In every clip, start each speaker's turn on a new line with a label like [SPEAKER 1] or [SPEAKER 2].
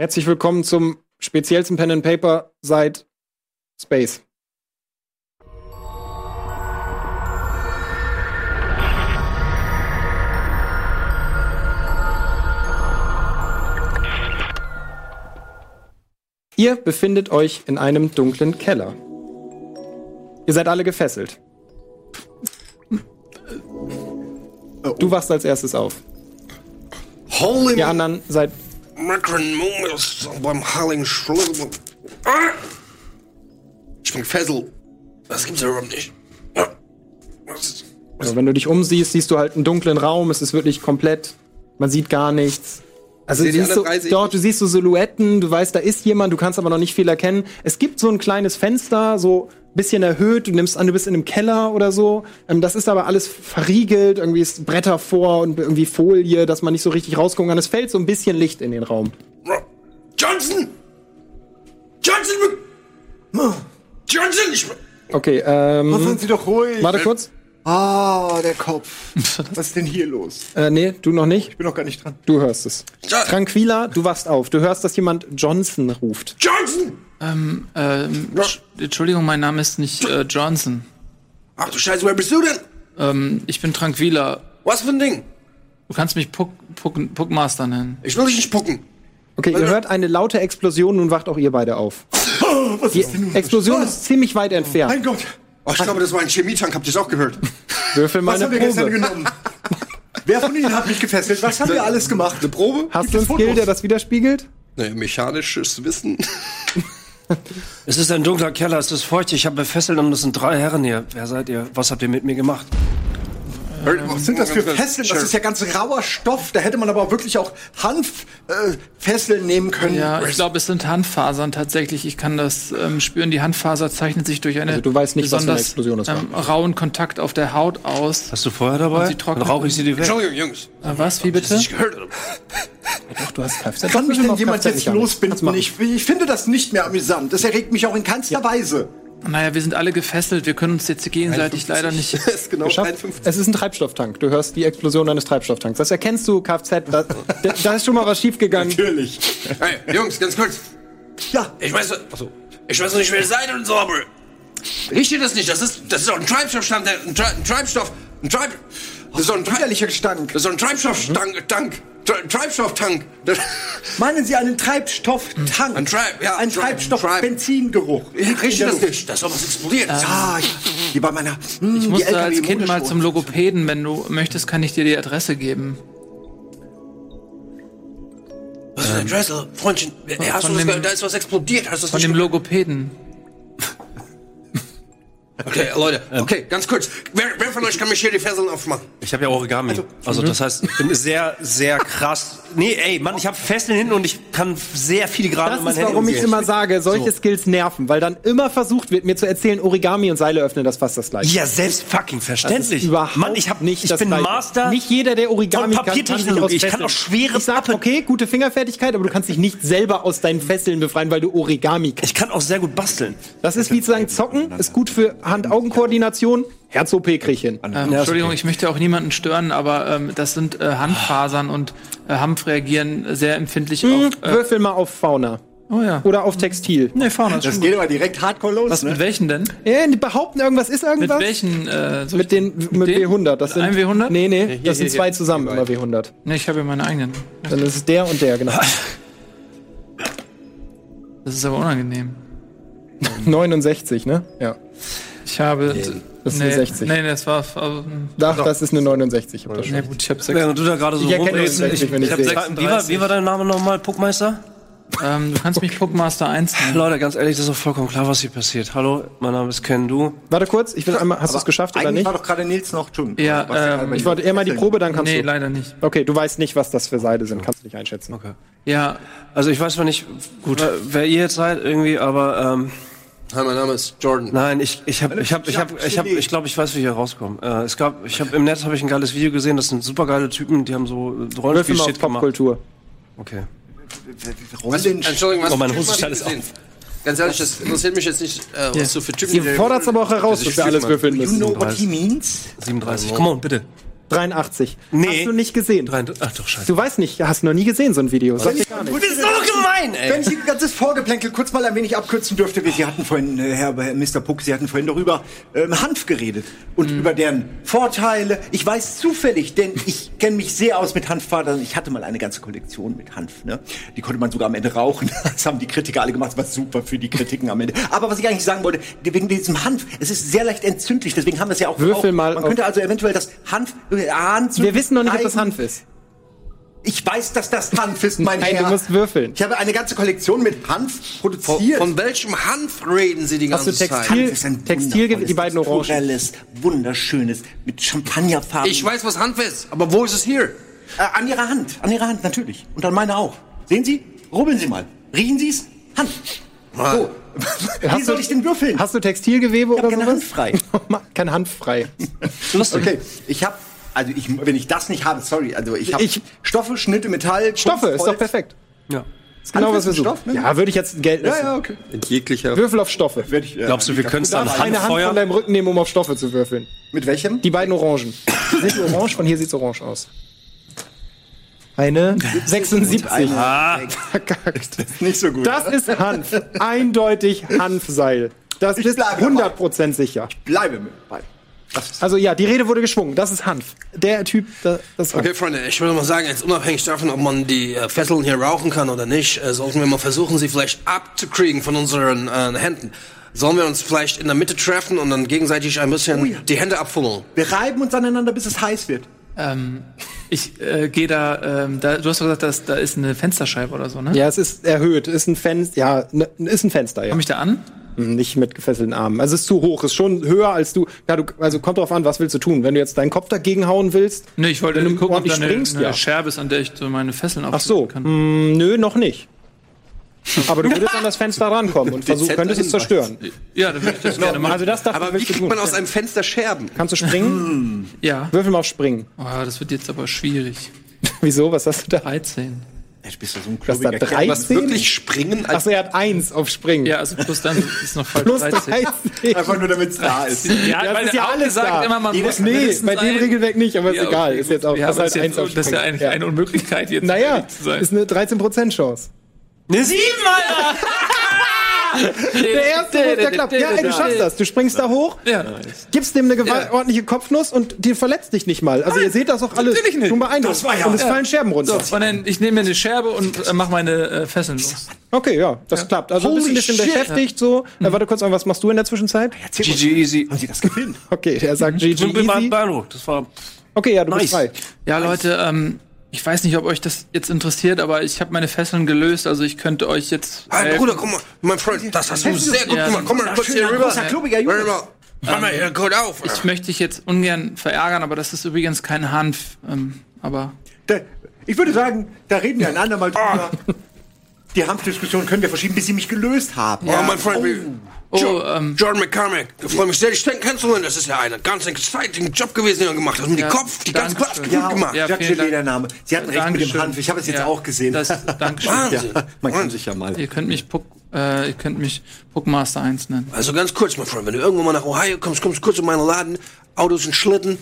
[SPEAKER 1] Herzlich willkommen zum speziellsten Pen and Paper seit Space. Ihr befindet euch in einem dunklen Keller. Ihr seid alle gefesselt. Du wachst als erstes auf.
[SPEAKER 2] Holy
[SPEAKER 1] Ihr anderen seid
[SPEAKER 2] Macron Mumus beim Harling Schlüssel. Ah! Ich bin gefesselt. Das gibt's ja überhaupt nicht. Ah! Was ist-
[SPEAKER 1] Also wenn du dich umsiehst, siehst du halt einen dunklen Raum. Es ist wirklich komplett. Man sieht gar nichts. Also
[SPEAKER 2] Sehe die
[SPEAKER 1] siehst du,
[SPEAKER 2] anderen drei, sehe ich
[SPEAKER 1] doch, du siehst so Silhouetten, du weißt, da ist jemand, du kannst aber noch nicht viel erkennen. Es gibt so ein kleines Fenster, so ein bisschen erhöht, du nimmst an, du bist in einem Keller oder so. Ähm, das ist aber alles verriegelt, irgendwie ist Bretter vor und irgendwie Folie, dass man nicht so richtig rausgucken kann. Es fällt so ein bisschen Licht in den Raum.
[SPEAKER 2] Ra- Johnson! Johnson! wir- Johnson! Ich,
[SPEAKER 1] Okay, ähm,
[SPEAKER 3] Machen Sie doch ruhig.
[SPEAKER 2] Äh,
[SPEAKER 1] warte kurz.
[SPEAKER 3] Ah, der Kopf. Was ist denn hier los?
[SPEAKER 1] Äh, nee, du noch nicht.
[SPEAKER 3] Ich bin noch gar nicht dran.
[SPEAKER 1] Du hörst es.
[SPEAKER 2] Ja.
[SPEAKER 1] Tranquila, du wachst auf. Du hörst, dass jemand Johnson ruft.
[SPEAKER 2] Johnson!
[SPEAKER 4] Ähm, ähm, Entsch- Entschuldigung, mein Name ist nicht äh, Johnson.
[SPEAKER 2] Ach du Scheiße, wer bist du denn?
[SPEAKER 4] Ähm, ich bin Tranquila.
[SPEAKER 2] Was für ein Ding?
[SPEAKER 4] Du kannst mich Puck, Puck, Puckmaster nennen.
[SPEAKER 2] Ich will dich nicht spucken.
[SPEAKER 1] Okay,
[SPEAKER 3] Äh.
[SPEAKER 1] ihr hört eine laute Explosion, nun wacht auch ihr beide auf.
[SPEAKER 3] was
[SPEAKER 1] Die Explosion ist ziemlich weit entfernt.
[SPEAKER 3] Mein Gott.
[SPEAKER 2] Oh, ich glaube, das war ein Chemietank, habt ihr es auch gehört?
[SPEAKER 1] Würfel mal
[SPEAKER 3] Was
[SPEAKER 1] eine
[SPEAKER 3] haben wir gestern
[SPEAKER 1] Probe.
[SPEAKER 3] genommen? Wer von Ihnen hat mich gefesselt? Was haben wir alles gemacht?
[SPEAKER 2] Eine Probe?
[SPEAKER 1] Hast du einen
[SPEAKER 3] Fotos?
[SPEAKER 1] Skill, der das widerspiegelt?
[SPEAKER 2] Naja, mechanisches Wissen.
[SPEAKER 5] Es ist ein dunkler Keller, es ist feucht, ich habe befesselt und es sind drei Herren hier. Wer seid ihr? Was habt ihr mit mir gemacht?
[SPEAKER 3] Was sind das für Fesseln? Das ist ja ganz rauer Stoff. Da hätte man aber auch wirklich auch Hanffesseln äh, Fesseln nehmen können.
[SPEAKER 4] Ja, ich glaube, es sind Handfasern tatsächlich. Ich kann das ähm, spüren. Die Handfaser zeichnet sich durch eine
[SPEAKER 1] Also du weißt nicht, was für eine
[SPEAKER 4] besonders
[SPEAKER 1] Explosion das war.
[SPEAKER 4] ähm, rauen Kontakt auf der Haut aus. Äh,
[SPEAKER 5] Hast du Feuer dabei?
[SPEAKER 4] Und sie trocknet
[SPEAKER 5] Dann rauche ich sie die weg.
[SPEAKER 2] Entschuldigung, Jungs.
[SPEAKER 4] was? Wie bitte?
[SPEAKER 2] Ich gehört habe.
[SPEAKER 1] Du hast Kfz.
[SPEAKER 3] Kann mich denn jemand jetzt
[SPEAKER 1] Kannst
[SPEAKER 3] losbinden?
[SPEAKER 1] machen.
[SPEAKER 3] Ich, ich finde das nicht mehr amüsant. Das erregt mich auch in keinster Weise.
[SPEAKER 4] Naja, wir sind alle gefesselt. Wir können uns jetzt gegenseitig leider nicht.
[SPEAKER 2] Das ist genau
[SPEAKER 1] Geschafft.
[SPEAKER 2] 51.
[SPEAKER 1] Es ist ein Treibstofftank. Du hörst die Explosion eines Treibstofftanks. Das erkennst du, Kfz. Da, da- da ist schon mal was schiefgegangen.
[SPEAKER 3] Natürlich.
[SPEAKER 2] Hey, Jungs, ganz kurz.
[SPEAKER 3] Ja,
[SPEAKER 2] Ich weiß, achso, ich weiß nicht, wer ihr seid und so, aber riecht ihr das nicht? Das ist, das ist doch ein Treibstoffstand, der- ein, Tre ein Treibstoff, ein Treib... Das ist doch ein, Treib
[SPEAKER 3] widerlicher Gestank.
[SPEAKER 2] das ist doch ein Treibstofftank, Tank, Tre Treibstofftank. Das-
[SPEAKER 3] Meinen Sie einen Treibstofftank?
[SPEAKER 2] Ein Treib- ja,
[SPEAKER 3] Ein
[SPEAKER 2] Treib- Treib-
[SPEAKER 3] Treibstoff-Benzingeruch.
[SPEAKER 2] Riecht ihr das nicht? Das ist doch was explodiert.
[SPEAKER 3] Ah, ich- wie bei meiner. Hm,
[SPEAKER 4] Ich
[SPEAKER 3] die
[SPEAKER 4] musste
[SPEAKER 3] LKW
[SPEAKER 4] als Kind mal
[SPEAKER 3] Motorsport.
[SPEAKER 4] zum Logopäden. Wenn du möchtest, kann ich dir die Adresse geben.
[SPEAKER 2] Was für ein Dressel, Freundchen, äh, hast
[SPEAKER 4] Ähm. von
[SPEAKER 2] du das
[SPEAKER 4] dem-
[SPEAKER 2] gehört? Da ist was explodiert, hast du das
[SPEAKER 4] Von
[SPEAKER 2] nicht
[SPEAKER 4] dem
[SPEAKER 2] gehört?
[SPEAKER 4] Logopäden.
[SPEAKER 2] Okay, Leute, okay, ganz kurz. Wer, wer von euch kann mich hier die Fesseln aufmachen?
[SPEAKER 5] Ich habe ja Origami.
[SPEAKER 1] mhm.
[SPEAKER 5] Also das heißt, ich bin sehr, sehr krass. Nee, ey, Mann, ich habe Fesseln hinten und ich kann sehr viel gerade
[SPEAKER 1] Das
[SPEAKER 5] in mein
[SPEAKER 1] ist,
[SPEAKER 5] Handy
[SPEAKER 1] warum ich
[SPEAKER 5] umgehen.
[SPEAKER 1] immer sage, solche Skills nerven, weil dann immer versucht wird, mir zu erzählen, Origami und Seile öffnen das fast das gleiche.
[SPEAKER 5] Ja, selbst fucking verständlich.
[SPEAKER 1] überhaupt
[SPEAKER 5] Mann, ich, hab,
[SPEAKER 1] nicht
[SPEAKER 5] ich
[SPEAKER 1] das
[SPEAKER 5] bin
[SPEAKER 1] Gleiche.
[SPEAKER 5] Master.
[SPEAKER 1] Nicht jeder, der Origami
[SPEAKER 5] von Papiertechnologie. Ich
[SPEAKER 1] kann,
[SPEAKER 5] kann auch
[SPEAKER 1] schwere
[SPEAKER 5] schwere
[SPEAKER 1] ich sag,
[SPEAKER 5] Pappe-
[SPEAKER 1] okay, gute Fingerfertigkeit, aber du kannst dich nicht selber aus deinen Fesseln befreien, weil du Origami kannst.
[SPEAKER 5] ich kann auch sehr gut basteln.
[SPEAKER 1] Das ist wie zu sagen, zocken ist gut für Hand-Augen-Koordination, Herz-OP krieg ich hin.
[SPEAKER 4] Ähm, Entschuldigung, ich möchte auch niemanden stören, aber ähm, das sind äh, Handfasern und äh, Hanf reagieren sehr empfindlich auf. Äh,
[SPEAKER 1] Hm, Würfel mal auf Fauna
[SPEAKER 4] oh ja.
[SPEAKER 1] oder auf Textil.
[SPEAKER 4] Nee, vorne ist
[SPEAKER 3] Das
[SPEAKER 4] schon
[SPEAKER 3] geht aber direkt hardcore los.
[SPEAKER 4] Was,
[SPEAKER 3] ne?
[SPEAKER 4] mit welchen denn?
[SPEAKER 1] Ja, die behaupten, irgendwas ist
[SPEAKER 4] Mit
[SPEAKER 1] irgendwas.
[SPEAKER 4] welchen? Äh, soll ich-
[SPEAKER 1] Mit den mit
[SPEAKER 4] dem?
[SPEAKER 1] W100. Das sind,
[SPEAKER 4] Ein W100?
[SPEAKER 1] Nee, nee, das sind zwei zusammen immer W100.
[SPEAKER 4] nee, ich habe ja meine eigenen.
[SPEAKER 1] Dann ist es der und der, genau.
[SPEAKER 4] Das ist aber unangenehm.
[SPEAKER 1] 69, ne? Ja.
[SPEAKER 4] Ich habe.
[SPEAKER 1] das ist
[SPEAKER 4] nee,
[SPEAKER 1] eine 60.
[SPEAKER 4] Nee, das war. Also,
[SPEAKER 1] Ach, das ist eine 69. Ich hab das schon.
[SPEAKER 4] nee, gut, ich habe sechs.
[SPEAKER 5] Während du da gerade so
[SPEAKER 1] Ich erkenne
[SPEAKER 5] rumredest,
[SPEAKER 1] uns wirklich, wenn ich
[SPEAKER 5] hab
[SPEAKER 1] sehe.
[SPEAKER 5] sechs- wie, war, wie war dein Name nochmal, Puckmeister?
[SPEAKER 4] Ähm, du kannst mich Puckmaster 1 nennen.
[SPEAKER 5] Leute, ganz ehrlich, das ist doch vollkommen klar, was hier passiert. Hallo, mein Name ist Ken, du.
[SPEAKER 1] Warte kurz, ich will einmal, hast du es geschafft oder
[SPEAKER 3] Eigentlich
[SPEAKER 1] nicht?
[SPEAKER 3] war doch gerade Nils noch schon.
[SPEAKER 4] Ja,
[SPEAKER 3] Was der
[SPEAKER 4] ähm,
[SPEAKER 3] gerade
[SPEAKER 1] Ich wollte eher mal die Probe, dann kannst
[SPEAKER 4] Nee,
[SPEAKER 1] du.
[SPEAKER 4] leider nicht.
[SPEAKER 1] Okay, du weißt nicht, was das für Seile sind, kannst du nicht einschätzen.
[SPEAKER 4] Ja,
[SPEAKER 5] Also ich weiß zwar nicht, gut, wer, wer ihr jetzt seid irgendwie, aber ähm,
[SPEAKER 2] Hi, mein Name ist Jordan.
[SPEAKER 5] nein, ich ich habe ich habe ich habe ich habe ich glaube, ich weiß, wie ich hier rauskomme. Äh, es gab ich habe im Netz habe ich ein geiles Video gesehen, das sind super geile Typen, die haben so äh,
[SPEAKER 1] Würfel
[SPEAKER 5] Rollenspiel
[SPEAKER 1] mal auf
[SPEAKER 5] shit gemacht.
[SPEAKER 1] Popkultur.
[SPEAKER 5] Okay.
[SPEAKER 3] Rollen
[SPEAKER 2] Entschuldigung, was
[SPEAKER 5] Oh, meine
[SPEAKER 2] für
[SPEAKER 5] Hose
[SPEAKER 2] Typen
[SPEAKER 5] ist
[SPEAKER 2] die
[SPEAKER 5] alles
[SPEAKER 2] sind? Ganz ehrlich, das interessiert mich jetzt nicht, äh, was du für Typen
[SPEAKER 1] Ihr fordert es aber auch heraus, dass wir alles würfeln
[SPEAKER 3] You
[SPEAKER 1] müssen.
[SPEAKER 3] know what he means?
[SPEAKER 5] 37. Come on, bitte.
[SPEAKER 1] 83.
[SPEAKER 5] Nee.
[SPEAKER 1] Hast du nicht gesehen.
[SPEAKER 5] Rein, ach doch, scheiße.
[SPEAKER 1] Du weißt nicht, hast noch nie gesehen so ein Video. Sag dir gar nicht.
[SPEAKER 5] bist so gemein,
[SPEAKER 3] Wenn ich ein ganzes Vorgeplänkel kurz mal ein wenig abkürzen dürfte, wir- Sie hatten vorhin, äh, Herr Herr Mr. Puck, Sie hatten vorhin doch über ähm, Hanf geredet und
[SPEAKER 1] Mhm.
[SPEAKER 3] über deren Vorteile. Ich weiß zufällig, denn ich kenne mich sehr aus mit Hanffadern. Ich hatte mal eine ganze Kollektion mit Hanf. Ne? Die konnte man sogar am Ende rauchen. Das haben die Kritiker alle gemacht. Das war super für die Kritiken am Ende. Aber was ich eigentlich sagen wollte, wegen diesem Hanf, es ist sehr leicht entzündlich. Deswegen haben wir es ja auch.
[SPEAKER 1] Würfel
[SPEAKER 3] auch,
[SPEAKER 1] mal
[SPEAKER 3] Man
[SPEAKER 1] auf-
[SPEAKER 3] könnte also eventuell das Hanf. Äh, Hanf
[SPEAKER 1] Wir wissen noch nicht, ob das Hanf
[SPEAKER 3] Hanf.
[SPEAKER 1] ist.
[SPEAKER 3] Ich weiß, dass das Hanf ist, mein
[SPEAKER 1] Nein,
[SPEAKER 3] Herr.
[SPEAKER 1] du musst würfeln.
[SPEAKER 3] Ich habe eine ganze Kollektion mit Hanf produziert.
[SPEAKER 2] Von welchem Hanf reden Sie die
[SPEAKER 1] Hast
[SPEAKER 2] ganze
[SPEAKER 1] du Textil-
[SPEAKER 2] Zeit?
[SPEAKER 1] Textil- Textil- die beiden Orangen.
[SPEAKER 3] Orelles, wunderschönes, mit Champagnerfarben.
[SPEAKER 2] Ich weiß, was Hanf ist, aber wo ist es hier?
[SPEAKER 3] Äh, an Ihrer Hand, an Ihrer Hand, natürlich. Und an meiner auch. Sehen Sie? Rubbeln Sie mal. Riechen Sie es? Hanf. So. Wie
[SPEAKER 1] Hast
[SPEAKER 3] soll
[SPEAKER 1] du-
[SPEAKER 3] ich denn würfeln?
[SPEAKER 1] Hast du Textilgewebe
[SPEAKER 3] hab
[SPEAKER 1] oder
[SPEAKER 3] keine
[SPEAKER 1] sowas?
[SPEAKER 3] Hand frei.
[SPEAKER 1] Kein Hand frei.
[SPEAKER 3] Lustig. Okay, ich habe, also ich, wenn ich das nicht habe, sorry, also ich habe
[SPEAKER 1] Ich-
[SPEAKER 3] Stoffe, Schnitte, Metall,
[SPEAKER 1] Stoffe,
[SPEAKER 3] Kunst,
[SPEAKER 1] ist doch
[SPEAKER 3] Holz.
[SPEAKER 1] perfekt.
[SPEAKER 5] Ja.
[SPEAKER 1] Ist genau,
[SPEAKER 3] Hanf
[SPEAKER 1] was
[SPEAKER 3] ist
[SPEAKER 1] wir
[SPEAKER 3] ein
[SPEAKER 1] suchen.
[SPEAKER 3] Stoff, ne?
[SPEAKER 1] Ja, würde ich jetzt Geld
[SPEAKER 3] Ja,
[SPEAKER 1] essen.
[SPEAKER 3] ja, okay.
[SPEAKER 6] In jeglicher.
[SPEAKER 1] Würfel auf Stoffe.
[SPEAKER 3] Werd ich, äh,
[SPEAKER 5] Glaubst du, wir können es dann
[SPEAKER 1] Darf eine Hand von
[SPEAKER 5] Handfeuer?
[SPEAKER 1] deinem Rücken nehmen, um auf Stoffe zu würfeln.
[SPEAKER 3] Mit welchem?
[SPEAKER 1] Die beiden Orangen. Sind die orange? Von hier sieht's orange aus. Eine 76. Verkackt.
[SPEAKER 3] Nicht so gut.
[SPEAKER 1] Das ist Hanf. Eindeutig Hanfseil. Das
[SPEAKER 3] Ich
[SPEAKER 1] ist
[SPEAKER 3] bleibe
[SPEAKER 1] 100% sicher.
[SPEAKER 3] bleibe mit bei.
[SPEAKER 1] Also ja, die Rede wurde geschwungen. Das ist Hanf. Der Typ, da, das ist Hanf.
[SPEAKER 2] Okay, Freunde, ich würde mal sagen, jetzt unabhängig davon, ob man die äh, Fesseln hier rauchen kann oder nicht, äh, sollten wir mal versuchen, sie vielleicht abzukriegen von unseren äh, Händen. Sollen wir uns vielleicht in der Mitte treffen und dann gegenseitig ein bisschen die Hände abfummeln?
[SPEAKER 3] Wir reiben uns aneinander, bis es heiß wird.
[SPEAKER 4] Ähm, ich äh, gehe da, ähm, da, du hast doch gesagt, dass, da ist eine Fensterscheibe oder so, ne?
[SPEAKER 1] Ja, es ist erhöht. Ist ein Fenster. Ja, ne, ist ein Fenster. Ja.
[SPEAKER 4] Komm ich da an?
[SPEAKER 1] Nicht mit gefesselten Armen. Also es ist zu hoch. Ist schon höher als du. Ja, du. Also kommt drauf an, was willst du tun? Wenn du jetzt deinen Kopf dagegen hauen willst.
[SPEAKER 4] Ne, ich wollte
[SPEAKER 1] Wenn du
[SPEAKER 4] nur gucken, ob da
[SPEAKER 1] ordentlich
[SPEAKER 4] eine,
[SPEAKER 1] springst,
[SPEAKER 4] eine
[SPEAKER 1] ja.
[SPEAKER 4] Scherbe ist, an der ich so meine Fesseln
[SPEAKER 1] Ach so.
[SPEAKER 4] aufziehen kann.
[SPEAKER 1] Hm, nö, noch nicht. Aber du würdest an das Fenster rankommen und versuchen, könntest es zerstören.
[SPEAKER 4] Ja, dann würde ich das gerne machen.
[SPEAKER 1] Also das darf
[SPEAKER 2] Aber wie kriegt man aus einem Fenster Scherben?
[SPEAKER 1] Kannst du springen?
[SPEAKER 4] ja.
[SPEAKER 1] Würfel mal auf Springen.
[SPEAKER 4] Oh, das wird jetzt aber schwierig.
[SPEAKER 1] Wieso? Was hast du da?
[SPEAKER 4] 13.
[SPEAKER 3] Ey, Du bist ja so ein
[SPEAKER 1] Was da
[SPEAKER 3] klubiger Kerl.
[SPEAKER 2] Was
[SPEAKER 1] 13?
[SPEAKER 2] wirklich springen? Als
[SPEAKER 1] Achso, er hat 1 auf Springen.
[SPEAKER 4] Ja, also plus dann ist noch falsch.
[SPEAKER 1] Plus
[SPEAKER 4] 13.
[SPEAKER 1] 13.
[SPEAKER 3] Einfach nur, damit es da ist.
[SPEAKER 4] Ja,
[SPEAKER 1] das
[SPEAKER 4] weil
[SPEAKER 1] ist ja
[SPEAKER 4] auch
[SPEAKER 1] alles
[SPEAKER 4] gesagt,
[SPEAKER 1] da.
[SPEAKER 4] immer man
[SPEAKER 1] Jedes-
[SPEAKER 4] muss
[SPEAKER 1] nee,
[SPEAKER 4] mindestens
[SPEAKER 1] bei dem
[SPEAKER 4] ein-
[SPEAKER 1] Regelwerk nicht, aber ist
[SPEAKER 4] Ja, okay,
[SPEAKER 1] egal. ist
[SPEAKER 4] gut.
[SPEAKER 1] jetzt auch,
[SPEAKER 4] Wir
[SPEAKER 1] hast
[SPEAKER 4] haben
[SPEAKER 1] halt
[SPEAKER 4] jetzt-
[SPEAKER 1] eins auf
[SPEAKER 4] Das ist ja
[SPEAKER 1] Springen.
[SPEAKER 4] eigentlich
[SPEAKER 1] Ja.
[SPEAKER 4] eine Unmöglichkeit jetzt. um
[SPEAKER 1] Naja,
[SPEAKER 4] ehrlich zu sein.
[SPEAKER 1] ist eine 13% Chance.
[SPEAKER 5] Eine Sieben, Alter!
[SPEAKER 1] Der erste Wurf, der klappt. Ja, ey, du schaffst das. Du springst da hoch,
[SPEAKER 4] Ja.
[SPEAKER 1] gibst dem eine gewalt- ordentliche Kopfnuss und der verletzt dich nicht mal. Also ihr seht das auch alles.
[SPEAKER 4] natürlich nicht.
[SPEAKER 1] Schon beeindruckend.
[SPEAKER 3] Das war ja-
[SPEAKER 1] und es fallen Scherben runter.
[SPEAKER 4] So, und dann, ich nehme mir eine Scherbe und äh, mach meine äh, Fesseln los.
[SPEAKER 1] Okay, ja, das klappt. Also du bist ein
[SPEAKER 2] Holy
[SPEAKER 1] bisschen
[SPEAKER 2] shit.
[SPEAKER 1] beschäftigt so. Äh, warte kurz, was machst du in der Zwischenzeit?
[SPEAKER 5] GG easy.
[SPEAKER 3] Haben Sie das gefilmt?
[SPEAKER 1] Okay, er sagt GG
[SPEAKER 5] Ich bin mal
[SPEAKER 1] easy.
[SPEAKER 5] beeindruckt. Das war.
[SPEAKER 1] Okay, ja, du bist frei.
[SPEAKER 5] Nice.
[SPEAKER 4] Ja, Leute, ähm, ich weiß nicht, ob euch das jetzt interessiert, aber ich habe meine Fesseln gelöst, also ich könnte euch jetzt.
[SPEAKER 2] Hey,
[SPEAKER 4] helfen.
[SPEAKER 2] Bruder, guck mal, mein Freund, das hast du sehr gut
[SPEAKER 4] Ja.
[SPEAKER 2] gemacht. Komm mal kurz hier
[SPEAKER 3] Schöner,
[SPEAKER 2] rüber.
[SPEAKER 3] großer, klubiger Junge.
[SPEAKER 2] Warte mal, komm mal hier gut auf.
[SPEAKER 4] Ich möchte dich jetzt ungern verärgern, aber das ist übrigens kein Hanf. Ähm, aber
[SPEAKER 3] Da, ich würde sagen, da reden wir ein andermal drüber. Die Hanfdiskussion können wir verschieben, bis Sie mich gelöst haben.
[SPEAKER 2] Oh, mein Freund, wie-
[SPEAKER 4] oh,
[SPEAKER 2] Jo-
[SPEAKER 4] ähm,
[SPEAKER 2] Jordan McCormick, ich freue mich sehr, dich kennenzulernen. Das ist ja ein ganz exciting Job gewesen, den du gemacht hast. Und die
[SPEAKER 4] Ja,
[SPEAKER 2] Kopf, die ganz
[SPEAKER 4] Dankeschön.
[SPEAKER 2] Kopf gut
[SPEAKER 3] Ja,
[SPEAKER 2] gemacht.
[SPEAKER 4] Ja,
[SPEAKER 3] ja Jacques
[SPEAKER 4] vielen Dank.
[SPEAKER 3] Gelee, der Name. Sie hatten recht mit dem
[SPEAKER 4] Dankeschön.
[SPEAKER 3] Hanf. Ich habe es jetzt
[SPEAKER 4] Ja,
[SPEAKER 3] auch gesehen.
[SPEAKER 4] Das, Dankeschön.
[SPEAKER 2] Wahnsinn.
[SPEAKER 3] Man kann
[SPEAKER 2] Wahnsinn.
[SPEAKER 3] sich ja mal.
[SPEAKER 4] ihr könnt mich Puck, äh, ihr könnt mich Puckmaster 1 nennen.
[SPEAKER 2] Also ganz kurz, mein Freund, wenn du irgendwann mal nach Ohio kommst, kommst kurz in meinen Laden, Autos und Schlitten.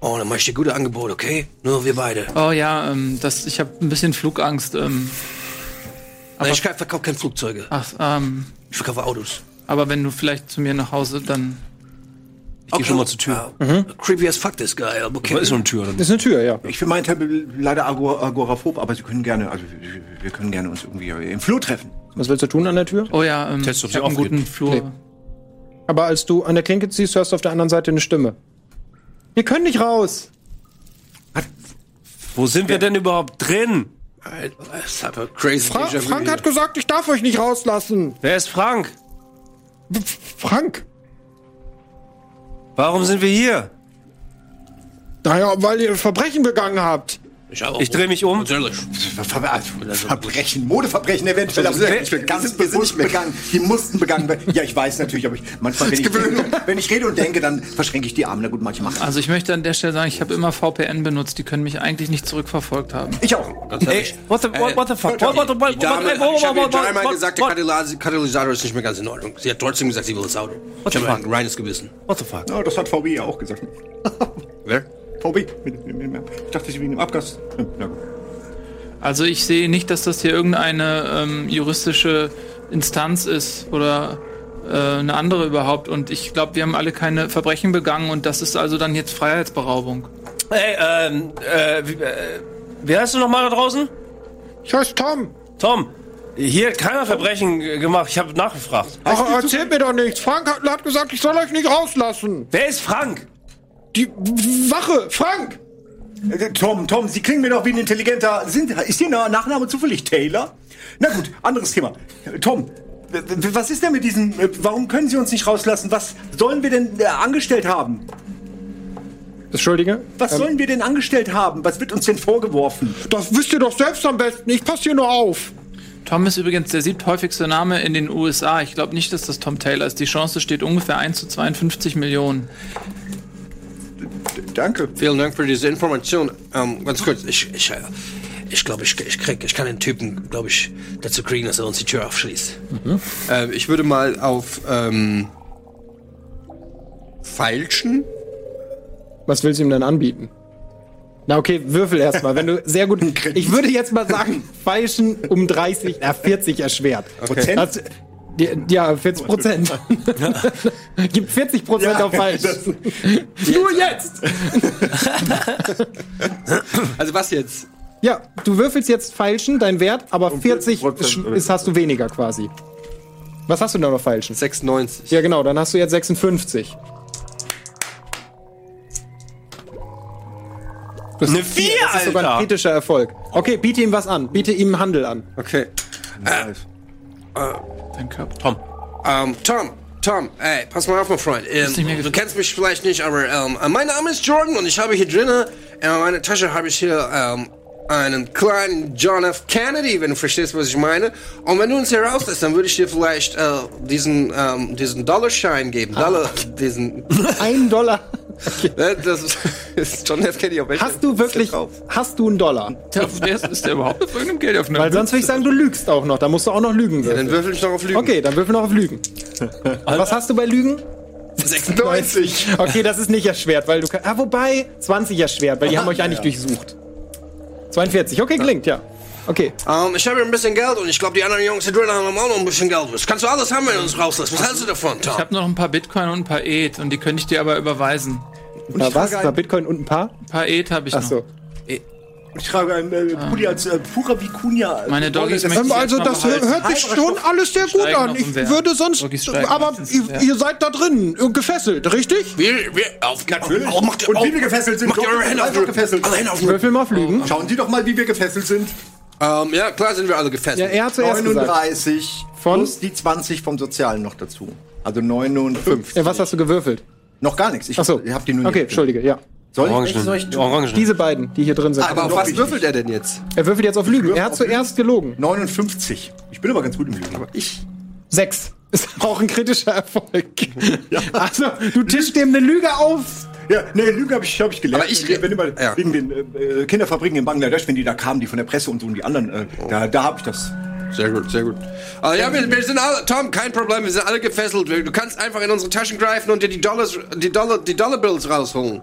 [SPEAKER 2] Oh, dann mach ich dir gute Angebote, okay? Nur wir beide.
[SPEAKER 4] Oh ja, ähm, das, ich habe ein bisschen Flugangst. Ähm,
[SPEAKER 2] Nein, ich verkaufe keine Flugzeuge.
[SPEAKER 4] ach, ähm,
[SPEAKER 2] Ich verkaufe Autos.
[SPEAKER 4] aber wenn du vielleicht zu mir nach Hause, dann
[SPEAKER 5] Ich geh schon mal zur Tür.
[SPEAKER 4] Ah, mhm.
[SPEAKER 2] Creepy as fuck, this guy. aber Okay.
[SPEAKER 5] Da ist noch eine Tür. Dann.
[SPEAKER 1] Das ist eine Tür, ja.
[SPEAKER 3] Ich für meinen Teil bin leider agor agoraphob, aber Sie können gerne, also wir- wir können gerne uns irgendwie im Flur treffen.
[SPEAKER 1] Was willst du tun an der Tür?
[SPEAKER 4] Oh ja, ähm,
[SPEAKER 5] Test, ob
[SPEAKER 4] ich
[SPEAKER 5] sie
[SPEAKER 4] habe einen
[SPEAKER 5] aufgeht.
[SPEAKER 4] guten Flur.
[SPEAKER 1] Aber als du an der Klinke ziehst, hörst du auf der anderen Seite eine Stimme. Wir können nicht raus.
[SPEAKER 5] Wo sind wir denn überhaupt drin?
[SPEAKER 2] Das hat er crazy
[SPEAKER 1] Fra
[SPEAKER 2] Déjà-vu
[SPEAKER 1] Frank
[SPEAKER 2] hier.
[SPEAKER 1] hat gesagt, ich darf euch nicht rauslassen.
[SPEAKER 5] Wer ist Frank?
[SPEAKER 1] F- Frank?
[SPEAKER 5] Warum sind wir hier?
[SPEAKER 1] Naja, weil ihr Verbrechen begangen habt.
[SPEAKER 2] Ich, auch.
[SPEAKER 5] Ich dreh mich um.
[SPEAKER 2] Ganz ehrlich.
[SPEAKER 3] Ver Ver also Verbrechen, Modeverbrechen eventuell, aber
[SPEAKER 5] wir-
[SPEAKER 3] ich bin ganz bewusst begangen. Die mussten begangen werden. Ja, ich weiß natürlich, aber ich, manchmal, wenn ich, wenn ich rede und denke, dann verschränke ich die Arme. Na gut, manche machen
[SPEAKER 4] Also ich möchte an der Stelle sagen, ich habe immer VPN benutzt. Die können mich eigentlich nicht zurückverfolgt haben.
[SPEAKER 3] Ich auch.
[SPEAKER 2] Ganz ehrlich. Äh,
[SPEAKER 5] What the, what, what the fuck? What, what, what, what,
[SPEAKER 2] Die Dame,
[SPEAKER 5] what, what,
[SPEAKER 2] ich habe ihr
[SPEAKER 5] what, what,
[SPEAKER 2] dreimal
[SPEAKER 5] what,
[SPEAKER 2] gesagt, der
[SPEAKER 5] what,
[SPEAKER 2] Katalys- Katalysator ist nicht mehr ganz in Ordnung. Sie hat trotzdem gesagt, sie will das Auto. Ich
[SPEAKER 5] the
[SPEAKER 2] habe ein
[SPEAKER 5] fuck?
[SPEAKER 2] reines Gewissen.
[SPEAKER 5] what the fuck?
[SPEAKER 3] Ja, das hat VW ja auch gesagt.
[SPEAKER 2] Wer?
[SPEAKER 3] VW. Mit, mit, mit, ich dachte, ich wegen dem Abgas. Na gut.
[SPEAKER 4] Also ich sehe nicht, dass das hier irgendeine ähm, juristische Instanz ist oder äh, eine andere überhaupt. Und ich glaube, wir haben alle keine Verbrechen begangen und das ist also dann jetzt Freiheitsberaubung.
[SPEAKER 5] Hey, ähm, äh, wie, äh, wie heißt du nochmal da draußen?
[SPEAKER 1] Tschüss, Tom.
[SPEAKER 5] Tom, hier hat keiner Verbrechen äh, gemacht. Ich habe nachgefragt.
[SPEAKER 1] Ach, erzählt mir doch nichts. Frank hat, hat gesagt, ich soll euch nicht rauslassen.
[SPEAKER 5] Wer ist Frank?
[SPEAKER 1] Die Wache, Frank!
[SPEAKER 3] Äh, Tom, Tom, Sie klingen mir doch wie ein intelligenter. Sind, ist Ihr Nachname zufällig Taylor? Na gut, anderes Thema. Äh, Tom, w- w- was ist denn mit diesem. äh, Warum können Sie uns nicht rauslassen? Was sollen wir denn äh, angestellt haben?
[SPEAKER 1] Entschuldige?
[SPEAKER 3] Was sollen wir denn angestellt haben? Was wird uns denn vorgeworfen?
[SPEAKER 1] Das wisst ihr doch selbst am besten. Ich passe hier nur auf.
[SPEAKER 4] Tom ist übrigens der siebthäufigste Name in den USA. Ich glaube nicht, dass das Tom Taylor ist. Die Chance steht ungefähr 1 zu 52 Millionen.
[SPEAKER 3] Danke.
[SPEAKER 2] Vielen Dank für diese Information. Ähm, ganz kurz, ich, ich, äh, ich glaube, ich, ich krieg, ich kann den Typen, glaube ich, dazu kriegen, dass er uns die Tür aufschließt.
[SPEAKER 5] Mhm.
[SPEAKER 2] Ähm, ich würde mal auf ähm, Feilschen.
[SPEAKER 1] Was willst du ihm denn anbieten? Na okay, würfel erstmal. Wenn du sehr gut. Ich würde jetzt mal sagen, falschen um 30, na 40 erschwert.
[SPEAKER 3] Prozent?
[SPEAKER 1] Das, die- ja, 40 Prozent. Gib 40 Prozent auf falsch. Nur jetzt!
[SPEAKER 2] Also was jetzt?
[SPEAKER 1] Ja, du würfelst jetzt falschen, dein Wert, aber 40
[SPEAKER 3] 40%,
[SPEAKER 1] ist, hast du weniger quasi. Was hast du denn noch falschen?
[SPEAKER 2] 96.
[SPEAKER 1] Ja, genau, dann hast du jetzt 56. Das
[SPEAKER 5] Eine
[SPEAKER 1] ist
[SPEAKER 5] Vier,
[SPEAKER 1] das ist sogar ein
[SPEAKER 5] Alter!
[SPEAKER 1] kritischer Erfolg. Okay, biete ihm was an. Biete ihm Handel an.
[SPEAKER 2] Okay. Äh,
[SPEAKER 4] Dein Körper.
[SPEAKER 5] Tom.
[SPEAKER 2] Ähm, Tom, Tom, ey, pass mal auf, mein Freund. Ähm,
[SPEAKER 4] nicht mehr
[SPEAKER 2] du
[SPEAKER 4] getan.
[SPEAKER 2] kennst mich vielleicht nicht, aber ähm, mein Name ist Jordan und ich habe hier drinnen, in meiner Tasche habe ich hier ähm, einen kleinen John F. Kennedy, wenn du verstehst, was ich meine. Und wenn du uns hier rauslässt, dann würde ich dir vielleicht äh, diesen, ähm, diesen Dollarschein
[SPEAKER 4] Ah.
[SPEAKER 2] geben. Dollar, diesen.
[SPEAKER 1] Ein Dollar. Okay.
[SPEAKER 2] Ne, das ist- ist John F. Kennedy auf welcher-
[SPEAKER 1] Hast du wirklich, hast du einen Dollar?
[SPEAKER 4] Wer ist, ist der überhaupt auf irgendeinem Geld auf
[SPEAKER 1] Weil sonst würde ich sagen, du lügst auch noch. Da musst du auch noch Lügen
[SPEAKER 2] Dann
[SPEAKER 1] würfeln.
[SPEAKER 2] würfel ich noch auf Lügen.
[SPEAKER 1] Okay, dann würfel noch auf Lügen. Was hast du bei Lügen?
[SPEAKER 2] 96.
[SPEAKER 1] Okay, das ist nicht erschwert, weil du kann, Ah, wobei 20 erschwert, weil die haben euch eigentlich durchsucht. 42. Okay, klingt, ja. Okay.
[SPEAKER 2] Ähm, ich habe hier ein bisschen Geld und ich glaube, die anderen Jungs hier drinnen haben auch noch ein bisschen Geld. Das kannst du alles haben, wenn du uns rauslässt. Was hältst du davon, Tom?
[SPEAKER 4] Ich habe noch ein paar Bitcoin und ein paar ETH und die könnte ich dir aber überweisen.
[SPEAKER 1] Na, was?
[SPEAKER 3] frage ein-
[SPEAKER 1] War Bitcoin und ein paar?
[SPEAKER 4] Ein paar E ETH habe ich
[SPEAKER 1] Achso.
[SPEAKER 4] noch.
[SPEAKER 3] Ich trage ein äh, Pudi als äh, purer Vicuña.
[SPEAKER 4] Meine Doggies
[SPEAKER 3] Das-
[SPEAKER 4] möchte ich
[SPEAKER 1] also
[SPEAKER 4] jetzt noch
[SPEAKER 1] das
[SPEAKER 4] behalten.
[SPEAKER 1] hört sich schon alles sehr gut
[SPEAKER 4] Steigen
[SPEAKER 1] an.
[SPEAKER 4] auf
[SPEAKER 1] Ich
[SPEAKER 4] den Wert.
[SPEAKER 1] würde sonst,
[SPEAKER 4] Wirklich steigen
[SPEAKER 1] aber
[SPEAKER 4] auf den
[SPEAKER 1] ihr,
[SPEAKER 4] Wert.
[SPEAKER 1] ihr seid da drin äh, gefesselt, richtig?
[SPEAKER 2] Wir, wir, auf, natürlich.
[SPEAKER 3] Oh, macht- Und wie wir gefesselt sind,
[SPEAKER 2] Macht ihr
[SPEAKER 3] doch,
[SPEAKER 2] eure Hände auf
[SPEAKER 3] einfach
[SPEAKER 2] den
[SPEAKER 3] gefesselt.
[SPEAKER 2] Alle Hände auf den
[SPEAKER 1] Würfel mal auf Lügen.
[SPEAKER 3] Schauen Sie doch mal, wie wir gefesselt sind.
[SPEAKER 2] ähm, Ja, klar sind wir alle
[SPEAKER 1] Ja,
[SPEAKER 2] gefesselt.
[SPEAKER 1] er hat zuerst gesagt.
[SPEAKER 3] 39
[SPEAKER 1] Von?
[SPEAKER 3] plus die 20 vom Sozialen noch dazu. Also 59.
[SPEAKER 1] Ja, äh, was hast du gewürfelt?
[SPEAKER 3] Noch gar nichts. Ich
[SPEAKER 1] Achso.
[SPEAKER 3] hab die nur
[SPEAKER 1] Okay,
[SPEAKER 3] nicht-
[SPEAKER 1] entschuldige, ja.
[SPEAKER 3] Soll ich, echt,
[SPEAKER 5] Orangen.
[SPEAKER 3] soll ich
[SPEAKER 5] Orangen.
[SPEAKER 1] Diese beiden, die hier drin sind.
[SPEAKER 2] aber auf
[SPEAKER 3] Doch,
[SPEAKER 2] was
[SPEAKER 3] ich-
[SPEAKER 2] würfelt er denn jetzt?
[SPEAKER 1] er würfelt jetzt auf Lügen. Er hat
[SPEAKER 3] auf Lügen.
[SPEAKER 1] zuerst gelogen.
[SPEAKER 3] 59. Ich bin aber ganz gut im Lügen. Ich.
[SPEAKER 1] Sechs. Ist auch ein kritischer Erfolg. Also, du tischst dem eine Lüge auf.
[SPEAKER 3] Ja, nee, Lügen habe ich, hab ich gelernt.
[SPEAKER 2] Aber ich-
[SPEAKER 3] wenn, wenn immer
[SPEAKER 2] ja.
[SPEAKER 3] wegen den äh, äh, Kinderfabriken in Bangladesch, wenn die da kamen, die von der Presse und so und die anderen, äh, da, da habe ich das.
[SPEAKER 2] Sehr gut, sehr gut. Äh, ja, wir, wir sind alle, Tom, kein Problem, wir sind alle gefesselt. Wir- Du kannst einfach in unsere Taschen greifen und dir die Dollars, die Dollar, die Dollarbills rausholen.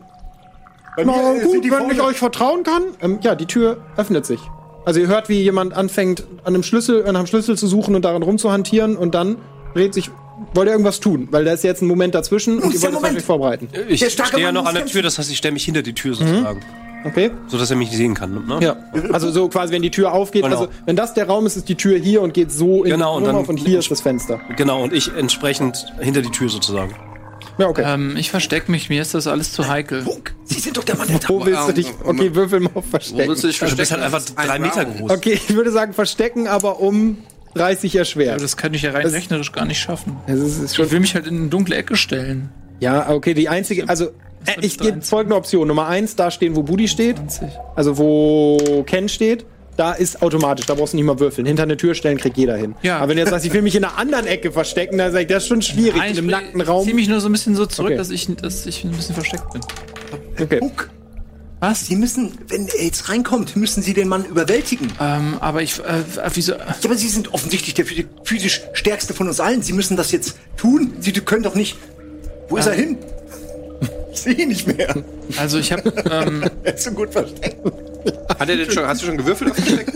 [SPEAKER 3] Bei
[SPEAKER 1] Na
[SPEAKER 3] mir, äh, sind
[SPEAKER 1] gut,
[SPEAKER 3] die
[SPEAKER 1] wenn ich
[SPEAKER 3] vorne-
[SPEAKER 1] euch vertrauen kann. Ähm, ja, die Tür öffnet sich. Also ihr hört, wie jemand anfängt, an einem Schlüssel, an einem Schlüssel zu suchen und daran rumzuhantieren und dann dreht sich, wollt ihr irgendwas tun, weil da ist jetzt ein Moment dazwischen und ihr wollt euch natürlich vorbereiten.
[SPEAKER 5] Ich
[SPEAKER 3] starke
[SPEAKER 5] stehe ja
[SPEAKER 3] Mann
[SPEAKER 5] noch
[SPEAKER 3] muss
[SPEAKER 5] an der
[SPEAKER 3] kämpfen.
[SPEAKER 5] Tür, das heißt, ich stelle mich hinter die Tür sozusagen.
[SPEAKER 1] Okay?
[SPEAKER 5] So dass er mich nicht sehen kann. Ne?
[SPEAKER 1] Ja. Also so quasi, wenn die Tür aufgeht,
[SPEAKER 5] Genau.
[SPEAKER 1] also wenn das der Raum ist, ist die Tür hier und geht so in
[SPEAKER 5] Genau, und
[SPEAKER 1] den Raum
[SPEAKER 5] dann-
[SPEAKER 1] auf und hier ist das Fenster.
[SPEAKER 5] Genau, und ich entsprechend hinter die Tür sozusagen.
[SPEAKER 1] Ja, okay.
[SPEAKER 4] Ähm, ich verstecke mich, mir ist das alles zu heikel.
[SPEAKER 2] Sie sind doch der Mann, der
[SPEAKER 1] Wo willst du dich? Okay, würfel mal auf
[SPEAKER 2] Wo
[SPEAKER 1] Verstecken.
[SPEAKER 2] willst du dich
[SPEAKER 5] Du
[SPEAKER 2] verstecken?
[SPEAKER 5] bist halt einfach
[SPEAKER 2] Ein
[SPEAKER 5] drei Meter
[SPEAKER 2] Raum.
[SPEAKER 5] groß.
[SPEAKER 1] Okay, ich würde sagen Verstecken, aber um 30 erschwert.
[SPEAKER 4] Das kann ich ja rein
[SPEAKER 1] Das-
[SPEAKER 4] rechnerisch gar nicht schaffen.
[SPEAKER 1] Das ist, ist schon
[SPEAKER 4] Ich will mich halt in eine dunkle Ecke stellen.
[SPEAKER 1] Ja, okay, die einzige, also äh, ich
[SPEAKER 4] da
[SPEAKER 1] gebe
[SPEAKER 4] eins?
[SPEAKER 1] folgende Option. Nummer eins, da stehen, wo Budi steht,
[SPEAKER 4] 20.
[SPEAKER 1] also wo Ken steht, da ist automatisch, da brauchst du nicht mal würfeln. Hinter eine Tür stellen kriegt jeder hin.
[SPEAKER 4] Ja.
[SPEAKER 1] Aber wenn du jetzt sagst, ich will mich in einer anderen Ecke verstecken, dann sag ich, das ist schon schwierig in einem
[SPEAKER 4] ich-
[SPEAKER 1] nackten
[SPEAKER 4] Ich ziehe
[SPEAKER 1] Raum.
[SPEAKER 4] mich nur so ein bisschen so zurück,
[SPEAKER 1] Okay.
[SPEAKER 4] dass, ich, dass ich ein bisschen versteckt bin.
[SPEAKER 1] Okay.
[SPEAKER 3] Guck,
[SPEAKER 4] Was?
[SPEAKER 3] Sie müssen, wenn er jetzt reinkommt, müssen Sie den Mann überwältigen.
[SPEAKER 1] Ah.
[SPEAKER 4] Ähm, aber ich, äh, wieso?
[SPEAKER 3] Ja, aber Sie sind offensichtlich der physi- physisch
[SPEAKER 1] Ah.
[SPEAKER 3] stärkste von uns allen. Sie müssen das jetzt tun. Sie können doch nicht. Wo ist er hin?
[SPEAKER 1] Ich
[SPEAKER 3] sehe nicht mehr.
[SPEAKER 4] Also ich habe, ähm,
[SPEAKER 3] Er ist so gut versteckt.
[SPEAKER 6] Hat er denn schon, hast du schon gewürfelt auf den Check?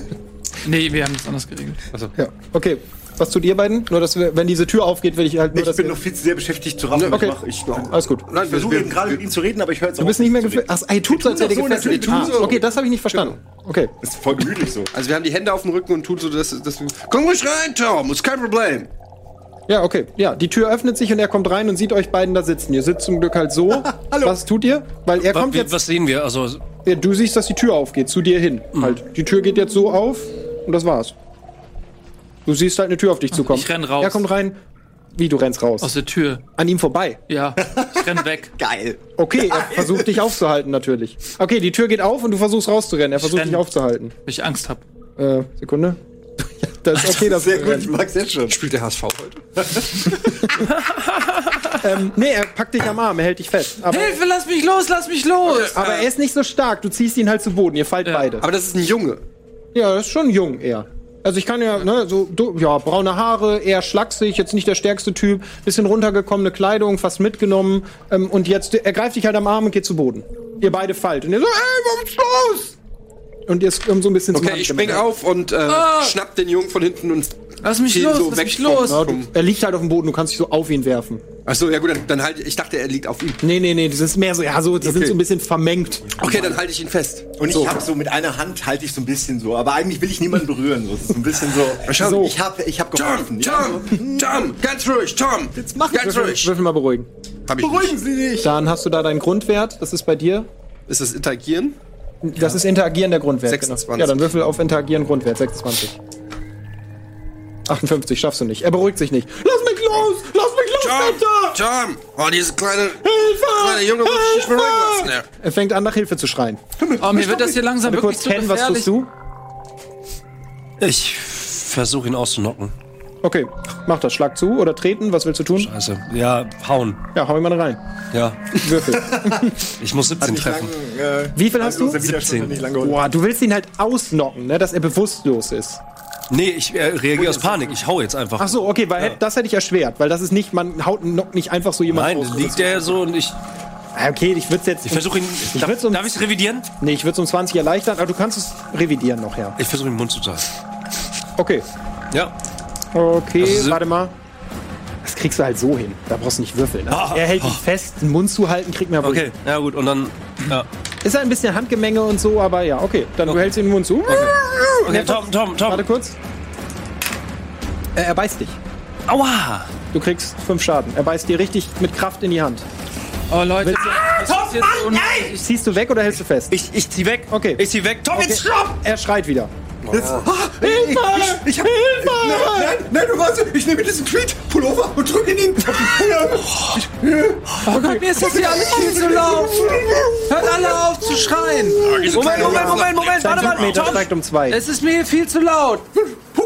[SPEAKER 4] nee, wir haben das anders geregelt.
[SPEAKER 1] Ja. Okay. Was tut ihr beiden? Nur, dass wir, wenn diese Tür aufgeht, will ich halt nur,
[SPEAKER 3] Ich
[SPEAKER 1] dass
[SPEAKER 3] bin
[SPEAKER 1] ihr-
[SPEAKER 3] noch viel zu sehr beschäftigt zu raffen.
[SPEAKER 1] Okay.
[SPEAKER 3] was Ich, mache. ich,
[SPEAKER 1] Alles gut.
[SPEAKER 2] Nein,
[SPEAKER 3] ich versuche
[SPEAKER 2] wir-
[SPEAKER 3] eben gerade mit ihm zu reden, aber ich höre jetzt
[SPEAKER 1] Du bist nicht mehr gefesselt. Ach, ey, tut so, als
[SPEAKER 3] Wir
[SPEAKER 1] wäre
[SPEAKER 3] tun
[SPEAKER 1] dir
[SPEAKER 3] das so,
[SPEAKER 1] gefesselt.
[SPEAKER 3] natürlich,
[SPEAKER 1] Ah,
[SPEAKER 3] wir tun so. Genau.
[SPEAKER 1] okay, das habe ich nicht verstanden. Okay.
[SPEAKER 3] Das ist voll gemütlich so.
[SPEAKER 6] Also wir haben die Hände auf dem Rücken und tun so, dass, dass wir...
[SPEAKER 2] Komm ruhig rein, Tom, ist kein Problem.
[SPEAKER 1] Ja, okay. Ja, die Tür öffnet sich und er kommt rein und sieht euch beiden da sitzen. Ihr sitzt zum Glück halt so.
[SPEAKER 3] Hallo.
[SPEAKER 1] Was tut ihr? Weil er kommt
[SPEAKER 5] Was,
[SPEAKER 1] jetzt.
[SPEAKER 5] was sehen wir? Also,
[SPEAKER 1] Ja, du siehst, dass die Tür aufgeht, zu dir hin.
[SPEAKER 4] Mhm.
[SPEAKER 1] Halt. Die Tür geht jetzt so auf und das war's. Du siehst halt eine Tür auf dich zukommen.
[SPEAKER 4] ich renn raus.
[SPEAKER 1] Er kommt rein. Wie, du rennst raus?
[SPEAKER 4] Aus der Tür.
[SPEAKER 1] An ihm vorbei.
[SPEAKER 4] Ja, ich renn weg.
[SPEAKER 3] Geil.
[SPEAKER 1] Okay, er versucht dich aufzuhalten natürlich. Okay, die Tür geht auf und du versuchst rauszurennen. Er versucht
[SPEAKER 4] renn.
[SPEAKER 1] dich aufzuhalten.
[SPEAKER 4] Weil ich Angst hab.
[SPEAKER 1] Äh, Sekunde. Ja, das ist okay, das
[SPEAKER 3] Sehr gut, ich mag's jetzt schon.
[SPEAKER 6] Spielt der HSV heute?
[SPEAKER 1] Ähm, nee, er packt dich am Arm, er hält dich fest. Aber,
[SPEAKER 4] Hilfe, lass mich los, lass mich los!
[SPEAKER 1] aber er ist nicht so stark, du ziehst ihn halt zu Boden, ihr fallt beide.
[SPEAKER 6] Aber das ist ein Junge.
[SPEAKER 1] Ja, das ist schon jung eher. Also ich kann ja, ne, so, du, ja, braune Haare, eher schlaksig, jetzt nicht der stärkste Typ, bisschen runtergekommene Kleidung, fast mitgenommen. Ähm, und jetzt, er greift dich halt am Arm und geht zu Boden. Ihr beide fallt. Und ihr so, ey, warum ist los? Und ihr kommt so ein bisschen
[SPEAKER 6] Okay, ich spring
[SPEAKER 1] Handgemenge.
[SPEAKER 6] auf und äh, schnapp den Jungen von hinten und...
[SPEAKER 4] Ah! Lass mich
[SPEAKER 6] zieh ihn
[SPEAKER 4] los, lass
[SPEAKER 6] weg
[SPEAKER 4] mich
[SPEAKER 6] vom-
[SPEAKER 4] los.
[SPEAKER 1] Ja, du, er liegt halt auf dem Boden, du kannst dich so auf ihn werfen.
[SPEAKER 6] Achso, ja gut, dann, dann halt... Ich dachte, er liegt auf ihm.
[SPEAKER 1] Nee, nee, nee, das ist mehr so, ja, so, die sind
[SPEAKER 6] Okay.
[SPEAKER 1] so ein bisschen vermengt.
[SPEAKER 6] Okay, dann halte ich ihn fest.
[SPEAKER 3] Und ich hab so mit einer Hand halte ich so ein bisschen so, aber eigentlich will ich niemanden berühren. So. Das ist so ein bisschen so.
[SPEAKER 6] Schau.
[SPEAKER 3] so. Ich habe ich hab geholfen.
[SPEAKER 6] Tom, Tom, Tom, ganz ruhig, Tom. Jetzt
[SPEAKER 3] mach
[SPEAKER 6] Ganz
[SPEAKER 1] Würfel,
[SPEAKER 6] ruhig.
[SPEAKER 1] würfel mal beruhigen.
[SPEAKER 6] Hab ich nicht.
[SPEAKER 3] Sie nicht.
[SPEAKER 1] Dann hast du da deinen Grundwert, das ist bei dir.
[SPEAKER 6] Ist das Interagieren?
[SPEAKER 1] Das ist Interagieren der Grundwert.
[SPEAKER 6] 26.
[SPEAKER 1] Genau. Ja, dann würfel auf Interagieren Grundwert, 26. 58, schaffst du nicht. Er beruhigt sich nicht. Lass mich los! Lass mich los,
[SPEAKER 6] Tom,
[SPEAKER 1] Alter!
[SPEAKER 6] Tom. Oh, diese kleine...
[SPEAKER 1] Hilfe!
[SPEAKER 6] Kleiner Junge muss sich nicht
[SPEAKER 1] Hilfe!
[SPEAKER 6] beruhigen lassen. Ja.
[SPEAKER 1] Er fängt an, nach Hilfe zu schreien.
[SPEAKER 4] Oh, mir wird das hier langsam
[SPEAKER 1] Warte
[SPEAKER 4] wirklich
[SPEAKER 1] kurz,
[SPEAKER 4] zu
[SPEAKER 1] Ken, was
[SPEAKER 4] gefährlich.
[SPEAKER 1] tust du?
[SPEAKER 5] ich versuche ihn auszunocken.
[SPEAKER 1] Okay, mach das. Schlag zu oder treten, was willst du tun?
[SPEAKER 5] Also, ja, hauen.
[SPEAKER 1] Ja, hau ihm mal rein.
[SPEAKER 5] Ja,
[SPEAKER 1] Würfel.
[SPEAKER 5] ich muss 17 treffen.
[SPEAKER 3] Äh,
[SPEAKER 1] Wie viel hast du?
[SPEAKER 3] Nicht lange geholfen.
[SPEAKER 1] Boah, du willst ihn halt ausnocken, ne, dass er bewusstlos ist.
[SPEAKER 5] Nee, ich äh, reagiere aus Panik. Ich hau jetzt einfach.
[SPEAKER 1] Ach so, okay, weil hätt- das hätte ich erschwert, weil das ist nicht, man haut einen Nock nicht einfach so jemand
[SPEAKER 5] Nein,
[SPEAKER 1] aus.
[SPEAKER 5] liegt der so und ich,
[SPEAKER 1] Ah, Okay, ich würde jetzt.
[SPEAKER 5] ich versuche ihn.
[SPEAKER 1] Ich
[SPEAKER 5] darf
[SPEAKER 1] würd's um-
[SPEAKER 5] darf ich revidieren?
[SPEAKER 1] Nee, ich würde es um 20 erleichtern, aber du kannst es revidieren noch, ja.
[SPEAKER 5] Ich versuche ihn im Mund zu tasten.
[SPEAKER 1] Okay.
[SPEAKER 5] Ja.
[SPEAKER 1] Okay,
[SPEAKER 5] ist-
[SPEAKER 1] warte mal. Das kriegst du halt so hin. Da brauchst du nicht würfeln. ne?
[SPEAKER 5] Ah,
[SPEAKER 1] er hält
[SPEAKER 5] ah.
[SPEAKER 1] dich fest, den Mund zu halten, kriegt mehr Wunden.
[SPEAKER 5] Okay, ja gut. Und dann. Ja.
[SPEAKER 1] Ist halt ein bisschen Handgemenge und so, aber ja, okay. Dann du hältst ihm den Mund zu.
[SPEAKER 5] Okay, Tom, Tom,
[SPEAKER 1] Warte
[SPEAKER 5] Tom.
[SPEAKER 1] kurz. Er, er beißt dich.
[SPEAKER 5] Aua!
[SPEAKER 1] Du kriegst fünf Schaden. Er beißt dir richtig mit Kraft in die Hand.
[SPEAKER 4] Oh, Leute, das ist jetzt so un-
[SPEAKER 1] Ziehst du weg oder hältst du fest?
[SPEAKER 5] Ich, ich zieh weg.
[SPEAKER 1] Okay.
[SPEAKER 5] Ich zieh weg. Tom, jetzt stopp!
[SPEAKER 1] Er schreit wieder.
[SPEAKER 3] Jetzt- Ah,
[SPEAKER 1] Hilfe!
[SPEAKER 3] Ich, ich
[SPEAKER 1] Hilfe!
[SPEAKER 3] hab, Nein, nein, nein, du weißt, ich nehme diesen Tweet-Pullover und drücke ihn in den
[SPEAKER 4] Oh Gott, mir ist das hier alles viel zu laut. Hört alle auf zu schreien. Moment, Moment, Moment,
[SPEAKER 1] Dein
[SPEAKER 4] Moment, warte mal.
[SPEAKER 1] Wutmeter
[SPEAKER 4] Tom,
[SPEAKER 1] steigt um zwei.
[SPEAKER 4] es ist mir hier viel zu laut.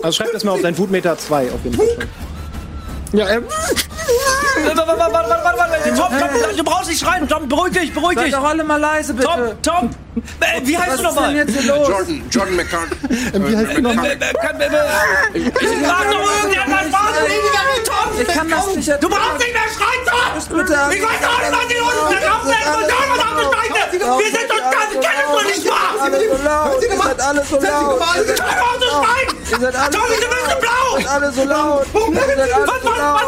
[SPEAKER 1] Also schreib das mal auf dein Wutmeter zwei auf jeden Fall. Ja, er
[SPEAKER 5] Warte, warte, warte, warte, warte, warte. Tom, Tom, du brauchst nicht schreien. Tom, beruhig dich, beruhig
[SPEAKER 4] Seid
[SPEAKER 5] dich.
[SPEAKER 4] doch alle mal leise, bitte.
[SPEAKER 5] Tom, Tom. Äh, wie heißt
[SPEAKER 4] Was ist
[SPEAKER 5] du
[SPEAKER 4] denn
[SPEAKER 5] nochmal?
[SPEAKER 4] jetzt hier los?
[SPEAKER 6] Jordan, Jordan McCartney.
[SPEAKER 1] wie heißt die nochmal?
[SPEAKER 5] Sag doch irgendetwas. Warte, Tom.
[SPEAKER 4] Ich kann das nicht
[SPEAKER 5] Du brauchst nicht mehr schreien, Tom.
[SPEAKER 4] bitte an.
[SPEAKER 5] Ich weiß auch nicht, was hier los ist. Da kommt ein Soldat und abgesteigt ist. Wir sind doch ganz, ich kann es doch nicht machen.
[SPEAKER 7] Alles so laut, ihr seid alle so laut.
[SPEAKER 5] Hör auf zu schreien.
[SPEAKER 7] Ihr seid alle
[SPEAKER 5] Tom, diese Wüste
[SPEAKER 7] Ihr
[SPEAKER 5] blau.
[SPEAKER 7] seid alle so laut. Ihr seid alle so laut. Ihr seid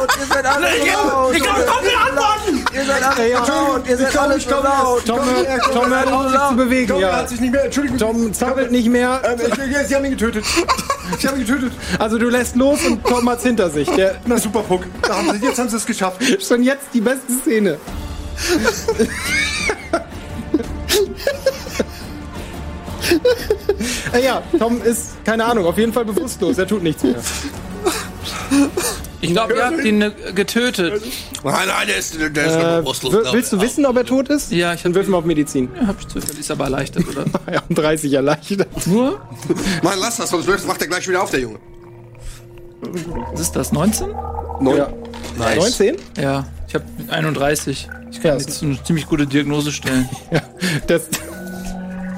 [SPEAKER 7] alle so laut.
[SPEAKER 5] Ich glaube, Tom will antworten.
[SPEAKER 7] Ihr seid alle so laut. Ihr seid alle so laut.
[SPEAKER 1] Tom, Tom hört auf, sich zu bewegen.
[SPEAKER 3] Tom
[SPEAKER 1] Ja.
[SPEAKER 3] hat sich nicht mehr. Entschuldigung.
[SPEAKER 1] Tom zappelt nicht mehr.
[SPEAKER 3] Ähm, ich, ich, sie haben ihn getötet. Sie haben ihn getötet.
[SPEAKER 1] Also du lässt los und Tom hat's hinter sich. Der,
[SPEAKER 3] Na super, Puck. Da haben sie, jetzt haben sie es geschafft.
[SPEAKER 1] schon jetzt die beste Szene. Äh, ja, Tom ist, keine Ahnung, auf jeden Fall bewusstlos. Er tut nichts mehr.
[SPEAKER 4] Ich glaube, ihr habt ihn ne, getötet.
[SPEAKER 6] Nein, nein, der ist, der ist
[SPEAKER 1] Äh,
[SPEAKER 6] äh,
[SPEAKER 1] wi- willst du wissen, ob er tot ist?
[SPEAKER 4] Ja, ich
[SPEAKER 1] Dann
[SPEAKER 4] hab,
[SPEAKER 1] wirf mal auf Medizin.
[SPEAKER 4] hab ich zufällig ist aber erleichtert, oder?
[SPEAKER 1] Ja, um 30 erleichtert.
[SPEAKER 4] Nur?
[SPEAKER 6] Mann, lass das, sonst läuft- macht er gleich wieder auf, der Junge.
[SPEAKER 4] Was ist das? 19?
[SPEAKER 6] Neun.
[SPEAKER 1] Ja. 19?
[SPEAKER 4] Ja, ich habe 31. Ich kann
[SPEAKER 1] Ja,
[SPEAKER 4] jetzt eine ziemlich gute Diagnose stellen.
[SPEAKER 1] Ja, das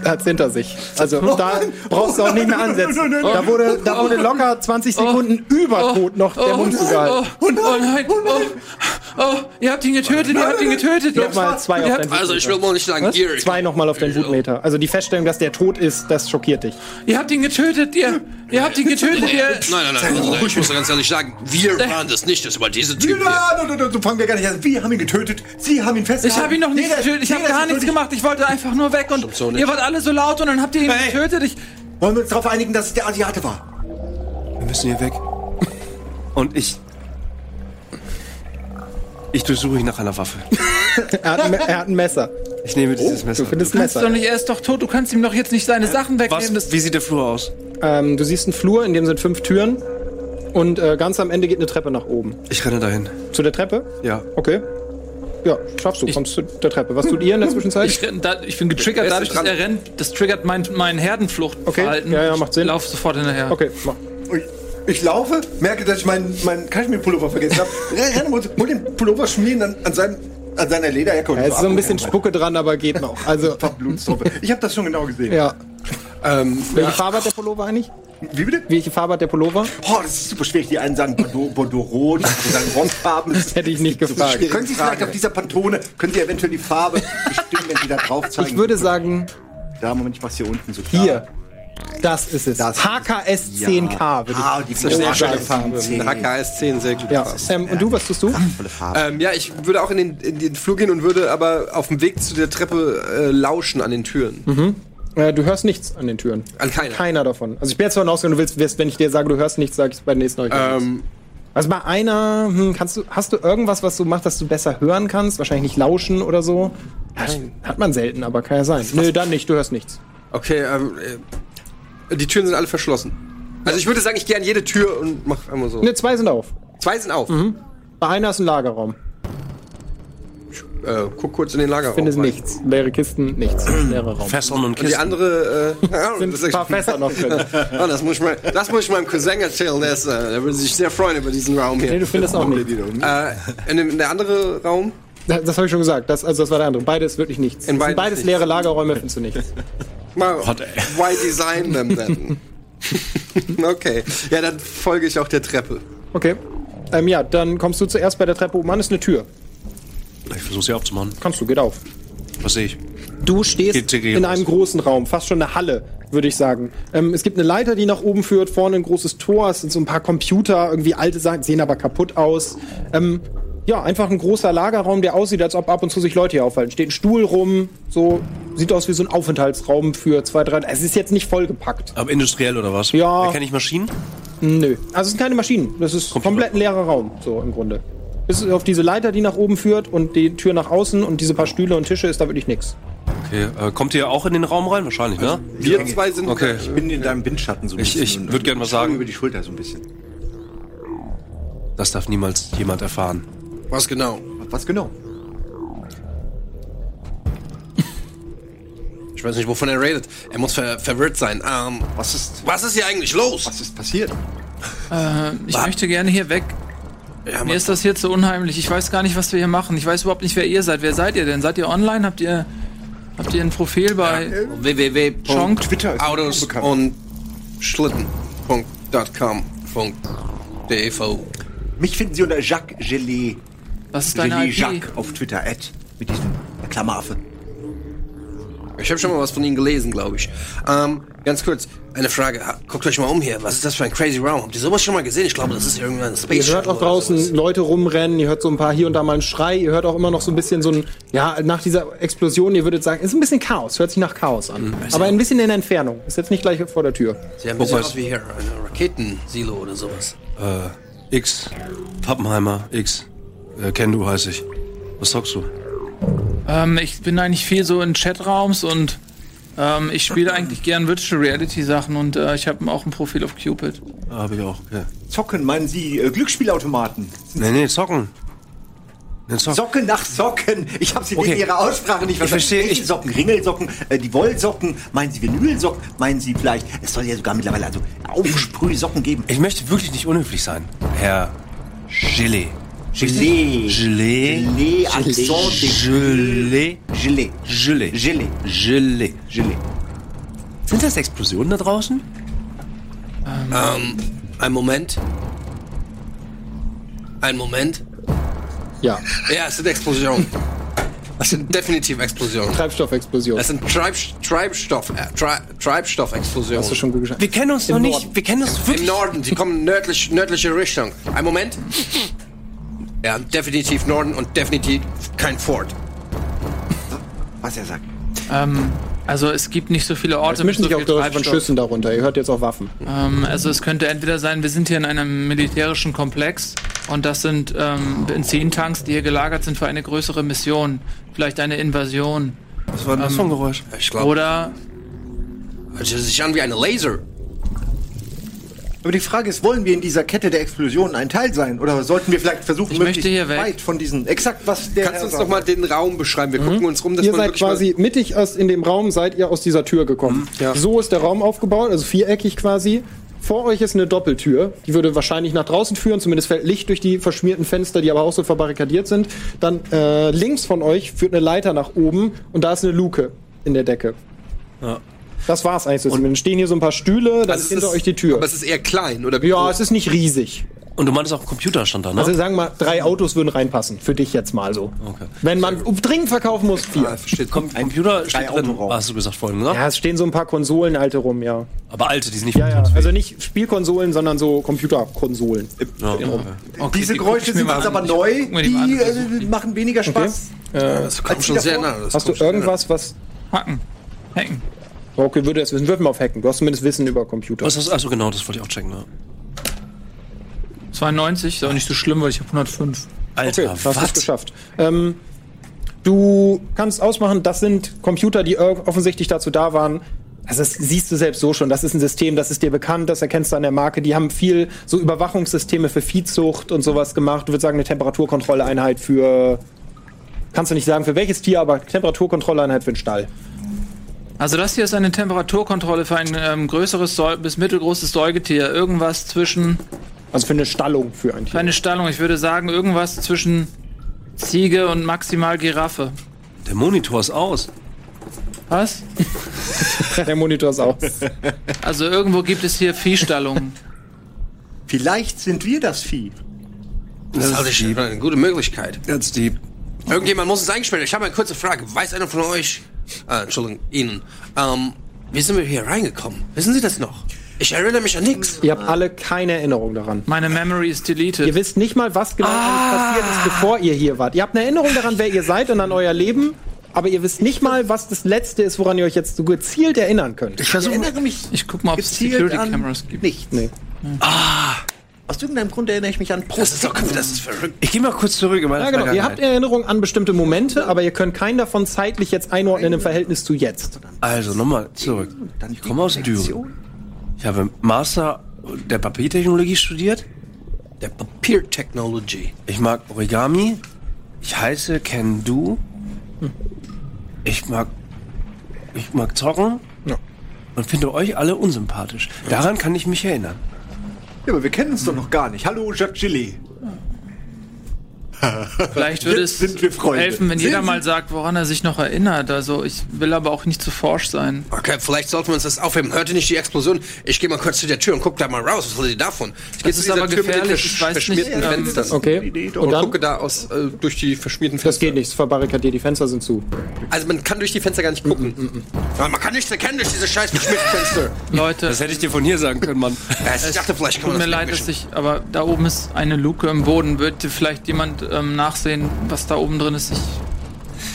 [SPEAKER 1] hat's hinter sich. Also da brauchst du auch nicht mehr ansetzen. Da wurde, da wurde locker 20 Sekunden über Tod noch der Mund
[SPEAKER 4] oh,
[SPEAKER 1] zugehalten.
[SPEAKER 4] oh, oh nein! Oh, oh, ihr habt ihn getötet, ihr habt ihn getötet. Ihr habt-
[SPEAKER 1] Nochmal zwei
[SPEAKER 4] ihr
[SPEAKER 1] auf
[SPEAKER 4] habt-
[SPEAKER 1] deinen
[SPEAKER 2] Also ich will
[SPEAKER 1] Wutmeter.
[SPEAKER 2] mal nicht sagen,
[SPEAKER 1] Was?
[SPEAKER 2] Gierig.
[SPEAKER 1] Zwei nochmal auf deinen Wutmeter. Also die Feststellung, dass der tot ist, das schockiert dich.
[SPEAKER 4] Ihr habt ihn getötet, ihr, ihr habt ihn getötet, ihr.
[SPEAKER 2] Nein, nein, nein, also, ich muss dir ganz ehrlich sagen, wir waren das nicht, das war diese Typ hier.
[SPEAKER 3] Ja, no, no, no, so fangen wir gar nicht an. Wir haben ihn getötet, Sie haben ihn festgehalten.
[SPEAKER 4] Ich habe ihn noch nicht
[SPEAKER 3] Nee, das-
[SPEAKER 4] getötet, ich
[SPEAKER 3] nee,
[SPEAKER 4] habe
[SPEAKER 3] das
[SPEAKER 4] gar
[SPEAKER 3] ist
[SPEAKER 4] nichts
[SPEAKER 3] wirklich-
[SPEAKER 4] gemacht, ich wollte einfach nur weg und
[SPEAKER 2] Stimmt so nicht.
[SPEAKER 4] ihr wart alle so laut und dann habt ihr ihn
[SPEAKER 5] Hey.
[SPEAKER 4] getötet. Ich,
[SPEAKER 3] Wollen wir uns darauf einigen, dass es der Asiate war?
[SPEAKER 5] Wir müssen hier weg. Und ich. Ich durchsuche ihn nach einer Waffe.
[SPEAKER 1] Er hat, ein Me- er hat ein Messer.
[SPEAKER 5] Ich nehme dieses Messer.
[SPEAKER 1] Du findest ein
[SPEAKER 4] kannst doch
[SPEAKER 1] Messer.
[SPEAKER 4] nicht, er ist doch tot, du kannst ihm doch jetzt nicht seine Sachen
[SPEAKER 5] Was,
[SPEAKER 4] wegnehmen. Das,
[SPEAKER 5] wie sieht der Flur aus?
[SPEAKER 1] Ähm, du siehst einen Flur, in dem sind fünf Türen. Und äh, ganz am Ende geht eine Treppe nach oben.
[SPEAKER 5] Ich renne dahin.
[SPEAKER 1] Zu der Treppe?
[SPEAKER 5] Ja.
[SPEAKER 1] Okay. Ja, schaffst du, kommst zu der Treppe. Was tut ihr in der Zwischenzeit?
[SPEAKER 4] ich, renn- da, ich bin getriggert dadurch, dass er rennt. Das triggert mein, mein Herdenfluchtverhalten.
[SPEAKER 1] Okay, ja, ja, macht Sinn.
[SPEAKER 4] Ich lauf sofort hinterher.
[SPEAKER 1] okay, mach.
[SPEAKER 3] Ui, Ich laufe, merke, dass ich meinen mein Kaschmir-Pullover vergessen habe. Renne und hol den Pullover, schmieren dann an, seinem, an seiner Lederjacke. und
[SPEAKER 1] Ja, es ist so ein bisschen
[SPEAKER 3] abmachen.
[SPEAKER 1] Spucke dran, aber geht noch. Also,
[SPEAKER 3] Blutstrophe. Ich habe das schon genau gesehen.
[SPEAKER 1] ja.
[SPEAKER 3] Ähm,
[SPEAKER 1] Welche Farbe hat der Pullover eigentlich?
[SPEAKER 3] wie bitte?
[SPEAKER 1] Welche Farbe hat der Pullover?
[SPEAKER 3] Oh, das ist super schwierig. Die einen sagen Bordeaux, Bordeaux Rot, die anderen sagen Romfarben. Das
[SPEAKER 1] Hätte ich nicht gefragt.
[SPEAKER 3] Können Sie vielleicht auf dieser Pantone, können Sie eventuell die Farbe bestimmen, wenn Sie da drauf zeigen?
[SPEAKER 1] Ich würde sagen,
[SPEAKER 3] Da, Moment, ich mach's hier unten so klar.
[SPEAKER 1] hier. Das ist es. HKS 10K, würde ich
[SPEAKER 3] Ah, die
[SPEAKER 1] sehr schöne
[SPEAKER 3] Farbe.
[SPEAKER 8] HKS 10, sehr gut.
[SPEAKER 1] Ja. Ähm, und du, was tust du?
[SPEAKER 8] Ähm, ja, ich würde auch in den, in den Flur gehen und würde aber auf dem Weg zu der Treppe äh, lauschen an den Türen.
[SPEAKER 1] Äh, du hörst nichts an den Türen.
[SPEAKER 8] An keiner.
[SPEAKER 1] Keiner davon. Also ich bin jetzt davon ausgegangen, du willst, wirst, wenn ich dir sage, du hörst nichts, sage ich es bei der nächsten euch.
[SPEAKER 8] Ähm,
[SPEAKER 1] Also bei einer, hm, kannst du, hast du irgendwas, was du machst, dass du besser hören kannst? Wahrscheinlich nicht lauschen oder so. Hat, hat man selten, aber kann ja sein. Nö, dann nicht, du hörst nichts.
[SPEAKER 8] okay, ähm, äh, die Türen sind alle verschlossen. Also ich würde sagen, ich gehe an jede Tür und mach einmal so.
[SPEAKER 1] Ne, zwei sind auf.
[SPEAKER 8] Zwei sind auf.
[SPEAKER 1] Mhm. Bei einer ist ein Lagerraum.
[SPEAKER 8] Äh, guck kurz in den Lagerraum.
[SPEAKER 1] Findest
[SPEAKER 8] rein.
[SPEAKER 1] nichts. Leere Kisten, nichts. Leerer Raum.
[SPEAKER 5] Fesseln und
[SPEAKER 8] Und die
[SPEAKER 5] Kisten.
[SPEAKER 8] andere, äh, keine Ahnung,
[SPEAKER 1] Sind
[SPEAKER 8] das
[SPEAKER 1] ein
[SPEAKER 8] ist-
[SPEAKER 1] paar Fässer noch drin.
[SPEAKER 8] Ah, das, muss ich mal, das muss ich meinem Cousin erzählen, der, ist, äh, der würde sich sehr freuen über diesen Raum
[SPEAKER 1] Nee,
[SPEAKER 8] hier.
[SPEAKER 1] du findest auch nichts.
[SPEAKER 8] Äh, in, dem, in der andere Raum,
[SPEAKER 1] Das, das habe ich schon gesagt. Das, also das war der andere. Beides wirklich nichts.
[SPEAKER 8] In
[SPEAKER 1] Es sind
[SPEAKER 8] beiden
[SPEAKER 1] beides
[SPEAKER 8] nichts.
[SPEAKER 1] leere Lagerräume findest du nichts.
[SPEAKER 8] mal, why design them then? okay, ja, dann folge ich auch der Treppe.
[SPEAKER 1] Okay. Ähm, ja, dann kommst du zuerst bei der Treppe oben an. Ist eine Tür.
[SPEAKER 5] Ich versuche sie aufzumachen.
[SPEAKER 1] Kannst du, geht auf.
[SPEAKER 5] Was sehe ich?
[SPEAKER 1] Du stehst
[SPEAKER 5] Geht- geht
[SPEAKER 1] in
[SPEAKER 5] raus.
[SPEAKER 1] einem großen Raum, fast schon eine Halle, würde ich sagen. Ähm, es gibt eine Leiter, die nach oben führt, vorne ein großes Tor, es sind so ein paar Computer, irgendwie alte Sachen, sehen aber kaputt aus. Ähm, ja, einfach ein großer Lagerraum, der aussieht, als ob ab und zu sich Leute hier aufhalten. Steht ein Stuhl rum, so sieht aus wie so ein Aufenthaltsraum für zwei, drei. Es ist jetzt nicht vollgepackt.
[SPEAKER 5] Aber industriell oder was?
[SPEAKER 1] Ja.
[SPEAKER 5] Erkenne ich Maschinen?
[SPEAKER 1] Nö. Also es sind keine Maschinen. Das ist komplett ein leerer Raum, so im Grunde. Bis auf diese Leiter, die nach oben führt und die Tür nach außen und diese paar Stühle und Tische ist da wirklich nichts.
[SPEAKER 5] Okay. Äh, kommt ihr auch in den Raum rein? Wahrscheinlich, ne?
[SPEAKER 8] Wir zwei sind.
[SPEAKER 5] Okay.
[SPEAKER 3] Ich bin in deinem Windschatten so ein
[SPEAKER 5] Ich-
[SPEAKER 3] bisschen.
[SPEAKER 5] ich
[SPEAKER 3] und-
[SPEAKER 5] würd gern was
[SPEAKER 3] und schaue
[SPEAKER 5] sagen.
[SPEAKER 3] Über die Schulter so ein bisschen.
[SPEAKER 5] Das darf niemals jemand erfahren.
[SPEAKER 2] Was genau?
[SPEAKER 3] Was genau?
[SPEAKER 2] Ich weiß nicht, wovon er redet. Er muss ver verwirrt sein. Ähm,
[SPEAKER 3] Was ist,
[SPEAKER 2] was ist hier eigentlich los?
[SPEAKER 3] was ist passiert?
[SPEAKER 4] Ich möchte gerne hier weg.
[SPEAKER 2] Ja,
[SPEAKER 4] Mir
[SPEAKER 2] Mann.
[SPEAKER 4] ist das hier zu unheimlich. Ich weiß gar nicht, was wir hier machen. Ich weiß überhaupt nicht, wer ihr seid. Wer seid ihr denn? Seid ihr online? Habt ihr, habt ihr ein Profil bei
[SPEAKER 1] äh,
[SPEAKER 4] Chonk?
[SPEAKER 2] Autos und Schlitten.com. .devo.
[SPEAKER 3] Mich finden Sie unter Jacques Gelee.
[SPEAKER 4] Was ist deine
[SPEAKER 3] Gelee
[SPEAKER 4] IP?
[SPEAKER 3] Jacques auf Twitter, Ad. Mit diesem Klammeraffe.
[SPEAKER 2] Ich habe schon mal was von Ihnen gelesen, glaube ich. Ähm, ganz kurz, eine Frage. Ha- Guckt euch mal um hier. Was ist das für ein crazy Raum? Habt ihr sowas schon mal gesehen? Ich glaube, das ist irgendein Space
[SPEAKER 1] Ihr hört auch
[SPEAKER 2] Shuttle oder sowas.
[SPEAKER 1] draußen Leute rumrennen, ihr hört so ein paar hier und da mal einen Schrei, ihr hört auch immer noch so ein bisschen so ein, ja, nach dieser Explosion, ihr würdet sagen, ist ein bisschen Chaos, hört sich nach Chaos
[SPEAKER 4] Mhm.
[SPEAKER 1] an. Aber ein bisschen in der Entfernung, ist jetzt nicht gleich vor der Tür.
[SPEAKER 2] Sie haben ein bisschen
[SPEAKER 5] Wobei-
[SPEAKER 2] aus wie hier äh, eine Raketensilo oder sowas.
[SPEAKER 5] Äh, X. Pappenheimer, X. Äh, Kendu heiße ich. Was sagst du?
[SPEAKER 4] Ähm, ich bin eigentlich viel so in Chatraums und ähm, ich spiele eigentlich gern Virtual Reality Sachen und äh, ich habe auch ein Profil auf Cupid.
[SPEAKER 5] Ah, Habe ich auch, okay.
[SPEAKER 3] Zocken, meinen Sie äh, Glücksspielautomaten?
[SPEAKER 5] Nee, nee, zocken. Nee, zocken.
[SPEAKER 3] Socken nach Socken. Ich habe sie wegen
[SPEAKER 5] Okay.
[SPEAKER 3] ihrer Aussprache nicht verstanden.
[SPEAKER 5] verstehe,
[SPEAKER 3] Welche
[SPEAKER 5] ich-
[SPEAKER 3] Socken, Ringelsocken, äh, die Wollsocken, meinen Sie Vinylsocken, meinen Sie vielleicht, es soll ja sogar mittlerweile also Aufsprühsocken geben.
[SPEAKER 5] Ich möchte wirklich nicht unhöflich sein, Herr Gillet.
[SPEAKER 3] Gelee.
[SPEAKER 5] Gillet.
[SPEAKER 3] Gelee, Accent des
[SPEAKER 5] Gillet.
[SPEAKER 3] Gelee.
[SPEAKER 5] Gillet.
[SPEAKER 3] Gelee.
[SPEAKER 5] Gillet.
[SPEAKER 3] Gelee.
[SPEAKER 5] Sind das Explosionen da draußen?
[SPEAKER 2] Ein Moment. Ein Moment.
[SPEAKER 1] Ja,
[SPEAKER 2] Ja, es sind Explosionen. Es sind definitiv Explosionen.
[SPEAKER 1] Treibstoffexplosion.
[SPEAKER 2] Es sind Treib Treibstoff, äh, Tri Treibstoffexplosionen.
[SPEAKER 1] Hast du schon gut geschafft.
[SPEAKER 5] Wir kennen uns noch nicht.
[SPEAKER 1] Norden.
[SPEAKER 5] Wir kennen uns
[SPEAKER 2] Im
[SPEAKER 5] wirklich.
[SPEAKER 2] Norden, die kommen nördlich, nördliche Richtung. Ein Moment. Ja, definitiv Norden und definitiv kein Fort.
[SPEAKER 3] Was er sagt.
[SPEAKER 4] Ähm, also es gibt nicht so viele Orte
[SPEAKER 1] Es mischen
[SPEAKER 4] so
[SPEAKER 1] sich auch
[SPEAKER 4] viel
[SPEAKER 1] Geräusche von
[SPEAKER 4] Treibstoff.
[SPEAKER 1] Schüssen darunter. Ihr hört jetzt auch Waffen.
[SPEAKER 4] Ähm, also es könnte entweder sein, wir sind hier in einem militärischen Komplex und das sind ähm, Benzintanks, die hier gelagert sind für eine größere Mission, vielleicht eine Invasion.
[SPEAKER 5] Was war denn das für ein Geräusch?
[SPEAKER 2] Ich glaube,
[SPEAKER 4] Oder
[SPEAKER 2] es hört sich an wie eine Laser.
[SPEAKER 3] Aber die Frage ist, wollen wir in dieser Kette der Explosionen ein Teil sein? Oder sollten wir vielleicht versuchen,
[SPEAKER 4] möchte hier weg.
[SPEAKER 3] weit von diesen... Exakt, was der
[SPEAKER 8] Kannst du
[SPEAKER 3] Herr
[SPEAKER 8] uns
[SPEAKER 3] sagt.
[SPEAKER 8] doch mal den Raum beschreiben? Wir gucken uns rum, dass
[SPEAKER 1] Mhm. Ihr
[SPEAKER 8] man
[SPEAKER 1] seid
[SPEAKER 8] wirklich mal- Mhm,
[SPEAKER 1] quasi mittig aus in dem Raum seid ihr aus dieser Tür gekommen. So ist der Raum aufgebaut, also viereckig quasi. Vor euch ist eine Doppeltür, die würde wahrscheinlich nach draußen führen, zumindest fällt Licht durch die verschmierten Fenster, die aber auch so verbarrikadiert sind. Dann äh, links von euch führt eine Leiter nach oben und da ist eine Luke in der Decke. Das war's eigentlich so. zumindest. stehen hier so ein paar Stühle, dann
[SPEAKER 8] Also
[SPEAKER 1] ist
[SPEAKER 8] es
[SPEAKER 1] hinter
[SPEAKER 8] ist-
[SPEAKER 1] euch die Tür.
[SPEAKER 8] Aber es ist eher klein, oder? wie
[SPEAKER 1] Ja,
[SPEAKER 8] groß?
[SPEAKER 1] es ist nicht riesig.
[SPEAKER 5] Und du meintest auch ein Computer stand da, ne?
[SPEAKER 1] Also sagen wir mal, drei Autos würden reinpassen, für dich jetzt mal so. Wenn man dringend verkaufen muss, vier.
[SPEAKER 5] Steht, Kom Computer steht drin,
[SPEAKER 3] Autoraum.
[SPEAKER 5] hast du gesagt vorhin, ne?
[SPEAKER 1] Ja, es stehen so ein paar Konsolen alte rum, ja.
[SPEAKER 5] Aber alte, die sind nicht
[SPEAKER 1] Ja, ja, also nicht Spielkonsolen, sondern so Computerkonsolen.
[SPEAKER 4] okay,
[SPEAKER 3] Diese
[SPEAKER 4] die guck
[SPEAKER 3] Geräusche
[SPEAKER 4] ich mir
[SPEAKER 3] sind
[SPEAKER 4] mal
[SPEAKER 3] jetzt
[SPEAKER 4] an.
[SPEAKER 3] aber
[SPEAKER 4] Ich
[SPEAKER 3] neu.
[SPEAKER 4] guck mir die mal
[SPEAKER 3] Die
[SPEAKER 4] an.
[SPEAKER 3] äh, machen weniger Spaß.
[SPEAKER 2] Das kommt schon
[SPEAKER 3] davor?
[SPEAKER 2] sehr nah. Das
[SPEAKER 1] Hast du
[SPEAKER 2] kommt schon
[SPEAKER 1] irgendwas, was.
[SPEAKER 4] Hacken. Hacken.
[SPEAKER 1] Okay, würde das wissen. Wirf mal auf Hacken. Du hast zumindest Wissen über Computer.
[SPEAKER 5] Was ist, also genau, das wollte ich auch checken, ne?
[SPEAKER 4] 92, ist auch nicht so schlimm, weil ich habe 105.
[SPEAKER 1] Okay,
[SPEAKER 5] Alter,
[SPEAKER 1] hast du es
[SPEAKER 5] was?
[SPEAKER 1] geschafft. Ähm, du kannst ausmachen, das sind Computer, die irg- offensichtlich dazu da waren. Also das siehst du selbst so schon. Das ist ein System, das ist dir bekannt, das erkennst du an der Marke. Die haben viel so Überwachungssysteme für Viehzucht und sowas gemacht. Du würdest sagen, eine Temperaturkontrolleinheit für. Kannst du nicht sagen, für welches Tier, aber Temperaturkontrolleinheit für den Stall.
[SPEAKER 4] Also das hier ist eine Temperaturkontrolle für ein ähm, größeres Säu bis mittelgroßes Säugetier. Irgendwas zwischen,
[SPEAKER 1] Also für eine Stallung für ein Tier.
[SPEAKER 4] für eine Stallung, ich würde sagen, irgendwas zwischen Ziege und maximal Giraffe.
[SPEAKER 5] Der Monitor ist aus.
[SPEAKER 4] Was?
[SPEAKER 1] Der Monitor ist aus.
[SPEAKER 4] Also irgendwo gibt es hier Viehstallungen.
[SPEAKER 3] Vielleicht sind wir das Vieh.
[SPEAKER 2] Das ist ich für eine gute Möglichkeit.
[SPEAKER 5] Jetzt die.
[SPEAKER 2] Irgendjemand muss es eingespielt. haben. Ich habe eine kurze Frage. Weiß einer von euch, äh, Entschuldigung, Ihnen, ähm, wie sind wir hier reingekommen? Wissen Sie das noch? Ich erinnere mich an nichts.
[SPEAKER 1] Ihr habt alle keine Erinnerung daran.
[SPEAKER 4] Meine Memory ist deleted.
[SPEAKER 1] Ihr wisst nicht mal, was genau eigentlich passiert ist, bevor ihr hier wart. Ihr habt eine Erinnerung daran, wer ihr seid und an euer Leben, aber ihr wisst nicht mal, was das Letzte ist, woran ihr euch jetzt so gezielt erinnern könnt.
[SPEAKER 3] Ich erinnere mich
[SPEAKER 4] Ich guck mal, ob es
[SPEAKER 3] gezielt
[SPEAKER 4] Security
[SPEAKER 3] an
[SPEAKER 4] Cameras gibt.
[SPEAKER 3] nichts. Ah.
[SPEAKER 1] Nee.
[SPEAKER 3] Aus irgendeinem Grund erinnere ich mich an
[SPEAKER 2] Das
[SPEAKER 3] Prost.
[SPEAKER 2] ist doch, das ist verrückt.
[SPEAKER 5] Ich gehe mal kurz zurück in meine
[SPEAKER 1] Ja, genau. Ihr habt
[SPEAKER 5] Vergangenheit.
[SPEAKER 1] Erinnerung an bestimmte Momente, aber ihr könnt keinen davon zeitlich jetzt einordnen im Verhältnis zu jetzt.
[SPEAKER 5] Also nochmal zurück.
[SPEAKER 3] Dann
[SPEAKER 5] Ich komme aus Düren.
[SPEAKER 3] Direktion.
[SPEAKER 5] Ich habe Master der Papiertechnologie studiert.
[SPEAKER 2] Der Papier Technology.
[SPEAKER 5] Ich mag Origami. Ich heiße Ken Du. Ich mag. Ich mag zocken. Und finde euch alle unsympathisch. Daran kann ich mich erinnern.
[SPEAKER 3] Ja, aber wir kennen uns doch noch gar nicht. Hallo, Jacques Gillet.
[SPEAKER 4] Vielleicht würde es
[SPEAKER 3] Jetzt sind wir Freunde.
[SPEAKER 4] helfen, wenn
[SPEAKER 3] Sehen
[SPEAKER 4] jeder
[SPEAKER 3] Sie-
[SPEAKER 4] mal sagt, woran er sich noch erinnert. Also ich will aber auch nicht zu forsch sein.
[SPEAKER 2] Okay, vielleicht sollten wir uns das aufheben. Hört ihr nicht die Explosion? Ich gehe mal kurz zu der Tür und guck da mal raus. Was wollt ihr davon? Ich gehe
[SPEAKER 4] ist aber gefährlich. Ich weiß nicht,
[SPEAKER 2] verschmierten
[SPEAKER 4] ähm,
[SPEAKER 2] Fenstern.
[SPEAKER 1] Okay? Und
[SPEAKER 8] Und
[SPEAKER 1] dann?
[SPEAKER 8] gucke da aus, äh, durch die verschmierten Fenster.
[SPEAKER 1] Das geht nicht, es verbarrikadiert, die Fenster sind zu.
[SPEAKER 8] Also man kann durch die Fenster gar nicht
[SPEAKER 4] Mm,
[SPEAKER 8] gucken.
[SPEAKER 2] Aber Man kann nichts erkennen durch diese scheiß verschmierten Fenster.
[SPEAKER 4] Leute,
[SPEAKER 5] Das hätte ich dir von hier sagen können, Mann.
[SPEAKER 2] Ja, Ich dachte, vielleicht kann
[SPEAKER 4] tut
[SPEAKER 2] man
[SPEAKER 4] mir
[SPEAKER 2] das
[SPEAKER 4] leid, dass
[SPEAKER 2] wegwischen.
[SPEAKER 4] ich, aber da oben ist eine Luke im Boden. Wird vielleicht jemand ähm, nachsehen, was da oben drin ist? Ich,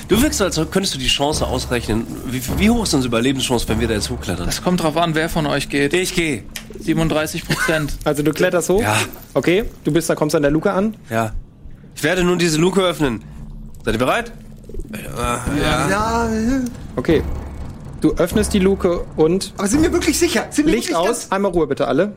[SPEAKER 5] Du wirkst so, als könntest du die Chance ausrechnen. Wie, wie hoch ist unsere Überlebenschance, wenn wir da jetzt hochklettern?
[SPEAKER 4] das kommt drauf an, wer von euch geht.
[SPEAKER 5] Ich gehe.
[SPEAKER 4] 37 Prozent.
[SPEAKER 1] Also du kletterst hoch?
[SPEAKER 5] Ja.
[SPEAKER 1] Okay, du bist da, kommst an der Luke an.
[SPEAKER 5] Ja. Ich werde nun diese Luke öffnen. Seid ihr bereit?
[SPEAKER 3] Ja, äh,
[SPEAKER 1] Okay. Du öffnest die Luke und
[SPEAKER 3] aber sind wir wirklich sicher? Sind wir
[SPEAKER 1] Licht
[SPEAKER 3] wirklich
[SPEAKER 1] aus. Einmal Ruhe bitte alle.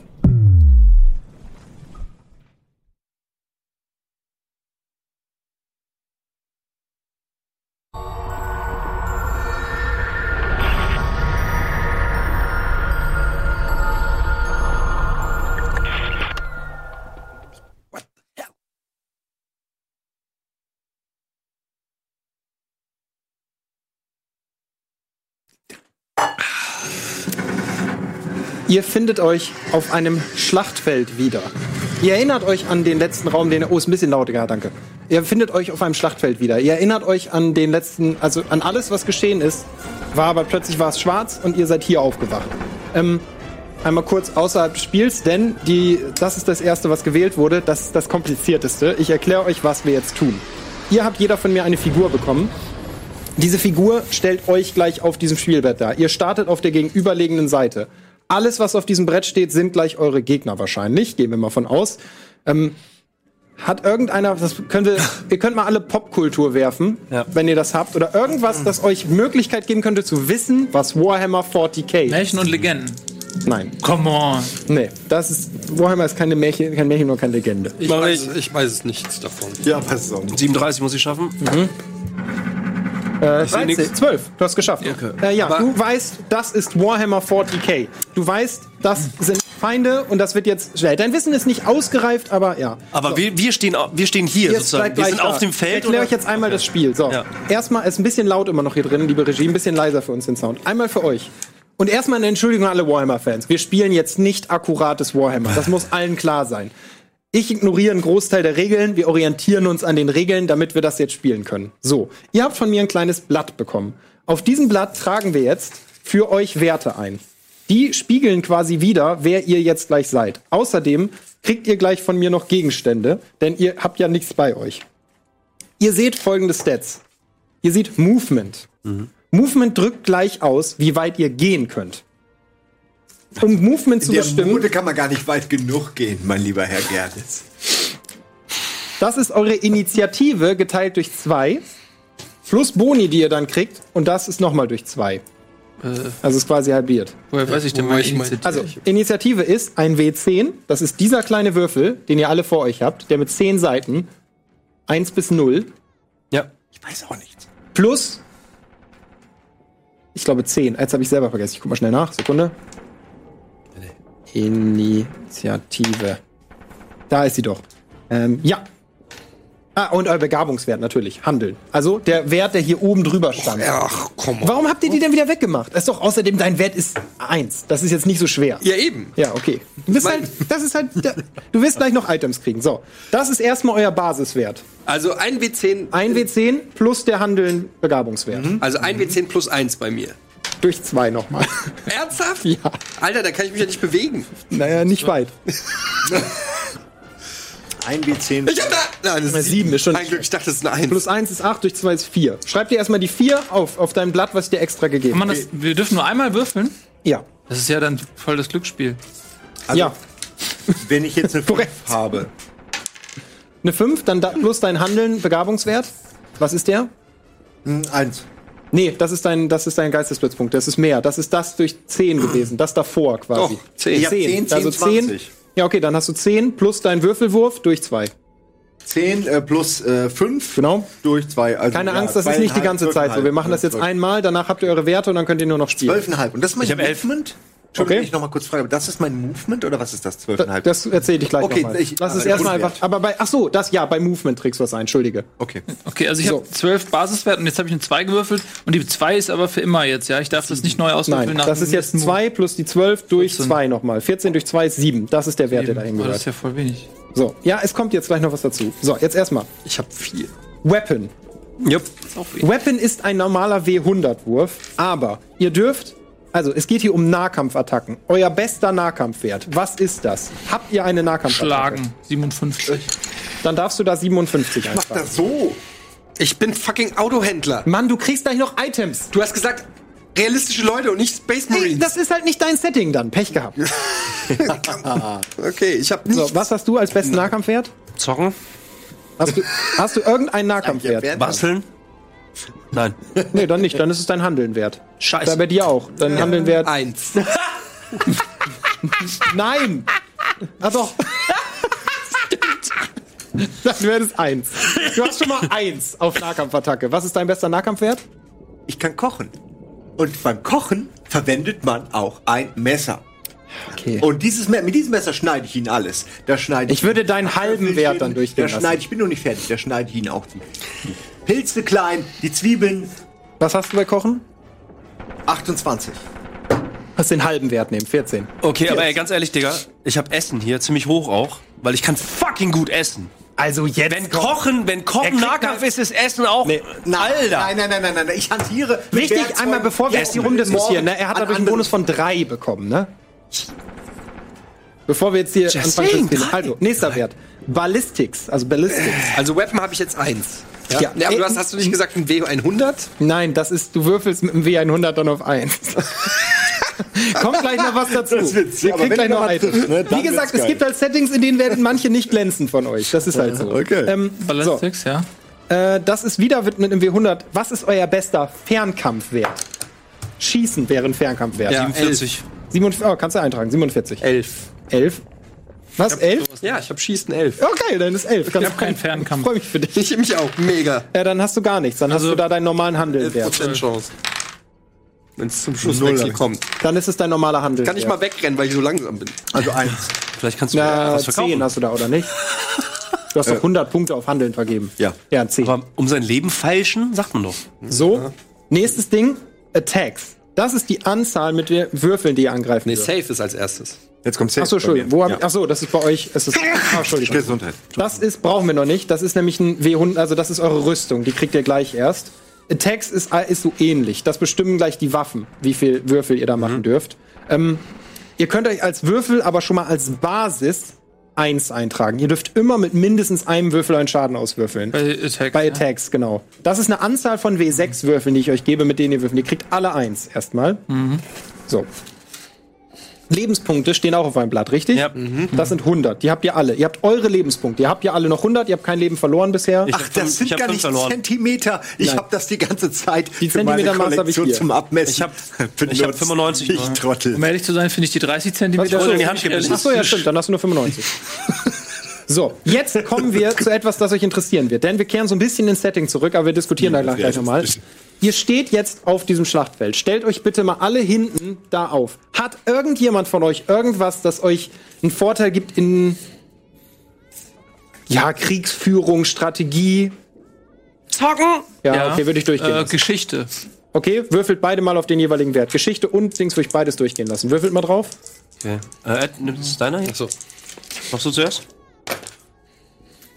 [SPEAKER 1] Ihr findet euch auf einem Schlachtfeld wieder. Ihr erinnert euch an den letzten Raum, den oh, ist ein bisschen lauter, ja, danke. Ihr findet euch auf einem Schlachtfeld wieder. Ihr erinnert euch an den letzten, also an alles, was geschehen ist. War aber plötzlich war es schwarz und ihr seid hier aufgewacht. Ähm, einmal kurz außerhalb des Spiels, denn die, das ist das erste, was gewählt wurde. Das ist das komplizierteste. Ich erkläre euch, was wir jetzt tun. Ihr habt jeder von mir eine Figur bekommen. Diese Figur stellt euch gleich auf diesem Spielbrett dar. Ihr startet auf der gegenüberliegenden Seite. Alles, was auf diesem Brett steht, sind gleich eure Gegner wahrscheinlich. Gehen wir mal von aus. Ähm, hat irgendeiner, das könnte, ihr könnt mal alle Popkultur werfen, wenn ihr das habt, oder irgendwas, das euch Möglichkeit geben könnte zu wissen, was Warhammer 40k ist.
[SPEAKER 4] Märchen und Legenden.
[SPEAKER 1] Nein,
[SPEAKER 4] Come on.
[SPEAKER 1] nee, das ist, Warhammer ist keine Märchen, kein Märchen und keine Legende.
[SPEAKER 2] Ich weiß, ich weiß nichts davon.
[SPEAKER 8] Ja, pass auf.
[SPEAKER 5] 37 muss ich schaffen.
[SPEAKER 1] Äh, 13, 12. Du hast geschafft. Äh, ja, du weißt, das ist Warhammer 40k. Du weißt, das sind Feinde und das wird jetzt schnell. Dein Wissen ist nicht ausgereift, aber ja.
[SPEAKER 5] Aber wir, wir, stehen, au- wir stehen hier
[SPEAKER 1] Jetzt
[SPEAKER 5] Also sozusagen.
[SPEAKER 1] bleibt
[SPEAKER 5] Wir
[SPEAKER 1] gleich
[SPEAKER 5] sind
[SPEAKER 1] da.
[SPEAKER 5] auf dem
[SPEAKER 1] Ich
[SPEAKER 5] Feld.
[SPEAKER 1] erkläre
[SPEAKER 5] oder-
[SPEAKER 1] euch jetzt einmal das Spiel. So,
[SPEAKER 5] Ja.
[SPEAKER 1] erstmal ist ein bisschen laut immer noch hier drin, liebe Regie, ein bisschen leiser für uns den Sound. Einmal für euch. Und erstmal eine Entschuldigung an alle Warhammer-Fans. Wir spielen jetzt nicht akkurates Warhammer. Das muss allen klar sein. Ich ignoriere einen Großteil der Regeln. Wir orientieren uns an den Regeln, damit wir das jetzt spielen können. So, ihr habt von mir ein kleines Blatt bekommen. Auf diesem Blatt tragen wir jetzt für euch Werte ein. Die spiegeln quasi wieder, wer ihr jetzt gleich seid. Außerdem kriegt ihr gleich von mir noch Gegenstände, denn ihr habt ja nichts bei euch. Ihr seht folgende Stats. Ihr seht Movement. Movement drückt gleich aus, wie weit ihr gehen könnt. Um Movement zu
[SPEAKER 3] Der
[SPEAKER 1] bestimmen,
[SPEAKER 3] Mode kann man gar nicht weit genug gehen, mein lieber Herr Gerdes.
[SPEAKER 1] Das ist eure Initiative geteilt durch zwei. Plus Boni, die ihr dann kriegt. Und das ist nochmal durch zwei.
[SPEAKER 3] Äh.
[SPEAKER 1] Also ist quasi halbiert.
[SPEAKER 4] Woher weiß ich denn
[SPEAKER 2] Wobei
[SPEAKER 4] meine
[SPEAKER 2] ich mein-
[SPEAKER 4] Initiative?
[SPEAKER 1] Also, Initiative ist ein W10. Das ist dieser kleine Würfel, den ihr alle vor euch habt, der mit zehn Seiten, 1 bis 0,
[SPEAKER 5] Ja.
[SPEAKER 1] plus, ich glaube 10. Jetzt habe ich selber vergessen. Ich guck mal schnell nach. Sekunde. Initiative. Da ist sie doch. Ähm, ja. Ah, und euer Begabungswert natürlich. Handeln. Also der Wert, der hier oben drüber stand.
[SPEAKER 2] Ach, komm.
[SPEAKER 1] Warum habt ihr die denn wieder weggemacht? Das ist doch außerdem, dein Wert ist 1. Das ist jetzt nicht so schwer.
[SPEAKER 2] Ja, eben.
[SPEAKER 1] Ja, okay. Du bist halt, das ist halt, du wirst gleich noch Items kriegen. So, das ist erstmal euer Basiswert.
[SPEAKER 2] Also ein W10,
[SPEAKER 1] Ein W10 plus der Handeln Begabungswert.
[SPEAKER 4] Mhm.
[SPEAKER 2] also ein W10 plus eins bei mir.
[SPEAKER 1] Durch zwei nochmal.
[SPEAKER 2] Ernsthaft?
[SPEAKER 1] Ja.
[SPEAKER 2] Alter, da kann ich mich ja nicht bewegen.
[SPEAKER 1] Naja, nicht weit.
[SPEAKER 3] Ein W10.
[SPEAKER 2] Ich hab da. Nein, das
[SPEAKER 1] Mal sieben ist schon
[SPEAKER 2] Ein Glück, ich dachte, das ist eine Eins.
[SPEAKER 1] Plus eins ist acht, durch zwei ist vier. Schreib dir erstmal die vier auf, auf dein Blatt, was ich dir extra gegeben
[SPEAKER 4] Kann man
[SPEAKER 1] habe.
[SPEAKER 4] das, wir dürfen nur einmal würfeln.
[SPEAKER 1] Ja.
[SPEAKER 4] Das Also- ist ja dann voll das Glücksspiel.
[SPEAKER 3] Also-
[SPEAKER 1] ja.
[SPEAKER 3] Wenn ich jetzt eine
[SPEAKER 1] Korrekt.
[SPEAKER 3] 5 habe,
[SPEAKER 1] Eine fünf, dann da, plus dein Handeln Begabungswert. Was ist der?
[SPEAKER 3] Hm, eins.
[SPEAKER 1] Nee, das ist dein, das ist dein Geistesblitzpunkt. Das ist mehr. Das ist das durch 10 gewesen. Das davor quasi.
[SPEAKER 2] Doch, zehn.
[SPEAKER 3] Ich hab
[SPEAKER 1] Zehn.
[SPEAKER 3] 10,
[SPEAKER 1] also 10.
[SPEAKER 3] 20.
[SPEAKER 1] Ja, okay, dann hast du 10 plus dein Würfelwurf durch 2.
[SPEAKER 3] 10 äh, plus 5
[SPEAKER 1] Genau.
[SPEAKER 3] durch 2. Also,
[SPEAKER 1] Keine Angst, das ist nicht die ganze Zeit so. Wir machen das jetzt
[SPEAKER 3] ein.
[SPEAKER 1] einmal, danach habt ihr eure Werte und dann könnt ihr nur noch spielen.
[SPEAKER 3] 12,5. Und das ist mein
[SPEAKER 5] Ich hab elf.
[SPEAKER 3] Movement? Entschuldigung,
[SPEAKER 1] Okay.
[SPEAKER 3] wenn ich nochmal kurz frage, aber das ist mein Movement oder was ist das?
[SPEAKER 1] Da-
[SPEAKER 3] 12,5?
[SPEAKER 1] Das erzähle ich gleich
[SPEAKER 3] halt. Okay,
[SPEAKER 1] nochmal.
[SPEAKER 3] ich-
[SPEAKER 1] Lass es
[SPEAKER 3] also
[SPEAKER 1] erstmal
[SPEAKER 3] Grundwert.
[SPEAKER 1] einfach. Aber bei, ach so, das ja, bei Movement trägst du was ein, entschuldige.
[SPEAKER 3] Okay.
[SPEAKER 4] Okay, also ich
[SPEAKER 1] So.
[SPEAKER 4] habe zwölf Basiswert und jetzt habe ich eine 2 gewürfelt und die 2 ist aber für immer jetzt, ja? Ich darf das nicht neu auswürfeln.
[SPEAKER 1] Nein,
[SPEAKER 4] nach
[SPEAKER 1] das
[SPEAKER 4] dem
[SPEAKER 1] ist jetzt
[SPEAKER 4] nächsten
[SPEAKER 1] 2 plus die 12 durch
[SPEAKER 4] 14.
[SPEAKER 1] 2 nochmal. 14 durch 2 ist 7. Das ist der Wert, der dahin
[SPEAKER 4] Monat. Oh, das
[SPEAKER 1] gehört.
[SPEAKER 4] ist ja voll wenig.
[SPEAKER 1] So, ja, es kommt jetzt gleich noch was dazu. So, jetzt erstmal.
[SPEAKER 2] Ich hab vier.
[SPEAKER 1] Weapon.
[SPEAKER 5] Jupp.
[SPEAKER 1] Weapon ist ein normaler W100-Wurf, aber ihr dürft. Also, es geht hier um Nahkampfattacken. Euer bester Nahkampfwert. Was ist das? Habt ihr eine Nahkampfattacke?
[SPEAKER 4] Schlagen, 57.
[SPEAKER 1] Dann darfst du da 57
[SPEAKER 8] Mach
[SPEAKER 1] eintragen.
[SPEAKER 8] das so.
[SPEAKER 2] Ich bin fucking Autohändler.
[SPEAKER 1] Mann, du kriegst gleich noch Items.
[SPEAKER 2] Du hast gesagt, realistische Leute und nicht Space
[SPEAKER 1] Nee,
[SPEAKER 2] Marines.
[SPEAKER 1] das ist halt nicht dein Setting dann. Pech gehabt.
[SPEAKER 2] okay, ich hab
[SPEAKER 1] So,
[SPEAKER 2] nichts.
[SPEAKER 1] was hast du als besten Nahkampfwert?
[SPEAKER 5] Zocken.
[SPEAKER 1] Hast du, hast du irgendeinen Nahkampfwert?
[SPEAKER 5] Basteln. Nein.
[SPEAKER 1] Nee, dann nicht. Dann ist es dein Handeln wert.
[SPEAKER 5] Scheiße.
[SPEAKER 1] Da bei dir auch. Dein Handeln wert.
[SPEAKER 2] Eins.
[SPEAKER 1] Nein! Ah doch. Dann wäre das eins. Du hast schon mal eins auf Nahkampfattacke. Was ist dein bester Nahkampfwert?
[SPEAKER 3] Ich kann kochen. Und beim Kochen verwendet man auch ein Messer.
[SPEAKER 1] Okay.
[SPEAKER 3] Und dieses, Me- mit diesem Messer schneide ich ihn alles. Da schneide
[SPEAKER 1] Ich würde deinen halben Wert dann durchgehen
[SPEAKER 3] Da schneide
[SPEAKER 1] lassen.
[SPEAKER 3] ich, bin noch nicht fertig, da schneide ich ihn auch die Pilze klein, die Zwiebeln.
[SPEAKER 1] Was hast du bei Kochen?
[SPEAKER 3] 28.
[SPEAKER 1] Hast den halben Wert nehmen, 14.
[SPEAKER 5] Okay, aber ey, ganz ehrlich, Digga, ich hab Essen hier, ziemlich hoch auch. Weil ich kann fucking gut essen.
[SPEAKER 1] Also jetzt.
[SPEAKER 5] Wenn Kochen, wenn Kochen
[SPEAKER 1] kriegt
[SPEAKER 5] Nahkampf ist, ist Essen auch.
[SPEAKER 1] Nee.
[SPEAKER 5] Alter.
[SPEAKER 3] Nein, nein, nein, nein, nein, nein. Ich hantiere. mit
[SPEAKER 1] Wichtig,
[SPEAKER 3] Werkzeugen
[SPEAKER 1] einmal bevor wir jetzt die
[SPEAKER 3] Essen.
[SPEAKER 1] rumdiskutieren, ne? Er hat
[SPEAKER 3] An
[SPEAKER 1] dadurch einen
[SPEAKER 3] andere-
[SPEAKER 1] Bonus von drei bekommen, ne? Bevor wir jetzt hier
[SPEAKER 5] Just
[SPEAKER 1] anfangen zu
[SPEAKER 5] saying,
[SPEAKER 1] spielen.
[SPEAKER 5] drei.
[SPEAKER 1] Also, nächster Wert. Ballistics, also Ballistics.
[SPEAKER 8] Also Weapon habe ich jetzt eins. Ja,
[SPEAKER 1] Ja. Äh,
[SPEAKER 8] Nee, aber du hast, hast du nicht gesagt ein W100?
[SPEAKER 1] Nein, das ist, du würfelst mit dem W100 dann auf 1. Kommt gleich noch was dazu.
[SPEAKER 3] Das wird sick,
[SPEAKER 1] Ihr
[SPEAKER 3] aber wenn
[SPEAKER 1] kriegt gleich
[SPEAKER 3] du
[SPEAKER 1] noch
[SPEAKER 3] noch was
[SPEAKER 1] ein.
[SPEAKER 3] triffst, ne, dann
[SPEAKER 1] Wie gesagt,
[SPEAKER 3] wird's
[SPEAKER 1] es
[SPEAKER 3] geil.
[SPEAKER 1] gibt halt Settings, in denen werden manche nicht glänzen von euch. Das ist halt so.
[SPEAKER 3] Okay.
[SPEAKER 1] Ähm, so,
[SPEAKER 4] Ballistics, ja.
[SPEAKER 1] äh, das ist wieder mit einem W100. Was ist euer bester Fernkampfwert? Schießen wäre ein Fernkampfwert.
[SPEAKER 8] Ja,
[SPEAKER 5] 47.
[SPEAKER 1] 47, oh, kannst du eintragen, 47.
[SPEAKER 8] 11.
[SPEAKER 1] 11. Was, 11?
[SPEAKER 8] Ja, ich habe Schießen 11.
[SPEAKER 1] Okay, dann ist 11. Ich
[SPEAKER 4] hab keinen Fernkampf.
[SPEAKER 1] Freue mich für dich.
[SPEAKER 8] Ich mich auch. Mega.
[SPEAKER 1] Ja, dann hast du gar nichts. Dann hast du da deinen normalen Handelwert.
[SPEAKER 8] Chance. Wenn es zum Schlusswechsel kommt.
[SPEAKER 1] Dann ist es dein normaler Handel.
[SPEAKER 8] Kann ich mal wegrennen, weil ich so langsam bin.
[SPEAKER 3] Also eins.
[SPEAKER 5] Vielleicht kannst du mir
[SPEAKER 1] Na, also
[SPEAKER 5] was
[SPEAKER 1] 10
[SPEAKER 5] verkaufen.
[SPEAKER 1] Äh,
[SPEAKER 5] Äh.
[SPEAKER 1] hast du da, oder nicht? Du hast doch 100 Punkte auf Handeln vergeben.
[SPEAKER 8] Ja.
[SPEAKER 1] Ja, 10.
[SPEAKER 5] Aber um sein Leben feilschen, sagt man doch.
[SPEAKER 1] so, nächstes Ding, Attacks. Das ist die Anzahl mit wir- Würfeln, die ihr angreifen
[SPEAKER 8] Nee,
[SPEAKER 1] dürft.
[SPEAKER 8] safe ist als erstes.
[SPEAKER 3] Jetzt kommt Safe.
[SPEAKER 1] Achso, Entschuldigung. Wo hab
[SPEAKER 3] ja.
[SPEAKER 1] ich, achso, das ist bei euch. Es ist, ah, Entschuldigung.
[SPEAKER 3] Gesundheit.
[SPEAKER 1] Das ist, brauchen wir noch nicht. Das ist nämlich ein W100, also das ist eure Rüstung. Die kriegt ihr gleich erst. Attacks ist, ist so ähnlich. Das bestimmen gleich die Waffen, wie viel Würfel ihr da machen dürft. Ähm, ihr könnt euch als Würfel aber schon mal als Basis 1 eintragen. Ihr dürft immer mit mindestens einem Würfel einen Schaden auswürfeln.
[SPEAKER 4] Bei Attack.
[SPEAKER 1] Bei
[SPEAKER 4] ja.
[SPEAKER 1] Attacks, genau. Das ist eine Anzahl von W6-Würfeln, die ich euch gebe, mit denen ihr würfelt. Ihr kriegt alle eins erstmal. So. Lebenspunkte stehen auch auf einem Blatt, richtig?
[SPEAKER 5] Ja.
[SPEAKER 1] Das sind 100. Die habt ihr alle. Ihr habt eure Lebenspunkte. Ihr habt ja alle noch 100. Ihr habt kein Leben verloren bisher.
[SPEAKER 5] Ich
[SPEAKER 3] Ach,
[SPEAKER 5] hab fünf-
[SPEAKER 3] das sind
[SPEAKER 5] ich hab
[SPEAKER 3] gar
[SPEAKER 5] fünf
[SPEAKER 3] nicht
[SPEAKER 5] verloren.
[SPEAKER 3] Zentimeter. Ich
[SPEAKER 1] Nein.
[SPEAKER 3] habe das die ganze Zeit
[SPEAKER 1] Die Zentimetermaß hab ich hier.
[SPEAKER 3] zum Abmessen.
[SPEAKER 5] Ich hab-
[SPEAKER 3] benutzt.
[SPEAKER 5] ich hab 95
[SPEAKER 3] Ich
[SPEAKER 5] nur.
[SPEAKER 3] Trottel.
[SPEAKER 4] Um ehrlich zu sein, finde ich die 30 cm
[SPEAKER 1] Was wurde in die
[SPEAKER 5] Hand gebissen?
[SPEAKER 1] Achso, ja, stimmt. Dann hast du nur 95. so, jetzt kommen wir zu etwas, das euch interessieren wird. Denn wir kehren so ein bisschen ins Setting zurück, aber wir diskutieren da gleich nochmal. Ihr steht jetzt auf diesem Schlachtfeld. Stellt euch bitte mal alle hinten da auf. Hat irgendjemand von euch irgendwas, das euch einen Vorteil gibt in ja, Kriegsführung, Strategie? Zocken? Ja, okay, würde ich durchgehen.
[SPEAKER 4] Äh,
[SPEAKER 1] lassen.
[SPEAKER 4] Geschichte.
[SPEAKER 1] okay, würfelt beide mal auf den jeweiligen Wert. Geschichte und Dings würde ich beides durchgehen lassen. Würfelt mal drauf.
[SPEAKER 5] Okay. Äh, Ed, nimmst du deiner jetzt?
[SPEAKER 8] Achso.
[SPEAKER 5] Machst du zuerst?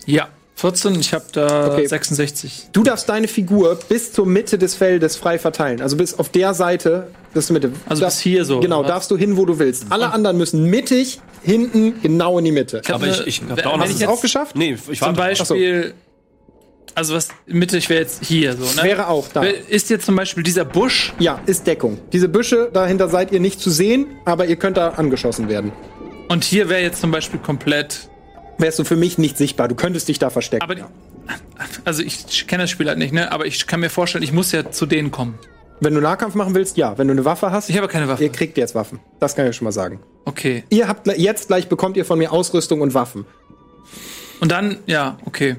[SPEAKER 4] Ja. 14, ich habe da
[SPEAKER 1] Okay.
[SPEAKER 4] 66.
[SPEAKER 1] Du darfst deine Figur bis zur Mitte des Feldes frei verteilen. Also bis auf der Seite bis zur Mitte.
[SPEAKER 4] Also bis hier so,
[SPEAKER 1] Genau,
[SPEAKER 4] oder was? Oh.
[SPEAKER 1] darfst du hin, wo du willst. Alle anderen müssen mittig, hinten, genau in die Mitte.
[SPEAKER 4] hab
[SPEAKER 5] Aber
[SPEAKER 4] ne-
[SPEAKER 5] ich- ich hab
[SPEAKER 4] wenn-
[SPEAKER 5] da auch
[SPEAKER 4] wenn ich
[SPEAKER 5] noch-
[SPEAKER 1] Hast du
[SPEAKER 4] jetzt
[SPEAKER 1] es auch geschafft?
[SPEAKER 5] Nee, ich
[SPEAKER 4] Zum
[SPEAKER 5] warte.
[SPEAKER 4] Beispiel. Also was Mitte, ich wäre jetzt hier so, ne?
[SPEAKER 1] Wäre auch da.
[SPEAKER 4] Ist jetzt zum Beispiel dieser Busch.
[SPEAKER 1] Ja, ist Deckung. Diese Büsche, dahinter seid ihr nicht zu sehen, aber ihr könnt da angeschossen werden.
[SPEAKER 4] Und hier wäre jetzt zum Beispiel komplett.
[SPEAKER 1] Wärst du für mich nicht sichtbar. Du könntest dich da verstecken.
[SPEAKER 4] Aber also ich kenne das Spiel halt nicht, ne? Aber ich kann mir vorstellen, ich muss ja zu denen kommen.
[SPEAKER 1] Wenn du Nahkampf machen willst, ja. Wenn du eine Waffe hast,
[SPEAKER 4] Ich habe keine Waffe.
[SPEAKER 1] ihr kriegt jetzt Waffen. Das kann ich euch schon mal sagen.
[SPEAKER 4] Okay.
[SPEAKER 1] Ihr habt gle- jetzt gleich bekommt ihr von mir Ausrüstung und Waffen.
[SPEAKER 4] Und dann, ja, okay.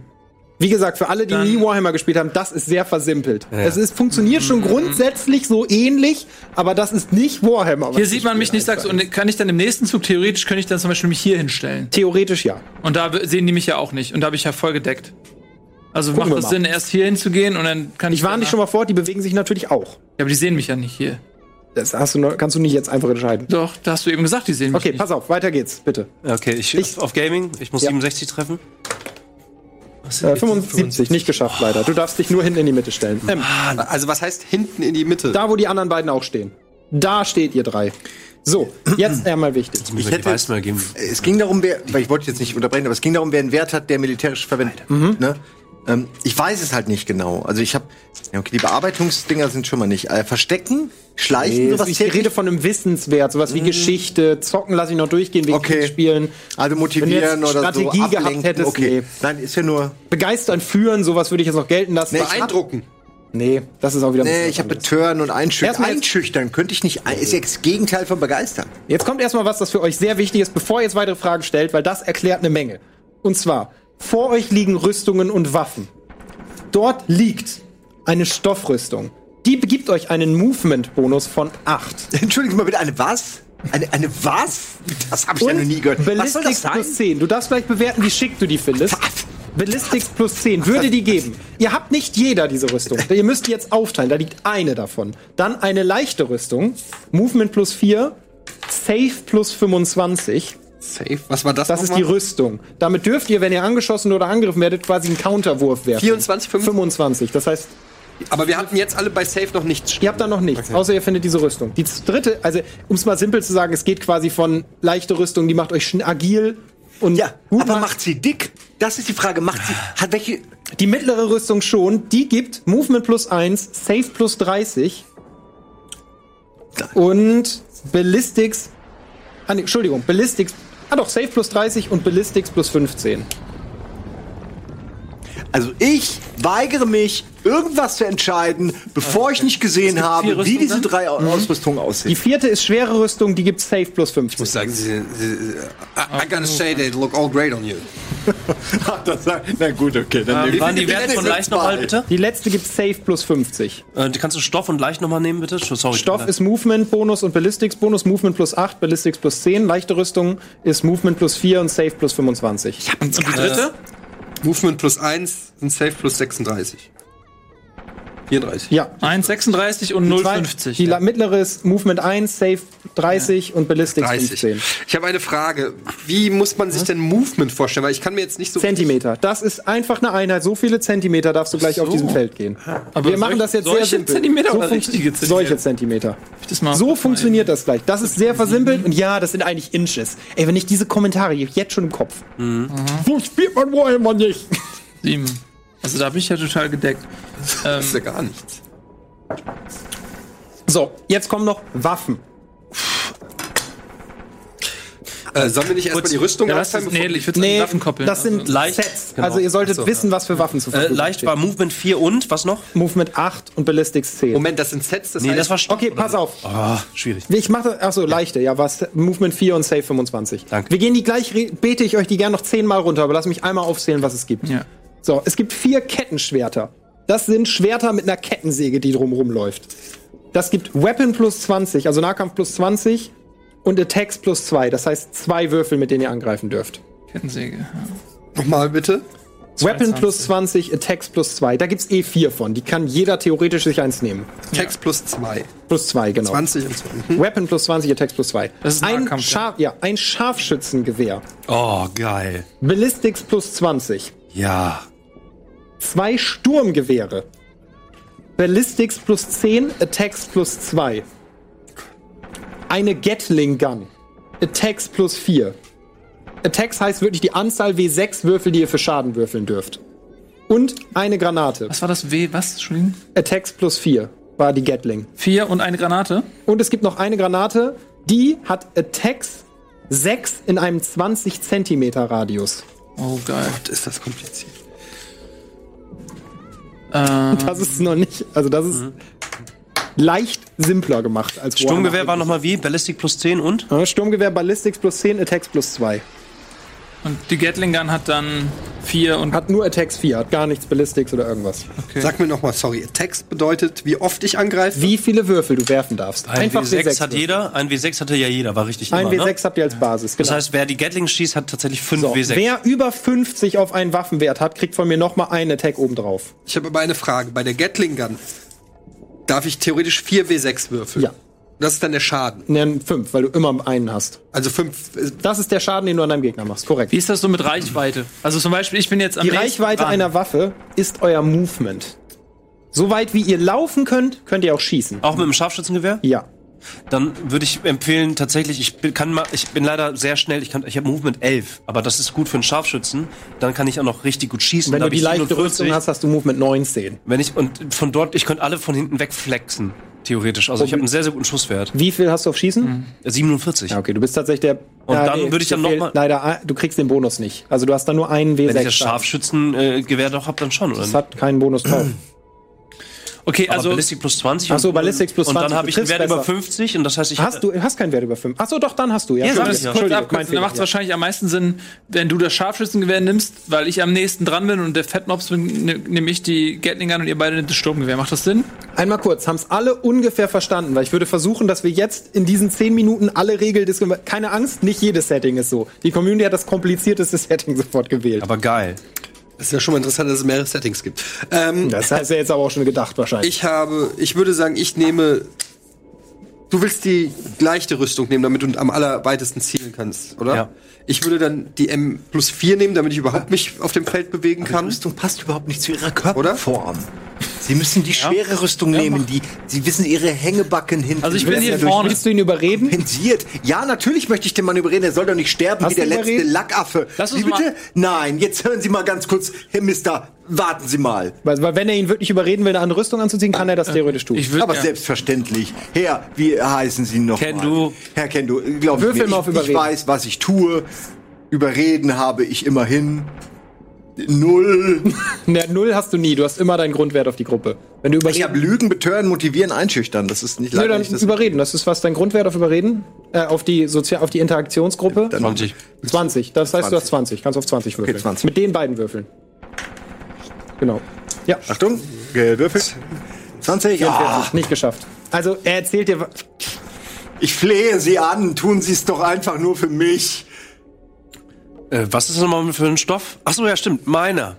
[SPEAKER 1] Wie gesagt, für alle, die
[SPEAKER 4] Dann-
[SPEAKER 1] nie Warhammer gespielt haben, das ist sehr versimpelt. Es ist, funktioniert schon
[SPEAKER 4] Mhm.
[SPEAKER 1] grundsätzlich so ähnlich, aber das ist nicht Warhammer. was
[SPEAKER 4] Hier
[SPEAKER 1] du
[SPEAKER 4] sieht man mich nicht,
[SPEAKER 1] spielst.
[SPEAKER 4] sagst du, und kann ich dann im nächsten Zug, theoretisch könnte ich dann zum Beispiel mich hier hinstellen.
[SPEAKER 1] Theoretisch ja.
[SPEAKER 4] Und da w- sehen die mich ja auch nicht. Und da habe ich ja voll gedeckt. Also
[SPEAKER 1] Gucken wir
[SPEAKER 4] macht das
[SPEAKER 1] mal.
[SPEAKER 4] Sinn, erst hier hinzugehen und dann kann ich.
[SPEAKER 1] Ich warne dich schon mal vor, die bewegen sich natürlich auch.
[SPEAKER 4] Ja, aber die sehen mich ja nicht hier.
[SPEAKER 1] Das hast du noch, kannst du nicht jetzt einfach entscheiden.
[SPEAKER 4] Doch, da hast du eben gesagt, die sehen mich
[SPEAKER 1] Okay,
[SPEAKER 4] nicht.
[SPEAKER 1] pass auf, weiter geht's, bitte.
[SPEAKER 5] Okay, ich,
[SPEAKER 1] Ich-
[SPEAKER 5] auf Gaming. Ich muss
[SPEAKER 1] Ja.
[SPEAKER 5] 67 treffen. Was sind
[SPEAKER 1] Äh,
[SPEAKER 5] jetzt?
[SPEAKER 1] 75, nicht geschafft leider. Du darfst dich nur hinten in die Mitte stellen. Ähm,
[SPEAKER 4] Ah.
[SPEAKER 8] Also was heißt hinten in die Mitte?
[SPEAKER 1] da, wo die anderen beiden auch stehen. Da steht ihr drei. So, jetzt einmal wichtig.
[SPEAKER 5] Muss
[SPEAKER 3] Ich
[SPEAKER 5] ich
[SPEAKER 3] hätte-
[SPEAKER 5] weiß mal geben.
[SPEAKER 3] Es ging darum, wer, weil ich wollte jetzt nicht unterbrechen, aber es ging darum, wer einen Wert hat, der militärisch verwendet.
[SPEAKER 1] Mhm.
[SPEAKER 3] Ne? Ähm, ich weiß es halt nicht genau. Also ich habe, ja okay, die Bearbeitungsdinger sind schon mal nicht. Äh, Verstecken, Schleichen, sowas
[SPEAKER 1] ich
[SPEAKER 3] zählt
[SPEAKER 1] rede
[SPEAKER 3] nicht.
[SPEAKER 1] von einem Wissenswert, sowas wie Geschichte, Zocken lasse ich noch durchgehen wegen
[SPEAKER 3] Okay.
[SPEAKER 1] Spielen.
[SPEAKER 3] Also
[SPEAKER 1] Wenn
[SPEAKER 3] motivieren
[SPEAKER 1] du jetzt
[SPEAKER 3] oder
[SPEAKER 1] Strategie
[SPEAKER 3] so,
[SPEAKER 1] gehabt
[SPEAKER 3] ablenken,
[SPEAKER 1] hättest,
[SPEAKER 3] okay.
[SPEAKER 1] nee.
[SPEAKER 3] Nein, ist ja nur.
[SPEAKER 1] Begeistern, führen, sowas würde ich jetzt noch gelten lassen.
[SPEAKER 3] Nee, ich hab-
[SPEAKER 8] Beeindrucken.
[SPEAKER 1] Nee, das ist auch wieder ein
[SPEAKER 3] Nee,
[SPEAKER 1] bisschen
[SPEAKER 3] ich habe
[SPEAKER 1] anders.
[SPEAKER 3] Betören und Einschüchtern.
[SPEAKER 1] Erstmal jetzt-
[SPEAKER 3] Einschüchtern könnte ich nicht. ein- Ist ja das Gegenteil von begeistern.
[SPEAKER 1] Jetzt kommt erstmal was, das für euch sehr wichtig ist, bevor ihr jetzt weitere Fragen stellt, weil das erklärt eine Menge. Und zwar, vor euch liegen Rüstungen und Waffen. Dort liegt eine Stoffrüstung. Die gibt euch einen Movement-Bonus von 8.
[SPEAKER 3] Entschuldigung mal bitte, eine was? Eine, eine was? Das habe ich ja noch nie gehört. Was soll
[SPEAKER 1] Ballistics
[SPEAKER 3] das sein?
[SPEAKER 1] plus 10. Du darfst gleich bewerten, wie schick du die findest. Ballistics plus 10 würde die geben. Ihr habt nicht jeder diese Rüstung. Ihr müsst die jetzt aufteilen. Da liegt eine davon. Dann eine leichte Rüstung. Movement plus 4. Safe plus 25.
[SPEAKER 8] Safe. Was war das?
[SPEAKER 1] Das ist die Rüstung. Damit dürft ihr, wenn ihr angeschossen oder angegriffen werdet, quasi einen Counterwurf werfen.
[SPEAKER 8] 24, 25.
[SPEAKER 1] 25. Das heißt,
[SPEAKER 8] Aber wir hatten jetzt alle bei Safe noch nichts.
[SPEAKER 1] ihr habt da noch nichts, außer ihr findet diese Rüstung. Die z- dritte, also um es mal simpel zu sagen, es geht quasi von leichte Rüstung, die macht euch schn- agil und
[SPEAKER 3] Ja,
[SPEAKER 1] gut
[SPEAKER 3] aber
[SPEAKER 1] macht.
[SPEAKER 3] macht sie dick? Das ist die Frage. Macht sie. Hat welche.
[SPEAKER 1] Die mittlere Rüstung schon, die gibt Movement plus 1, Safe plus 30 und Ballistics. Ah, nee, Entschuldigung, Ballistics. Ah doch, Safe plus 30 und Ballistics plus 15.
[SPEAKER 3] Also ich weigere mich, irgendwas zu entscheiden, bevor ich nicht gesehen
[SPEAKER 4] vier
[SPEAKER 3] habe, wie
[SPEAKER 4] Rüstungen
[SPEAKER 3] diese
[SPEAKER 4] dann?
[SPEAKER 3] drei Au- Ausrüstungen
[SPEAKER 1] Die
[SPEAKER 3] aussehen.
[SPEAKER 1] vierte ist schwere Rüstung, die gibt Safe plus 15.
[SPEAKER 8] Ich sagen, sie, sie, sie, I, I gotta say they look all great on you.
[SPEAKER 3] Das- Na gut, okay. Dann
[SPEAKER 8] Wie
[SPEAKER 3] nehmen
[SPEAKER 5] Waren
[SPEAKER 8] viele
[SPEAKER 5] die Werte
[SPEAKER 8] Geräte
[SPEAKER 5] von
[SPEAKER 8] sind
[SPEAKER 5] Leicht nochmal,
[SPEAKER 8] bei?
[SPEAKER 5] bitte?
[SPEAKER 1] Die letzte gibt Safe plus 50.
[SPEAKER 5] Äh, kannst du Stoff und Leicht nochmal nehmen, bitte? Sorry,
[SPEAKER 1] Stoff ist Movement Bonus und Ballistics Bonus, Movement plus 8, Ballistics plus 10. Leichte Rüstung ist Movement plus 4 und Safe plus 25.
[SPEAKER 5] die dritte?
[SPEAKER 8] Movement plus 1 und Safe plus 36. 34.
[SPEAKER 1] Ja.
[SPEAKER 4] 1,36 und
[SPEAKER 1] Zwei-
[SPEAKER 4] 0,50.
[SPEAKER 1] Äh, Die la- mittlere ist Movement 1, Safe 30 und Ballistics 15.
[SPEAKER 8] 30. Ich habe eine Frage. Wie muss man sich denn Movement vorstellen? Weil ich kann mir jetzt nicht so.
[SPEAKER 1] Zentimeter. Das ist einfach eine Einheit. So viele Zentimeter darfst du gleich auf diesem Feld gehen.
[SPEAKER 4] Aber
[SPEAKER 1] Wir machen
[SPEAKER 4] solche-
[SPEAKER 1] das jetzt sehr
[SPEAKER 4] solche
[SPEAKER 1] simpel.
[SPEAKER 4] Zentimeter
[SPEAKER 1] so
[SPEAKER 4] oder
[SPEAKER 1] fun-
[SPEAKER 4] richtige Zentimeter?
[SPEAKER 1] Solche Zentimeter.
[SPEAKER 4] das mal
[SPEAKER 1] so
[SPEAKER 4] kurz mal
[SPEAKER 1] funktioniert das gleich. Das ist
[SPEAKER 4] Mhm.
[SPEAKER 1] sehr versimpelt und ja, das sind eigentlich Inches. Ey, wenn ich diese Kommentare ich hab jetzt schon im Kopf.
[SPEAKER 4] Mhm.
[SPEAKER 1] So spielt man Warhammer nicht.
[SPEAKER 4] Sieben. Also da bin ich ja total gedeckt.
[SPEAKER 8] Das ist ja gar nichts.
[SPEAKER 1] So, jetzt kommen noch Waffen.
[SPEAKER 8] Äh, sollen wir nicht erstmal die Rüstung
[SPEAKER 4] Ja, das ist,
[SPEAKER 8] bevor-
[SPEAKER 4] nee, ich würde nee, Waffen koppeln.
[SPEAKER 1] das sind
[SPEAKER 4] Also,
[SPEAKER 5] leicht,
[SPEAKER 1] Sets.
[SPEAKER 5] genau.
[SPEAKER 1] Also ihr solltet wissen, was für Waffen zu
[SPEAKER 5] Äh,
[SPEAKER 1] Verfügung
[SPEAKER 5] leicht
[SPEAKER 1] stehen.
[SPEAKER 5] war Movement 4 und was noch?
[SPEAKER 1] Movement 8 und Ballistics 10.
[SPEAKER 4] Oh,
[SPEAKER 8] Moment, das sind Sets. Das
[SPEAKER 5] Nee,
[SPEAKER 8] heißt,
[SPEAKER 5] das war Stoff.
[SPEAKER 1] Okay,
[SPEAKER 5] oder?
[SPEAKER 1] pass auf.
[SPEAKER 5] Ah, schwierig.
[SPEAKER 1] Ich mache, achso, leichte, ja, was, Movement 4 und Save 25.
[SPEAKER 5] Danke.
[SPEAKER 1] Wir gehen die gleich, re- bete ich euch die gern noch zehnmal runter, aber lass mich einmal aufzählen, was es gibt.
[SPEAKER 4] ja.
[SPEAKER 1] So, es gibt vier Kettenschwerter. Das sind Schwerter mit einer Kettensäge, die drum rumläuft. Das gibt Weapon plus 20, also Nahkampf plus 20 und Attacks plus 2. Das heißt, zwei Würfel, mit denen ihr angreifen dürft.
[SPEAKER 4] Also Kettensäge. ja.
[SPEAKER 8] nochmal bitte.
[SPEAKER 1] Weapon plus 20, Attacks plus 2. Da gibt's eh vier von. Die kann jeder theoretisch sich eins nehmen.
[SPEAKER 8] Text plus 2.
[SPEAKER 1] Plus 2, genau.
[SPEAKER 8] 20 und 2.
[SPEAKER 1] Weapon plus 20, Attacks plus 2.
[SPEAKER 4] Das ist ein
[SPEAKER 1] ein,
[SPEAKER 4] Nahkampf,
[SPEAKER 1] Schar ja, ein Scharfschützengewehr.
[SPEAKER 5] Oh, geil.
[SPEAKER 1] Ballistics plus 20.
[SPEAKER 5] Ja.
[SPEAKER 1] Zwei Sturmgewehre. Ballistics plus 10, Attacks plus 2. Eine Gatling Gun. Attacks plus 4. Attacks heißt wirklich die Anzahl W6 Würfel, die ihr für Schaden würfeln dürft. Und eine Granate.
[SPEAKER 4] Was war das W? Was? Entschuldigung.
[SPEAKER 1] Attacks plus 4 war die Gatling.
[SPEAKER 4] Vier und eine Granate.
[SPEAKER 1] Und es gibt noch eine Granate, die hat Attacks 6 in einem 20 Zentimeter Radius.
[SPEAKER 4] Oh geil.
[SPEAKER 8] Ist das kompliziert?
[SPEAKER 4] Äh,
[SPEAKER 5] Mhm.
[SPEAKER 1] Das ist noch nicht, also das ist leicht simpler gemacht als
[SPEAKER 5] Sturmgewehr
[SPEAKER 1] Warhammer.
[SPEAKER 5] war nochmal wie? Ballistic plus 10 und?
[SPEAKER 1] Ja, Sturmgewehr Ballistics plus 10, Attacks plus 2.
[SPEAKER 4] Und die Gatling Gun hat dann vier und
[SPEAKER 1] Hat nur Attacks 4, hat gar nichts Ballistics oder irgendwas.
[SPEAKER 8] Sag mir nochmal, sorry. Text bedeutet, wie oft ich angreife.
[SPEAKER 1] Wie viele Würfel du werfen darfst.
[SPEAKER 5] Ein W6
[SPEAKER 1] würfeln.
[SPEAKER 5] hat jeder. Ein W6 hatte ja jeder, war richtig.
[SPEAKER 1] Ein
[SPEAKER 5] immer,
[SPEAKER 1] W6
[SPEAKER 5] Ne?
[SPEAKER 1] habt ihr als Basis.
[SPEAKER 5] Das
[SPEAKER 1] genau.
[SPEAKER 5] heißt, wer die Gatling schießt, hat tatsächlich 5
[SPEAKER 1] so,
[SPEAKER 5] W6.
[SPEAKER 1] wer über 50 auf einen Waffenwert hat, kriegt von mir nochmal einen Attack obendrauf.
[SPEAKER 8] Ich habe aber eine Frage. Bei der Gatling Gun darf ich theoretisch 4W6 würfeln.
[SPEAKER 1] Ja.
[SPEAKER 8] Das ist dann der Schaden.
[SPEAKER 1] Nennen 5, weil du immer einen hast.
[SPEAKER 8] Also 5.
[SPEAKER 1] Das ist der Schaden, den du an deinem Gegner machst. Korrekt.
[SPEAKER 4] Wie ist das so mit Reichweite? Also zum Beispiel, ich bin jetzt am
[SPEAKER 1] Die
[SPEAKER 4] nächsten
[SPEAKER 1] Reichweite
[SPEAKER 4] dran.
[SPEAKER 1] einer Waffe ist euer Movement. So weit wie ihr laufen könnt, könnt ihr auch schießen.
[SPEAKER 5] Auch mit dem Scharfschützengewehr?
[SPEAKER 1] Ja.
[SPEAKER 5] Dann würde ich empfehlen, tatsächlich, ich bin, kann mal, ich bin leider sehr schnell, ich, kann, ich habe Movement 11, aber das ist gut für einen Scharfschützen. Dann kann ich auch noch richtig gut schießen.
[SPEAKER 1] Wenn
[SPEAKER 5] Da
[SPEAKER 1] du
[SPEAKER 5] hab
[SPEAKER 1] die
[SPEAKER 5] ich
[SPEAKER 1] leichte
[SPEAKER 5] 47.
[SPEAKER 1] Rüstung hast, hast du Movement 19.
[SPEAKER 5] Wenn ich, und von dort, ich könnte alle von hinten wegflexen, theoretisch. Also ich habe einen sehr, sehr guten Schusswert. Äh,
[SPEAKER 1] Wie viel hast du auf Schießen?
[SPEAKER 5] 47.
[SPEAKER 1] Ja, okay, du bist tatsächlich der.
[SPEAKER 5] Mhm. Und dann würde ich
[SPEAKER 1] dir
[SPEAKER 5] dann noch
[SPEAKER 1] fehlt
[SPEAKER 5] mal-
[SPEAKER 1] Leider, ein- du kriegst den Bonus nicht. Also du hast dann nur einen W6.
[SPEAKER 5] Wenn ich das
[SPEAKER 1] Schaden.
[SPEAKER 5] Scharfschützengewehr doch habe, dann schon, oder?
[SPEAKER 1] Das
[SPEAKER 5] nicht?
[SPEAKER 1] hat keinen Bonus drauf.
[SPEAKER 4] Okay,
[SPEAKER 5] Aber
[SPEAKER 4] also
[SPEAKER 5] Ballistic plus 20.
[SPEAKER 1] Ach so,
[SPEAKER 5] und-
[SPEAKER 1] Ballistics plus
[SPEAKER 5] Und
[SPEAKER 1] 20,
[SPEAKER 5] dann habe ich einen Wert
[SPEAKER 1] trifft's
[SPEAKER 5] über
[SPEAKER 1] besser.
[SPEAKER 5] 50 und das heißt, ich
[SPEAKER 1] hast du hast keinen Wert über 5. Achso, doch, dann hast du. Ja,
[SPEAKER 5] Ja,
[SPEAKER 1] Entschuldigung,
[SPEAKER 5] das ist ja.
[SPEAKER 4] kurz
[SPEAKER 1] Entschuldigung,
[SPEAKER 4] abkürzen,
[SPEAKER 1] mein
[SPEAKER 4] dann macht es
[SPEAKER 1] Fehler,
[SPEAKER 4] wahrscheinlich am meisten Sinn, wenn du das Scharfschützengewehr nimmst, weil ich am nächsten dran bin und der Fettmops nehme ich die Gatling an und ihr beide nehmt das Sturmgewehr. Macht das Sinn?
[SPEAKER 1] ja. Einmal kurz, haben es alle ungefähr verstanden, weil ich würde versuchen, dass wir jetzt in diesen 10 Minuten alle Regeln diskutieren. Keine Angst, nicht jedes Setting ist so. Die Community hat das komplizierteste Setting sofort gewählt.
[SPEAKER 5] Aber geil.
[SPEAKER 8] Das ist ja schon mal interessant, dass es mehrere Settings gibt. Ähm,
[SPEAKER 1] das hast du jetzt aber auch schon gedacht wahrscheinlich.
[SPEAKER 8] ich habe, ich würde sagen, ich nehme. Du willst die leichte Rüstung nehmen, damit du am allerweitesten zielen kannst, oder?
[SPEAKER 5] Ja.
[SPEAKER 8] Ich würde dann die M plus 4 nehmen, damit ich überhaupt mich auf dem Feld bewegen
[SPEAKER 3] Die
[SPEAKER 8] kann.
[SPEAKER 3] Rüstung passt überhaupt nicht zu ihrer
[SPEAKER 8] Oder?
[SPEAKER 3] Körperform. Sie müssen die schwere Rüstung nehmen, die sie wissen ihre Hängebacken hinten.
[SPEAKER 4] Also ich
[SPEAKER 3] sind
[SPEAKER 4] bin hier
[SPEAKER 3] dadurch
[SPEAKER 4] vorne.
[SPEAKER 1] Willst du ihn überreden?
[SPEAKER 3] Kompensiert. Ja, natürlich möchte ich den Mann überreden. Er soll doch nicht sterben
[SPEAKER 1] Hast
[SPEAKER 3] wie der
[SPEAKER 1] du
[SPEAKER 3] letzte
[SPEAKER 1] überredet?
[SPEAKER 3] Lackaffe.
[SPEAKER 4] Lass uns
[SPEAKER 3] wie bitte?
[SPEAKER 4] mal-
[SPEAKER 3] Nein, jetzt hören Sie mal ganz kurz, Herr Mister, warten Sie mal.
[SPEAKER 1] Weil, weil wenn er ihn wirklich überreden will, eine andere Rüstung anzuziehen, kann er das theoretisch tun.
[SPEAKER 4] Äh, Ich würde
[SPEAKER 3] Aber selbstverständlich. Herr, wie heißen Sie noch?
[SPEAKER 5] Kendu.
[SPEAKER 3] Mal? Herr Kendu, glaub
[SPEAKER 1] Würfel mal
[SPEAKER 3] mir, ich,
[SPEAKER 1] auf Überreden.
[SPEAKER 3] ich weiß, was ich tue. Überreden habe ich immerhin null.
[SPEAKER 1] Na, null hast du nie. Du hast immer deinen Grundwert auf die Gruppe. Wenn du
[SPEAKER 3] Ich
[SPEAKER 1] überreden,
[SPEAKER 3] habe Lügen, Betören, Motivieren, Einschüchtern. Das ist nicht
[SPEAKER 1] Nö,
[SPEAKER 3] leider
[SPEAKER 1] dann
[SPEAKER 3] nicht das.
[SPEAKER 1] überreden. Das ist was dein Grundwert auf überreden? Äh, auf die Sozial auf die Interaktionsgruppe?
[SPEAKER 8] 20.
[SPEAKER 1] 20. Das heißt, du hast 20. Kannst auf 20 würfeln.
[SPEAKER 3] 20.
[SPEAKER 1] Mit den beiden würfeln. Genau. Ja.
[SPEAKER 3] Achtung, gewürfelt. 20, ja.
[SPEAKER 1] 44. Nicht geschafft. Also, er erzählt dir. wa-
[SPEAKER 3] Ich flehe Sie an, tun Sie es doch einfach nur für mich.
[SPEAKER 5] Äh, was ist nochmal für ein Stoff? Achso, ja, stimmt. Meiner.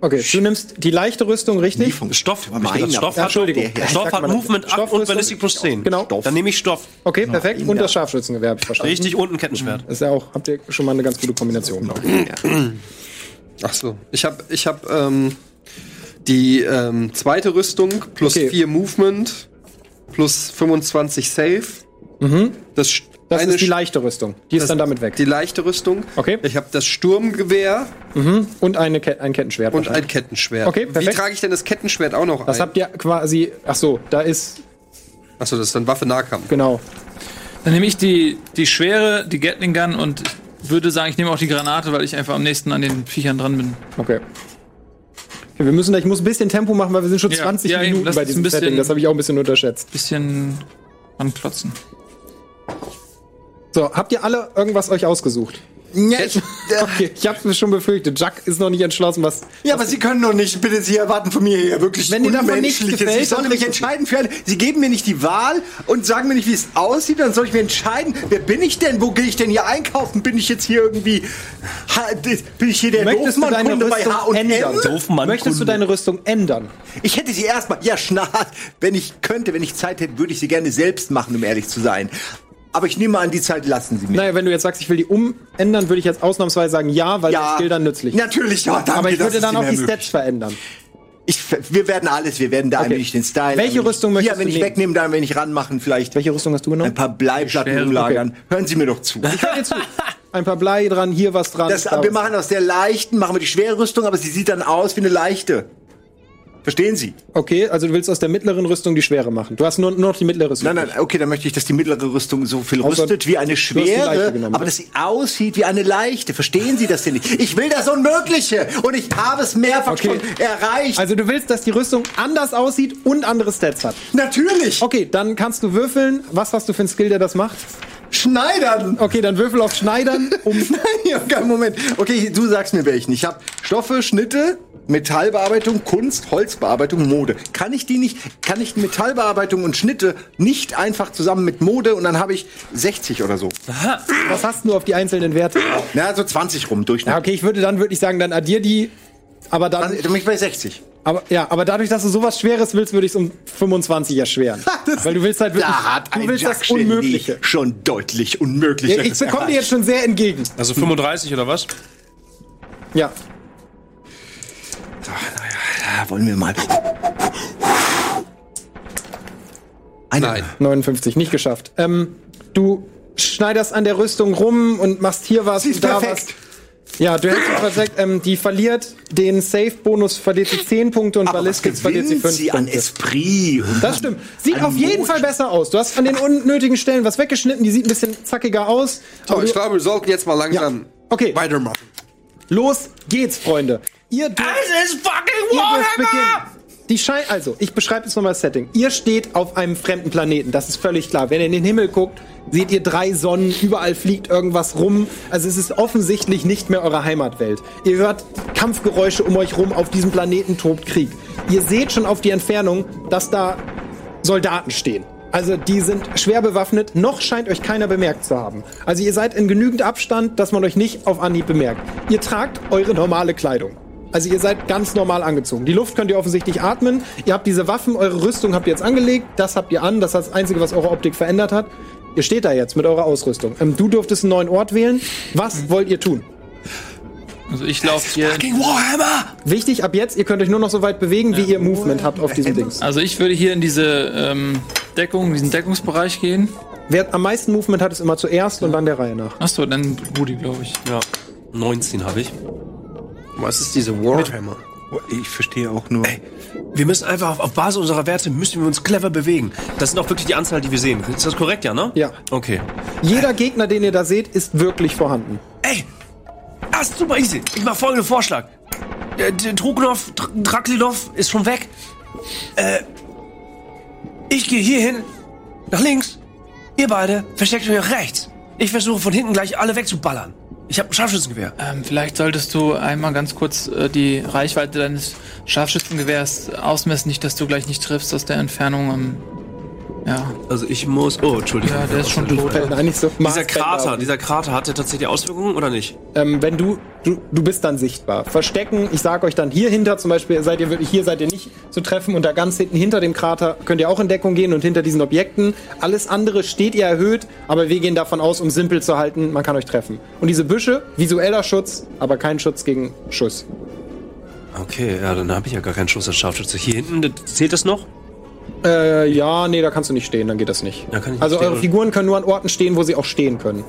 [SPEAKER 1] Okay, du nimmst die leichte Rüstung, richtig?
[SPEAKER 5] Stoff. Hab ich
[SPEAKER 3] Meiner.
[SPEAKER 5] gesagt, Stoff
[SPEAKER 1] Ja,
[SPEAKER 5] hat,
[SPEAKER 1] Entschuldigung.
[SPEAKER 5] Stoff
[SPEAKER 1] Sagt
[SPEAKER 5] hat
[SPEAKER 1] man-
[SPEAKER 5] Movement
[SPEAKER 1] Stoff
[SPEAKER 5] up und
[SPEAKER 1] ist-
[SPEAKER 5] Ballistic plus 10.
[SPEAKER 1] Genau.
[SPEAKER 5] Dann nehme ich Stoff.
[SPEAKER 1] Okay, perfekt. Und das Scharfschützengewehr habe ich verstanden.
[SPEAKER 5] Richtig und ein Kettenschwert.
[SPEAKER 1] Das ist ja auch, habt ihr schon mal eine ganz gute Kombination, glaube ich.
[SPEAKER 8] Ach so. Ich habe ich hab, ähm, die ähm, zweite Rüstung plus
[SPEAKER 1] Okay.
[SPEAKER 8] 4 Movement plus 25 Save. Das, Sch-
[SPEAKER 1] Mhm. Das
[SPEAKER 8] eine
[SPEAKER 1] ist die
[SPEAKER 8] Sch-
[SPEAKER 1] leichte Rüstung. Die ist
[SPEAKER 8] das-
[SPEAKER 1] dann damit weg.
[SPEAKER 8] Die leichte Rüstung.
[SPEAKER 1] Okay.
[SPEAKER 8] Ich habe das Sturmgewehr
[SPEAKER 1] Und eine Ke ein Kettenschwert.
[SPEAKER 8] und
[SPEAKER 1] wahrscheinlich.
[SPEAKER 8] ein Kettenschwert.
[SPEAKER 1] Okay,
[SPEAKER 8] Wie
[SPEAKER 1] perfekt.
[SPEAKER 8] trage ich denn das Kettenschwert auch noch
[SPEAKER 1] das
[SPEAKER 8] ein?
[SPEAKER 1] habt ihr quasi. Ach so, da ist.
[SPEAKER 8] Achso, das ist dann Waffe Nahkampf.
[SPEAKER 1] Genau.
[SPEAKER 4] Dann nehme ich die, die Schwere, die Gatling Gun und würde sagen, ich nehme auch die Granate, weil ich einfach am nächsten an den Viechern dran bin.
[SPEAKER 1] Okay. okay wir müssen da, ich muss ein bisschen Tempo machen, weil wir sind schon
[SPEAKER 4] Ja,
[SPEAKER 1] 20
[SPEAKER 4] ja, eben,
[SPEAKER 1] Minuten
[SPEAKER 4] lass
[SPEAKER 1] bei
[SPEAKER 4] uns
[SPEAKER 1] diesem
[SPEAKER 4] ein bisschen-
[SPEAKER 1] Setting. Das habe ich auch ein bisschen unterschätzt.
[SPEAKER 4] Bisschen anklotzen.
[SPEAKER 1] So, habt ihr alle irgendwas euch ausgesucht?
[SPEAKER 3] Ja, ich,
[SPEAKER 1] Okay, ich habe es schon befürchtet. Jack ist noch nicht entschlossen, was.
[SPEAKER 3] ja, aber Sie können doch nicht, bitte, Sie erwarten von mir hier wirklich
[SPEAKER 1] Wenn Ihnen davon nichts gefällt,
[SPEAKER 3] Ich soll
[SPEAKER 1] dann-
[SPEAKER 3] mich entscheiden für alle. Sie geben mir nicht die Wahl und sagen mir nicht, wie es aussieht, dann soll ich mir entscheiden, wer bin ich denn, wo gehe ich denn hier einkaufen? Bin ich jetzt hier irgendwie, ha, bin ich hier der
[SPEAKER 1] Möchtest du deine
[SPEAKER 3] Doofmann-Kunde bei
[SPEAKER 1] Rüstung
[SPEAKER 3] H&M?
[SPEAKER 1] ändern?
[SPEAKER 5] Doofmann
[SPEAKER 1] Möchtest du
[SPEAKER 5] Kunde.
[SPEAKER 1] deine Rüstung ändern?
[SPEAKER 3] Ich hätte sie erstmal, ja, schnarrt. Wenn ich könnte, wenn ich Zeit hätte, würde ich sie gerne selbst machen, um ehrlich zu sein. Aber ich nehme an, die Zeit lassen sie mir.
[SPEAKER 1] Naja, wenn du jetzt sagst, ich will die umändern, würde ich jetzt ausnahmsweise sagen ja, weil der Skill dann nützlich ist.
[SPEAKER 3] Natürlich, ja, danke,
[SPEAKER 1] Aber ich
[SPEAKER 3] das
[SPEAKER 1] würde
[SPEAKER 3] ist
[SPEAKER 1] dann
[SPEAKER 3] Ihnen
[SPEAKER 1] auch die
[SPEAKER 3] ermöglicht.
[SPEAKER 1] Stats verändern.
[SPEAKER 3] Ich, wir werden alles, wir werden da ein
[SPEAKER 1] Okay.
[SPEAKER 3] wenig den Style.
[SPEAKER 1] Welche Rüstung
[SPEAKER 3] möchtest
[SPEAKER 1] möchtest
[SPEAKER 3] Ja, wenn
[SPEAKER 1] du
[SPEAKER 3] ich
[SPEAKER 1] nehmen?
[SPEAKER 3] wegnehmen, dann wenn ich ranmachen, vielleicht
[SPEAKER 1] Welche Rüstung hast du
[SPEAKER 3] ein
[SPEAKER 1] genommen?
[SPEAKER 3] paar Bleiplatten
[SPEAKER 4] Schwere,
[SPEAKER 3] umlagern. Hören Sie mir doch zu.
[SPEAKER 1] Ich höre dir zu. Ein paar Blei dran, hier was dran.
[SPEAKER 3] Das,
[SPEAKER 1] da was.
[SPEAKER 3] wir machen aus der leichten, machen wir die schwere Rüstung, aber sie sieht dann aus wie eine leichte. Verstehen Sie?
[SPEAKER 1] Okay, also du willst aus der mittleren Rüstung die schwere machen. Du hast nur, nur noch die mittlere Rüstung.
[SPEAKER 3] Nein, nein, okay, dann möchte ich, dass die mittlere Rüstung so viel
[SPEAKER 1] Außer-
[SPEAKER 3] rüstet wie eine
[SPEAKER 1] Also, Du hast die leichte
[SPEAKER 3] schwere,
[SPEAKER 1] genommen, ne?
[SPEAKER 3] aber dass sie aussieht wie eine leichte. Verstehen Sie das denn nicht? Ich will das Unmögliche und ich habe es mehrfach
[SPEAKER 1] Okay.
[SPEAKER 3] schon erreicht.
[SPEAKER 1] Also du willst, dass die Rüstung anders aussieht und andere Stats hat.
[SPEAKER 3] Natürlich!
[SPEAKER 1] Okay, dann kannst du würfeln. Was hast du für einen Skill, der das macht?
[SPEAKER 3] Schneidern!
[SPEAKER 1] Okay, dann würfel auf Schneidern.
[SPEAKER 3] Um Nein, okay, Moment. Okay, du sagst mir welchen. Ich habe Stoffe, Schnitte, Metallbearbeitung, Kunst, Holzbearbeitung, Mode. Kann ich die nicht, kann ich Metallbearbeitung und Schnitte nicht einfach zusammen mit Mode und dann habe ich 60 oder so?
[SPEAKER 1] Was hast du auf die einzelnen Werte?
[SPEAKER 3] Na, so 20 rum, Durchschnitt.
[SPEAKER 1] Ja, okay, ich würde dann wirklich sagen, dann addier die. Aber
[SPEAKER 3] Dann
[SPEAKER 1] dann,
[SPEAKER 3] bin Also, ich bei 60.
[SPEAKER 1] aber, ja, aber dadurch, dass du sowas Schweres willst, würde ich es um 25 erschweren. Weil du willst halt wirklich,
[SPEAKER 3] Da hat
[SPEAKER 1] du
[SPEAKER 3] ein
[SPEAKER 1] willst das
[SPEAKER 3] Jack Shindy
[SPEAKER 1] Unmögliche.
[SPEAKER 3] schon deutlich unmöglich.
[SPEAKER 1] Ja, ich bekomme dir jetzt schon sehr entgegen.
[SPEAKER 5] Also 35 oder was?
[SPEAKER 1] Ja.
[SPEAKER 3] Ja, Ah, wollen wir mal. Eine.
[SPEAKER 1] Genau.
[SPEAKER 8] Nein.
[SPEAKER 1] 59, nicht geschafft. Ähm, du schneiderst an der Rüstung rum und machst hier was
[SPEAKER 3] Sie ist
[SPEAKER 1] und da
[SPEAKER 3] perfekt.
[SPEAKER 1] was. Ja, du hättest es perfekt. Ähm, die verliert den Safe-Bonus, verliert sie 10 Punkte und
[SPEAKER 3] Aber was
[SPEAKER 1] Ballistics verliert sie
[SPEAKER 3] gewinnt
[SPEAKER 1] 5
[SPEAKER 3] sie Hm. an
[SPEAKER 1] Punkte.
[SPEAKER 3] Esprit? Und
[SPEAKER 1] Das stimmt. Sieht
[SPEAKER 3] An
[SPEAKER 1] auf jeden
[SPEAKER 3] Mut.
[SPEAKER 1] Fall besser aus. Du hast an den unnötigen Stellen was weggeschnitten, die sieht ein bisschen zackiger aus. Also,
[SPEAKER 8] So,
[SPEAKER 1] Aber
[SPEAKER 8] ich
[SPEAKER 1] du-
[SPEAKER 8] glaube, wir sollten jetzt mal
[SPEAKER 1] ja.
[SPEAKER 8] langsam
[SPEAKER 1] Okay,
[SPEAKER 8] weitermachen.
[SPEAKER 1] los geht's, Freunde. Ihr dürft
[SPEAKER 5] Es ist fucking
[SPEAKER 1] Ihr dürft beginnen. Die Schein also, ich beschreibe jetzt nochmal das Setting. Ihr steht auf einem fremden Planeten, das ist völlig klar. Wenn ihr in den Himmel guckt, seht ihr drei Sonnen, überall fliegt irgendwas rum. Also es ist offensichtlich nicht mehr eure Heimatwelt. Ihr hört Kampfgeräusche um euch rum, auf diesem Planeten tobt Krieg. Ihr seht schon auf die Entfernung, dass da Soldaten stehen. Also die sind schwer bewaffnet, noch scheint euch keiner bemerkt zu haben. Also ihr seid in genügend Abstand, dass man euch nicht auf Anhieb bemerkt. Ihr tragt eure normale Kleidung. Also ihr seid ganz normal angezogen. Die Luft könnt ihr offensichtlich atmen. Ihr habt diese Waffen, eure Rüstung habt ihr jetzt angelegt. Das habt ihr an. Das ist das Einzige, was eure Optik verändert hat. Ihr steht da jetzt mit eurer Ausrüstung. Ähm, du durftest einen neuen Ort wählen. Was wollt ihr tun?
[SPEAKER 4] Also ich laufe hier.
[SPEAKER 1] Wichtig, ab jetzt, ihr könnt euch nur noch so weit bewegen, wie ihr Movement habt auf diesem Dings.
[SPEAKER 4] Also ich würde hier in diese ähm, Deckung, diesen Deckungsbereich gehen.
[SPEAKER 1] Wer am meisten Movement hat, ist immer zuerst und dann der Reihe nach.
[SPEAKER 4] Achso, dann Rudi, glaube ich.
[SPEAKER 5] Ja. 19 habe ich.
[SPEAKER 2] Was ist diese Warhammer?
[SPEAKER 3] Ich verstehe auch nur.
[SPEAKER 5] Wir müssen einfach auf, auf Basis unserer Werte müssen wir uns clever bewegen. Das sind auch wirklich die Anzahl, die wir sehen. Ist das korrekt, ja, ne?
[SPEAKER 1] Ja.
[SPEAKER 5] Okay.
[SPEAKER 1] Jeder Gegner, den ihr da seht, ist wirklich vorhanden.
[SPEAKER 5] Ey! Das ist super easy. Ich mache folgenden Vorschlag. Äh, Der, der Truknov, Dr- Draklilov ist schon weg. Äh, ich gehe hier hin, nach links. Ihr beide versteckt euch nach rechts. Ich versuche von hinten gleich alle wegzuballern. Ich habe ein Scharfschützengewehr.
[SPEAKER 4] Ähm, vielleicht solltest du einmal ganz kurz äh, die Reichweite deines Scharfschützengewehrs ausmessen, nicht, dass du gleich nicht triffst aus der Entfernung. Ähm, ja,
[SPEAKER 5] Also ich muss... Oh, Entschuldigung.
[SPEAKER 4] ja, der ist schon tot.
[SPEAKER 1] Äh, Nein, nicht so.
[SPEAKER 5] Dieser
[SPEAKER 1] Maßbänder.
[SPEAKER 5] Krater, dieser Krater, hat der tatsächlich Auswirkungen oder nicht?
[SPEAKER 1] Ähm, wenn du, du, du bist dann sichtbar. Verstecken, ich sag euch dann hier hinter, zum Beispiel seid ihr wirklich, hier seid ihr nicht zu treffen und da ganz hinten hinter dem Krater könnt ihr auch in Deckung gehen und hinter diesen Objekten. Alles andere steht ihr erhöht, aber wir gehen davon aus, um simpel zu halten, man kann euch treffen. Und diese Büsche, visueller Schutz, aber kein Schutz gegen Schuss.
[SPEAKER 5] Okay, ja, dann habe ich ja gar keinen Schuss als Scharfschütze. Hier hinten, das- zählt das noch?
[SPEAKER 1] Äh, ja, nee, da kannst du nicht stehen, dann geht das nicht.
[SPEAKER 5] Da kann ich nicht
[SPEAKER 1] also
[SPEAKER 5] stehen,
[SPEAKER 1] eure
[SPEAKER 5] oder?
[SPEAKER 1] Figuren können nur an Orten stehen, wo sie auch stehen können.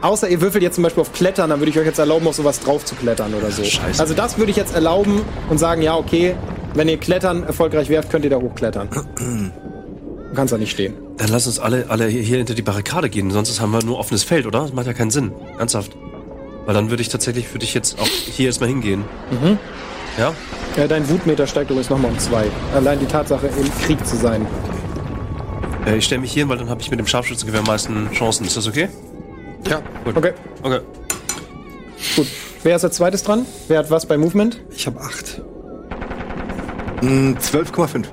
[SPEAKER 1] Außer ihr würfelt jetzt zum Beispiel auf Klettern, dann würde ich euch jetzt erlauben, auf sowas drauf zu klettern oder so.
[SPEAKER 5] scheiße.
[SPEAKER 1] Also das würde ich jetzt erlauben und sagen, ja, okay, wenn ihr Klettern erfolgreich werft, könnt ihr da hochklettern. du kannst da nicht stehen.
[SPEAKER 5] Dann lass uns alle, alle hier, hier hinter die Barrikade gehen, sonst haben wir nur offenes Feld, oder? Das macht ja keinen Sinn. Ernsthaft. Weil dann würde ich tatsächlich, würde ich jetzt auch hier erstmal hingehen. Mhm. Ja?
[SPEAKER 1] Äh, dein Wutmeter steigt übrigens nochmal um zwei. Allein die Tatsache, im Krieg zu sein.
[SPEAKER 5] Äh, ich stelle mich hier, hin, weil dann habe ich mit dem Scharfschützengewehr am meisten Chancen. Ist das okay?
[SPEAKER 2] Ja.
[SPEAKER 1] Okay,
[SPEAKER 5] Okay.
[SPEAKER 1] gut. Wer ist als zweites dran? Wer hat was bei Movement?
[SPEAKER 6] Ich habe acht.
[SPEAKER 3] Hm, 12,5.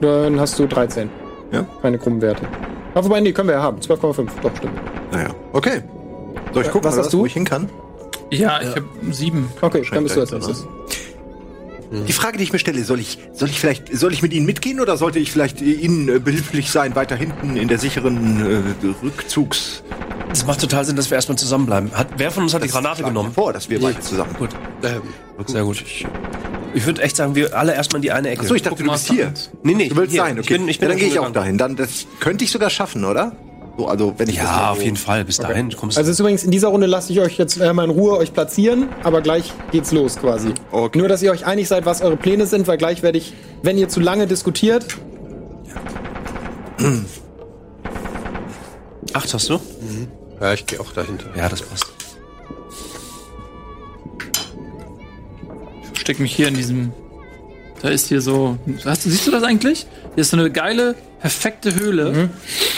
[SPEAKER 1] Dann hast du 13.
[SPEAKER 6] Ja.
[SPEAKER 1] Keine krummen Werte. Aber wobei, nee, können wir ja haben. 12,5. Doch, stimmt.
[SPEAKER 6] Naja. Okay.
[SPEAKER 3] Soll ich gucken,
[SPEAKER 1] Äh, was
[SPEAKER 3] oder
[SPEAKER 1] hast du?
[SPEAKER 3] wo ich hin kann?
[SPEAKER 4] Ja, ich habe sieben.
[SPEAKER 1] Okay, dann bist du als
[SPEAKER 3] direkt,
[SPEAKER 1] nächstes.
[SPEAKER 3] Die Frage, die ich mir stelle, soll ich, soll ich vielleicht, soll ich mit ihnen mitgehen oder sollte ich vielleicht ihnen äh, behilflich sein, weiter hinten in der sicheren äh, Rückzugs?
[SPEAKER 5] Das macht total Sinn, dass wir erstmal zusammenbleiben. Hat, wer von uns hat die Granate
[SPEAKER 3] Schlag mir
[SPEAKER 5] genommen?
[SPEAKER 3] Vor, dass wir beide zusammen.
[SPEAKER 5] Gut. Sehr gut. Ich würde echt sagen, wir alle erstmal in die eine Ecke.
[SPEAKER 3] So, ich dachte, du
[SPEAKER 4] mal,
[SPEAKER 3] bist hier.
[SPEAKER 4] was da
[SPEAKER 5] nee, nee,
[SPEAKER 3] Du willst
[SPEAKER 5] hier.
[SPEAKER 3] sein, okay.
[SPEAKER 5] Ich bin, ich bin
[SPEAKER 3] ja, dann gehe ich auch dahin.
[SPEAKER 5] hingegangen.
[SPEAKER 3] Dann das könnte ich sogar schaffen, oder? So, also wenn ich das mal
[SPEAKER 5] Ja, auf
[SPEAKER 3] so-
[SPEAKER 5] jeden Fall. Bis dahin kommst du.
[SPEAKER 1] Also es ist übrigens in dieser Runde lasse ich euch jetzt äh, mal in Ruhe euch platzieren, aber gleich geht's los quasi.
[SPEAKER 6] Okay.
[SPEAKER 1] Nur, dass ihr euch einig seid, was eure Pläne sind, weil gleich werde ich, wenn ihr zu lange diskutiert,
[SPEAKER 5] Acht hast du?
[SPEAKER 6] Ja, ich gehe auch dahinter.
[SPEAKER 5] Mhm. Ja, das passt.
[SPEAKER 4] Steck mich hier in diesem. Da ist hier so. Hast, du- siehst du das eigentlich? Hier ist so eine geile, perfekte Höhle,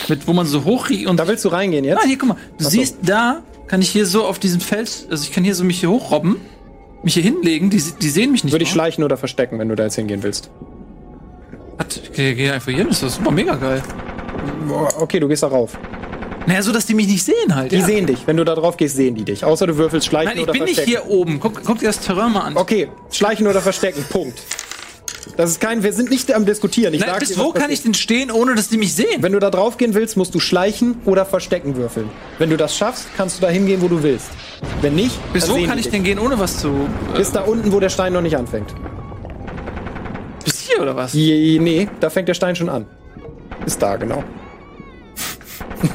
[SPEAKER 4] mit wo man so hoch und
[SPEAKER 1] da willst du reingehen jetzt?
[SPEAKER 4] Ah, hier, guck mal. Du siehst, da kann ich hier so auf diesem Fels, also ich kann hier so mich hier hochrobben, mich hier hinlegen, die, se- die sehen mich nicht.
[SPEAKER 1] Würde ich
[SPEAKER 4] mal.
[SPEAKER 1] schleichen oder verstecken, wenn du da jetzt hingehen willst.
[SPEAKER 4] Hat- ich Geh, geh einfach hier hin, ist das super mega geil.
[SPEAKER 1] Boah, Okay, du gehst da rauf.
[SPEAKER 4] Naja, so dass die mich nicht sehen halt.
[SPEAKER 1] Die
[SPEAKER 4] ja.
[SPEAKER 1] sehen dich. Wenn du da drauf gehst, sehen die dich. Außer du würfelst schleichen
[SPEAKER 4] Nein, ich
[SPEAKER 1] oder
[SPEAKER 4] bin nicht
[SPEAKER 1] verstecken.
[SPEAKER 4] hier oben. Guck, guck dir das Terrain mal an.
[SPEAKER 1] Okay, schleichen oder verstecken. Punkt. Das ist kein, wir sind nicht am diskutieren. Ich
[SPEAKER 4] Nein,
[SPEAKER 1] sag
[SPEAKER 4] bis
[SPEAKER 1] dir,
[SPEAKER 4] wo
[SPEAKER 1] was
[SPEAKER 4] kann
[SPEAKER 1] passiert.
[SPEAKER 4] ich denn stehen, ohne dass die mich sehen?
[SPEAKER 1] Wenn du da drauf gehen willst, musst du schleichen oder verstecken würfeln. Wenn du das schaffst, kannst du da hingehen, wo du willst. Wenn nicht,
[SPEAKER 4] Bis
[SPEAKER 1] dann
[SPEAKER 4] wo
[SPEAKER 1] sehen
[SPEAKER 4] kann
[SPEAKER 1] die
[SPEAKER 4] ich
[SPEAKER 1] dich.
[SPEAKER 4] denn gehen, ohne was zu. Äh,
[SPEAKER 1] Bis da unten, wo der Stein noch nicht anfängt.
[SPEAKER 4] bis hier oder was?
[SPEAKER 1] Je, nee, da fängt der Stein schon an. Ist da, genau.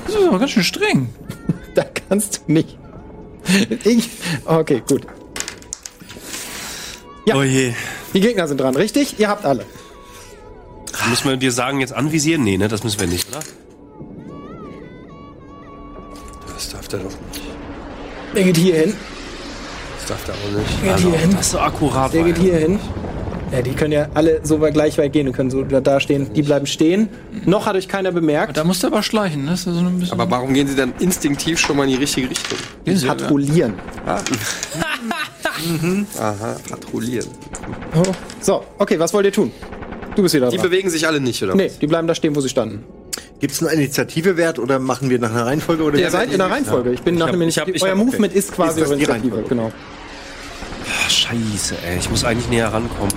[SPEAKER 4] Das ist aber ganz schön streng.
[SPEAKER 1] Da kannst du nicht. Ich. Okay, gut. Ja.
[SPEAKER 5] Oh je.
[SPEAKER 1] Die Gegner sind dran, richtig? Ihr habt alle.
[SPEAKER 5] Müssen wir dir sagen, jetzt anvisieren? Nee, ne? Das müssen wir nicht, oder?
[SPEAKER 2] Das darf der doch nicht.
[SPEAKER 1] Der geht hier hin.
[SPEAKER 2] Das darf der auch nicht.
[SPEAKER 1] Der geht hier hin.
[SPEAKER 5] Das ist so akkurat.
[SPEAKER 1] Der geht
[SPEAKER 5] Mann.
[SPEAKER 1] hier hin. Ja, die können ja alle so weit- gleich weit gehen und können so da- da stehen. Die bleiben stehen. Noch hat euch keiner bemerkt.
[SPEAKER 4] Da musst du aber schleichen, ne? Das ist so ein bisschen.
[SPEAKER 8] Aber warum gehen sie dann instinktiv schon mal in die richtige Richtung?
[SPEAKER 4] Gehen Sie, oder?
[SPEAKER 1] Patrouillieren.
[SPEAKER 8] Aha, patrouillieren.
[SPEAKER 1] So, okay, was wollt ihr tun? Du bist wieder
[SPEAKER 8] Die
[SPEAKER 1] dran.
[SPEAKER 8] bewegen sich alle nicht, oder?
[SPEAKER 1] Nee, die bleiben da stehen, wo sie standen.
[SPEAKER 3] Gibt es einen Initiativewert oder machen wir nach einer Reihenfolge? Oder
[SPEAKER 1] Ihr seid in der Reihenfolge. Ich bin nach
[SPEAKER 5] hab-
[SPEAKER 1] einem
[SPEAKER 5] ich hab- ich
[SPEAKER 1] Euer
[SPEAKER 5] hab-
[SPEAKER 1] Movement ist quasi
[SPEAKER 3] Ist das
[SPEAKER 1] eure
[SPEAKER 3] die
[SPEAKER 1] Initiative, genau.
[SPEAKER 5] Scheiße, ey. Ich muss eigentlich näher rankommen.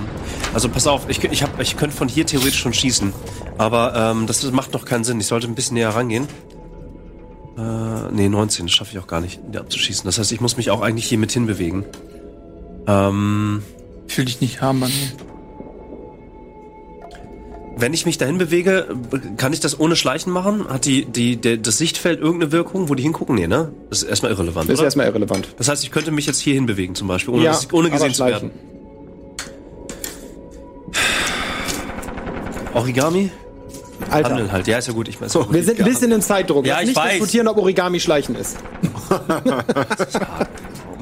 [SPEAKER 5] Also pass auf, ich, kö- ich, hab- ich könnte von hier theoretisch schon schießen. Aber ähm, das ist- macht noch keinen Sinn. Ich sollte ein bisschen näher rangehen. Äh, nee, 19, das schaffe ich auch gar nicht, die abzuschießen. Das heißt, ich muss mich auch eigentlich hier mit hinbewegen. Ähm,
[SPEAKER 4] Ich will dich nicht haben, Mann.
[SPEAKER 5] wenn ich mich dahin bewege, kann ich das ohne Schleichen machen? Hat die, die, der, das Sichtfeld irgendeine Wirkung, wo die hingucken? Nee, ne? Das ist erstmal irrelevant,
[SPEAKER 1] Das ist
[SPEAKER 5] oder?
[SPEAKER 1] erstmal irrelevant.
[SPEAKER 5] Das heißt, ich könnte mich jetzt hier hinbewegen zum Beispiel, ohne, dass- ohne
[SPEAKER 1] aber
[SPEAKER 5] gesehen zu
[SPEAKER 1] schleichen.
[SPEAKER 5] werden. Origami?
[SPEAKER 1] Alter.
[SPEAKER 5] Handeln halt. Ja, ist ja gut. Ich meine, so,
[SPEAKER 1] Wir sind ein bisschen im Zeitdruck.
[SPEAKER 5] Ja,
[SPEAKER 1] Lass
[SPEAKER 5] ich
[SPEAKER 1] nicht
[SPEAKER 5] weiß.
[SPEAKER 1] diskutieren, ob Origami schleichen ist.
[SPEAKER 5] Oh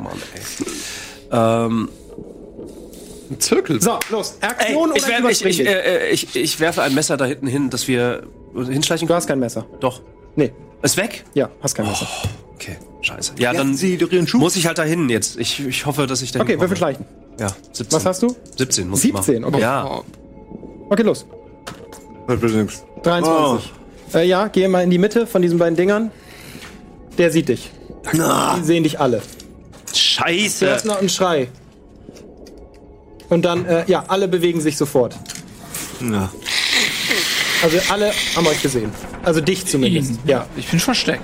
[SPEAKER 5] Mann, ey. ähm,
[SPEAKER 2] Ein Zirkel.
[SPEAKER 1] So, los.
[SPEAKER 5] ey,
[SPEAKER 1] Aktion
[SPEAKER 5] ich,
[SPEAKER 1] oder
[SPEAKER 5] werf, ich, ich,
[SPEAKER 1] überspringen?
[SPEAKER 5] äh, äh, ich, ich werfe ein Messer da hinten hin, dass wir hinschleichen
[SPEAKER 1] Du
[SPEAKER 5] können.
[SPEAKER 1] hast kein Messer.
[SPEAKER 5] Doch.
[SPEAKER 1] Nee,
[SPEAKER 5] Ist weg?
[SPEAKER 1] ja, hast
[SPEAKER 5] Oh,
[SPEAKER 1] kein Messer.
[SPEAKER 5] Okay, scheiße. Ja,
[SPEAKER 9] Lassen
[SPEAKER 5] dann
[SPEAKER 9] Sie doch Ihren Schuh.
[SPEAKER 5] muss ich halt da hin jetzt. Ich, ich hoffe, dass ich da
[SPEAKER 1] Okay,
[SPEAKER 5] hinkomme.
[SPEAKER 1] Würfel schleichen.
[SPEAKER 5] Ja, 17.
[SPEAKER 1] Was hast du?
[SPEAKER 5] 17 muss
[SPEAKER 1] 17,
[SPEAKER 5] ich machen.
[SPEAKER 1] okay.
[SPEAKER 4] Oh,
[SPEAKER 1] Oh.
[SPEAKER 5] Ja.
[SPEAKER 1] Okay, los.
[SPEAKER 3] Übrigens.
[SPEAKER 1] 23.
[SPEAKER 5] Oh.
[SPEAKER 1] Äh, ja, geh mal in die Mitte von diesen beiden Dingern. Der sieht dich. Die sehen dich alle. Du
[SPEAKER 5] Scheiße.
[SPEAKER 1] hörst noch einen Schrei. Und dann, äh, ja, alle bewegen sich sofort.
[SPEAKER 9] Ja.
[SPEAKER 1] Also alle haben euch gesehen. Also dich zumindest.
[SPEAKER 3] Mhm.
[SPEAKER 4] Ihn.
[SPEAKER 1] Ja.
[SPEAKER 4] Ich bin versteckt.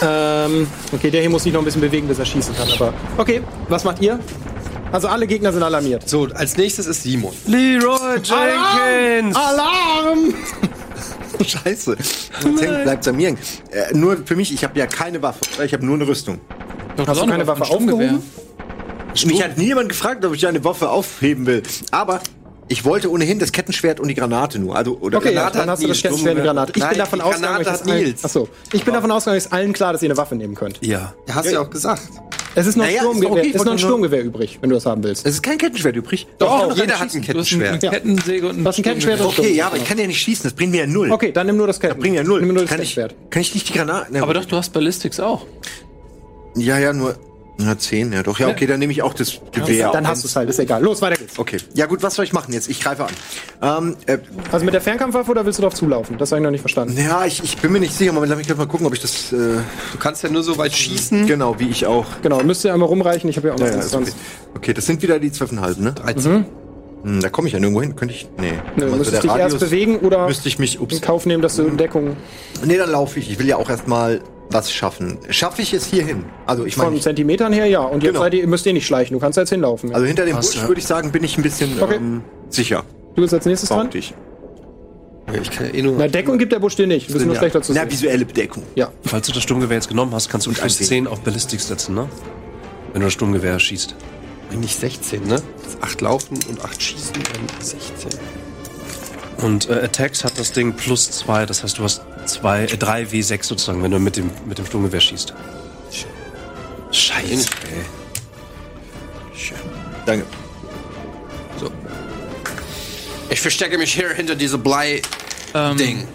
[SPEAKER 1] Ähm, okay, der hier muss sich noch ein bisschen bewegen, bis er schießen kann. Aber okay, was macht ihr? Also alle Gegner sind alarmiert.
[SPEAKER 2] So, als nächstes ist Simon.
[SPEAKER 5] Leroy
[SPEAKER 1] Ah!
[SPEAKER 5] Jenkins.
[SPEAKER 1] Alarm!
[SPEAKER 3] Scheiße. Das hängt, bleibt an mir hängen. Äh, nur für mich, ich habe ja keine Waffe. Ich habe nur eine Rüstung.
[SPEAKER 4] Doch,
[SPEAKER 1] Hast du keine Waffe aufgehoben?
[SPEAKER 3] Mich hat niemand gefragt, ob ich eine Waffe aufheben will. Aber ich wollte ohnehin das Kettenschwert und die Granate nur. Also, oder
[SPEAKER 1] Okay, ja,
[SPEAKER 3] Granate
[SPEAKER 1] dann
[SPEAKER 3] hat
[SPEAKER 1] hast du das
[SPEAKER 3] Nils.
[SPEAKER 1] Schwert eine Granate. Ich
[SPEAKER 3] Nein,
[SPEAKER 1] bin davon
[SPEAKER 3] die
[SPEAKER 1] ausgegangen,
[SPEAKER 3] Granate
[SPEAKER 1] euch das
[SPEAKER 3] hat
[SPEAKER 1] allen-
[SPEAKER 3] Nils.
[SPEAKER 1] Achso, ich bin davon ausgegangen, es ist allen klar, dass ihr eine Waffe nehmen könnt.
[SPEAKER 5] Ja.
[SPEAKER 3] Ja, Hast du ja auch gesagt.
[SPEAKER 1] Es ist noch ein
[SPEAKER 3] Naja, ist doch
[SPEAKER 1] Sturmgewehr,
[SPEAKER 3] okay,
[SPEAKER 1] ist
[SPEAKER 3] ich
[SPEAKER 1] noch ein
[SPEAKER 3] wollte nur-
[SPEAKER 1] Sturmgewehr übrig, wenn du das haben willst.
[SPEAKER 3] Es ist kein Kettenschwert übrig.
[SPEAKER 1] Doch,
[SPEAKER 3] jeder
[SPEAKER 1] kann
[SPEAKER 3] hat ein
[SPEAKER 4] Du hast eine eine
[SPEAKER 3] Kettenschwert.
[SPEAKER 1] Ja.
[SPEAKER 4] Kettensäge und
[SPEAKER 1] Du hast ein Kettenschwert und ein
[SPEAKER 3] Okay, ja, aber ich
[SPEAKER 1] Sturmgewehr.
[SPEAKER 3] kann ja nicht schießen. Das bringt mir ja null.
[SPEAKER 1] Okay, dann nimm nur das Ketten.
[SPEAKER 3] Das bringt mir ja null.
[SPEAKER 1] Nimm nur das
[SPEAKER 3] kann, ich,
[SPEAKER 1] Kettenschwert.
[SPEAKER 3] kann ich nicht die Granate? Na,
[SPEAKER 4] Aber doch, du hast Ballistics auch.
[SPEAKER 3] Ja, ja, nur. Na, zehn, ja doch. Ja, okay, dann nehme ich auch das Gewehr.
[SPEAKER 1] Dann hast du es halt, ist egal. Los, weiter geht's.
[SPEAKER 3] Okay. Ja gut, was soll ich machen jetzt? Ich greife an. Ähm, äh,
[SPEAKER 1] Also mit der Fernkampfwaffe oder willst du drauf zulaufen? Das habe ich noch nicht verstanden.
[SPEAKER 3] ja, ich, ich bin mir nicht sicher. Moment, lass mich gleich mal gucken, ob ich das. Äh,
[SPEAKER 2] Du kannst ja nur so weit
[SPEAKER 1] Mhm.
[SPEAKER 2] schießen.
[SPEAKER 3] genau, wie ich auch.
[SPEAKER 1] Genau, müsst ihr einmal rumreichen, ich habe ja auch noch
[SPEAKER 3] Ja,
[SPEAKER 1] ja,
[SPEAKER 3] ja, ist okay. okay, das sind wieder die 12,5, ne? 13. Hm, da komme ich ja nirgendwo hin. Könnte ich. Nee.
[SPEAKER 1] Du
[SPEAKER 3] Also
[SPEAKER 1] müsstest
[SPEAKER 3] der
[SPEAKER 1] dich erst
[SPEAKER 3] Radius-
[SPEAKER 1] bewegen oder
[SPEAKER 3] Müsste ich mich. Ups.
[SPEAKER 1] in Kauf nehmen, dass du in Deckung
[SPEAKER 3] Nee, dann laufe ich. Ich will ja auch erstmal was schaffen. Schaffe ich es hierhin? Also ich meine.
[SPEAKER 1] von Zentimetern her, ja. Und jetzt
[SPEAKER 3] Genau.
[SPEAKER 1] seid ihr, müsst ihr nicht schleichen, du kannst jetzt hinlaufen. Ja.
[SPEAKER 3] Also hinter dem Busch würde ich sagen, bin ich ein bisschen
[SPEAKER 1] Okay.
[SPEAKER 3] ähm, sicher.
[SPEAKER 1] du bist als nächstes dran?
[SPEAKER 3] Behaupte ich.
[SPEAKER 2] Ich kann ja eh nur.
[SPEAKER 1] Na, Deckung gibt der Busch dir nicht, du bist nur schlechter zu
[SPEAKER 3] Na,
[SPEAKER 1] sehen.
[SPEAKER 3] visuelle Bedeckung.
[SPEAKER 1] Ja,
[SPEAKER 5] Falls du das Sturmgewehr jetzt genommen hast, kannst du plus
[SPEAKER 3] ein
[SPEAKER 5] 10 auf Ballistics setzen, ne? Wenn du das Sturmgewehr schießt.
[SPEAKER 2] Bin ich 16, ne? Acht laufen und acht schießen, dann 16.
[SPEAKER 5] Und äh, Attacks hat das Ding plus 2, das heißt, du hast 3 äh, drei W6 sozusagen, wenn du mit dem, mit dem Sturmgewehr schießt. Scheiße, ey.
[SPEAKER 3] Danke.
[SPEAKER 10] Ich verstecke mich hier hinter diese Blei-Ding.
[SPEAKER 4] Ähm,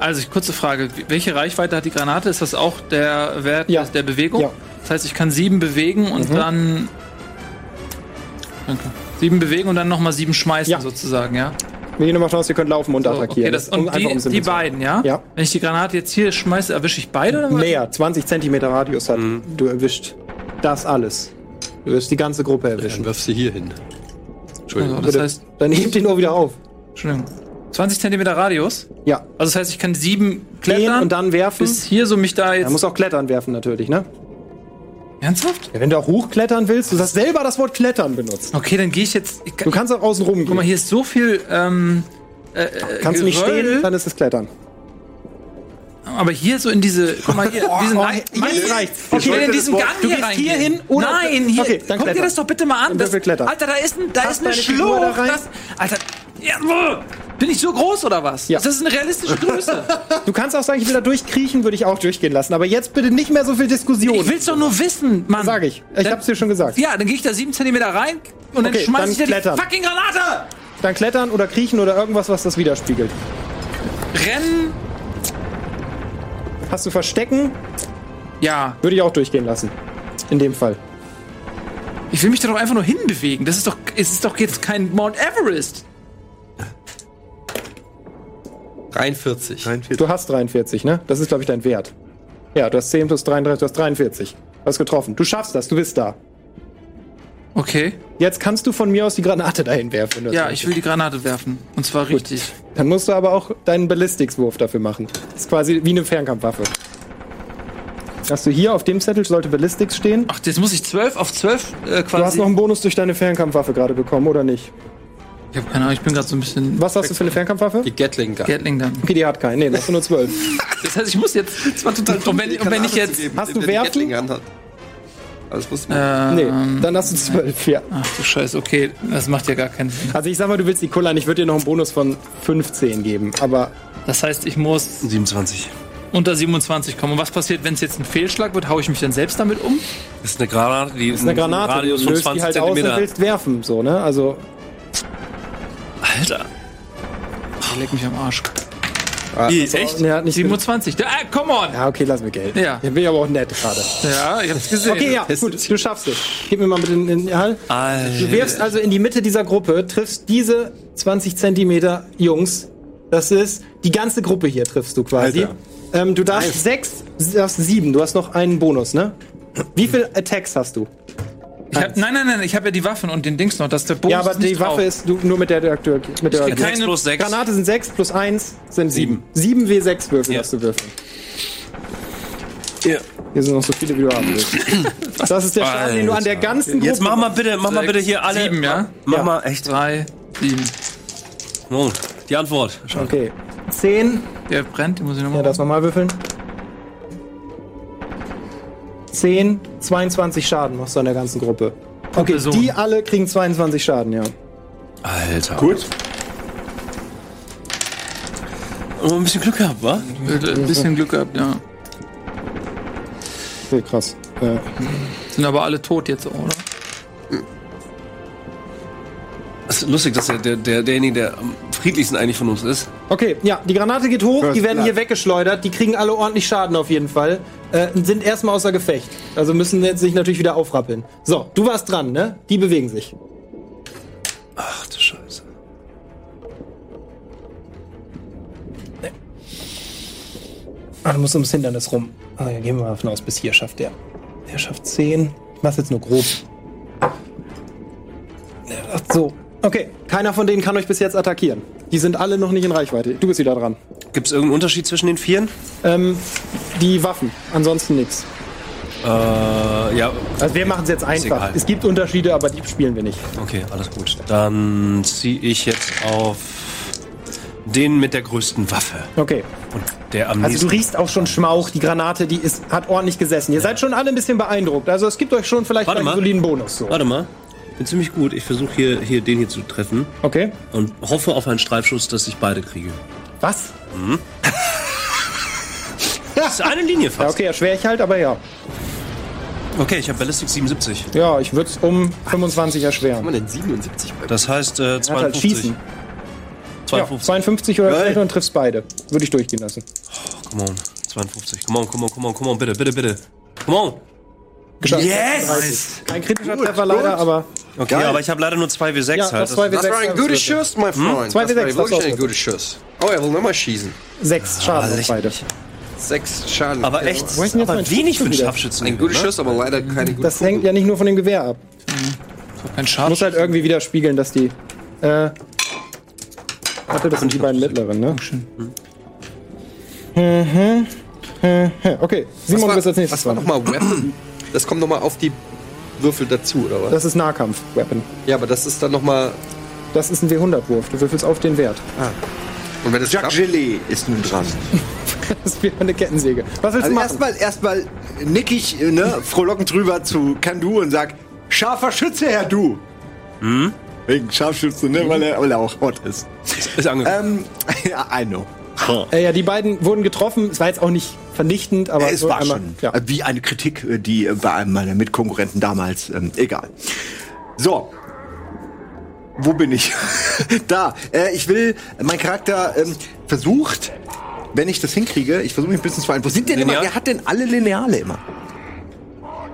[SPEAKER 4] Also, ich, kurze Frage. Wie- Welche Reichweite hat die Granate? Ist das auch der Wert
[SPEAKER 1] Ja.
[SPEAKER 4] der Bewegung?
[SPEAKER 1] Ja. Mhm.
[SPEAKER 4] Das heißt, ich kann sieben bewegen und dann. Danke. Sieben bewegen und dann nochmal sieben schmeißen,
[SPEAKER 1] Ja.
[SPEAKER 4] sozusagen, ja?
[SPEAKER 1] wenn ihr nochmal Chance, ihr könnt laufen und attackieren.
[SPEAKER 4] okay, das,
[SPEAKER 1] um-
[SPEAKER 4] und die,
[SPEAKER 1] um Sinn
[SPEAKER 4] die
[SPEAKER 1] zu-
[SPEAKER 4] beiden, ja?
[SPEAKER 1] Ja.
[SPEAKER 4] Wenn ich die Granate jetzt hier schmeiße, erwische ich beide? Oder was?
[SPEAKER 1] Mehr, 20 Zentimeter Radius hat.
[SPEAKER 4] Mhm.
[SPEAKER 1] Du erwischt das alles. Du wirst die ganze Gruppe erwischen.
[SPEAKER 2] Dann wirf sie hier hin.
[SPEAKER 4] Also, das
[SPEAKER 1] Bitte.
[SPEAKER 4] heißt,
[SPEAKER 1] Dann hebt ihn nur wieder auf.
[SPEAKER 4] Entschuldigung. 20 Zentimeter Radius.
[SPEAKER 1] Ja.
[SPEAKER 4] Also, das heißt, ich kann sieben
[SPEAKER 1] Gehen
[SPEAKER 4] klettern
[SPEAKER 1] und dann werfen.
[SPEAKER 4] bis hier so mich da
[SPEAKER 1] Er
[SPEAKER 4] jetzt.
[SPEAKER 1] muss auch klettern werfen natürlich, ne?
[SPEAKER 4] Ernsthaft?
[SPEAKER 1] Ja, wenn du auch hochklettern willst, du hast selber das Wort klettern benutzt.
[SPEAKER 4] Okay, dann gehe ich jetzt. Ich
[SPEAKER 1] Du
[SPEAKER 4] kann,
[SPEAKER 1] kannst auch außen rum
[SPEAKER 4] guck mal,
[SPEAKER 1] gehen.
[SPEAKER 4] hier ist so viel. Ähm,
[SPEAKER 1] Kannst du nicht
[SPEAKER 4] Geröll.
[SPEAKER 1] stehen, dann ist es klettern.
[SPEAKER 4] aber hier so in diese. Guck mal hier. diesen
[SPEAKER 1] Oh,
[SPEAKER 4] Nein- Mann,
[SPEAKER 1] reicht's.
[SPEAKER 4] Ich will
[SPEAKER 1] Okay,
[SPEAKER 4] in diesen Gang
[SPEAKER 1] du
[SPEAKER 4] hier
[SPEAKER 1] gehst
[SPEAKER 4] rein.
[SPEAKER 1] hier hin oder-
[SPEAKER 4] Nein, hier.
[SPEAKER 1] Okay, dann
[SPEAKER 4] guck dir
[SPEAKER 1] klettern.
[SPEAKER 4] das doch bitte mal an.
[SPEAKER 1] Dann
[SPEAKER 4] Das,
[SPEAKER 1] würfel klettern.
[SPEAKER 4] Alter, da ist ein, da
[SPEAKER 1] Passt
[SPEAKER 4] ist eine
[SPEAKER 1] deine Figur
[SPEAKER 4] Schlucht.
[SPEAKER 1] da rein?
[SPEAKER 4] Das, Alter, ja, boah. bin ich so groß oder was?
[SPEAKER 1] Ja.
[SPEAKER 4] Ist Das ist eine realistische Größe.
[SPEAKER 1] Du kannst auch sagen, ich will da durchkriechen, würde ich auch durchgehen lassen. Aber jetzt bitte nicht mehr so viel Diskussion.
[SPEAKER 4] ich will's doch nur wissen, Mann.
[SPEAKER 1] Sag ich. Ich
[SPEAKER 4] Dann-
[SPEAKER 1] hab's dir schon gesagt.
[SPEAKER 4] Ja, dann gehe ich da sieben Zentimeter rein und dann
[SPEAKER 1] Okay,
[SPEAKER 4] schmeiß
[SPEAKER 1] dann
[SPEAKER 4] ich dir
[SPEAKER 1] klettern.
[SPEAKER 4] die fucking Granate.
[SPEAKER 1] Dann klettern oder kriechen oder irgendwas, was das widerspiegelt.
[SPEAKER 4] Rennen.
[SPEAKER 1] Hast du Verstecken,
[SPEAKER 4] Ja,
[SPEAKER 1] würde ich auch durchgehen lassen. In dem Fall.
[SPEAKER 4] ich will mich da doch einfach nur hinbewegen. Das ist doch, es ist doch jetzt kein Mount Everest.
[SPEAKER 2] 43.
[SPEAKER 1] Du hast 43, ne? Das ist, glaube ich, dein Wert. Ja, du hast 10 plus 33, du hast 43. Du hast getroffen. Du schaffst das, du bist da.
[SPEAKER 4] Okay.
[SPEAKER 1] Jetzt kannst du von mir aus die Granate dahin werfen. wenn du das
[SPEAKER 4] Ja,
[SPEAKER 1] möchtest.
[SPEAKER 4] ich will die Granate werfen. Und zwar richtig.
[SPEAKER 1] Dann musst du aber auch deinen Ballistics-Wurf dafür machen. Das ist quasi wie eine Fernkampfwaffe. Hast du hier auf dem Zettel sollte Ballistics stehen?
[SPEAKER 4] Ach, jetzt muss ich 12 auf 12 äh, quasi.
[SPEAKER 1] Du hast noch einen Bonus durch deine Fernkampfwaffe gerade bekommen, oder nicht?
[SPEAKER 4] ich habe keine Ahnung, ich bin gerade so ein bisschen.
[SPEAKER 1] Was hast du für eine Fernkampfwaffe?
[SPEAKER 8] Die Gatling Gun.
[SPEAKER 4] Gatling dann.
[SPEAKER 1] Okay, die hat keinen. Nee, hast du nur zwölf.
[SPEAKER 4] Das heißt, ich muss jetzt. Das war total und wenn, und wenn ich jetzt.
[SPEAKER 1] Hast du werfen?
[SPEAKER 8] Alles muss
[SPEAKER 1] Nee, dann hast du zwölf, ja.
[SPEAKER 4] Ach du Scheiße, okay, das macht ja gar keinen Sinn.
[SPEAKER 1] Also ich sag mal, du willst die Kullern, ich würde dir noch einen Bonus von 15 geben, aber
[SPEAKER 4] Das heißt, ich muss
[SPEAKER 5] 27.
[SPEAKER 4] unter 27 kommen. Und was passiert, wenn es jetzt ein Fehlschlag wird? Hau ich mich dann selbst damit um?
[SPEAKER 5] Das ist eine Granate, die ist
[SPEAKER 1] eine Granate,
[SPEAKER 5] Radius
[SPEAKER 1] du
[SPEAKER 5] von
[SPEAKER 1] löst die
[SPEAKER 5] 20
[SPEAKER 1] halt aus und
[SPEAKER 5] Zentimeter.
[SPEAKER 1] willst werfen, so, ne? Also,
[SPEAKER 5] Alter.
[SPEAKER 4] Ich leck mich am Arsch.
[SPEAKER 5] Wie, echt?
[SPEAKER 1] ne, hat nicht
[SPEAKER 4] 27. Da, ah, come on!
[SPEAKER 1] Ja, okay, lass mir Geld.
[SPEAKER 4] Ja.
[SPEAKER 1] Ich bin aber auch nett gerade.
[SPEAKER 4] Ja, ich hab's gesehen.
[SPEAKER 1] Okay, ja, gut, du schaffst es. Gib mir mal bitte den, den Hall.
[SPEAKER 5] Ah,
[SPEAKER 1] Du
[SPEAKER 5] Alter.
[SPEAKER 1] wirfst also in die Mitte dieser Gruppe, triffst diese 20 Zentimeter Jungs. Das ist die ganze Gruppe hier, triffst du quasi.
[SPEAKER 8] Alter.
[SPEAKER 1] Ähm, du darfst sechs, du darfst sieben. Du hast noch einen Bonus, ne? Wie viele Attacks hast du?
[SPEAKER 4] Ich hab, nein, nein, nein, ich habe ja die Waffen und den Dings noch. Das ist der Bonus
[SPEAKER 1] ja, aber
[SPEAKER 4] ist nicht
[SPEAKER 1] die Waffe
[SPEAKER 4] drauf.
[SPEAKER 1] ist du, nur mit der du aktuell. Mit der
[SPEAKER 4] krieg
[SPEAKER 1] aktuell-
[SPEAKER 4] keine-
[SPEAKER 5] 6 plus 6.
[SPEAKER 1] Granate sind sechs plus eins sind sieben. Sieben W6 Würfel hast du würfeln.
[SPEAKER 5] Ja.
[SPEAKER 1] Hier sind noch so viele, wie du haben willst. das ist der Schaden, den du an der ganzen Gruppe.
[SPEAKER 5] Jetzt mach mal bitte, mach mal bitte hier alle.
[SPEAKER 4] Sieben, ja?
[SPEAKER 5] Mach
[SPEAKER 1] Ja.
[SPEAKER 5] mal echt.
[SPEAKER 4] 3, 7.
[SPEAKER 5] Oh, die Antwort. Schau.
[SPEAKER 1] Okay. Zehn.
[SPEAKER 4] Der brennt, den muss ich
[SPEAKER 1] Ja,
[SPEAKER 4] nochmal.
[SPEAKER 1] das nochmal würfeln. 10, 22 Schaden machst du an der ganzen Gruppe. Okay,
[SPEAKER 4] Person.
[SPEAKER 1] die alle kriegen 22 Schaden, ja.
[SPEAKER 5] Alter. Gut. Oh, ein bisschen Glück gehabt, wa?
[SPEAKER 4] ein bisschen Glück gehabt, ja.
[SPEAKER 1] Okay, krass. Äh,
[SPEAKER 4] Sind aber alle tot jetzt, oder?
[SPEAKER 5] Das ist lustig, dass der, der, der, derjenige, der am friedlichsten eigentlich von uns ist.
[SPEAKER 1] okay, ja, die Granate geht hoch, die
[SPEAKER 3] First
[SPEAKER 1] werden
[SPEAKER 3] Blood.
[SPEAKER 1] hier weggeschleudert, die kriegen alle ordentlich Schaden auf jeden Fall. Äh, sind erstmal außer Gefecht. Also müssen jetzt sich natürlich wieder aufrappeln. So, du warst dran, ne? Die bewegen sich.
[SPEAKER 5] Ach du Scheiße.
[SPEAKER 1] Ah, du musst ums Hindernis rum. Ah, ja, gehen wir mal davon aus, bis hier schafft der. Der schafft 10. Ich mach's jetzt nur grob. Der macht so. Okay, keiner von denen kann euch bis jetzt attackieren. Die sind alle noch nicht in Reichweite. Du bist wieder dran.
[SPEAKER 5] Gibt es irgendeinen Unterschied zwischen den Vieren?
[SPEAKER 1] Ähm, die Waffen, ansonsten nichts.
[SPEAKER 5] Äh, ja,
[SPEAKER 1] Also wir machen es jetzt einfach.
[SPEAKER 5] egal.
[SPEAKER 1] Es gibt Unterschiede, aber die spielen wir nicht.
[SPEAKER 5] okay, alles gut. Dann ziehe ich jetzt auf den mit der größten Waffe.
[SPEAKER 1] Okay.
[SPEAKER 5] Und der am
[SPEAKER 1] Also
[SPEAKER 5] nächsten.
[SPEAKER 1] du riechst auch schon Schmauch, die Granate, die ist, hat ordentlich gesessen. Ihr seid schon alle ein bisschen beeindruckt. Also es gibt euch schon vielleicht
[SPEAKER 5] Warte
[SPEAKER 1] einen
[SPEAKER 5] mal.
[SPEAKER 1] soliden Bonus. So.
[SPEAKER 5] Warte mal. Bin ziemlich gut. Ich versuche hier, hier den hier zu treffen
[SPEAKER 1] Okay.
[SPEAKER 5] und hoffe auf einen Streifschuss, dass ich beide kriege.
[SPEAKER 1] Was?
[SPEAKER 5] Das ist eine Linie
[SPEAKER 1] Ja,
[SPEAKER 5] fast.
[SPEAKER 1] okay, erschwer ich halt, aber ja.
[SPEAKER 5] Okay, ich habe Ballistik 77.
[SPEAKER 1] Ja, ich würde es um 25 erschweren.
[SPEAKER 8] man denn 77 bei?
[SPEAKER 5] Das heißt äh,
[SPEAKER 1] Er hat halt
[SPEAKER 5] 52.
[SPEAKER 1] schießen. Ja,
[SPEAKER 5] 52.
[SPEAKER 1] 52 oder
[SPEAKER 5] Geil.
[SPEAKER 1] später und triffst beide. Würde ich durchgehen lassen.
[SPEAKER 5] Come on. 52. Come on, come on, come on, come on. Bitte, bitte, bitte. Come on.
[SPEAKER 1] Geschafft.
[SPEAKER 5] Yes!
[SPEAKER 1] Ein kritischer Treffer leider, aber
[SPEAKER 5] Okay, aber ich habe leider nur 2W6
[SPEAKER 1] ja,
[SPEAKER 5] halt.
[SPEAKER 1] das war
[SPEAKER 8] Das war ein guter
[SPEAKER 1] W6.
[SPEAKER 8] Schuss, mein Freund.
[SPEAKER 1] Zwei
[SPEAKER 8] Das
[SPEAKER 1] W6,
[SPEAKER 8] war
[SPEAKER 1] das
[SPEAKER 8] wirklich ein
[SPEAKER 1] auch.
[SPEAKER 8] guter Schuss. Oh, er will nochmal schießen.
[SPEAKER 1] Sechs Schaden auf
[SPEAKER 5] lächerlich.
[SPEAKER 1] beide.
[SPEAKER 8] Sechs Schaden.
[SPEAKER 5] aber echt,
[SPEAKER 8] Also,
[SPEAKER 1] Wo ist denn jetzt
[SPEAKER 5] aber
[SPEAKER 1] mein
[SPEAKER 5] wenig für einen
[SPEAKER 1] wieder?
[SPEAKER 5] Scharfschützen.
[SPEAKER 8] Ein guter Schuss, aber leider keine gute
[SPEAKER 1] Das hängt ja nicht nur von dem Gewehr ab.
[SPEAKER 4] Kein
[SPEAKER 1] Muss
[SPEAKER 4] Schaden.
[SPEAKER 1] halt irgendwie widerspiegeln, dass die. Äh, warte, das sind die beiden mittleren, ne? Mhm. Mhm. Okay,
[SPEAKER 8] Was
[SPEAKER 1] Simon
[SPEAKER 8] war,
[SPEAKER 1] bist als nächstes
[SPEAKER 8] was war
[SPEAKER 1] dran.
[SPEAKER 8] nochmal Weapon? Das kommt nochmal auf die Würfel dazu, oder was?
[SPEAKER 1] Das ist Nahkampf-Weapon.
[SPEAKER 8] Ja, aber das ist dann nochmal.
[SPEAKER 1] Das ist ein W100-Wurf. Du würfelst auf den Wert.
[SPEAKER 8] Und wenn es
[SPEAKER 3] Jacques
[SPEAKER 8] klappt,
[SPEAKER 3] Gillet ist nun dran.
[SPEAKER 1] Das ist wie eine Kettensäge. Was willst
[SPEAKER 3] Also
[SPEAKER 1] du machen?
[SPEAKER 3] erstmal, erstmal nick ich äh, ne, frohlockend drüber zu Kandu und sag, scharfer Schütze, Herr Du. Hm? Wegen Scharfschütze, ne, weil er, weil er auch hot ist.
[SPEAKER 5] Ist angekommen.
[SPEAKER 3] Ähm, ja, I know.
[SPEAKER 1] Äh, ja, die beiden wurden getroffen. Es war jetzt auch nicht vernichtend, aber
[SPEAKER 3] es
[SPEAKER 1] so
[SPEAKER 3] war
[SPEAKER 1] einmal-
[SPEAKER 3] schon
[SPEAKER 1] Ja.
[SPEAKER 3] äh, wie eine Kritik, äh, die äh, bei einem meiner Mitkonkurrenten damals, ähm, egal. So. Wo bin ich? da. Äh, ich will, mein Charakter ähm, versucht, wenn ich das hinkriege, ich versuche mich ein bisschen zu beeilen. Wo sind denn immer,
[SPEAKER 5] Lineal?
[SPEAKER 3] wer hat denn alle Lineale immer?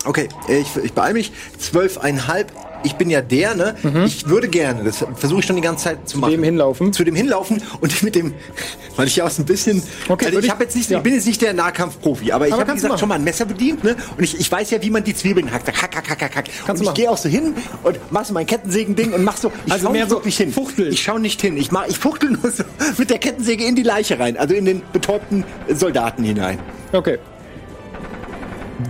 [SPEAKER 3] Okay, äh, ich, ich beeil mich. Zwölfeinhalb ich bin ja der, ne? Ich würde gerne, das versuche ich schon die ganze Zeit zu, machen.
[SPEAKER 1] Mhm. dem hinlaufen?
[SPEAKER 3] Zu dem hinlaufen und mit dem, weil ich ja auch so ein bisschen,
[SPEAKER 1] Okay,
[SPEAKER 3] also
[SPEAKER 1] würde
[SPEAKER 3] ich,
[SPEAKER 1] ich-
[SPEAKER 3] hab jetzt nicht,
[SPEAKER 1] ja.
[SPEAKER 3] ich bin jetzt nicht der Nahkampfprofi, aber ich
[SPEAKER 1] Aber
[SPEAKER 3] habe
[SPEAKER 1] kannst du
[SPEAKER 3] gesagt
[SPEAKER 1] machen.
[SPEAKER 3] schon mal ein Messer bedient, ne? Und ich, ich weiß ja, wie man die Zwiebeln hackt. Hack, hack, hack, hack, hack.
[SPEAKER 1] Kannst du
[SPEAKER 3] und ich
[SPEAKER 1] machen.
[SPEAKER 3] gehe auch so hin und mach so mein Kettensägen-Ding und mach so, ich
[SPEAKER 1] Also
[SPEAKER 3] schau
[SPEAKER 1] mehr
[SPEAKER 3] nicht
[SPEAKER 1] so
[SPEAKER 3] wirklich hin.
[SPEAKER 1] fuchteln.
[SPEAKER 3] Ich schau nicht hin. Ich mach, ich fuchtel nur so mit der Kettensäge in die Leiche rein, also in den betäubten Soldaten hinein.
[SPEAKER 1] Okay.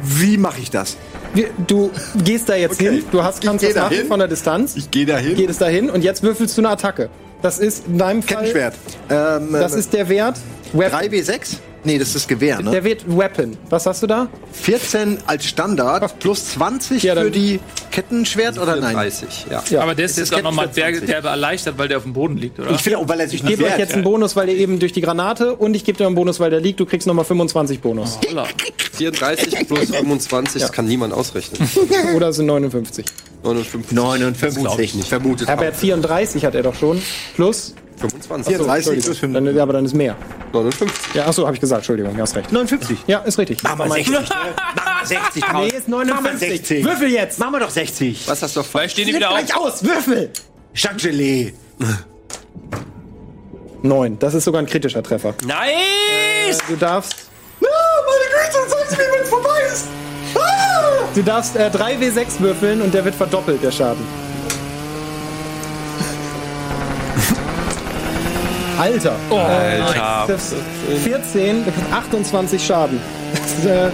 [SPEAKER 3] Wie mache ich das?
[SPEAKER 1] Wir, du gehst da jetzt
[SPEAKER 3] Okay.
[SPEAKER 1] hin. Du hast, kannst das
[SPEAKER 3] Ich geh da
[SPEAKER 1] machen
[SPEAKER 3] hin.
[SPEAKER 1] von der Distanz.
[SPEAKER 3] Ich gehe dahin.
[SPEAKER 1] Geht es dahin und jetzt würfelst du eine Attacke. Das ist in deinem Fall.
[SPEAKER 3] Kettenschwert. Ähm,
[SPEAKER 1] Das ist der Wert. Weapon.
[SPEAKER 3] 3W6? Nee, das ist Gewehr, ne?
[SPEAKER 1] Der Wert Weapon. Was hast du da?
[SPEAKER 3] 14 als Standard plus 20
[SPEAKER 1] Ja, dann-
[SPEAKER 3] für die Kettenschwert oder nein?
[SPEAKER 8] 30, ja.
[SPEAKER 4] Aber der ist
[SPEAKER 3] Das
[SPEAKER 4] jetzt auch nochmal
[SPEAKER 3] Kettenschwert
[SPEAKER 4] der,
[SPEAKER 3] 20.
[SPEAKER 4] derbe erleichtert, weil der auf dem Boden liegt, oder?
[SPEAKER 3] Ich finde, auch, weil er sich
[SPEAKER 1] Ich
[SPEAKER 3] nicht
[SPEAKER 1] gebe euch
[SPEAKER 3] wehrt.
[SPEAKER 1] jetzt einen Bonus, weil ihr eben durch die Granate und ich gebe dir einen Bonus, weil der liegt. Du kriegst nochmal 25 Bonus.
[SPEAKER 4] Holla.
[SPEAKER 8] 34 plus 25, das kann niemand ausrechnen.
[SPEAKER 1] Oder sind 59.
[SPEAKER 8] 59.
[SPEAKER 3] 59.
[SPEAKER 8] Ich vermute
[SPEAKER 1] Aber er hat 34 hat er doch schon. Plus.
[SPEAKER 8] 25.
[SPEAKER 1] So,
[SPEAKER 3] 30
[SPEAKER 1] Entschuldigung.
[SPEAKER 3] plus 5.
[SPEAKER 1] Dann, ja, aber dann ist mehr.
[SPEAKER 8] 59.
[SPEAKER 1] Ja, achso, habe ich gesagt. Entschuldigung, du hast recht.
[SPEAKER 3] 59.
[SPEAKER 1] Ja, ist richtig.
[SPEAKER 3] Mach mal 60. ne? Mach mal 60. Paul.
[SPEAKER 1] Nee, ist 59.
[SPEAKER 3] Würfel.
[SPEAKER 1] Würfel jetzt.
[SPEAKER 3] Machen wir doch 60.
[SPEAKER 8] Was hast du auf
[SPEAKER 4] Weil stehen die wieder auf.
[SPEAKER 1] Gleich aus. Würfel.
[SPEAKER 3] Jacques Gelee.
[SPEAKER 1] 9. Das ist sogar ein kritischer Treffer.
[SPEAKER 4] Nice!
[SPEAKER 1] Äh, Du darfst,
[SPEAKER 3] meine Güte, sagst du mir, wenn es vorbei ist? Ah!
[SPEAKER 1] du darfst äh, 3W6 würfeln und der wird verdoppelt, der Schaden. Alter.
[SPEAKER 5] Äh, Alter.
[SPEAKER 1] Das 14, 28 Schaden. Das, äh,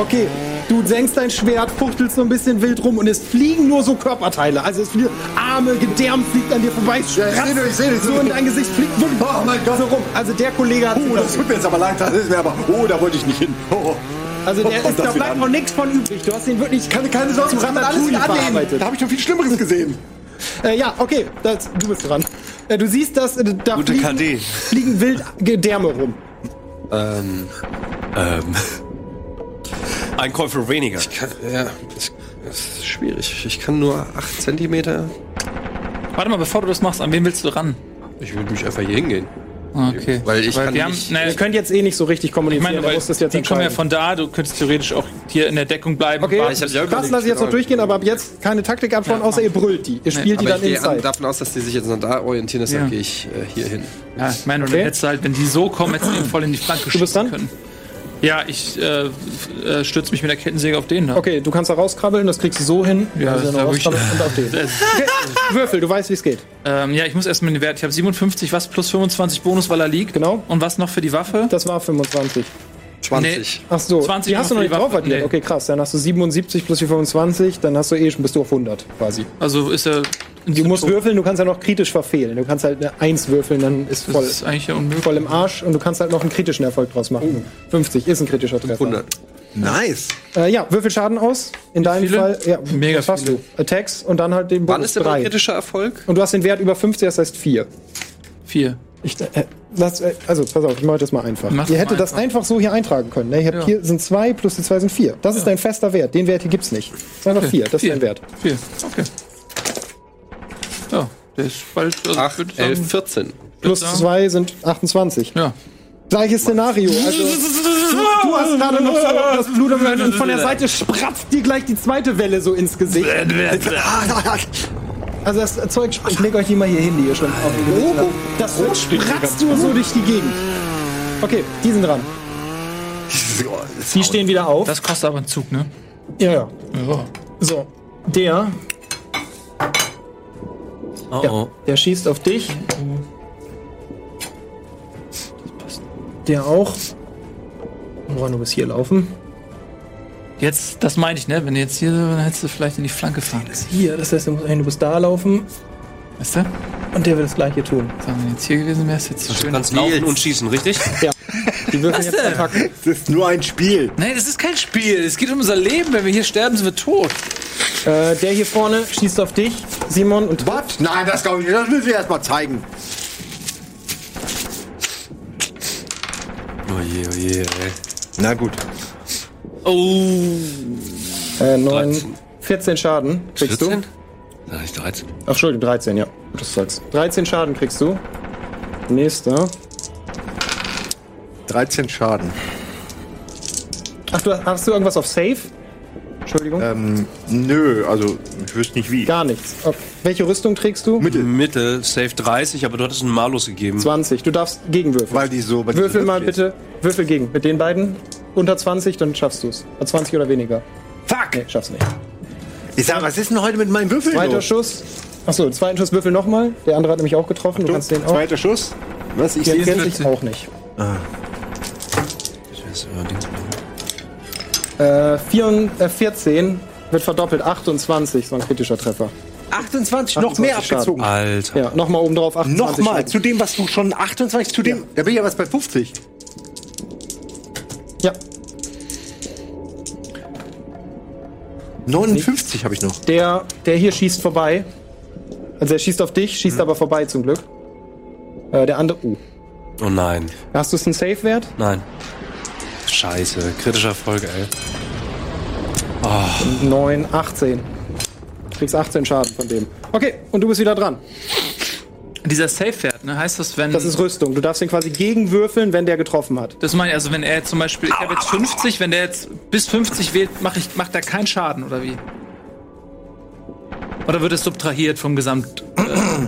[SPEAKER 1] okay, du senkst dein Schwert, fuchtelst so ein bisschen wild rum und es fliegen nur so Körperteile. Also es fliegen Arme, Gedärm fliegt an dir vorbei.
[SPEAKER 3] seh dich, ich seh dich.
[SPEAKER 1] So in dein Gesicht fliegt wirklich oh mein Gott. so rum. Also der Kollege hat
[SPEAKER 3] Oh, das tut mir jetzt aber leid. Das ist mir aber. Oh, da wollte ich nicht hin. Oh.
[SPEAKER 1] Also der
[SPEAKER 3] Oh,
[SPEAKER 1] ist,
[SPEAKER 3] das
[SPEAKER 1] da
[SPEAKER 3] wieder
[SPEAKER 1] bleibt
[SPEAKER 3] an.
[SPEAKER 1] noch nichts von übrig. Du hast ihn wirklich
[SPEAKER 3] Keine, keine Sorge, das kann man alles wieder annehmen. Da habe ich schon viel Schlimmeres gesehen.
[SPEAKER 1] Äh, ja, okay, das, du bist dran. Äh, du siehst, dass äh, da
[SPEAKER 5] Gute
[SPEAKER 1] fliegen,
[SPEAKER 5] KD.
[SPEAKER 1] fliegen wild Gedärme rum.
[SPEAKER 8] Ähm,
[SPEAKER 5] Ähm. Ein Käufer weniger.
[SPEAKER 8] kann, ja, das, das ist schwierig. Ich kann nur 8 cm.
[SPEAKER 4] Warte mal, bevor du das machst, an wen willst du ran? Ah,
[SPEAKER 8] Ich würde mich einfach hier hingehen.
[SPEAKER 4] Okay.
[SPEAKER 8] Weil ich kann
[SPEAKER 4] wir haben,
[SPEAKER 8] nicht-
[SPEAKER 4] naja,
[SPEAKER 1] Ihr könnt jetzt eh nicht so richtig
[SPEAKER 4] ich
[SPEAKER 1] kommunizieren.
[SPEAKER 4] meine,
[SPEAKER 1] der
[SPEAKER 4] weil
[SPEAKER 1] muss das jetzt
[SPEAKER 4] die kommen ja
[SPEAKER 1] entscheiden.
[SPEAKER 4] von da, du könntest theoretisch auch hier in der Deckung bleiben.
[SPEAKER 1] Okay,
[SPEAKER 4] warten.
[SPEAKER 8] ich hab ja
[SPEAKER 1] das
[SPEAKER 8] überlegt,
[SPEAKER 1] lasse ich jetzt noch
[SPEAKER 8] genau.
[SPEAKER 1] durchgehen, aber ab jetzt keine Taktik abschauen, außer ihr brüllt die. Ihr spielt die
[SPEAKER 8] Aber ich
[SPEAKER 1] dann
[SPEAKER 8] gehe an,
[SPEAKER 1] inside.
[SPEAKER 8] davon aus, dass die sich jetzt noch da orientieren, deshalb
[SPEAKER 4] Ja.
[SPEAKER 8] gehe ich äh, hier hin.
[SPEAKER 4] Ja, ich meine, okay.
[SPEAKER 1] Okay.
[SPEAKER 4] dann hättest du halt, wenn die so kommen, hättest du ihn voll in die Flanke schießen
[SPEAKER 1] bist dran?
[SPEAKER 4] können. Ja, ich äh, f- äh, stürze mich mit der Kettensäge auf den da.
[SPEAKER 1] Okay, du kannst da rauskrabbeln, das kriegst du so hin.
[SPEAKER 4] Ja,
[SPEAKER 1] also
[SPEAKER 4] das
[SPEAKER 1] dann
[SPEAKER 4] glaub ich.
[SPEAKER 1] rauskrabbeln und auf den.
[SPEAKER 4] Das-
[SPEAKER 1] Würfel, du weißt, wie es geht.
[SPEAKER 4] Ähm, ja, ich muss erstmal den Wert. Ich habe 57, was plus 25 Bonus, weil er liegt.
[SPEAKER 1] Genau.
[SPEAKER 4] Und was noch für die Waffe?
[SPEAKER 1] Das war 25.
[SPEAKER 8] 20.
[SPEAKER 1] Ach so,
[SPEAKER 4] 20
[SPEAKER 1] die hast du noch
[SPEAKER 4] noch für
[SPEAKER 1] nicht
[SPEAKER 4] die
[SPEAKER 1] drauf
[SPEAKER 4] Waffe,
[SPEAKER 1] addiert.
[SPEAKER 4] nee.
[SPEAKER 1] Okay, krass. Dann hast du 77 plus die 25, dann hast du eh schon, bist du auf 100 quasi.
[SPEAKER 4] Also ist er.
[SPEAKER 1] Du musst würfeln, du kannst ja noch kritisch verfehlen. Du kannst halt eine 1 würfeln, dann ist
[SPEAKER 4] Das
[SPEAKER 1] voll.
[SPEAKER 4] ist eigentlich ja unmöglich.
[SPEAKER 1] voll im Arsch und du kannst halt noch einen kritischen Erfolg draus machen.
[SPEAKER 4] Oh.
[SPEAKER 1] 50 ist ein kritischer Treffer.
[SPEAKER 8] 100.
[SPEAKER 3] Nice.
[SPEAKER 1] Äh, ja, würfel Schaden aus. In deinem
[SPEAKER 4] viele?
[SPEAKER 1] Fall. Ja,
[SPEAKER 4] Mega
[SPEAKER 1] was hast
[SPEAKER 4] viele.
[SPEAKER 1] du? Attacks und dann halt den
[SPEAKER 8] Wann
[SPEAKER 1] Bonus
[SPEAKER 8] ist der
[SPEAKER 1] 3.
[SPEAKER 8] kritischer Erfolg?
[SPEAKER 1] Und du hast den Wert über 50, das heißt 4.
[SPEAKER 4] Vier.
[SPEAKER 1] Ich, äh, das, äh, also, pass auf, ich mache das mal einfach.
[SPEAKER 4] Mach
[SPEAKER 1] Ihr
[SPEAKER 4] das
[SPEAKER 1] hättet
[SPEAKER 4] mal
[SPEAKER 1] das einfach so hier eintragen können. Ne? Ihr habt
[SPEAKER 4] Ja.
[SPEAKER 1] Hier sind 2 plus die 2 sind 4. Das ist dein fester Wert. Den Wert hier gibt's nicht. Das ist einfach 4. Das ist
[SPEAKER 4] Vier.
[SPEAKER 1] dein Wert.
[SPEAKER 4] Vier. Okay. Ja, der ist bald. Also ich würd
[SPEAKER 8] 8,
[SPEAKER 4] sagen,
[SPEAKER 8] 11, 14.
[SPEAKER 1] Plus
[SPEAKER 4] sagen-
[SPEAKER 1] 2 sind ne? 28.
[SPEAKER 4] Ja.
[SPEAKER 1] Gleiches Szenario. Also, du, du hast gerade noch so das Blut am Mund und von der Seite spratzt dir gleich die zweite Welle so ins Gesicht. Ah, Also das Zeug, spr- ich leg euch die mal hier hin, die ihr schon auf dem Gesicht habt. Das Zeug spratzt nur so durch die Gegend. Okay, die sind dran. Die stehen wieder auf.
[SPEAKER 4] Das kostet aber einen Zug, ne?
[SPEAKER 1] Ja, ja.
[SPEAKER 4] Ja.
[SPEAKER 1] So, der,
[SPEAKER 5] Oh
[SPEAKER 1] ja, der schießt auf dich. Der auch. Woran du bis hier laufen?
[SPEAKER 4] Jetzt, das meine ich, ne? Wenn du jetzt hier, so, dann hättest du vielleicht in die Flanke fahren.
[SPEAKER 1] Das hier, das heißt, du musst eigentlich nur bis da laufen
[SPEAKER 4] Weißt du?
[SPEAKER 1] und der wird das gleiche tun.
[SPEAKER 4] So, wenn du jetzt hier gewesen wärst, jetzt schön.
[SPEAKER 5] Ganz laufen und schießen, richtig?
[SPEAKER 1] Die würfeln jetzt Attacken.
[SPEAKER 3] Das ist nur ein Spiel.
[SPEAKER 4] Nein, das ist kein Spiel. Es geht um unser Leben. Wenn wir hier sterben, sind wir tot.
[SPEAKER 1] Äh, der hier vorne schießt auf dich, Simon, und
[SPEAKER 3] What? Nein, das glaube ich nicht. Das müssen wir erst mal zeigen.
[SPEAKER 5] Oh je, oh je, ey.
[SPEAKER 3] Na gut.
[SPEAKER 4] Oh.
[SPEAKER 1] äh, 9,
[SPEAKER 5] 13.
[SPEAKER 1] 14 Schaden kriegst du.
[SPEAKER 5] Nein, ich 13.
[SPEAKER 1] Ach, Entschuldigung, 13, ja. Das soll's. 13 Schaden kriegst du. Nächster.
[SPEAKER 3] 13 Schaden.
[SPEAKER 1] Ach, du, hast du irgendwas auf Save? Entschuldigung?
[SPEAKER 3] Ähm, nö, also ich wüsste nicht wie.
[SPEAKER 1] Gar nichts. Okay. Welche Rüstung trägst du?
[SPEAKER 5] Mittel. Mittel, safe 30, aber du hattest einen Malus gegeben.
[SPEAKER 1] 20. Du darfst gegenwürfeln.
[SPEAKER 3] Weil die so bei
[SPEAKER 1] Würfel
[SPEAKER 3] diesem
[SPEAKER 1] mal
[SPEAKER 3] Lift
[SPEAKER 1] bitte. Würfel gegen. Mit den beiden unter 20, dann schaffst du es. 20 oder weniger.
[SPEAKER 3] Fuck!
[SPEAKER 1] Nee, schaffst nicht.
[SPEAKER 3] Ich sag, was ist denn heute mit meinen Würfeln
[SPEAKER 1] Zweiter
[SPEAKER 3] los?
[SPEAKER 1] Schuss. Achso, zweiten Schuss würfel nochmal. Der andere hat nämlich auch getroffen. Du kannst den auch.
[SPEAKER 3] Zweiter Schuss. Was? Ich
[SPEAKER 1] Der
[SPEAKER 3] sehe
[SPEAKER 1] kennt sich auch nicht. Äh, 4, äh, 14 wird verdoppelt. 28, so ein kritischer Treffer.
[SPEAKER 3] 28, noch
[SPEAKER 1] 28
[SPEAKER 3] mehr
[SPEAKER 1] Schaden.
[SPEAKER 3] abgezogen.
[SPEAKER 5] Alter.
[SPEAKER 1] Ja, nochmal oben drauf. 28
[SPEAKER 3] Nochmal,
[SPEAKER 1] Schaden.
[SPEAKER 3] zu dem, was du schon 28, zu dem, da bin ich ja was bei 50.
[SPEAKER 1] Ja,
[SPEAKER 3] 59 habe ich noch.
[SPEAKER 1] der, der hier schießt vorbei. Also er schießt auf dich, schießt
[SPEAKER 3] Mhm.
[SPEAKER 1] aber vorbei zum Glück. Äh, der andere. Uh.
[SPEAKER 5] Oh nein,
[SPEAKER 1] Hast du es einen Safe-Wert?
[SPEAKER 5] nein. Scheiße, kritischer Erfolg, ey.
[SPEAKER 1] 9, 18. Du kriegst 18 Schaden von dem. Okay, und du bist wieder dran.
[SPEAKER 4] Dieser Safe-Wert, ne? Heißt das, wenn.
[SPEAKER 1] Das ist Rüstung. Du darfst ihn quasi gegenwürfeln, wenn der getroffen hat.
[SPEAKER 4] Das meine ich, also wenn er jetzt zum Beispiel, ich habe jetzt 50, wenn der jetzt bis 50 wählt, mach ich, macht er keinen Schaden, oder wie? Oder wird es subtrahiert vom Gesamt?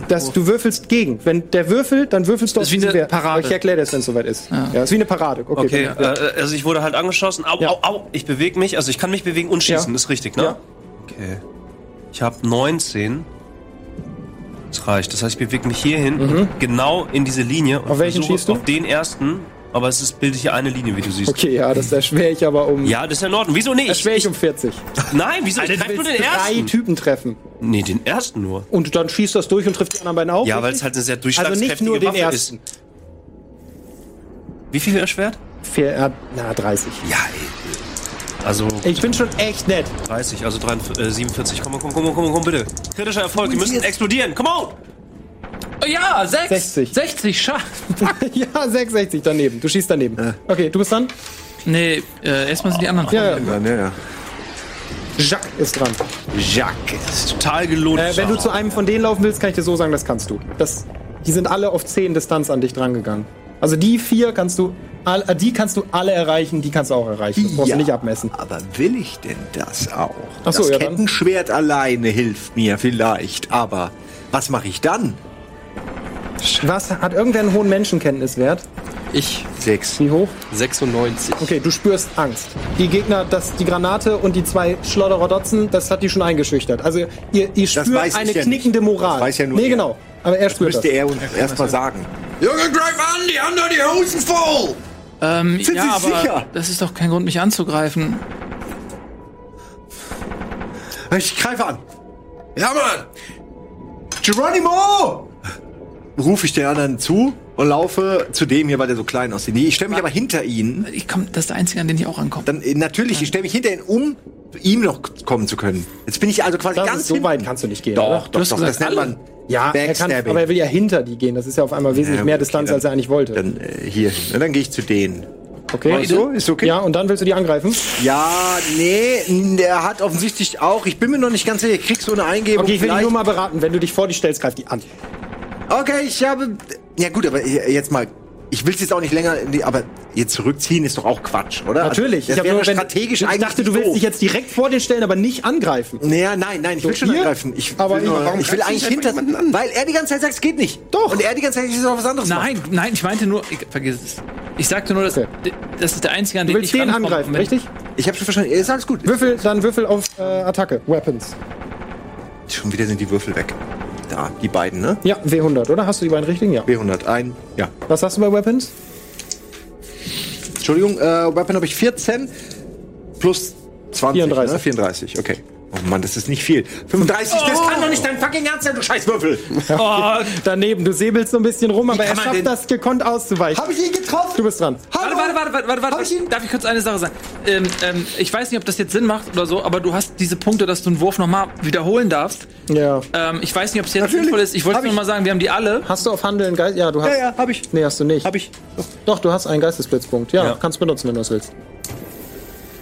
[SPEAKER 1] Das, du würfelst gegen. Wenn der würfelt, dann würfelst du
[SPEAKER 4] Ist wie
[SPEAKER 1] diesen
[SPEAKER 4] eine Parade.
[SPEAKER 1] Aber Ich erkläre das, wenn es soweit ist. Ja. ist wie eine Parade. Okay.
[SPEAKER 5] Okay,
[SPEAKER 1] dann-
[SPEAKER 5] äh, also ich wurde halt angeschossen. Au,
[SPEAKER 1] Ja.
[SPEAKER 5] au, au. Ich bewege mich, also ich kann mich bewegen und schießen,
[SPEAKER 1] Ja.
[SPEAKER 5] ist richtig, ne?
[SPEAKER 1] Ja.
[SPEAKER 5] Okay. Ich habe 19. Das reicht. Das heißt, ich bewege mich hierhin, genau in diese Linie. Und
[SPEAKER 1] Mhm. Auf welchen
[SPEAKER 5] versuche
[SPEAKER 1] schießt du?
[SPEAKER 5] Auf den ersten, aber es ist, bildet hier eine Linie, wie du siehst.
[SPEAKER 1] Okay, ja, das erschwere ich aber um.
[SPEAKER 5] Ja, das ist ja in Ordnung. Wieso nicht?
[SPEAKER 1] Erschwere ich um 40.
[SPEAKER 5] Nein, wieso?
[SPEAKER 1] Du
[SPEAKER 5] ich treff nur
[SPEAKER 1] willst
[SPEAKER 5] den
[SPEAKER 1] drei
[SPEAKER 5] ersten.
[SPEAKER 1] Typen treffen.
[SPEAKER 5] Nee, den ersten nur.
[SPEAKER 1] Und dann schießt das durch und trifft die anderen beiden auch.
[SPEAKER 5] Ja, weil
[SPEAKER 1] richtig?
[SPEAKER 5] es halt eine sehr
[SPEAKER 1] Also
[SPEAKER 5] durchschlagskräftige
[SPEAKER 1] nicht nur den
[SPEAKER 5] Waffe
[SPEAKER 1] ersten.
[SPEAKER 5] ist. Wie viel erschwert?
[SPEAKER 1] Vier, äh, na, 30.
[SPEAKER 5] Ja, ey. Also
[SPEAKER 1] Ich bin schon echt nett.
[SPEAKER 5] 30, also 43, äh, 47. Komm, komm, komm, komm, komm, bitte. Kritischer Erfolg, die müssen explodieren. Come on!
[SPEAKER 4] Oh ja, 6,
[SPEAKER 1] 60.
[SPEAKER 4] 60 Schaden.
[SPEAKER 1] ja, 66 daneben. Du schießt daneben. Okay, du bist dran?
[SPEAKER 4] Nee, äh, erstmal sind die anderen.
[SPEAKER 1] Ja, ja.
[SPEAKER 3] Dann, ja, ja.
[SPEAKER 1] Jacques ist dran.
[SPEAKER 5] Jacques, ist total gelohnt.
[SPEAKER 1] Äh, wenn du zu einem von denen laufen willst, kann ich dir so sagen, das kannst du. Das, die sind alle auf 10 Distanz an dich drangegangen. Also die vier kannst du, all, äh, die kannst du alle erreichen, die kannst du auch erreichen. Das brauchst
[SPEAKER 3] Ja.
[SPEAKER 1] du nicht abmessen.
[SPEAKER 3] Aber will ich denn das auch?
[SPEAKER 1] Ach so,
[SPEAKER 3] das
[SPEAKER 1] ja, dann-
[SPEAKER 3] Kettenschwert alleine hilft mir vielleicht, aber was mache ich dann?
[SPEAKER 1] Was hat irgendwer einen hohen Menschenkenntniswert?
[SPEAKER 2] Ich.
[SPEAKER 3] Sechs.
[SPEAKER 1] Wie hoch?
[SPEAKER 2] 96.
[SPEAKER 1] Okay, du spürst Angst. Die Gegner, das, die Granate und die zwei Schlodderodotzen, das hat die schon eingeschüchtert. Also ihr, ihr
[SPEAKER 3] weiß
[SPEAKER 1] spürt eine
[SPEAKER 3] ich ja nicht.
[SPEAKER 1] knickende Moral.
[SPEAKER 3] Das weiß ja nur
[SPEAKER 1] nee,
[SPEAKER 3] er.
[SPEAKER 1] genau. Aber er spürt
[SPEAKER 3] Müsste
[SPEAKER 1] das.
[SPEAKER 3] er uns erstmal sagen.
[SPEAKER 11] Junge, greif an, die haben da die Hosen voll!
[SPEAKER 4] Ähm,
[SPEAKER 3] Sind
[SPEAKER 4] ja,
[SPEAKER 3] Sie
[SPEAKER 4] aber
[SPEAKER 3] sicher?
[SPEAKER 4] das ist doch kein Grund, mich anzugreifen.
[SPEAKER 3] Ich greife an.
[SPEAKER 11] Ja, Mann!
[SPEAKER 3] Geronimo! Rufe ich den anderen zu und laufe zu dem hier, weil der so klein aussieht. Nee, ich stelle mich aber hinter ihn.
[SPEAKER 4] Ich komm, das ist der Einzige, an den ich auch rankomme.
[SPEAKER 3] Dann äh, natürlich, ich stelle mich hinter ihn, um ihm noch kommen zu können. Jetzt bin ich also quasi
[SPEAKER 1] Das
[SPEAKER 3] ganz
[SPEAKER 1] ist, so
[SPEAKER 3] hinten.
[SPEAKER 1] weit kannst du nicht gehen. oder?
[SPEAKER 3] Doch, doch,
[SPEAKER 4] hast
[SPEAKER 3] doch,
[SPEAKER 4] gesagt,
[SPEAKER 3] das nennt man
[SPEAKER 1] Ja, er kann,
[SPEAKER 3] Backstabbing.
[SPEAKER 1] aber er will ja hinter die gehen. Das ist ja auf einmal wesentlich
[SPEAKER 3] Ja, gut,
[SPEAKER 1] mehr
[SPEAKER 3] okay,
[SPEAKER 1] Distanz,
[SPEAKER 3] dann-
[SPEAKER 1] als er eigentlich wollte.
[SPEAKER 3] Dann äh, hier hin. Und dann gehe ich zu denen.
[SPEAKER 1] okay,
[SPEAKER 3] Ist so? Ist okay?
[SPEAKER 1] Ja, und dann willst du die angreifen?
[SPEAKER 3] Ja, nee, n- der hat offensichtlich auch. Ich bin mir noch nicht ganz sicher. Ich krieg so eine Eingebung.
[SPEAKER 1] Okay, ich will dich
[SPEAKER 3] vielleicht.
[SPEAKER 1] nur mal beraten. Wenn du dich vor die stellst, greif die an.
[SPEAKER 3] Okay, ich habe. Ja, gut, aber jetzt mal. Ich will es jetzt auch nicht länger. in die- Aber jetzt zurückziehen ist doch auch Quatsch, oder?
[SPEAKER 1] Natürlich.
[SPEAKER 3] Also, das
[SPEAKER 1] hab
[SPEAKER 3] wäre
[SPEAKER 1] nur, wenn-
[SPEAKER 3] strategisch
[SPEAKER 1] ich
[SPEAKER 3] eigentlich.
[SPEAKER 1] dachte, du willst
[SPEAKER 3] doof.
[SPEAKER 1] dich jetzt direkt vor den stellen, aber nicht angreifen.
[SPEAKER 3] Naja, nein, nein, ich will schon
[SPEAKER 1] hier?
[SPEAKER 3] angreifen. Ich,
[SPEAKER 1] Aber
[SPEAKER 3] will, nur-
[SPEAKER 1] warum
[SPEAKER 3] ich will
[SPEAKER 1] greifst du
[SPEAKER 3] eigentlich
[SPEAKER 1] nicht
[SPEAKER 3] hinter. Weil er die ganze Zeit sagt, es geht nicht.
[SPEAKER 1] Doch.
[SPEAKER 3] Und er die ganze Zeit sagt, es ist noch was anderes.
[SPEAKER 4] Nein, nein, ich meinte nur, ich, vergiss es. Ich sagte nur, dass,
[SPEAKER 1] Okay.
[SPEAKER 4] das ist der Einzige, an
[SPEAKER 1] Du
[SPEAKER 4] den
[SPEAKER 1] willst
[SPEAKER 4] ich
[SPEAKER 1] den
[SPEAKER 4] rankomme.
[SPEAKER 1] angreifen,
[SPEAKER 4] Wenn-
[SPEAKER 1] richtig?
[SPEAKER 3] macht. Ich habe schon verstanden. Ist alles gut.
[SPEAKER 1] Würfel, dann Würfel auf äh, Attacke. Weapons.
[SPEAKER 3] Schon wieder sind die Würfel weg. Da, die beiden, ne?
[SPEAKER 1] Ja, W100, oder? Hast du die beiden richtigen? Ja.
[SPEAKER 3] B100, ein. Ja.
[SPEAKER 1] Was hast du bei Weapons?
[SPEAKER 3] Entschuldigung, äh, Weapon habe ich 14 plus 20.
[SPEAKER 1] 34.
[SPEAKER 3] Ne? 34, okay. Oh Mann, das ist nicht viel. 35, das kann doch nicht dein fucking Ernst sein, du Scheißwürfel.
[SPEAKER 4] Oh,
[SPEAKER 1] Daneben, du säbelst so ein bisschen rum, aber er
[SPEAKER 4] man
[SPEAKER 1] schafft
[SPEAKER 4] denn-
[SPEAKER 1] das gekonnt auszuweichen.
[SPEAKER 3] Hab ich ihn getroffen?
[SPEAKER 1] Du bist dran.
[SPEAKER 4] Warte, warte, warte, warte, warte, warte, warte. Darf ich kurz eine Sache sagen? Ähm, ähm, ich weiß nicht, ob das jetzt Sinn macht oder so, aber du hast diese Punkte, dass du einen Wurf nochmal wiederholen darfst.
[SPEAKER 1] Ja.
[SPEAKER 4] Ähm, ich weiß nicht, ob es jetzt sinnvoll ist. Ich wollte nur mal sagen, wir haben die alle.
[SPEAKER 1] Hast du auf Handeln Geist? Ja, du hast.
[SPEAKER 3] Ja, ja, hab ich.
[SPEAKER 1] Nee, hast du nicht.
[SPEAKER 3] Hab ich.
[SPEAKER 1] Doch, du hast einen Geistesblitzpunkt. Ja,
[SPEAKER 5] Ja.
[SPEAKER 1] kannst benutzen, wenn du das willst.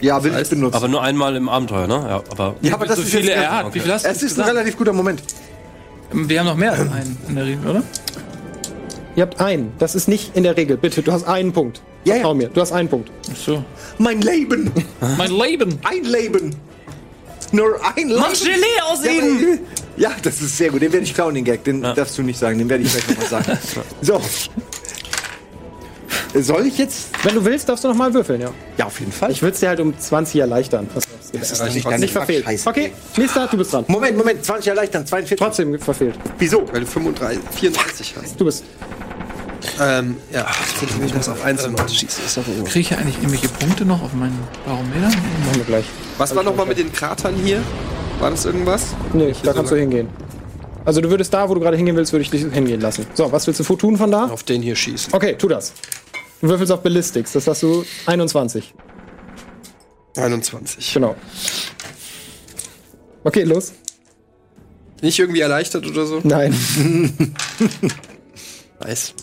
[SPEAKER 3] Ja, will ich benutzen.
[SPEAKER 5] aber nur einmal im Abenteuer, ne? Ja, aber
[SPEAKER 3] ja, aber das
[SPEAKER 4] so
[SPEAKER 3] ist
[SPEAKER 4] viele
[SPEAKER 3] jetzt...
[SPEAKER 4] er hat. Wie viel hast du?
[SPEAKER 3] Es ist ein relativ guter Moment.
[SPEAKER 4] wir haben noch mehr als einen in der Regel, oder?
[SPEAKER 1] Ihr habt einen. Das ist nicht in der Regel. Bitte, du hast einen Punkt.
[SPEAKER 3] Ja, ja.
[SPEAKER 1] Vertrau mir, du hast einen Punkt.
[SPEAKER 4] Ach so.
[SPEAKER 3] Mein Leben.
[SPEAKER 4] Mein Leben.
[SPEAKER 3] Ein Leben.
[SPEAKER 12] nur ein
[SPEAKER 13] Mach
[SPEAKER 12] Lauf.
[SPEAKER 13] Gelee aus
[SPEAKER 12] Ja,
[SPEAKER 13] ihm!
[SPEAKER 12] aber- Ja, das ist sehr gut. Den werde ich klauen, den Gag. Den darfst du nicht sagen. Den werde ich gleich nochmal sagen. So. Soll ich jetzt?
[SPEAKER 1] Wenn du willst, darfst du nochmal würfeln, ja.
[SPEAKER 12] Ja, auf jeden Fall.
[SPEAKER 1] Ich würde es dir halt um 20 erleichtern. Pass auf, es geht
[SPEAKER 12] Das ist
[SPEAKER 1] erreicht.
[SPEAKER 12] nicht ganz-
[SPEAKER 1] nicht verfehlt.
[SPEAKER 12] Scheiße.
[SPEAKER 1] Okay, nächster, du bist dran.
[SPEAKER 12] Moment, Moment. 20 erleichtern. 42.
[SPEAKER 1] Trotzdem verfehlt.
[SPEAKER 12] Wieso?
[SPEAKER 8] Weil du 35, 34 hast.
[SPEAKER 1] Du bist.
[SPEAKER 8] Ähm, ja. Ich muss auf 1 ähm, schießen. Ist doch irgendwo.
[SPEAKER 4] Kriege ich eigentlich irgendwelche Punkte noch auf meinen Barometer?
[SPEAKER 1] Machen wir gleich.
[SPEAKER 8] Was war nochmal mit den Kratern hier? War das irgendwas?
[SPEAKER 1] Nee, da kannst du hingehen. Also du würdest da, wo du gerade hingehen willst, würde ich dich hingehen lassen. So, was willst du tun von da?
[SPEAKER 8] Auf den hier schießen.
[SPEAKER 1] Okay, tu das. Du würfelst auf Ballistics, das hast du 21.
[SPEAKER 8] 21.
[SPEAKER 1] Genau. Okay, los.
[SPEAKER 8] Nicht irgendwie erleichtert oder so?
[SPEAKER 1] Nein.
[SPEAKER 8] Nice.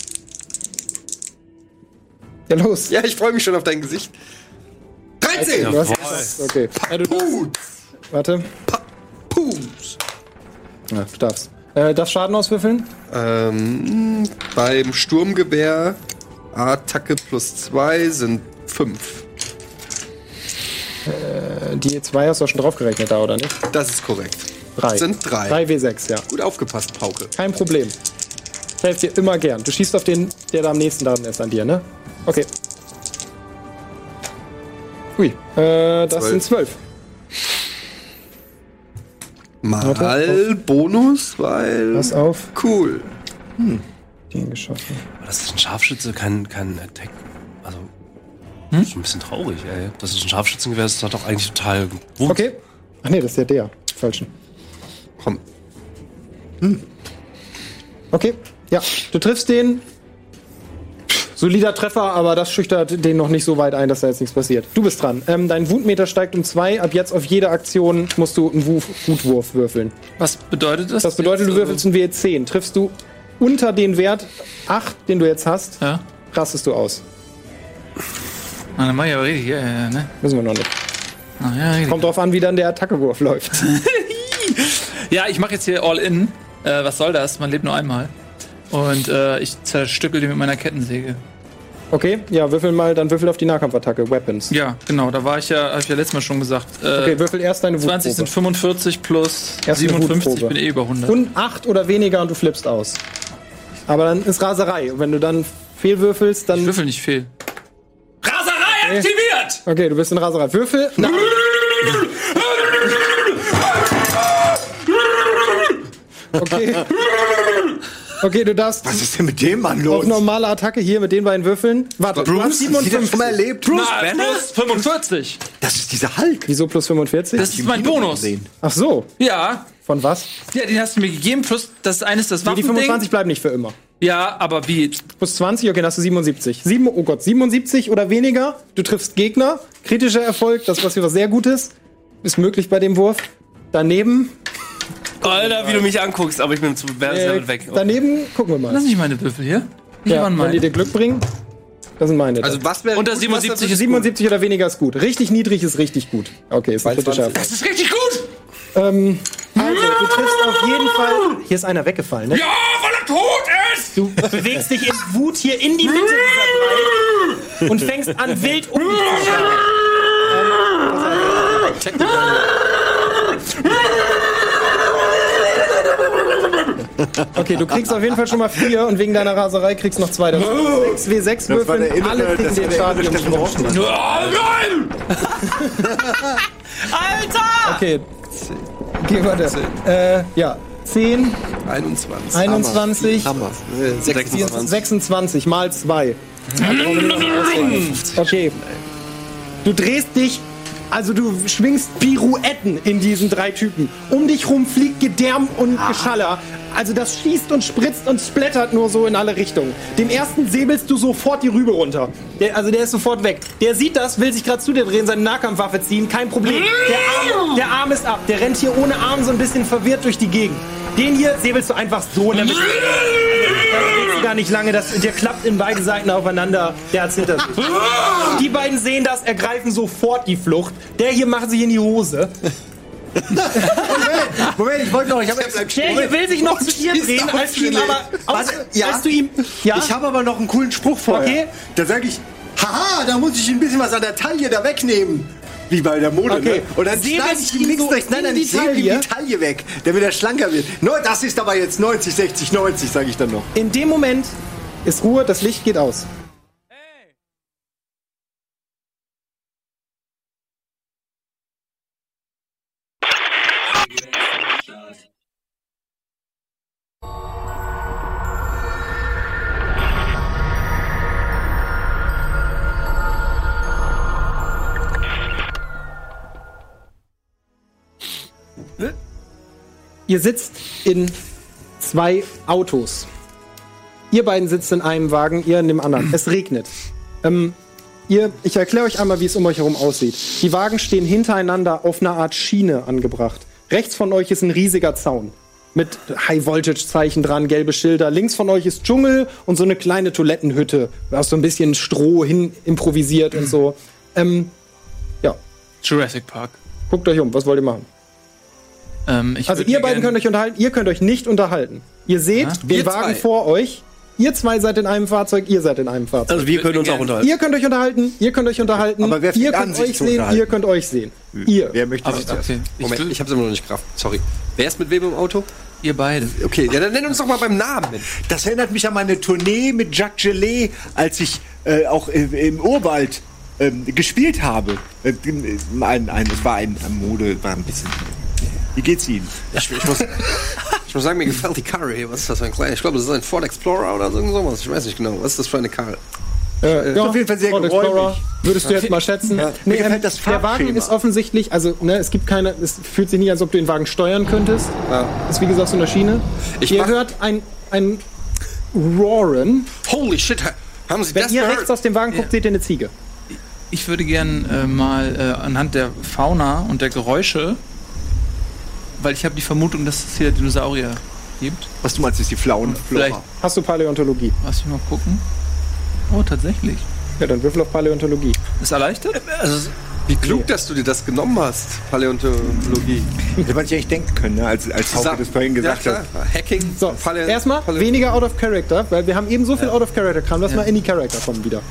[SPEAKER 1] Ja, los.
[SPEAKER 8] Ja, ich freue mich schon auf dein Gesicht. 13!
[SPEAKER 1] Du hast- Okay. Ja, du darfst. Warte.
[SPEAKER 8] Pums.
[SPEAKER 1] Ja, du darfst. Äh, darfst Schaden auswürfeln?
[SPEAKER 8] Ähm, beim Sturmgewehr Attacke plus 2 sind 5.
[SPEAKER 1] Äh, Die 2 hast du auch schon draufgerechnet da, oder nicht?
[SPEAKER 8] Das ist korrekt.
[SPEAKER 1] Drei.
[SPEAKER 8] Sind drei.
[SPEAKER 1] 3 W6, ja.
[SPEAKER 8] Gut aufgepasst, Pauke.
[SPEAKER 1] Kein Problem. Ich helfe dir immer gern. Du schießt auf den, der da am nächsten dran ist an dir, ne? Okay. Ui, äh, das sind zwölf.
[SPEAKER 8] Mal
[SPEAKER 1] Warte,
[SPEAKER 8] Bonus, weil.
[SPEAKER 1] Pass auf.
[SPEAKER 8] Cool.
[SPEAKER 1] Den geschossen.
[SPEAKER 5] Aber Das ist ein Scharfschütze, kein, kein Attack. Also. Ist ein bisschen traurig, ey. Das ist ein Scharfschützengewehr, das hat doch eigentlich total. Wumms.
[SPEAKER 1] Okay. Ach nee, das ist ja der. Falschen.
[SPEAKER 8] Komm.
[SPEAKER 1] Okay. Ja, du triffst den. Solider Treffer, aber das schüchtert den noch nicht so weit ein, dass da jetzt nichts passiert. Du bist dran. Ähm, dein Wutmeter steigt um zwei. Ab jetzt auf jede Aktion musst du einen Wu- Wutwurf würfeln.
[SPEAKER 4] Was bedeutet das?
[SPEAKER 1] Das bedeutet, du
[SPEAKER 4] jetzt?
[SPEAKER 1] würfelst einen W10. Triffst du unter den Wert 8, den du jetzt hast,
[SPEAKER 4] Ja?
[SPEAKER 1] rastest du aus.
[SPEAKER 4] Na, dann mach ich aber richtig, ja, ja, ja, ne?
[SPEAKER 1] Müssen wir noch nicht.
[SPEAKER 4] Na, ja, richtig.
[SPEAKER 1] Kommt drauf an, wie dann der Attackewurf läuft.
[SPEAKER 4] Ja, ich mache jetzt hier All In. Äh, was soll das? Man lebt nur einmal. Und äh, ich zerstückel den mit meiner Kettensäge.
[SPEAKER 1] Okay, ja, würfel mal, dann würfel auf die Nahkampfattacke, Weapons.
[SPEAKER 4] Ja, genau. Da war ich ja, habe ich ja letztes Mal schon gesagt. Äh,
[SPEAKER 1] Okay, würfel erst deine
[SPEAKER 4] 20
[SPEAKER 1] Wutprobe.
[SPEAKER 4] sind 45 plus
[SPEAKER 1] Erst eine
[SPEAKER 4] 57, ich
[SPEAKER 1] Wutprobe.
[SPEAKER 4] bin eh über 100.
[SPEAKER 1] Und 8 oder weniger und du flippst aus. Aber dann ist Raserei. Und wenn du dann fehlwürfelst,
[SPEAKER 4] Ich
[SPEAKER 1] dann.
[SPEAKER 4] würfel nicht viel.
[SPEAKER 13] Raserei aktiviert!
[SPEAKER 1] Okay, du bist in Raserei. Würfel. Na, okay. Okay, du darfst
[SPEAKER 3] Was ist denn mit dem Mann
[SPEAKER 1] auf
[SPEAKER 3] los?
[SPEAKER 1] normale Attacke hier mit den beiden würfeln. Warte, du hast
[SPEAKER 3] wieder
[SPEAKER 1] 57.
[SPEAKER 3] schon mal erlebt. Bruce,
[SPEAKER 4] Ah, plus 45!
[SPEAKER 3] das ist dieser Hulk.
[SPEAKER 1] Wieso plus 45?
[SPEAKER 4] Das ist mein Bonus.
[SPEAKER 1] Ach so,
[SPEAKER 4] Ja,
[SPEAKER 1] von was?
[SPEAKER 4] ja, den hast du mir gegeben, plus das eine ist das
[SPEAKER 1] Nee, die
[SPEAKER 4] Waffending.
[SPEAKER 1] 25 bleiben nicht für immer.
[SPEAKER 4] Ja, aber wie?
[SPEAKER 1] Plus 20, okay, dann hast du 77. Sieben, oh Gott, 77 oder weniger. Du triffst Gegner. Kritischer Erfolg, das was hier was sehr Gutes. Ist möglich bei dem Wurf. Daneben.
[SPEAKER 5] Alter, wie du mich anguckst, aber ich bin zu
[SPEAKER 1] Äh,
[SPEAKER 5] Bärenservice weg.
[SPEAKER 1] daneben gucken wir
[SPEAKER 4] Das
[SPEAKER 1] mal.
[SPEAKER 4] sind nicht meine Würfel hier. Die
[SPEAKER 1] Ja,
[SPEAKER 4] waren
[SPEAKER 1] wenn die
[SPEAKER 4] meine.
[SPEAKER 1] dir Glück bringen, das sind meine.
[SPEAKER 8] Also, was wäre.
[SPEAKER 4] Unter
[SPEAKER 8] gut,
[SPEAKER 4] 77 ist gut.
[SPEAKER 1] 77 oder weniger ist gut. Richtig niedrig ist richtig gut. Okay, ist ein kritischer Erfolg.
[SPEAKER 13] Das ist richtig gut!
[SPEAKER 1] Ähm, also, du triffst auf jeden Fall. Hier ist einer weggefallen, ne?
[SPEAKER 13] Ja, weil er tot ist!
[SPEAKER 1] Du bewegst dich in Wut hier in die Mitte dieser Dreieck und fängst an wild um dich zu schlagen. Okay, du kriegst auf jeden Fall schon mal vier und wegen deiner Raserei kriegst noch zwei dazu. 6 W6
[SPEAKER 3] war der
[SPEAKER 1] würfeln,
[SPEAKER 3] innere-
[SPEAKER 1] alle kriegen
[SPEAKER 3] das war
[SPEAKER 1] den
[SPEAKER 3] der
[SPEAKER 1] Schaden,
[SPEAKER 3] innere
[SPEAKER 1] den
[SPEAKER 3] Stefan
[SPEAKER 1] du
[SPEAKER 3] Hoffmann.
[SPEAKER 13] Oh nein! Alter!
[SPEAKER 1] Okay. Okay, warte. Äh, ja. 10,
[SPEAKER 8] 21.
[SPEAKER 1] 21,
[SPEAKER 8] Hammer. Äh, 26.
[SPEAKER 1] 26 mal 2. Okay. Du drehst dich, also du schwingst Pirouetten in diesen drei Typen. Um dich rum fliegt Gedärm und Geschaller. Also das schießt und spritzt und splattert nur so in alle Richtungen. Dem ersten säbelst du sofort die Rübe runter. Der, also der ist sofort weg. Der sieht das, will sich gerade zu dir drehen, seine Nahkampfwaffe ziehen, kein Problem. Der Arm, der Arm ist ab. Der rennt hier ohne Arm so ein bisschen verwirrt durch die Gegend. Den hier säbelst du einfach so in der Mitte. Überlegst du gar nicht lange, das, der klappt in beide Seiten aufeinander, der hat's hinter sich. Die beiden sehen das, ergreifen sofort die Flucht. Der hier macht sich in die Hose.
[SPEAKER 3] Moment, ich wollte noch, ich habe extra-
[SPEAKER 1] Der hier will sich noch zu dir
[SPEAKER 3] schießt
[SPEAKER 1] drehen,
[SPEAKER 3] auf
[SPEAKER 1] als du ihm
[SPEAKER 3] Willi.
[SPEAKER 1] aber. Aus,
[SPEAKER 3] Warte, ja.
[SPEAKER 1] Als du ihm. Ja,
[SPEAKER 3] Ich habe aber noch einen coolen Spruch vorher.
[SPEAKER 1] Okay.
[SPEAKER 3] Da sage ich, haha, da muss ich ein bisschen was an der Taille da wegnehmen. wie bei der Mode.
[SPEAKER 1] Okay.
[SPEAKER 3] Ne? Und dann
[SPEAKER 1] Säbel
[SPEAKER 3] schneide ich
[SPEAKER 1] ich
[SPEAKER 3] ihm
[SPEAKER 1] ihm
[SPEAKER 3] links
[SPEAKER 1] so
[SPEAKER 3] rechts, nein,
[SPEAKER 1] in
[SPEAKER 3] nein,
[SPEAKER 1] die
[SPEAKER 3] ich säge ihm die
[SPEAKER 1] Taille?
[SPEAKER 3] Taille weg, damit er schlanker wird. Nur das ist aber jetzt 90, 60, 90, sage ich dann noch.
[SPEAKER 1] In dem Moment ist Ruhe, das Licht geht aus. Ihr sitzt in zwei Autos. Ihr beiden sitzt in einem Wagen, ihr in dem anderen. Es regnet. Ähm, ihr, ich erkläre euch einmal, wie es um euch herum aussieht. Die Wagen stehen hintereinander auf einer Art Schiene angebracht. Rechts von euch ist ein riesiger Zaun. Mit High-Voltage-Zeichen dran, gelbe Schilder. Links von euch ist Dschungel und so eine kleine Toilettenhütte. Aus so ein bisschen Stroh hin improvisiert und so. Ähm, ja,
[SPEAKER 4] Jurassic Park.
[SPEAKER 1] guckt euch um. Was wollt ihr machen?
[SPEAKER 4] Ähm, ich
[SPEAKER 1] Also
[SPEAKER 4] würd
[SPEAKER 1] ihr
[SPEAKER 4] mir
[SPEAKER 1] beiden
[SPEAKER 4] gern-
[SPEAKER 1] könnt euch unterhalten, ihr könnt euch nicht unterhalten. Ihr seht den
[SPEAKER 4] Wir
[SPEAKER 1] Wagen
[SPEAKER 4] zwei.
[SPEAKER 1] vor euch. Ihr zwei seid in einem Fahrzeug, ihr seid in einem Fahrzeug.
[SPEAKER 5] Also wir können uns auch unterhalten.
[SPEAKER 1] ihr könnt euch unterhalten, ihr könnt euch unterhalten,
[SPEAKER 3] Äh, Aber wer fängt
[SPEAKER 1] ihr
[SPEAKER 3] an,
[SPEAKER 1] könnt
[SPEAKER 3] sich
[SPEAKER 1] euch
[SPEAKER 3] zu
[SPEAKER 1] sehen,
[SPEAKER 3] unterhalten? Hm.
[SPEAKER 1] ihr könnt euch sehen. Ihr.
[SPEAKER 3] Wer möchte sich zuerst?
[SPEAKER 4] Also, Okay. Ich
[SPEAKER 8] Moment,
[SPEAKER 4] will,
[SPEAKER 8] ich hab's immer noch nicht gerafft. Sorry. Wer ist mit wem im Auto?
[SPEAKER 4] ihr beide.
[SPEAKER 8] Okay, ja, dann nenn uns doch mal beim Namen. Mensch.
[SPEAKER 3] Das erinnert mich an meine Tournee mit Jacques Gelee, als ich äh, auch äh, im Urwald ähm, gespielt habe. Äh, ein, ein, es war ein, ein Mode, war ein bisschen. Wie geht's Ihnen?
[SPEAKER 8] Ich, ich, muss, ich muss sagen, mir gefällt die Karre hier. Was ist das für ein kleiner? Ich glaube, das ist ein Ford Explorer oder so sowas. Ich weiß nicht genau. Was ist das für eine Karre?
[SPEAKER 1] Äh, ja,
[SPEAKER 3] auf jeden Fall sehr
[SPEAKER 1] Ford
[SPEAKER 3] geräumig.
[SPEAKER 1] Explorer, Würdest du jetzt mal schätzen? ähm,
[SPEAKER 3] Mir gefällt das
[SPEAKER 1] der
[SPEAKER 3] Farbschema.
[SPEAKER 1] Wagen ist offensichtlich, also ne, es gibt keine, es fühlt sich nicht an, als ob du den Wagen steuern könntest. Ist wie gesagt so eine Schiene.
[SPEAKER 8] Ich
[SPEAKER 1] ihr
[SPEAKER 8] mach-
[SPEAKER 1] hört ein, ein Roaren.
[SPEAKER 8] Holy shit, ha- haben Sie
[SPEAKER 1] Wenn
[SPEAKER 8] das
[SPEAKER 1] ihr
[SPEAKER 8] gehört?
[SPEAKER 1] rechts aus dem Wagen guckt, seht ihr eine Ziege.
[SPEAKER 4] Ich würde gern äh, mal äh, anhand der Fauna und der Geräusche, weil ich habe die Vermutung, dass es hier Dinosaurier gibt.
[SPEAKER 3] Was du meinst, ist die Flauen.
[SPEAKER 4] Vielleicht,
[SPEAKER 3] Flora.
[SPEAKER 1] Hast du Paläontologie?
[SPEAKER 4] lass ich mal gucken. Oh, tatsächlich.
[SPEAKER 1] Ja, dann würfel auf Paläontologie.
[SPEAKER 4] Ist erleichtert?
[SPEAKER 8] Wie klug, dass du dir das genommen hast, Paläontologie.
[SPEAKER 3] Hätte man sich eigentlich denken können, ne? als, als Hauke das vorhin gesagt
[SPEAKER 8] ja,
[SPEAKER 3] hat.
[SPEAKER 8] klar. Hacking.
[SPEAKER 1] So,
[SPEAKER 8] Palä-
[SPEAKER 1] erstmal
[SPEAKER 8] Palä-
[SPEAKER 1] weniger out of character, weil wir haben eben so viel out of character Kram. Lass mal in die Character kommen wieder.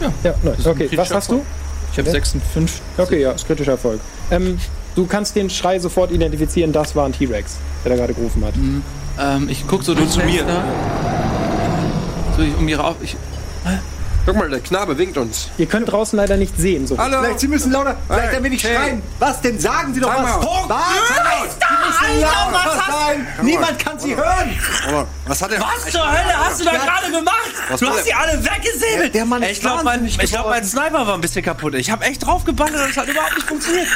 [SPEAKER 1] Ja, ja nice. okay. Was hast du?
[SPEAKER 4] Ich habe 56.
[SPEAKER 1] Okay, ja, ist kritischer Erfolg. Ähm, du kannst den Schrei sofort identifizieren, das war ein T-Rex, der da gerade gerufen hat.
[SPEAKER 5] Mhm.
[SPEAKER 4] Ähm, ich guck so durch zu mir. So, ich, um ihre auf. Ich,
[SPEAKER 8] Guck mal, der Knabe winkt uns.
[SPEAKER 1] Ihr könnt draußen leider nicht sehen. So.
[SPEAKER 8] Hallo.
[SPEAKER 3] Vielleicht, Sie müssen lauter, vielleicht
[SPEAKER 8] Hey,
[SPEAKER 3] ein wenig
[SPEAKER 8] hey.
[SPEAKER 3] schreien. Was denn? Sagen Sie doch
[SPEAKER 8] Time
[SPEAKER 3] was.
[SPEAKER 8] out.
[SPEAKER 3] Was? Sie müssen lauter sein. Niemand kann Sie hören.
[SPEAKER 8] Aber was hat er?
[SPEAKER 13] Was zur Hölle hast du da gerade gemacht?
[SPEAKER 8] Was
[SPEAKER 13] du
[SPEAKER 8] will
[SPEAKER 13] hast
[SPEAKER 8] er?
[SPEAKER 13] sie alle
[SPEAKER 3] Der,
[SPEAKER 13] weggesäbelt.
[SPEAKER 3] der Mann
[SPEAKER 5] Ich glaube, mein, ich glaub, mein Sniper war ein bisschen kaputt. Ich habe echt draufgeballert und es hat überhaupt nicht funktioniert.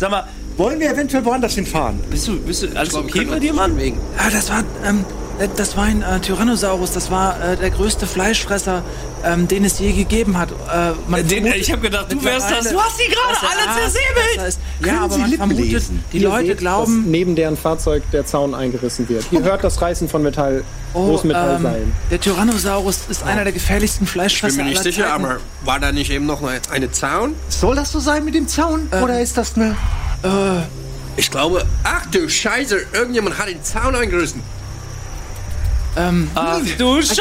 [SPEAKER 5] Sag mal,
[SPEAKER 3] Wollen wir eventuell woanders hinfahren?
[SPEAKER 5] bist du, bist du alles
[SPEAKER 8] glaub, wir
[SPEAKER 5] okay
[SPEAKER 8] können
[SPEAKER 5] bei
[SPEAKER 8] uns
[SPEAKER 5] dir,
[SPEAKER 8] nicht
[SPEAKER 5] Mann?
[SPEAKER 8] bewegen.
[SPEAKER 5] Ja, das war, ähm, äh, das war ein äh, Tyrannosaurus. Das war äh, der größte Fleischfresser, ähm, den es je gegeben hat. Äh, man
[SPEAKER 4] den,
[SPEAKER 5] vermutet
[SPEAKER 4] ich habe gedacht, du
[SPEAKER 5] mittlerweile,
[SPEAKER 4] wärst das. Du hast sie gerade
[SPEAKER 5] dass er
[SPEAKER 4] alle
[SPEAKER 5] Arzt, Besser
[SPEAKER 4] zersäbelt.
[SPEAKER 5] ist. Ja, aber
[SPEAKER 3] Sie
[SPEAKER 5] man
[SPEAKER 3] Lippen
[SPEAKER 5] vermutet,
[SPEAKER 3] lesen?
[SPEAKER 5] die
[SPEAKER 1] Ihr
[SPEAKER 5] Leute
[SPEAKER 1] seht, dass
[SPEAKER 5] glauben,
[SPEAKER 1] neben deren Fahrzeug der Zaun eingerissen wird. Ihr hört das Reißen von Metall,
[SPEAKER 5] oh, ähm,
[SPEAKER 1] Großmetallseilen.
[SPEAKER 5] der Tyrannosaurus ist einer der gefährlichsten
[SPEAKER 2] Ich bin
[SPEAKER 5] Fleischfresser
[SPEAKER 2] mir nicht
[SPEAKER 5] aller
[SPEAKER 2] sicher,
[SPEAKER 5] Zeiten.
[SPEAKER 2] aber war da nicht eben noch eine, eine Zaun?
[SPEAKER 3] Soll das so sein mit dem Zaun? Oder ist das ne. eine...
[SPEAKER 2] Ich glaube, ach du Scheiße, irgendjemand hat den Zaun eingerissen.
[SPEAKER 4] Ach, du Scheiße!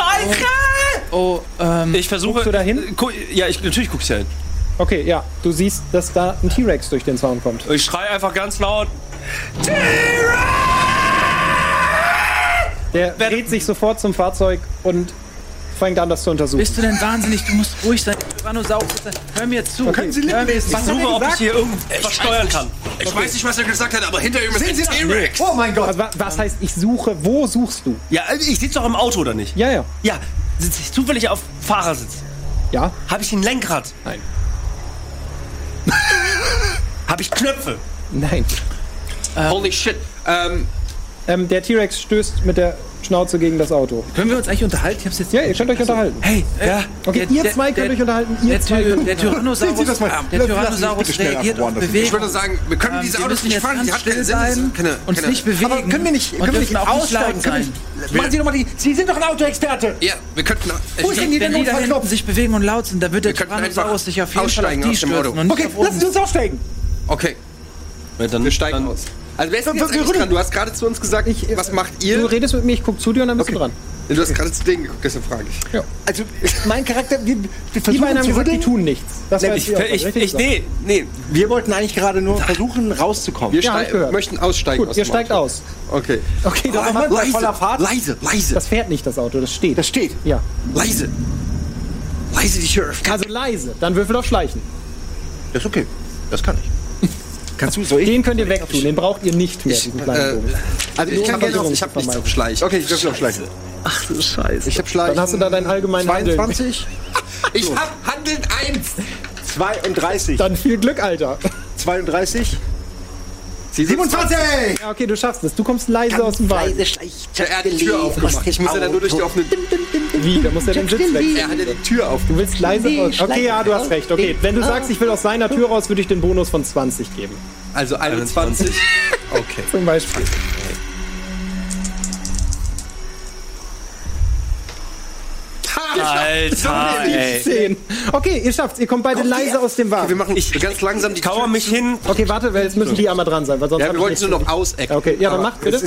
[SPEAKER 4] Oh, ähm.
[SPEAKER 5] Ah, Ich versuche.
[SPEAKER 1] Guckst du da hin?
[SPEAKER 5] äh, gu- Ja, ich, natürlich guck ich da hin.
[SPEAKER 1] Okay, ja, du siehst, dass da ein T-Rex durch den Zaun kommt.
[SPEAKER 5] Ich schreie einfach ganz laut.
[SPEAKER 1] Der dreht sich sofort zum Fahrzeug und fängt an, das zu untersuchen.
[SPEAKER 5] Bist du denn wahnsinnig? Du musst ruhig sein. Tyrannosaurus, hör mir zu.
[SPEAKER 1] Können Sie
[SPEAKER 5] Hör mir
[SPEAKER 3] lesen?
[SPEAKER 5] zu.
[SPEAKER 3] Was hat er
[SPEAKER 5] Suche, ob ich
[SPEAKER 3] gesagt?
[SPEAKER 5] hier irgendwas steuern kann.
[SPEAKER 2] Ich weiß nicht, was er gesagt hat, aber hinter ihm ist ein T-Rex.
[SPEAKER 3] Oh mein Gott.
[SPEAKER 1] Also, wa- was heißt, ich suche, wo suchst du?
[SPEAKER 5] Ja, also ich sitze doch im Auto, oder nicht?
[SPEAKER 1] Ja, ja.
[SPEAKER 5] Ja, sitze ich zufällig auf Fahrersitz.
[SPEAKER 1] Ja,
[SPEAKER 5] Habe ich ein Lenkrad?
[SPEAKER 1] Nein.
[SPEAKER 5] Habe ich Knöpfe?
[SPEAKER 1] nein.
[SPEAKER 2] Holy shit. Ähm,
[SPEAKER 1] Ähm, der T-Rex stößt mit der Schnauze gegen das Auto.
[SPEAKER 4] Können wir uns eigentlich unterhalten? Ich hab's jetzt.
[SPEAKER 1] Ja, ihr könnt euch unterhalten.
[SPEAKER 5] Hey, ja.
[SPEAKER 1] Okay, ihr zwei könnt euch unterhalten, ihr
[SPEAKER 5] Der,
[SPEAKER 1] zwei
[SPEAKER 5] Ty-
[SPEAKER 1] könnt-
[SPEAKER 5] der
[SPEAKER 3] Sehen Sie das
[SPEAKER 5] Tyrannosaurus,
[SPEAKER 3] mal. Lassen Sie
[SPEAKER 5] der
[SPEAKER 3] mich
[SPEAKER 5] Tyrannosaurus
[SPEAKER 3] bitte schnell
[SPEAKER 5] reagiert
[SPEAKER 3] einfach
[SPEAKER 5] auf
[SPEAKER 3] woanders hin.
[SPEAKER 2] ich
[SPEAKER 5] Bewegung.
[SPEAKER 2] würde sagen, wir können
[SPEAKER 5] Ähm,
[SPEAKER 2] diese
[SPEAKER 5] wir
[SPEAKER 2] Autos
[SPEAKER 5] müssen
[SPEAKER 2] nicht
[SPEAKER 5] jetzt
[SPEAKER 2] fahren.
[SPEAKER 5] ganz
[SPEAKER 2] Die hat keine
[SPEAKER 5] still
[SPEAKER 2] Sinn.
[SPEAKER 5] bleiben,
[SPEAKER 2] Keine,
[SPEAKER 5] uns
[SPEAKER 2] keine,
[SPEAKER 5] nicht bewegen.
[SPEAKER 3] Aber können wir nicht,
[SPEAKER 5] und
[SPEAKER 3] können wir
[SPEAKER 5] dürfen
[SPEAKER 3] nicht
[SPEAKER 5] auch nicht laut
[SPEAKER 3] aussteigen? Können wir nicht, machen Sie nochmal die... Sie sind doch ein Autoexperte.
[SPEAKER 2] Ja, wir könnten.
[SPEAKER 3] Wo ist denn die
[SPEAKER 5] Wenn die da hinten
[SPEAKER 3] Notfallknopf?
[SPEAKER 5] sich bewegen und laut sind, dann wird der
[SPEAKER 2] Wir könnten
[SPEAKER 5] Tyrannosaurus
[SPEAKER 2] einfach
[SPEAKER 5] sich auf jeden Fall auf
[SPEAKER 2] aussteigen
[SPEAKER 5] die
[SPEAKER 2] aus dem Auto.
[SPEAKER 5] stürzen und nicht
[SPEAKER 3] Okay,
[SPEAKER 5] auf
[SPEAKER 3] lassen
[SPEAKER 5] uns.
[SPEAKER 3] Sie uns aussteigen.
[SPEAKER 2] Okay.
[SPEAKER 8] wir steigen aus.
[SPEAKER 2] Also wer ist denn jetzt
[SPEAKER 1] Wir- wir-
[SPEAKER 2] eigentlich dran? Du hast gerade zu uns gesagt, was macht ihr?
[SPEAKER 1] äh, Du redest mit mir, ich guck zu dir und dann bist du dran.
[SPEAKER 2] Du hast gerade zu denen geguckt, deshalb frage ich.
[SPEAKER 3] Also, mein Charakter, wir, wir
[SPEAKER 1] Die
[SPEAKER 3] versuchen
[SPEAKER 1] beiden haben
[SPEAKER 3] zu
[SPEAKER 1] gesagt, die
[SPEAKER 3] rütteln.
[SPEAKER 1] tun nichts. Das weiß
[SPEAKER 2] Ich, ich, ich, nee, nee.
[SPEAKER 3] Wir wollten eigentlich gerade nur versuchen, rauszukommen.
[SPEAKER 2] Wir
[SPEAKER 1] Ja, hab ich
[SPEAKER 2] steig-
[SPEAKER 1] gehört.
[SPEAKER 2] möchten aussteigen
[SPEAKER 1] Gut,
[SPEAKER 2] aus
[SPEAKER 1] ihr
[SPEAKER 2] dem
[SPEAKER 1] steigt
[SPEAKER 2] Auto.
[SPEAKER 1] aus.
[SPEAKER 2] Okay.
[SPEAKER 1] Okay, das,
[SPEAKER 3] Mann, bei voller Fahrt.
[SPEAKER 2] leise, leise,
[SPEAKER 1] das fährt nicht, das Auto, das steht.
[SPEAKER 3] Das steht.
[SPEAKER 1] ja.
[SPEAKER 2] leise. Leise die Sheriff.
[SPEAKER 1] Also leise, dann würfel auf Schleichen.
[SPEAKER 3] Das ist okay. Das kann ich. Kannst du, soll ich?
[SPEAKER 1] Den könnt ihr wegtun, den braucht ihr nicht mehr.
[SPEAKER 2] Ich,
[SPEAKER 1] diesen
[SPEAKER 2] äh,
[SPEAKER 1] kleinen Bogen.
[SPEAKER 2] also ich kann gerne auf, ich habe
[SPEAKER 1] Vermeidung.
[SPEAKER 2] nichts auf Schleich. Okay, ich dürfte auf Schleich.
[SPEAKER 14] Ach du Scheiße.
[SPEAKER 2] Ich habe Schleich.
[SPEAKER 1] Dann hast du da deinen allgemeinen Handel.
[SPEAKER 14] 22?
[SPEAKER 2] ich hab Handeln 1.
[SPEAKER 3] 32.
[SPEAKER 1] Dann viel Glück, Alter.
[SPEAKER 3] 32.
[SPEAKER 2] 27!
[SPEAKER 1] Ja, okay, du schaffst es. Du kommst leise aus dem Wagen.
[SPEAKER 2] Er hat die Tür aufgemacht. Ich muss ja dann nur durch die offene
[SPEAKER 1] Wie? Da muss er den Sitz wechseln.
[SPEAKER 2] Er hat ja die Tür auf.
[SPEAKER 1] Du willst leise raus. Okay, ja, du hast recht. Okay, wenn du sagst, ich will aus seiner Tür raus, würde ich den Bonus von 20 geben.
[SPEAKER 2] Also 21. okay.
[SPEAKER 1] Zum Beispiel.
[SPEAKER 5] Alter, ey.
[SPEAKER 1] 10. Okay, ihr schafft's. Ihr kommt beide leise aus dem
[SPEAKER 2] Wir
[SPEAKER 1] Wagen.
[SPEAKER 2] machen ich ganz langsam die
[SPEAKER 5] Kauer
[SPEAKER 2] Tür.
[SPEAKER 5] mich hin.
[SPEAKER 1] Okay, warte, weil jetzt müssen die einmal dran sein, weil sonst
[SPEAKER 2] Ja,
[SPEAKER 1] hab
[SPEAKER 2] wir
[SPEAKER 1] ich
[SPEAKER 2] wollten
[SPEAKER 1] nichts
[SPEAKER 2] nur noch
[SPEAKER 1] gesehen.
[SPEAKER 2] ausecken.
[SPEAKER 1] Okay, ja, dann macht bitte.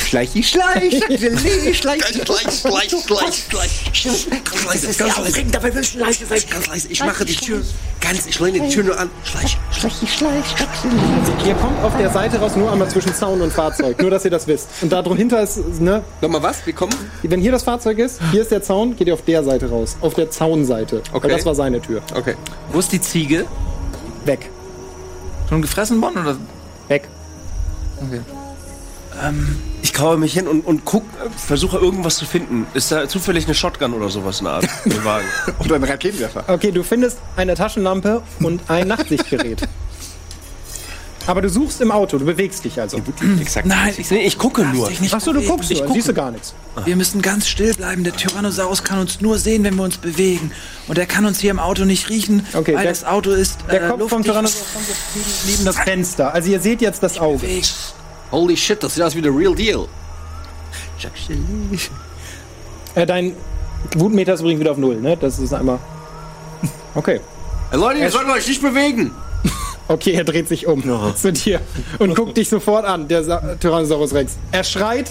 [SPEAKER 3] Schleichi, schleich. Schleichi, schleich.
[SPEAKER 2] Gleich, gleich, gleich, gleich. Ganz leise, ganz leise.
[SPEAKER 3] Dabei wird schleichen.
[SPEAKER 2] Ganz leise. Ich mache die Tür ganz, ich lehne die Tür nur an. Schleich.
[SPEAKER 1] Ihr kommt auf der Seite raus, nur einmal zwischen Zaun und Fahrzeug. Nur, dass ihr das wisst. Und da drunter ist, ne,
[SPEAKER 2] Nochmal was? Wir kommen?
[SPEAKER 1] wenn hier das Fahrzeug ist, hier ist der Zaun, geht ihr auf der Seite raus. Auf der Zaunseite.
[SPEAKER 2] Okay.
[SPEAKER 1] Weil das war seine Tür.
[SPEAKER 2] Okay.
[SPEAKER 4] Wo ist die Ziege?
[SPEAKER 1] Weg.
[SPEAKER 4] Schon gefressen worden oder?
[SPEAKER 1] Weg.
[SPEAKER 5] Ich kauere mich hin und, und guck, versuche irgendwas zu finden. Ist da zufällig eine Shotgun oder sowas in der Art? im Wagen?
[SPEAKER 3] Oder ein Raketenwerfer.
[SPEAKER 1] Okay, du findest eine Taschenlampe und ein Nachtsichtgerät. Aber du suchst im Auto, du bewegst dich also.
[SPEAKER 3] Exakt.
[SPEAKER 4] Nein, ich,
[SPEAKER 5] Nee, ich gucke nur.
[SPEAKER 4] dich nicht.
[SPEAKER 1] Achso, du
[SPEAKER 4] bewegen.
[SPEAKER 1] guckst,
[SPEAKER 4] Ich
[SPEAKER 1] nur,
[SPEAKER 4] gucke.
[SPEAKER 1] siehst du gar nichts.
[SPEAKER 4] Wir müssen ganz still bleiben. Der Tyrannosaurus kann uns nur sehen, wenn wir uns bewegen. Und er kann uns hier im Auto nicht riechen,
[SPEAKER 1] Okay,
[SPEAKER 4] weil
[SPEAKER 1] der-
[SPEAKER 4] das Auto ist.
[SPEAKER 1] Der
[SPEAKER 4] äh,
[SPEAKER 1] Kopf vom
[SPEAKER 4] luftdicht.
[SPEAKER 1] Tyrannosaurus kommt jetzt neben das Fenster. Also ihr seht jetzt das Auge.
[SPEAKER 2] Holy shit, das sieht aus wie der Real Deal.
[SPEAKER 1] Äh, dein Wutmeter ist übrigens wieder auf Null, ne? Das ist einmal... Okay.
[SPEAKER 2] Hey, Leute, ihr sollt euch nicht bewegen.
[SPEAKER 1] Okay, er dreht sich um zu dir und guckt dich sofort an, der Sa Tyrannosaurus Rex. Er schreit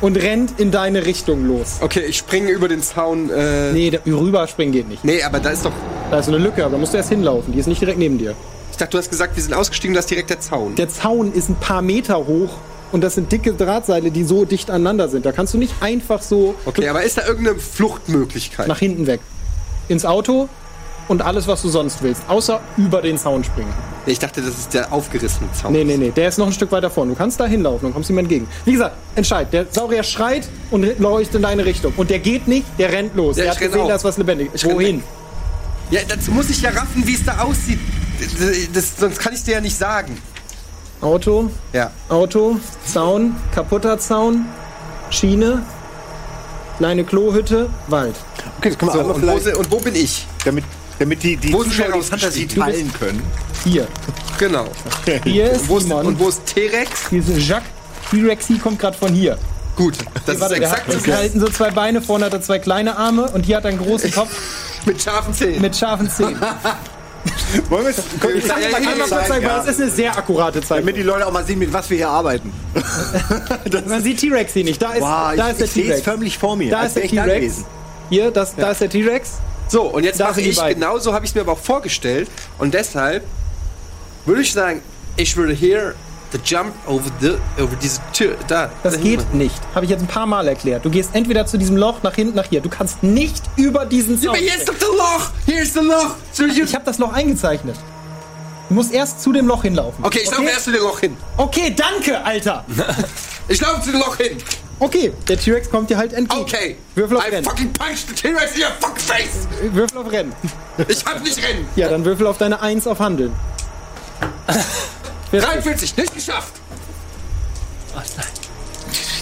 [SPEAKER 1] und rennt in deine Richtung los.
[SPEAKER 2] Okay, ich springe über den Zaun. Äh, nee.
[SPEAKER 1] Nee, da, rüberspringen geht nicht.
[SPEAKER 2] aber da ist doch.
[SPEAKER 1] Da ist eine Lücke, aber da musst du erst hinlaufen. Die ist nicht direkt neben dir.
[SPEAKER 2] Ich dachte, du hast gesagt, wir sind ausgestiegen, da ist direkt der Zaun.
[SPEAKER 1] Der Zaun ist ein paar Meter hoch und das sind dicke Drahtseile, die so dicht aneinander sind. Da kannst du nicht einfach so
[SPEAKER 2] okay, aber ist da irgendeine Fluchtmöglichkeit?
[SPEAKER 1] nach hinten weg. Ins Auto und alles, was du sonst willst. Außer über den Zaun springen.
[SPEAKER 2] Nee, ich dachte, das ist der aufgerissene Zaun.
[SPEAKER 1] Nee, nee, nee. Der ist noch ein Stück weiter vorne. Du kannst da hinlaufen und kommst ihm entgegen. Wie gesagt, entscheid. Der Saurier schreit und leuchtet in deine Richtung. Und der geht nicht, der rennt los.
[SPEAKER 2] Ja,
[SPEAKER 1] der
[SPEAKER 2] ich
[SPEAKER 1] hat
[SPEAKER 2] renn
[SPEAKER 1] gesehen,
[SPEAKER 2] auch.
[SPEAKER 1] da ist was lebendig.
[SPEAKER 2] Ich renn
[SPEAKER 1] Wohin?
[SPEAKER 2] weg. Ja, dazu muss ich ja raffen, wie es da aussieht. Das, sonst kann ich dir ja nicht sagen.
[SPEAKER 1] Auto,
[SPEAKER 2] Ja.
[SPEAKER 1] Auto, Zaun, kaputter Zaun, Schiene, kleine Klohütte, Wald.
[SPEAKER 3] Okay, das können wir
[SPEAKER 2] So,
[SPEAKER 3] einmal
[SPEAKER 2] und wo,
[SPEAKER 3] vielleicht,
[SPEAKER 2] se- und wo bin ich?
[SPEAKER 3] damit, damit die, die
[SPEAKER 2] Wo sind wir
[SPEAKER 3] Zuschauer die Fantasie
[SPEAKER 2] rausgestiegen?
[SPEAKER 3] teilen können.
[SPEAKER 1] Hier.
[SPEAKER 2] Genau.
[SPEAKER 1] Hier ist
[SPEAKER 2] Wo ist,
[SPEAKER 1] Simon.
[SPEAKER 2] und wo ist T-Rex?
[SPEAKER 1] Hier ist Jacques. T-Rexy kommt gerade von hier.
[SPEAKER 2] Gut, das
[SPEAKER 1] Warte,
[SPEAKER 2] ist
[SPEAKER 1] der hat
[SPEAKER 2] exakt
[SPEAKER 1] okay.
[SPEAKER 2] okay.
[SPEAKER 1] halten so zwei Beine, vorne hat er zwei kleine Arme und hier hat er einen großen Kopf
[SPEAKER 2] mit scharfen Zähnen.
[SPEAKER 1] mit scharfen Zähnen.
[SPEAKER 3] Wollen wir es? Können
[SPEAKER 2] Ich sag-
[SPEAKER 3] wir
[SPEAKER 2] ja,
[SPEAKER 1] Ich kann mal kurz
[SPEAKER 3] es zeigen,
[SPEAKER 1] zeigen, weil
[SPEAKER 3] ja.
[SPEAKER 1] das ist eine sehr akkurate Zeichnung.
[SPEAKER 3] Damit die Leute auch mal sehen, mit was wir hier arbeiten.
[SPEAKER 1] Man sieht T-Rex hier nicht. Da ist,
[SPEAKER 3] Wow,
[SPEAKER 1] da
[SPEAKER 3] Ah, ich,
[SPEAKER 1] ist der
[SPEAKER 3] ich sehe es
[SPEAKER 1] T-Rex.
[SPEAKER 3] förmlich vor mir.
[SPEAKER 1] Da
[SPEAKER 3] als
[SPEAKER 1] ist der
[SPEAKER 3] wär ich da
[SPEAKER 1] T-Rex.
[SPEAKER 3] gewesen.
[SPEAKER 1] Hier, das, da ist der T-Rex.
[SPEAKER 2] So, und jetzt
[SPEAKER 1] Da
[SPEAKER 2] mache
[SPEAKER 1] sind die
[SPEAKER 2] ich
[SPEAKER 1] beiden.
[SPEAKER 2] genauso, habe ich es mir aber auch vorgestellt. Und deshalb würde ich sagen, ich würde hier the jump over the over diese Tür da.
[SPEAKER 1] Das
[SPEAKER 2] dahin
[SPEAKER 1] geht
[SPEAKER 2] machen.
[SPEAKER 1] nicht. Habe ich jetzt ein paar Mal erklärt. Du gehst entweder zu diesem Loch, nach hinten, nach hier. Du kannst nicht über diesen
[SPEAKER 2] Ja,
[SPEAKER 1] Zaun.
[SPEAKER 2] aber hier ist
[SPEAKER 1] springen.
[SPEAKER 2] doch das Loch! Hier ist das Loch! So, hier-
[SPEAKER 1] Ich habe das Loch eingezeichnet. Du musst erst zu dem Loch hinlaufen.
[SPEAKER 2] Okay, ich laufe erst zu dem Loch hin.
[SPEAKER 1] Okay, danke, Alter.
[SPEAKER 2] Ich laufe zu dem Loch hin.
[SPEAKER 1] Okay, der T-Rex kommt dir halt entgegen.
[SPEAKER 2] Okay.
[SPEAKER 1] Würfel auf
[SPEAKER 2] I
[SPEAKER 1] Rennen.
[SPEAKER 2] fucking punched the T-Rex in your fucking face.
[SPEAKER 1] Würfel auf Rennen.
[SPEAKER 2] Ich hab nicht rennen.
[SPEAKER 1] Ja, dann würfel auf deine Eins auf Handeln.
[SPEAKER 2] 43, nicht geschafft.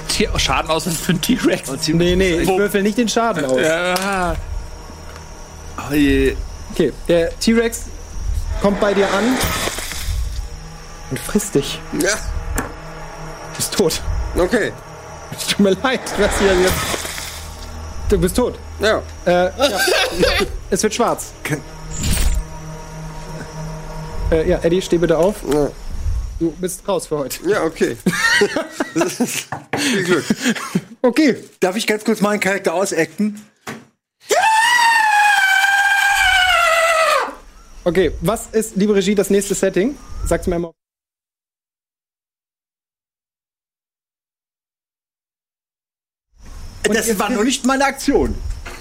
[SPEAKER 4] Tier- Schaden aus für einen T-Rex.
[SPEAKER 1] Nee, nee, ich würfel nicht den
[SPEAKER 2] Äh,
[SPEAKER 1] Schaden aus.
[SPEAKER 4] Ja.
[SPEAKER 1] Okay, der T-Rex kommt bei dir an und frisst dich.
[SPEAKER 2] Ja,
[SPEAKER 1] Du bist tot.
[SPEAKER 2] okay.
[SPEAKER 1] Es Tut mir leid, was hier jetzt. Du bist tot.
[SPEAKER 2] Ja.
[SPEAKER 1] Äh, ja. es wird schwarz. Äh, ja, Eddie, steh bitte auf. Du bist raus für heute.
[SPEAKER 8] Ja, okay. Viel Glück.
[SPEAKER 1] Okay.
[SPEAKER 3] Darf ich ganz kurz meinen Charakter ausacten?
[SPEAKER 1] Okay, was ist, liebe Regie, das nächste Setting? Sag's mir einmal.
[SPEAKER 3] das war noch nicht meine Aktion.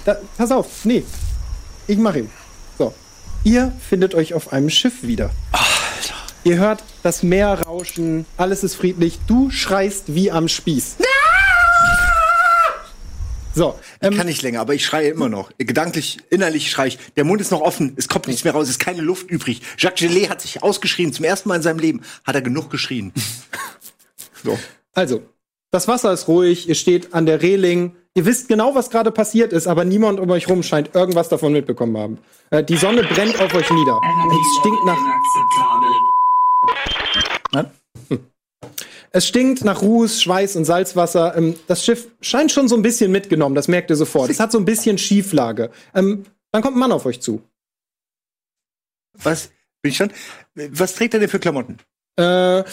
[SPEAKER 1] Da, pass auf, nee. Ich mach ihn. So. Ihr findet euch auf einem Schiff wieder. Ihr hört das Meer rauschen, alles ist friedlich. Du schreist wie am Spieß. So, ähm,
[SPEAKER 3] Kann ich länger, aber ich schreie immer noch. Gedanklich, innerlich schreie ich. Der Mund ist noch offen, es kommt nichts mehr raus, es ist keine Luft übrig. Jacques Gelet hat sich ausgeschrien, zum ersten Mal in seinem Leben hat er genug geschrien. so.
[SPEAKER 1] Also, das Wasser ist ruhig, ihr steht an der Reling. Ihr wisst genau, was gerade passiert ist, aber niemand um euch rum scheint irgendwas davon mitbekommen haben. Äh, die Sonne brennt auf euch nieder. Es stinkt nach. Hm. Es stinkt nach Ruß, Schweiß und Salzwasser. Ähm, das Schiff scheint schon so ein bisschen mitgenommen, das merkt ihr sofort. Es hat so ein bisschen Schieflage. Ähm, dann kommt ein Mann auf euch zu.
[SPEAKER 3] Was? Bin ich schon? Was trägt er denn für Klamotten?
[SPEAKER 1] Äh,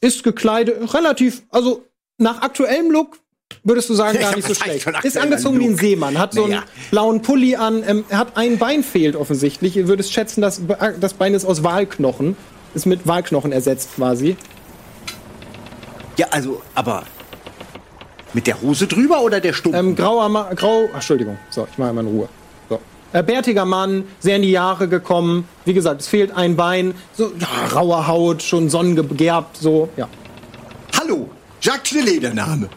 [SPEAKER 1] ist gekleidet, relativ, also nach aktuellem Look würdest du sagen,
[SPEAKER 3] Ja,
[SPEAKER 1] gar
[SPEAKER 3] ich
[SPEAKER 1] nicht so
[SPEAKER 3] hab gesagt,
[SPEAKER 1] schlecht.
[SPEAKER 3] schon
[SPEAKER 1] Ist
[SPEAKER 3] aktueller
[SPEAKER 1] angezogen wie ein
[SPEAKER 3] Look.
[SPEAKER 1] Seemann, hat so einen
[SPEAKER 3] Naja.
[SPEAKER 1] blauen Pulli an, ähm, er hat ein Bein fehlt offensichtlich. Ihr würdet schätzen, dass Be- äh, das Bein ist aus Walknochen, ist mit Walknochen ersetzt quasi.
[SPEAKER 3] Ja, also, aber mit der Hose drüber oder der Stumpf?
[SPEAKER 1] Ähm, grauer Ma grau, ach, Entschuldigung, so, ich mache mal in Ruhe. So. Äh, bärtiger Mann, sehr in die Jahre gekommen. Wie gesagt, es fehlt ein Bein, so ja, raue Haut, schon sonnengegerbt, so, ja.
[SPEAKER 3] Hallo, Jacques Gelet, der Name.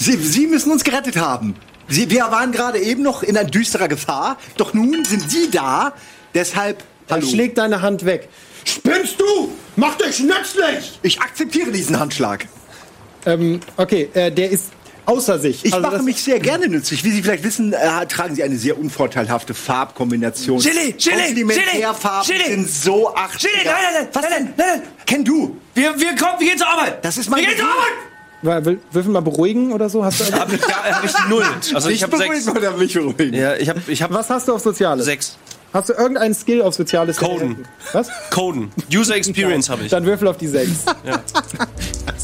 [SPEAKER 3] Sie, Sie müssen uns gerettet haben. Sie, wir waren gerade eben noch in einer düsterer Gefahr, doch nun sind Sie da, deshalb.
[SPEAKER 1] Dann schläg deine Hand weg.
[SPEAKER 3] Spinnst du? Mach dich nützlich! Ich akzeptiere diesen Handschlag.
[SPEAKER 1] Ähm, okay, äh, der ist außer sich.
[SPEAKER 3] Ich
[SPEAKER 1] Also
[SPEAKER 3] mache
[SPEAKER 1] das-
[SPEAKER 3] mich sehr gerne nützlich. Wie Sie vielleicht wissen, äh, tragen Sie eine sehr unvorteilhafte Farbkombination.
[SPEAKER 13] Gelee, Gelee,
[SPEAKER 3] Komplementärfarben
[SPEAKER 13] Gelee, Gelee.
[SPEAKER 3] sind so 80
[SPEAKER 13] Chili, nein, nein, nein, nein, nein, nein, nein.
[SPEAKER 3] Kenn du?
[SPEAKER 13] Wir, wir kommen, wir gehen zur Arbeit.
[SPEAKER 3] Das ist mein
[SPEAKER 13] Wir gehen zur
[SPEAKER 3] Beruf.
[SPEAKER 13] Arbeit.
[SPEAKER 1] Wa- will- Würfel mal beruhigen oder so? Hast du
[SPEAKER 5] Hab ich, da hab ich die Null. Also ich hab
[SPEAKER 3] beruhigen
[SPEAKER 5] sechs.
[SPEAKER 3] oder mich beruhigen?
[SPEAKER 5] Ja, ich hab, ich hab
[SPEAKER 1] Was hast du auf Soziales?
[SPEAKER 5] sechs.
[SPEAKER 1] Hast du irgendeinen Skill auf Soziales?
[SPEAKER 5] Coden.
[SPEAKER 1] Was?
[SPEAKER 5] Coden. User Experience habe ich.
[SPEAKER 1] Dann würfel auf die 6.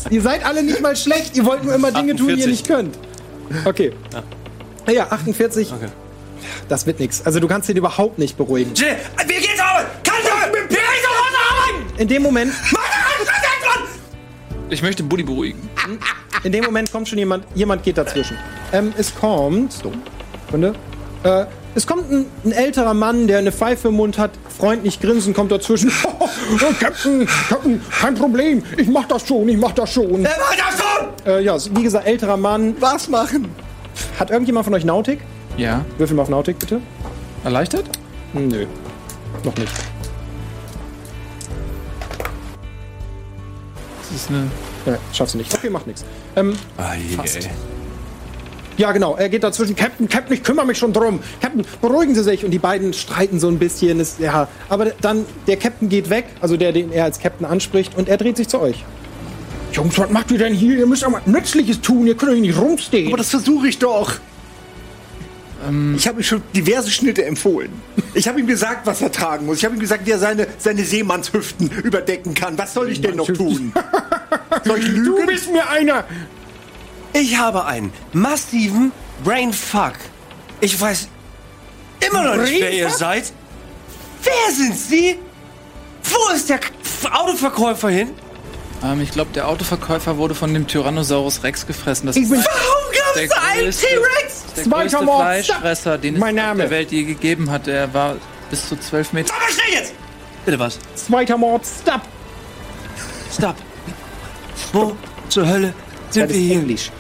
[SPEAKER 1] ihr seid alle nicht mal schlecht, ihr wollt nur immer Dinge tun, die ihr
[SPEAKER 5] 48.
[SPEAKER 1] nicht könnt. Okay. Ja, ja 48. Das wird nichts. Also du kannst den überhaupt nicht beruhigen.
[SPEAKER 13] Chili, wir gehen zur Arbeit. Kannst du mit Wir gehen zur Hause arbeiten.
[SPEAKER 1] In dem Moment,
[SPEAKER 13] Mach das an, mach das an.
[SPEAKER 4] Ich möchte Buddy beruhigen.
[SPEAKER 1] in dem Moment kommt schon jemand, jemand geht dazwischen. Ähm, es kommt. Sekunde. Äh, es kommt ein, ein älterer Mann, der eine Pfeife im Mund hat, freundlich grinsend, kommt dazwischen. Oh, Captain, Captain, kein Problem. Ich mach das schon, ich mach das schon.
[SPEAKER 13] Wer macht das schon?
[SPEAKER 1] Äh, ja, wie gesagt, älterer Mann.
[SPEAKER 3] Was machen?
[SPEAKER 1] Hat irgendjemand von euch Nautik?
[SPEAKER 4] Ja.
[SPEAKER 1] Würfel mal auf Nautik, bitte. Hm,
[SPEAKER 4] Erleichtert?
[SPEAKER 1] Nö. Noch nicht.
[SPEAKER 4] Das ist eine.
[SPEAKER 1] Ja, Äh, schaffst du nicht. Okay, macht nichts. Ähm, ja, genau. Er geht dazwischen. Captain, Captain, ich kümmere mich schon drum. Captain, beruhigen Sie sich. Und die beiden streiten so ein bisschen. Ist, ja, aber dann, der Captain geht weg, also der, den er als Captain anspricht, und er dreht sich zu euch. Jungs, was macht ihr denn hier? Ihr müsst ja mal Nützliches tun. Ihr könnt euch nicht rumstehen.
[SPEAKER 3] Aber das versuche ich doch.
[SPEAKER 4] Ähm.
[SPEAKER 3] Ich habe ihm schon diverse Schnitte empfohlen. Ich habe ihm gesagt, was er tragen muss. Ich habe ihm gesagt, wie er seine, seine Seemannshüften überdecken kann. Was soll ich denn noch tun? soll ich lügen?
[SPEAKER 1] du bist mir einer.
[SPEAKER 5] Ich habe einen massiven Brainfuck. Ich weiß immer noch nicht, wer ihr seid. Wer sind Sie? Wo ist der K- Autoverkäufer hin?
[SPEAKER 4] Ähm, ich glaube, der Autoverkäufer wurde von dem Tyrannosaurus Rex gefressen. Das
[SPEAKER 1] Ich bin-
[SPEAKER 4] Warum
[SPEAKER 13] gab's da einen T-Rex?
[SPEAKER 4] Der
[SPEAKER 1] Zweiter
[SPEAKER 4] größte
[SPEAKER 1] Mord.
[SPEAKER 4] Fleischfresser, den es
[SPEAKER 1] Mein
[SPEAKER 4] auf
[SPEAKER 1] Name.
[SPEAKER 4] der Welt je gegeben hat. Er war bis zu 12 Meter.
[SPEAKER 13] Aber schnell jetzt.
[SPEAKER 5] Bitte was?
[SPEAKER 1] Zweiter Mord. Stop.
[SPEAKER 5] Stopp. Wo zur Hölle sind wir hier?
[SPEAKER 1] Englisch.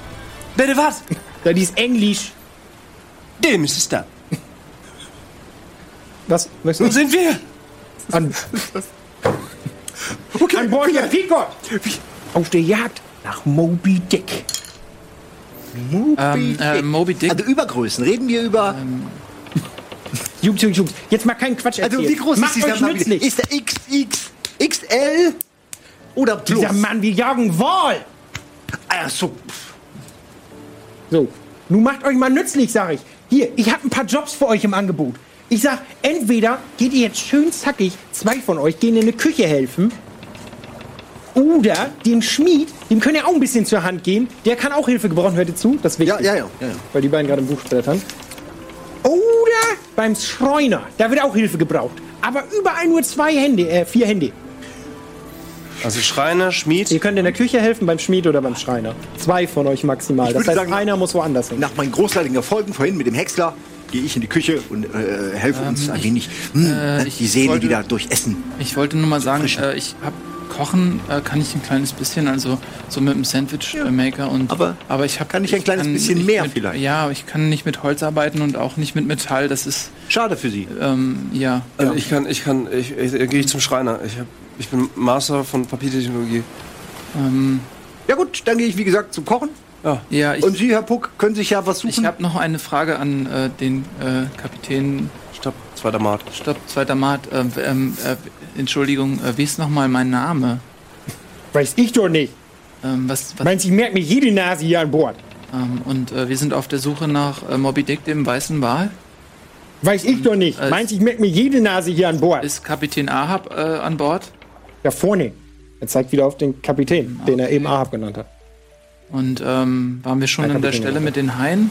[SPEAKER 5] Bitte was?
[SPEAKER 1] Das ist Englisch.
[SPEAKER 5] Dem ist es da.
[SPEAKER 1] Was? Möchtest du
[SPEAKER 5] Wo sind wir?
[SPEAKER 1] an, an Bord der Peacock. Auf der Jagd nach Moby Dick.
[SPEAKER 4] Ähm, äh, Moby Dick.
[SPEAKER 3] Also Übergrößen. Reden wir über.
[SPEAKER 1] Jungs, Jungs, Jungs, jetzt mal keinen Quatsch
[SPEAKER 3] also
[SPEAKER 1] erzählen.
[SPEAKER 3] wie groß
[SPEAKER 1] Macht
[SPEAKER 3] ist dieser
[SPEAKER 1] euch
[SPEAKER 3] Mann?
[SPEAKER 1] nützlich.
[SPEAKER 3] Ist der XX, XL oder plus?
[SPEAKER 1] dieser Mann, wir jagen Wall.
[SPEAKER 3] Ach so.
[SPEAKER 1] So, nun macht euch mal nützlich, sag ich. Hier, ich habe ein paar Jobs für euch im Angebot. Ich sag, entweder geht ihr jetzt schön zackig, zwei von euch gehen in eine Küche helfen. Oder dem Schmied, dem könnt ihr auch ein bisschen zur Hand gehen. Der kann auch Hilfe gebrauchen, hört ihr zu? Das ist wichtig.
[SPEAKER 12] Ja, ja, ja, ja, ja.
[SPEAKER 1] Weil die beiden gerade im Buch blättern. Oder beim Schreiner, da wird auch Hilfe gebraucht. Aber überall nur zwei Hände, äh, vier Hände.
[SPEAKER 5] Also Schreiner, Schmied.
[SPEAKER 1] Ihr könnt in der Küche helfen, beim Schmied oder beim Schreiner. Zwei von euch maximal.
[SPEAKER 3] Ich
[SPEAKER 1] Das
[SPEAKER 3] würde
[SPEAKER 1] heißt,
[SPEAKER 3] sagen-
[SPEAKER 1] einer muss woanders hin.
[SPEAKER 3] Nach meinen großartigen Erfolgen vorhin mit dem Häcksler gehe ich in die Küche und äh, helfe
[SPEAKER 4] Ähm,
[SPEAKER 3] uns ein wenig mh,
[SPEAKER 4] äh,
[SPEAKER 3] ne, die Seele wieder durchessen.
[SPEAKER 4] Ich wollte nur mal sagen, äh, ich hab Kochen äh, kann ich ein kleines bisschen, also so mit dem Sandwich-Maker und
[SPEAKER 3] aber
[SPEAKER 4] aber ich habe
[SPEAKER 3] kann ich ein kleines bisschen mehr vielleicht?
[SPEAKER 4] Ja, aber ich kann nicht mit Holz arbeiten und auch nicht mit Metall. Das ist
[SPEAKER 3] Schade für Sie.
[SPEAKER 4] ähm, ja.
[SPEAKER 5] Also ich kann, ich kann, ich, ich, ich gehe ich zum Schreiner. Ich, hab, ich bin Master von Papiertechnologie.
[SPEAKER 4] Ähm,
[SPEAKER 3] Ja gut, dann gehe ich wie gesagt zum Kochen.
[SPEAKER 4] ja, ich,
[SPEAKER 3] und Sie, Herr Puck, können sich ja was suchen.
[SPEAKER 4] ich habe noch eine Frage an äh, den äh, Kapitän
[SPEAKER 5] Stopp, zweiter Mart.
[SPEAKER 4] Stopp, zweiter Mart. Ähm, ähm, äh, Entschuldigung, äh, wie ist nochmal mein Name?
[SPEAKER 1] Weiß ich doch nicht.
[SPEAKER 4] Ähm, was, was,
[SPEAKER 1] Meinst du, ich merke mir jede Nase hier an Bord?
[SPEAKER 4] ähm, und äh, wir sind auf der Suche nach äh, Moby Dick, dem weißen Wal.
[SPEAKER 1] Weiß ich doch nicht.
[SPEAKER 4] Äh,
[SPEAKER 1] Meinst du, ich merke mir jede Nase hier an Bord?
[SPEAKER 4] Ist Kapitän Ahab äh, an Bord?
[SPEAKER 1] Da vorne. Er zeigt wieder auf den Kapitän, den er eben Ahab genannt hat.
[SPEAKER 4] Und ähm, waren wir schon
[SPEAKER 1] Nein,
[SPEAKER 4] an der
[SPEAKER 1] Kapitän
[SPEAKER 4] Stelle
[SPEAKER 1] Ahab.
[SPEAKER 4] mit den Haien?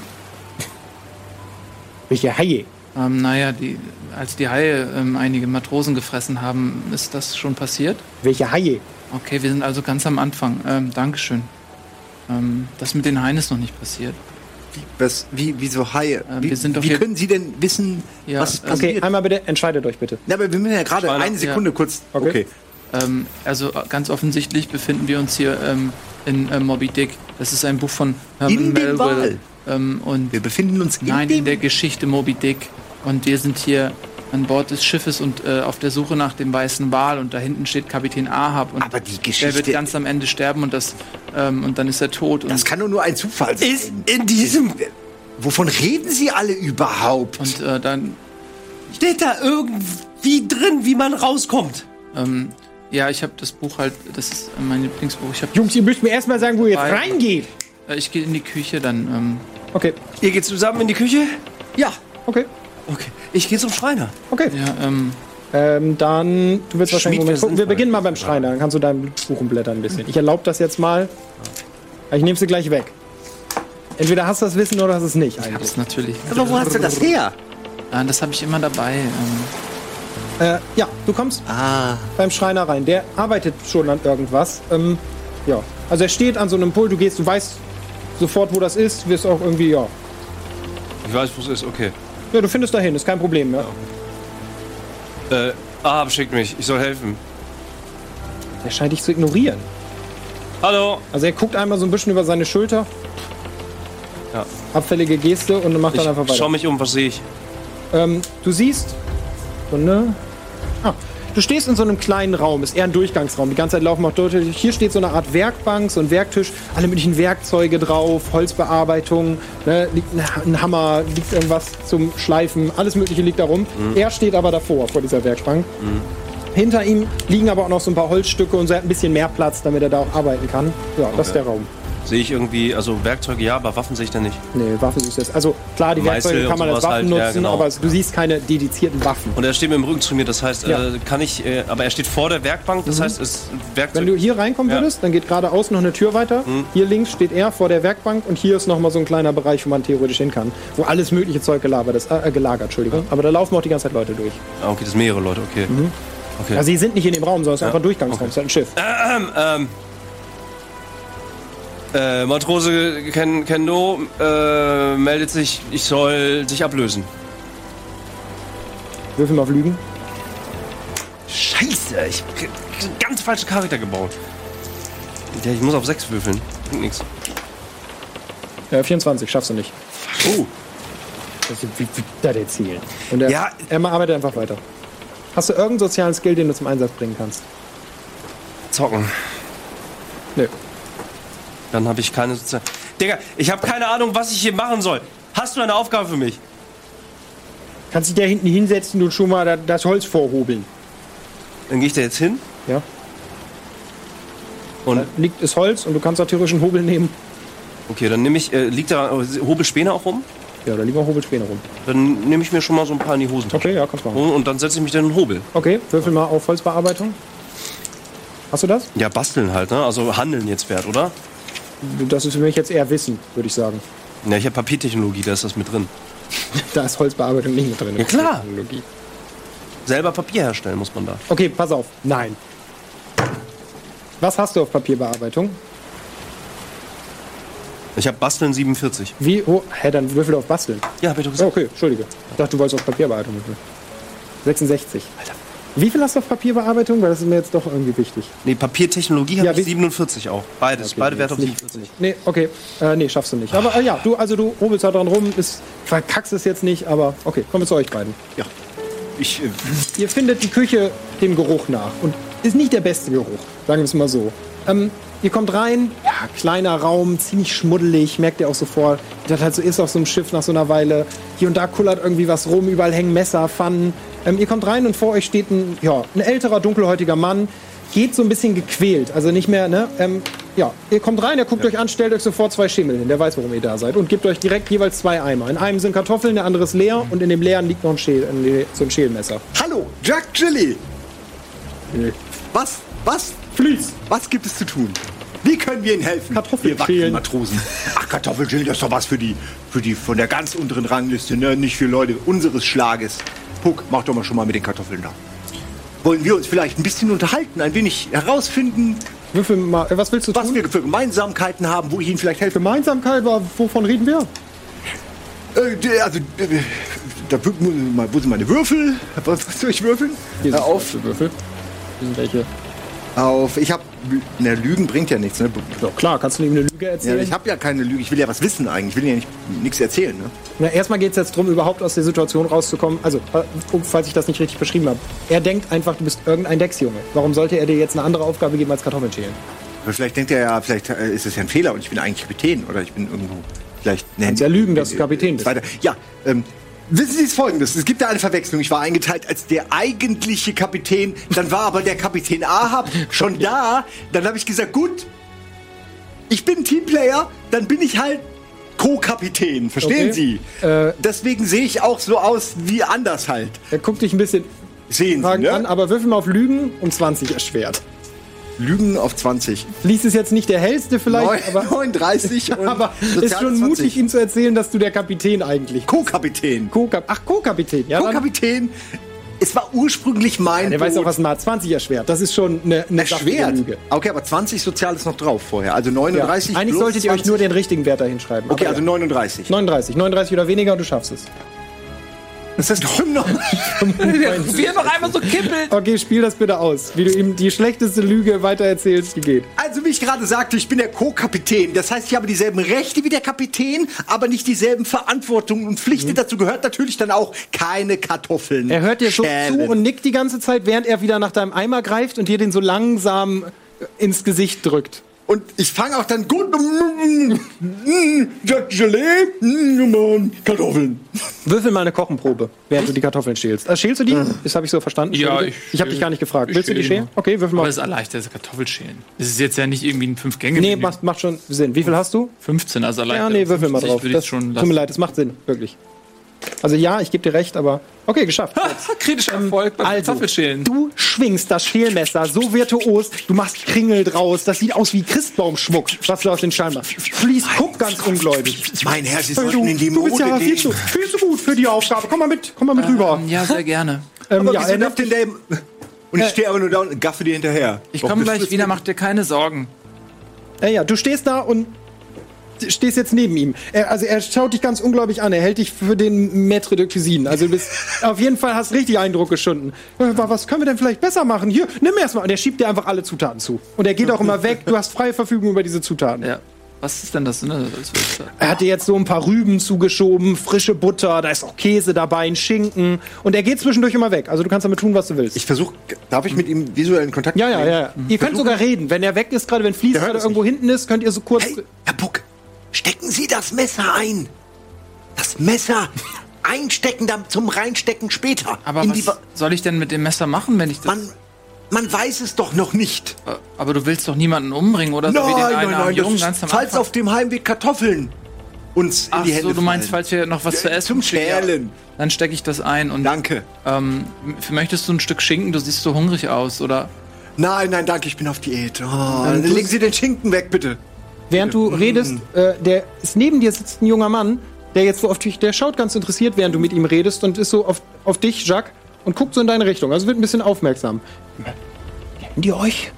[SPEAKER 1] Welche Haie?
[SPEAKER 4] Ähm, naja, die, als die Haie ähm, einige Matrosen gefressen haben, ist das schon passiert?
[SPEAKER 1] Welche Haie?
[SPEAKER 4] Okay, wir sind also ganz am Anfang. Ähm, Dankeschön. Ähm, das mit den Haien ist noch nicht passiert.
[SPEAKER 3] Was, wie, wie so Haie?
[SPEAKER 4] Äh,
[SPEAKER 3] wie
[SPEAKER 4] wir sind doch
[SPEAKER 3] wie
[SPEAKER 4] hier-
[SPEAKER 3] können Sie denn wissen,
[SPEAKER 4] Ja,
[SPEAKER 3] was
[SPEAKER 4] äh,
[SPEAKER 1] Okay,
[SPEAKER 3] passiert?
[SPEAKER 1] einmal bitte, entscheidet euch bitte.
[SPEAKER 3] Na, aber wir müssen ja gerade eine Sekunde kurz.
[SPEAKER 1] Okay.
[SPEAKER 4] Ähm, also äh, ganz offensichtlich befinden wir uns hier ähm, in äh, Moby Dick. Das ist ein Buch von Herman
[SPEAKER 3] In dem
[SPEAKER 4] Melville.
[SPEAKER 3] Wal.
[SPEAKER 4] Ähm, und
[SPEAKER 3] Wir befinden uns in
[SPEAKER 4] nein, in
[SPEAKER 3] dem
[SPEAKER 4] der Geschichte Moby Dick. Und wir sind hier an Bord des Schiffes und äh, auf der Suche nach dem weißen Wal. Und da hinten steht Kapitän Ahab. Und
[SPEAKER 3] Aber die
[SPEAKER 4] der wird
[SPEAKER 3] Geschichte-
[SPEAKER 4] ganz am Ende sterben und das ähm, und dann ist er tot. Und,
[SPEAKER 3] Das kann doch nur ein Zufall sein. Ist in diesem. Wovon reden Sie alle überhaupt?
[SPEAKER 4] und äh, dann
[SPEAKER 5] Steht da irgendwie drin, wie man rauskommt?
[SPEAKER 4] ähm, ja, ich habe das Buch halt. Das ist äh, mein Lieblingsbuch. Ich habe
[SPEAKER 1] Jungs, ihr müsst mir erstmal sagen, wo ihr jetzt
[SPEAKER 4] Weil-
[SPEAKER 1] reingeht.
[SPEAKER 4] äh, ich gehe in die Küche dann. Ähm,
[SPEAKER 1] Okay,
[SPEAKER 5] Ihr geht zusammen in die Küche?
[SPEAKER 1] ja, okay,
[SPEAKER 5] Okay. Ich gehe zum Schreiner.
[SPEAKER 1] okay.
[SPEAKER 4] ja, ähm,
[SPEAKER 1] Ähm, dann, du wirst wahrscheinlich.
[SPEAKER 5] Schmied,
[SPEAKER 1] Moment
[SPEAKER 5] wir
[SPEAKER 1] gucken.
[SPEAKER 5] sind
[SPEAKER 1] Wir
[SPEAKER 5] bei-
[SPEAKER 1] beginnen mal beim Schreiner, dann kannst du deinem Buch umblättern ein bisschen. Ich erlaube das jetzt mal. Ich nehme sie gleich weg. Entweder hast du das Wissen oder hast du es nicht eigentlich.
[SPEAKER 4] das natürlich.
[SPEAKER 3] Aber wo hast du das her?
[SPEAKER 4] Ah, das habe ich immer dabei. Ähm,
[SPEAKER 1] Äh, ja, du kommst
[SPEAKER 5] Ah.
[SPEAKER 1] beim Schreiner rein. Der arbeitet schon an irgendwas. Ähm, ja, also er steht an so einem Pult. Du gehst, du weißt sofort, wo das ist. Wirst auch irgendwie, ja.
[SPEAKER 5] Ich weiß, wo es ist, okay.
[SPEAKER 1] Ja, du findest dahin, ist kein Problem. Ja.
[SPEAKER 5] Äh, Ahab schickt mich, ich soll helfen.
[SPEAKER 1] Er scheint dich zu ignorieren.
[SPEAKER 5] Hallo!
[SPEAKER 1] Also er guckt einmal so ein bisschen über seine Schulter.
[SPEAKER 5] Ja.
[SPEAKER 1] Abfällige Geste und macht dann einfach
[SPEAKER 5] Ich schau
[SPEAKER 1] weiter.
[SPEAKER 5] mich um, was sehe ich?
[SPEAKER 1] Ähm, du siehst. Sekunde. Ah, du stehst in so einem kleinen Raum, ist eher ein Durchgangsraum. Die ganze Zeit laufen auch durch. Hier steht so eine Art Werkbank, so ein Werktisch, alle möglichen Werkzeuge drauf, Holzbearbeitung, ne, liegt ein, ein Hammer, liegt irgendwas zum Schleifen, alles Mögliche liegt da rum.
[SPEAKER 5] Mhm.
[SPEAKER 1] Er steht aber davor, vor dieser Werkbank. Hinter ihm liegen aber auch noch so ein paar Holzstücke und so er hat ein bisschen mehr Platz, damit er da auch arbeiten kann. Ja, das ist der Raum.
[SPEAKER 5] Sehe ich irgendwie, also Werkzeuge ja, aber Waffen sehe ich da nicht.
[SPEAKER 1] Nee, Waffen siehst du jetzt. Also klar, die
[SPEAKER 5] Meißel
[SPEAKER 1] Werkzeuge kann
[SPEAKER 5] und
[SPEAKER 1] man als
[SPEAKER 5] sowas
[SPEAKER 1] Waffen
[SPEAKER 5] halt, ja,
[SPEAKER 1] nutzen,
[SPEAKER 5] genau.
[SPEAKER 1] aber du siehst keine dedizierten Waffen.
[SPEAKER 5] Und er steht mit dem Rücken zu mir, das heißt,
[SPEAKER 1] Ja. Mhm.
[SPEAKER 5] äh, kann ich, äh, aber er steht vor der Werkbank, das heißt, es Werkzeug.
[SPEAKER 1] Wenn du hier reinkommen
[SPEAKER 5] Ja.
[SPEAKER 1] würdest, dann geht geradeaus noch eine Tür weiter. Hier links steht er vor der Werkbank und hier ist nochmal so ein kleiner Bereich, wo man theoretisch hin kann. Wo alles mögliche Zeug gelagert ist. Äh, gelagert, Entschuldigung. Aber da laufen auch die ganze Zeit Leute durch.
[SPEAKER 5] ah, okay, das sind mehrere Leute, okay. Okay.
[SPEAKER 1] Also sie sind nicht in dem Raum, sondern es ist einfach ein Durchgangsraum. Es ist halt ein Schiff.
[SPEAKER 5] Ähm, ähm. Äh, Matrose Ken Kendo äh, meldet sich, ich soll dich ablösen.
[SPEAKER 1] Würfel mal auf Lügen.
[SPEAKER 5] Scheiße, ich hab einen ganz falschen Charakter gebaut. Ja, ich muss auf 6 würfeln. Bringt nix.
[SPEAKER 1] Äh, 24, schaffst du nicht.
[SPEAKER 5] Oh,
[SPEAKER 1] Also, wie, wie da der Ziel. Und er,
[SPEAKER 12] Ja.
[SPEAKER 1] er arbeitet einfach weiter. Hast du irgendeinen sozialen Skill, den du zum Einsatz bringen kannst?
[SPEAKER 5] zocken.
[SPEAKER 1] Nö.
[SPEAKER 5] Dann habe ich keine Sozial. Digga, ich habe keine Ahnung, was ich hier machen soll. Hast du eine Aufgabe für mich?
[SPEAKER 1] Kannst dich da hinten hinsetzen und schon mal da- das Holz vorhobeln.
[SPEAKER 5] Dann gehe ich da jetzt hin.
[SPEAKER 1] Ja.
[SPEAKER 5] Und
[SPEAKER 1] Liegt ist Holz und du kannst auch theoretisch einen Hobel nehmen.
[SPEAKER 5] okay, dann nehme ich, äh, liegt da äh, Hobelspäne auch rum?
[SPEAKER 1] Ja, da liegen auch Hobelspäne rum.
[SPEAKER 5] Dann nehme ich mir schon mal so ein paar in die Hosen.
[SPEAKER 1] Okay, ja, kannst machen.
[SPEAKER 5] Und, und dann setze ich mich dann in den Hobel.
[SPEAKER 1] Okay, würfel mal auf Holzbearbeitung. Hast du das?
[SPEAKER 5] Ja, basteln halt, ne? Also handeln jetzt wert, oder?
[SPEAKER 1] Das ist für mich jetzt eher Wissen, würde ich sagen.
[SPEAKER 5] Ja, ich habe Papiertechnologie, da ist das mit drin.
[SPEAKER 1] Da ist Holzbearbeitung nicht mit drin.
[SPEAKER 5] Ja, klar.
[SPEAKER 1] Technologie.
[SPEAKER 5] Selber Papier herstellen muss man da.
[SPEAKER 1] Okay, pass auf. Nein. Was hast du auf Papierbearbeitung?
[SPEAKER 5] Ich habe Basteln 47.
[SPEAKER 1] Wie? Oh, hä, dann würfel auf Basteln.
[SPEAKER 5] Ja, hab ich doch
[SPEAKER 1] Oh,
[SPEAKER 5] gesagt.
[SPEAKER 1] okay, Entschuldige. Ich dachte, du wolltest auf Papierbearbeitung würfeln. 66. Alter. Wie viel hast du auf Papierbearbeitung? Weil das ist mir jetzt doch irgendwie wichtig.
[SPEAKER 5] Nee, Papiertechnologie habe
[SPEAKER 1] Ja, wie-
[SPEAKER 5] ich 47 auch. Beides, beide Werte auf 47.
[SPEAKER 1] Nee, okay. Äh, nee, schaffst du nicht. Aber äh, ja, du, also du hobelst da dran rum, ist, verkackst es jetzt nicht, aber okay, kommen wir zu euch beiden.
[SPEAKER 3] Ja. Ich, äh,
[SPEAKER 1] Ihr findet die Küche dem Geruch nach und ist nicht der beste Geruch, sagen wir es mal so. Ähm, ihr kommt rein, ja, kleiner Raum, ziemlich schmuddelig, merkt ihr auch sofort, wie das halt so ist auf so einem Schiff nach so einer Weile. Hier und da kullert irgendwie was rum, überall hängen Messer, Pfannen. Ähm, ihr kommt rein und vor euch steht ein, ja, ein älterer, dunkelhäutiger Mann, geht so ein bisschen gequält, also nicht mehr, ne? Ähm, ja, ihr kommt rein, er guckt euch an, stellt euch sofort zwei Schemel hin, der weiß, warum ihr da seid und gibt euch direkt jeweils zwei Eimer. In einem sind Kartoffeln, der andere ist leer und in dem leeren liegt noch ein Schäl, ein, so ein Schälmesser.
[SPEAKER 3] hallo, Jack Chili.
[SPEAKER 1] Nee.
[SPEAKER 3] Was, was,
[SPEAKER 1] Please.
[SPEAKER 3] was gibt es zu tun? Wie können wir Ihnen helfen?
[SPEAKER 1] Kartoffeln
[SPEAKER 3] Ihr wackeligen
[SPEAKER 1] schälen.
[SPEAKER 3] Matrosen. Ach, Kartoffelschälen, das ist doch was für die, für die von der ganz unteren Rangliste, ne? Nicht für Leute unseres Schlages. Puck, mach doch mal schon mal mit den Kartoffeln da. Wollen wir uns vielleicht ein bisschen unterhalten, ein wenig herausfinden,
[SPEAKER 1] Würfel mal, äh, was willst du
[SPEAKER 3] was
[SPEAKER 1] tun?
[SPEAKER 3] wir für Gemeinsamkeiten haben, wo ich Ihnen vielleicht helfe?
[SPEAKER 1] Gemeinsamkeit war, wovon reden wir?
[SPEAKER 3] Äh, d- also, äh, da, wür- muss ich mal- wo sind meine Würfel? Was, was soll ich würfeln?
[SPEAKER 1] Hier
[SPEAKER 3] Äh,
[SPEAKER 1] sind
[SPEAKER 3] auf,
[SPEAKER 1] die Würfel. Hier sind welche.
[SPEAKER 3] auf, ich habe, ne, Lügen bringt ja nichts, ne?
[SPEAKER 1] Ja, klar, kannst du ihm eine Lüge
[SPEAKER 3] Ja,
[SPEAKER 1] erzählen?
[SPEAKER 3] ich habe ja keine Lüge, ich will ja was wissen eigentlich, ich will ja nicht nichts erzählen, ne?
[SPEAKER 1] Na, erstmal geht es jetzt darum, überhaupt aus der Situation rauszukommen. Also, äh, um- falls ich das nicht richtig beschrieben habe. Er denkt einfach, du bist irgendein Decksjunge. Warum sollte er dir jetzt eine andere Aufgabe geben als Kartoffeln schälen?
[SPEAKER 3] Aber vielleicht denkt er ja, vielleicht äh, ist es ja ein Fehler und ich bin eigentlich Kapitän oder ich bin irgendwo. Vielleicht
[SPEAKER 1] Kannst ja lügen, dass du Kapitän bist.
[SPEAKER 3] Weiter. Ja, ähm, wissen Sie es folgendes: Es gibt da eine Verwechslung. Ich war eingeteilt als der eigentliche Kapitän, dann war aber der Kapitän Ahab schon da. Dann habe ich gesagt: Gut, ich bin Teamplayer, dann bin ich halt Co-Kapitän. Verstehen
[SPEAKER 1] Okay.
[SPEAKER 3] Sie?
[SPEAKER 1] Äh.
[SPEAKER 3] Deswegen sehe ich auch so aus wie anders halt.
[SPEAKER 1] Er guckt dich ein bisschen
[SPEAKER 3] Sehen Sie,
[SPEAKER 1] fragend an,
[SPEAKER 3] ne?
[SPEAKER 1] aber würfel mal auf Lügen um 20 erschwert.
[SPEAKER 3] Lügen auf 20.
[SPEAKER 1] Lies ist jetzt nicht der hellste vielleicht, aber,
[SPEAKER 3] Neun- 39 und
[SPEAKER 1] aber ist
[SPEAKER 3] soziales
[SPEAKER 1] schon
[SPEAKER 3] 20.
[SPEAKER 1] mutig, ihm zu erzählen, dass du der Kapitän eigentlich
[SPEAKER 3] Co-Kapitän.
[SPEAKER 1] Co-Kap Ach, Co-Kapitän. Ja, dann-
[SPEAKER 3] Co-Kapitän, es war ursprünglich mein
[SPEAKER 1] Der weiß
[SPEAKER 3] Boot.
[SPEAKER 1] auch, was ein A20 erschwert. Das ist schon eine, eine saftige
[SPEAKER 3] erschwert.
[SPEAKER 1] Lüge.
[SPEAKER 3] Okay, aber 20 Sozial ist noch drauf vorher. Also
[SPEAKER 1] Ja.
[SPEAKER 3] 39
[SPEAKER 1] Eigentlich
[SPEAKER 3] plus
[SPEAKER 1] solltet ihr euch
[SPEAKER 3] 20.
[SPEAKER 1] nur den richtigen Wert dahin schreiben.
[SPEAKER 3] Okay,
[SPEAKER 1] Aber
[SPEAKER 3] also
[SPEAKER 1] ja.
[SPEAKER 3] 39.
[SPEAKER 1] 39. 39 oder weniger und du schaffst es.
[SPEAKER 3] Das ist doch noch.
[SPEAKER 4] Wir haben doch einfach so kippelt.
[SPEAKER 1] Okay, spiel das bitte aus, wie du ihm die schlechteste Lüge weitererzählst, die geht.
[SPEAKER 3] Also, wie ich gerade sagte, ich bin der Co-Kapitän. Das heißt, ich habe dieselben Rechte wie der Kapitän, aber nicht dieselben Verantwortungen und Pflichten. Dazu gehört natürlich dann auch keine Kartoffeln.
[SPEAKER 1] Er hört dir so
[SPEAKER 3] schälen.
[SPEAKER 1] zu und nickt die ganze Zeit, während er wieder nach deinem Eimer greift und dir den so langsam äh, ins Gesicht drückt.
[SPEAKER 3] Und ich fange auch dann gut. Mm, mm, Jack Gelee, mm, Kartoffeln.
[SPEAKER 1] Würfel mal eine Kochenprobe, während du die Kartoffeln schälst. Äh, schälst du die? Das habe ich so verstanden.
[SPEAKER 4] Ja,
[SPEAKER 1] Entschuldige.
[SPEAKER 4] ich
[SPEAKER 1] ich habe dich gar nicht gefragt.
[SPEAKER 4] ich
[SPEAKER 1] Willst du die
[SPEAKER 4] schäle
[SPEAKER 1] schälen? Okay, würfel
[SPEAKER 4] Aber
[SPEAKER 1] mal.
[SPEAKER 4] es ist erleichtert, das Kartoffelschälen. Es ist jetzt ja nicht irgendwie ein Fünf-Gänge.
[SPEAKER 1] Nee, macht, macht schon Sinn. Wie viel hast du?
[SPEAKER 4] 15, also
[SPEAKER 1] Ja,
[SPEAKER 4] erleichtert.
[SPEAKER 1] nee, würfel mal
[SPEAKER 4] 50
[SPEAKER 1] drauf.
[SPEAKER 4] Würde
[SPEAKER 1] Das,
[SPEAKER 4] ich schon
[SPEAKER 1] tut mir leid, das macht Sinn, wirklich. Also ja, ich gebe dir recht, aber okay, geschafft.
[SPEAKER 4] lassen. Kritischer
[SPEAKER 3] Ähm,
[SPEAKER 4] Erfolg beim
[SPEAKER 1] Also,
[SPEAKER 4] Kartoffelschälen.
[SPEAKER 1] du schwingst das Schälmesser so virtuos, du machst Kringel draus. Das sieht aus wie Christbaumschmuck, was du aus den Schein machst. Fließt, guck ganz ungläubig.
[SPEAKER 3] Mein Herr,
[SPEAKER 1] Hey,
[SPEAKER 3] Sie sollten in die
[SPEAKER 1] du bist
[SPEAKER 3] Mode
[SPEAKER 1] ja viel
[SPEAKER 3] gehen. Ah,
[SPEAKER 1] zu, viel zu gut für die Aufgabe. Komm mal mit, komm mal mit rüber.
[SPEAKER 4] Ja, sehr gerne.
[SPEAKER 1] Ähm,
[SPEAKER 3] Aber
[SPEAKER 1] ja,
[SPEAKER 3] wieso
[SPEAKER 1] er
[SPEAKER 3] darf
[SPEAKER 1] nimmt
[SPEAKER 3] denn der im- Und ich stehe aber nur da und gaffe dir hinterher.
[SPEAKER 4] Äh. Ich
[SPEAKER 3] Doch,
[SPEAKER 4] komme
[SPEAKER 3] das
[SPEAKER 4] gleich
[SPEAKER 3] ist-
[SPEAKER 4] wieder, mach dir keine Sorgen.
[SPEAKER 1] Ja, ja, du stehst da und stehst jetzt neben ihm. Er, also er schaut dich ganz unglaublich an. Er hält dich für den Maître de Cuisine. Also du bist auf jeden Fall hast richtig Eindruck geschunden. Äh, wa- Was können wir denn vielleicht besser machen? Hier, nimm erstmal. Und er schiebt dir einfach alle Zutaten zu. Und er geht auch immer weg. Du hast freie Verfügung über diese Zutaten.
[SPEAKER 4] Ja. Was ist denn das? Ne? Das-
[SPEAKER 1] Er hat dir jetzt so ein paar Rüben zugeschoben, frische Butter, da ist auch Käse dabei, ein Schinken. Und er geht zwischendurch immer weg. Also du kannst damit tun, was du willst.
[SPEAKER 3] Ich versuche, darf ich mit ihm visuellen Kontakt
[SPEAKER 1] ja, ja, ja. ja. Ihr könnt sogar reden. Wenn er weg ist, gerade wenn Fleece
[SPEAKER 3] hört
[SPEAKER 1] gerade
[SPEAKER 3] es
[SPEAKER 1] irgendwo hinten ist, könnt ihr so kurz.
[SPEAKER 3] Hey, Herr Buck, stecken Sie das Messer ein. Das Messer einstecken dann zum Reinstecken später.
[SPEAKER 4] Aber
[SPEAKER 3] In die
[SPEAKER 4] was
[SPEAKER 3] Wa-
[SPEAKER 4] soll ich denn mit dem Messer machen, wenn ich das...
[SPEAKER 3] man, man weiß es doch noch nicht.
[SPEAKER 4] Aber du willst doch niemanden umbringen, oder? so wie den Also einen armen Jungen
[SPEAKER 3] das
[SPEAKER 4] ganz
[SPEAKER 3] ist,
[SPEAKER 4] am
[SPEAKER 3] falls
[SPEAKER 4] Anfang.
[SPEAKER 3] auf dem Heimweg Kartoffeln. uns in
[SPEAKER 4] Ach
[SPEAKER 3] die Hände
[SPEAKER 4] so, du meinst,
[SPEAKER 3] fallen.
[SPEAKER 4] falls wir noch was zu essen
[SPEAKER 3] Zum
[SPEAKER 4] kriegen, ja.
[SPEAKER 3] Schälen.
[SPEAKER 4] Dann stecke ich das ein und.
[SPEAKER 3] Danke.
[SPEAKER 4] Ähm, m- möchtest du ein Stück Schinken? Du siehst so hungrig aus, oder?
[SPEAKER 3] Nein, nein, danke, ich bin auf Diät. Oh,
[SPEAKER 1] Ähm, du-
[SPEAKER 3] legen Sie den Schinken weg, bitte.
[SPEAKER 1] Während du redest, äh, der ist neben dir sitzt ein junger Mann, der jetzt so auf dich, der schaut ganz interessiert, während du mit ihm redest und ist so auf, auf dich, Jacques, und guckt so in deine Richtung. Also wird ein bisschen aufmerksam. Kennen die euch?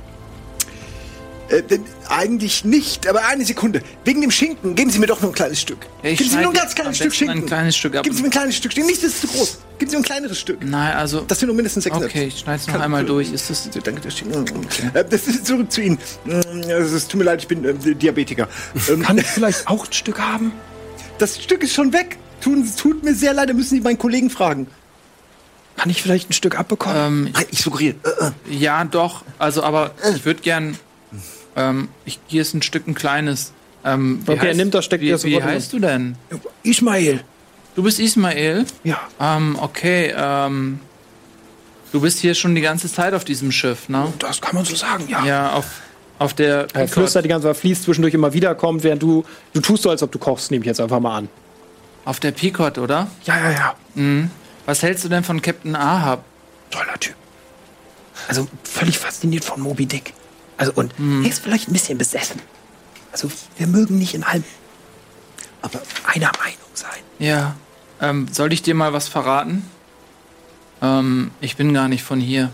[SPEAKER 3] Äh, denn eigentlich nicht, aber eine Sekunde. Wegen dem Schinken, geben Sie mir doch nur ein kleines Stück.
[SPEAKER 4] Ich
[SPEAKER 3] geben Sie mir nur ein
[SPEAKER 4] schneide
[SPEAKER 3] ganz kleines
[SPEAKER 4] am
[SPEAKER 3] Stück
[SPEAKER 4] besten
[SPEAKER 3] Schinken.
[SPEAKER 4] Ein kleines Stück ab.
[SPEAKER 3] Geben Sie mir ein kleines Stück Schinken. Nicht, das ist zu groß. Geben Sie mir ein kleineres Stück.
[SPEAKER 4] Nein, also.
[SPEAKER 3] Das sind nur mindestens sechs
[SPEAKER 4] okay, ich schneide es noch einmal durch. Ist das.
[SPEAKER 3] So, Danke, der Schinken. Äh, das ist zurück zu Ihnen. Mm, also, Es tut mir leid, ich bin äh, Diabetiker. Ähm,
[SPEAKER 1] Kann ich vielleicht auch ein Stück haben?
[SPEAKER 3] das Stück ist schon weg. Tun, tut mir sehr leid, da müssen Sie meinen Kollegen fragen.
[SPEAKER 1] Kann ich vielleicht ein Stück abbekommen?
[SPEAKER 4] Ähm,
[SPEAKER 3] Nein, ich suggeriere. Äh, äh.
[SPEAKER 4] ja, doch. Also, aber ich würde gern. Ähm, ich, hier ist ein Stück ein kleines. Ähm, wie
[SPEAKER 1] Okay, er nimmt das, steckt
[SPEAKER 4] Wie,
[SPEAKER 1] dir das
[SPEAKER 4] wie
[SPEAKER 1] sofort in den
[SPEAKER 4] heißt du denn?
[SPEAKER 1] Ismail.
[SPEAKER 4] Du bist Ismael?
[SPEAKER 1] Ja.
[SPEAKER 4] Ähm, okay, ähm. Du bist hier schon die ganze Zeit auf diesem Schiff, ne?
[SPEAKER 1] Das kann man so sagen,
[SPEAKER 4] Ja, auf, auf der.
[SPEAKER 1] Er flüstert die ganze Zeit, fließt zwischendurch immer wieder, kommt, während du, du tust so, als ob du kochst, nehme ich jetzt einfach mal an.
[SPEAKER 4] Auf der Picot, oder?
[SPEAKER 1] Ja, ja, ja.
[SPEAKER 4] Was hältst du denn von Captain Ahab?
[SPEAKER 1] Toller Typ. Also völlig fasziniert von Moby Dick. Also und
[SPEAKER 12] Hm.
[SPEAKER 1] er ist vielleicht ein bisschen besessen. Also wir mögen nicht in allem, aber einer Meinung sein.
[SPEAKER 4] Ja. Ähm, soll ich dir mal was verraten? Ähm, ich bin gar nicht von hier.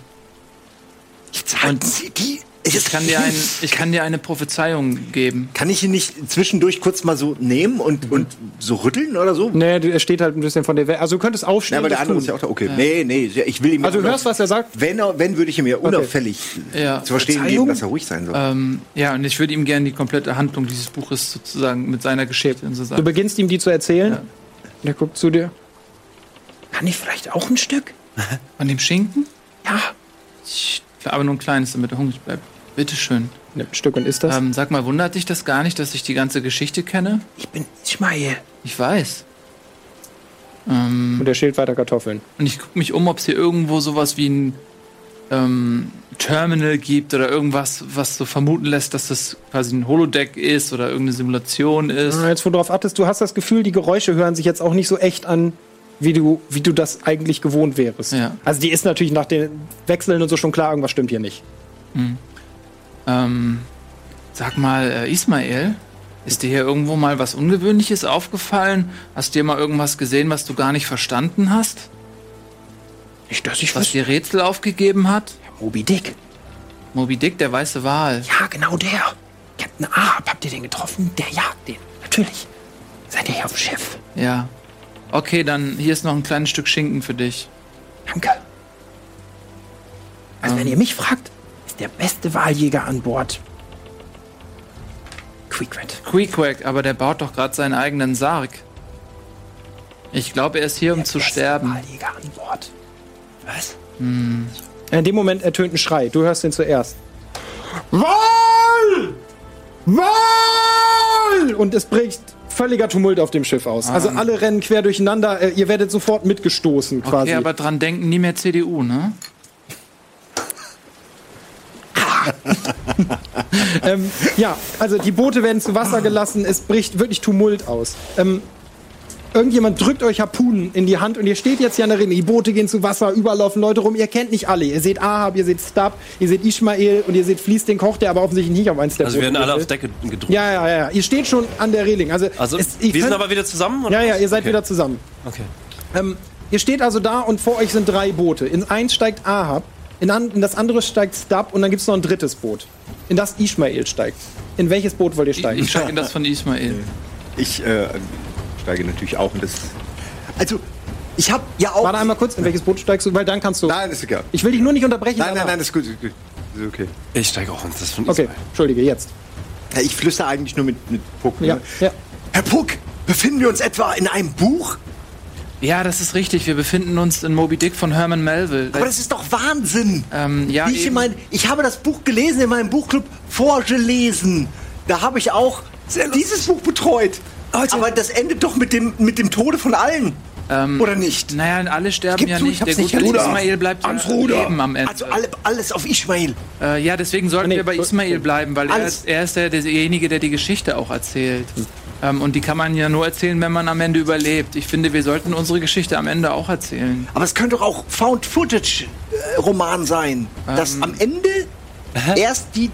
[SPEAKER 3] Jetzt halten Sie die.
[SPEAKER 4] Ich kann dir, ein, ich kann dir eine Prophezeiung geben.
[SPEAKER 3] Kann ich ihn nicht zwischendurch kurz mal so nehmen und, und so rütteln oder so?
[SPEAKER 1] Mhm. Nee, du- er steht halt ein bisschen von der Welt. Also du könntest aufstehen.
[SPEAKER 3] Ja, aber
[SPEAKER 1] und
[SPEAKER 3] der
[SPEAKER 1] das
[SPEAKER 3] andere
[SPEAKER 1] tun.
[SPEAKER 3] ist ja auch da. Okay, nee, nee, ich will ihm.
[SPEAKER 1] also du hörst, was er sagt.
[SPEAKER 3] Wenn, er- wenn würde ich ihm ja unauffällig
[SPEAKER 4] Ja.
[SPEAKER 3] zu verstehen
[SPEAKER 1] Verzeihung? Äh.
[SPEAKER 3] geben, dass er ruhig sein soll.
[SPEAKER 4] Ähm, ja, und ich würde ihm gerne die komplette Handlung dieses Buches sozusagen mit seiner Geschichte und so
[SPEAKER 1] Du
[SPEAKER 4] sagen.
[SPEAKER 1] beginnst ihm die zu erzählen. Und er guckt zu dir. Kann ich vielleicht auch ein Stück?
[SPEAKER 4] Von dem Schinken?
[SPEAKER 1] Ja.
[SPEAKER 4] Aber nur ein kleines, damit er hungrig bleibt. Bitteschön.
[SPEAKER 1] Nimmt ein Stück und isst das.
[SPEAKER 4] Ähm, sag mal, wundert dich das gar nicht, dass ich die ganze Geschichte kenne?
[SPEAKER 1] ich bin Ismail.
[SPEAKER 4] Ich weiß.
[SPEAKER 1] Und er schält weiter Kartoffeln.
[SPEAKER 4] Und ich gucke mich um, ob es hier irgendwo sowas wie ein ähm, Terminal gibt oder irgendwas, was so vermuten lässt, dass das quasi ein Holodeck ist oder irgendeine Simulation ist.
[SPEAKER 1] Ah, Jetzt, wo du drauf achtest, du hast das Gefühl, die Geräusche hören sich jetzt auch nicht so echt an, wie du, wie du das eigentlich gewohnt wärst.
[SPEAKER 4] Ja.
[SPEAKER 1] Also die ist natürlich nach den Wechseln und so schon klar, irgendwas stimmt hier nicht.
[SPEAKER 4] Ähm, sag mal, äh, Ismael, ist dir hier irgendwo mal was Ungewöhnliches aufgefallen? Hast du dir mal irgendwas gesehen, was du gar nicht verstanden hast?
[SPEAKER 1] Nicht, dass ich
[SPEAKER 4] Was dir Rätsel aufgegeben hat?
[SPEAKER 1] Moby Dick.
[SPEAKER 4] Moby Dick, der weiße Wal.
[SPEAKER 1] Ja, genau der. Captain Ahab, habt ihr den getroffen? Der jagt den. Natürlich. Seid ihr hier auf dem Schiff?
[SPEAKER 4] Ja. Okay, dann hier ist noch ein kleines Stück Schinken für dich.
[SPEAKER 1] Danke. Also,
[SPEAKER 4] Ähm.
[SPEAKER 1] wenn ihr mich fragt, ist der beste Wahljäger an Bord. Quickred.
[SPEAKER 4] Queequack, aber der baut doch gerade seinen eigenen Sarg. Ich glaube, er ist hier, um zu sterben.
[SPEAKER 1] Wahljäger an Bord. Was? Hm. In dem Moment ertönt ein Schrei. Du hörst ihn zuerst. Wahl! Wahl! Und es bricht völliger Tumult auf dem Schiff aus. Also alle rennen quer durcheinander. Äh, Ihr werdet sofort mitgestoßen quasi.
[SPEAKER 4] Okay, aber dran denken, nie mehr CDU, ne?
[SPEAKER 1] ähm, ja, also die Boote werden zu Wasser gelassen, es bricht wirklich Tumult aus. Ähm, irgendjemand drückt euch Harpunen in die Hand und ihr steht jetzt hier an der Rinne. Die Boote gehen zu Wasser, überall laufen Leute rum, ihr kennt nicht alle. Ihr seht Ahab, ihr seht Stab, ihr seht Ishmael und ihr seht Fließ den Koch, der aber offensichtlich nicht auf eins der
[SPEAKER 5] Also wir werden
[SPEAKER 1] Boote
[SPEAKER 5] alle auf
[SPEAKER 1] ist.
[SPEAKER 5] Decke gedrückt.
[SPEAKER 1] Ja, ja, ja, ja. Ihr steht schon an der Reling. Also,
[SPEAKER 5] Also
[SPEAKER 1] es- ihr
[SPEAKER 5] wir sind
[SPEAKER 1] könnt-
[SPEAKER 5] aber wieder zusammen? oder
[SPEAKER 1] Ja, ja,
[SPEAKER 5] was?
[SPEAKER 1] ihr seid
[SPEAKER 5] okay.
[SPEAKER 1] wieder zusammen.
[SPEAKER 5] Okay.
[SPEAKER 1] Ähm, ihr steht also da und vor euch sind drei Boote. In eins steigt Ahab, in, an, in das andere steigt Stab und dann gibt es noch ein drittes Boot, in das Ishmael steigt. In welches Boot wollt ihr
[SPEAKER 4] Ich,
[SPEAKER 1] steigen?
[SPEAKER 4] ich schicke das von Ismael.
[SPEAKER 3] ich äh, steige natürlich auch und das. Also, ich habe ja auch.
[SPEAKER 1] Warte einmal kurz, in welches Boot steigst du? Weil dann kannst du.
[SPEAKER 3] Nein, ist egal.
[SPEAKER 1] Ich will dich nur nicht unterbrechen.
[SPEAKER 3] Nein, nein,
[SPEAKER 1] aber-
[SPEAKER 3] nein, ist gut, ist gut. Ist okay.
[SPEAKER 5] Ich steige auch ins das von
[SPEAKER 1] Okay,
[SPEAKER 5] Ismail.
[SPEAKER 1] entschuldige, jetzt.
[SPEAKER 3] Ja, ich flüstere eigentlich nur mit, mit Puck. ne?
[SPEAKER 1] Ja, ja.
[SPEAKER 3] Herr Puck, befinden wir uns etwa in einem Buch?
[SPEAKER 4] Ja, das ist richtig. Wir befinden uns in Moby Dick von Herman Melville.
[SPEAKER 3] Aber das ist doch Wahnsinn!
[SPEAKER 4] ähm, ja,
[SPEAKER 3] Wie ich,
[SPEAKER 4] eben.
[SPEAKER 3] mein, ich habe das Buch gelesen in meinem Buchclub vorgelesen. Da habe ich auch dieses Buch betreut. Aber das endet doch mit dem, mit dem Tode von allen.
[SPEAKER 4] Oder nicht? Naja, alle sterben
[SPEAKER 3] Gib
[SPEAKER 4] ja
[SPEAKER 3] zu, ich
[SPEAKER 4] nicht. Der
[SPEAKER 3] hab's nicht
[SPEAKER 4] gute
[SPEAKER 3] erlebt.
[SPEAKER 4] Ismail bleibt ja
[SPEAKER 3] Ans Ruder.
[SPEAKER 4] leben am Ende.
[SPEAKER 3] Also Ah, alle, alles auf Ismail.
[SPEAKER 4] Äh, ja, deswegen sollten
[SPEAKER 1] Nee,
[SPEAKER 4] wir bei
[SPEAKER 1] so-
[SPEAKER 4] Ismail bleiben, weil er,
[SPEAKER 3] Alles.
[SPEAKER 4] er ist ja derjenige, der die Geschichte auch erzählt.
[SPEAKER 3] Hm.
[SPEAKER 4] Ähm, und die kann man ja nur erzählen, wenn man am Ende überlebt. Ich finde, wir sollten unsere Geschichte am Ende auch erzählen.
[SPEAKER 3] Aber es könnte doch auch Found-Footage-Roman sein,
[SPEAKER 12] Ähm.
[SPEAKER 3] dass am Ende erst die,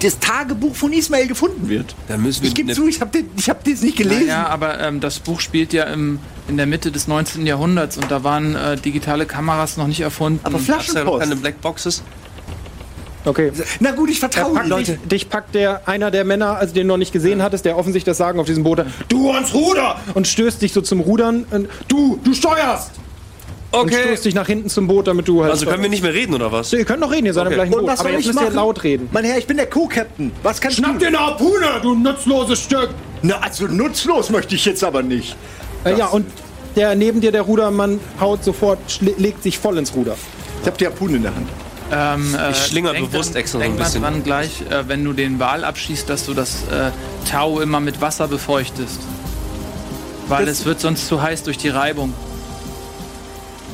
[SPEAKER 3] die, das Tagebuch von Ismail gefunden wird.
[SPEAKER 5] Da müssen wir
[SPEAKER 3] Ich gebe
[SPEAKER 5] eine-
[SPEAKER 3] zu, ich habe hab das nicht gelesen.
[SPEAKER 4] Ja, aber ähm, das Buch spielt ja im, in der Mitte des 19. Jahrhunderts und da waren äh, digitale Kameras noch nicht erfunden.
[SPEAKER 3] Aber
[SPEAKER 5] Hast du ja noch keine
[SPEAKER 3] Flaschenpost.
[SPEAKER 5] Blackboxes?
[SPEAKER 1] Okay.
[SPEAKER 3] Na gut, ich
[SPEAKER 1] Er
[SPEAKER 3] vertraue
[SPEAKER 1] packt
[SPEAKER 3] Ihnen, Leute.
[SPEAKER 1] Dich, dich packt der einer der Männer, also den du noch nicht gesehen hattest, der offensichtlich das Sagen auf diesem Boot hat, du ans Ruder! Und stößt dich so zum Rudern. Und, du, du steuerst! Und
[SPEAKER 5] Okay.
[SPEAKER 1] stößt dich nach hinten zum Boot, damit du halt.
[SPEAKER 5] Also können wir nicht mehr reden oder was?
[SPEAKER 1] So, ihr könnt noch reden, ihr seid im gleichen
[SPEAKER 3] Und
[SPEAKER 1] Boot.
[SPEAKER 3] was
[SPEAKER 1] Aber
[SPEAKER 3] soll
[SPEAKER 1] jetzt
[SPEAKER 3] ich
[SPEAKER 1] müsst ihr
[SPEAKER 3] machen?
[SPEAKER 1] laut reden.
[SPEAKER 3] Mein Herr, ich bin der Co-Captain. Was kannst Schnapp du?
[SPEAKER 1] eine Harpune, du nutzloses Stück!
[SPEAKER 3] Na, also nutzlos möchte ich jetzt aber nicht.
[SPEAKER 1] Äh, ja, und der neben dir, der Rudermann, haut sofort, schl- legt sich voll ins Ruder.
[SPEAKER 3] Ich habe die Harpune in der Hand.
[SPEAKER 4] Ähm, äh,
[SPEAKER 5] Ich schlinger
[SPEAKER 4] denk
[SPEAKER 5] bewusst
[SPEAKER 4] dran-
[SPEAKER 5] extra so ein
[SPEAKER 4] denk mal
[SPEAKER 5] bisschen.
[SPEAKER 4] dran gleich, äh, wenn du den Wal abschießt, dass du das äh, Tau immer mit Wasser befeuchtest. Weil es wird sonst zu heiß durch die Reibung.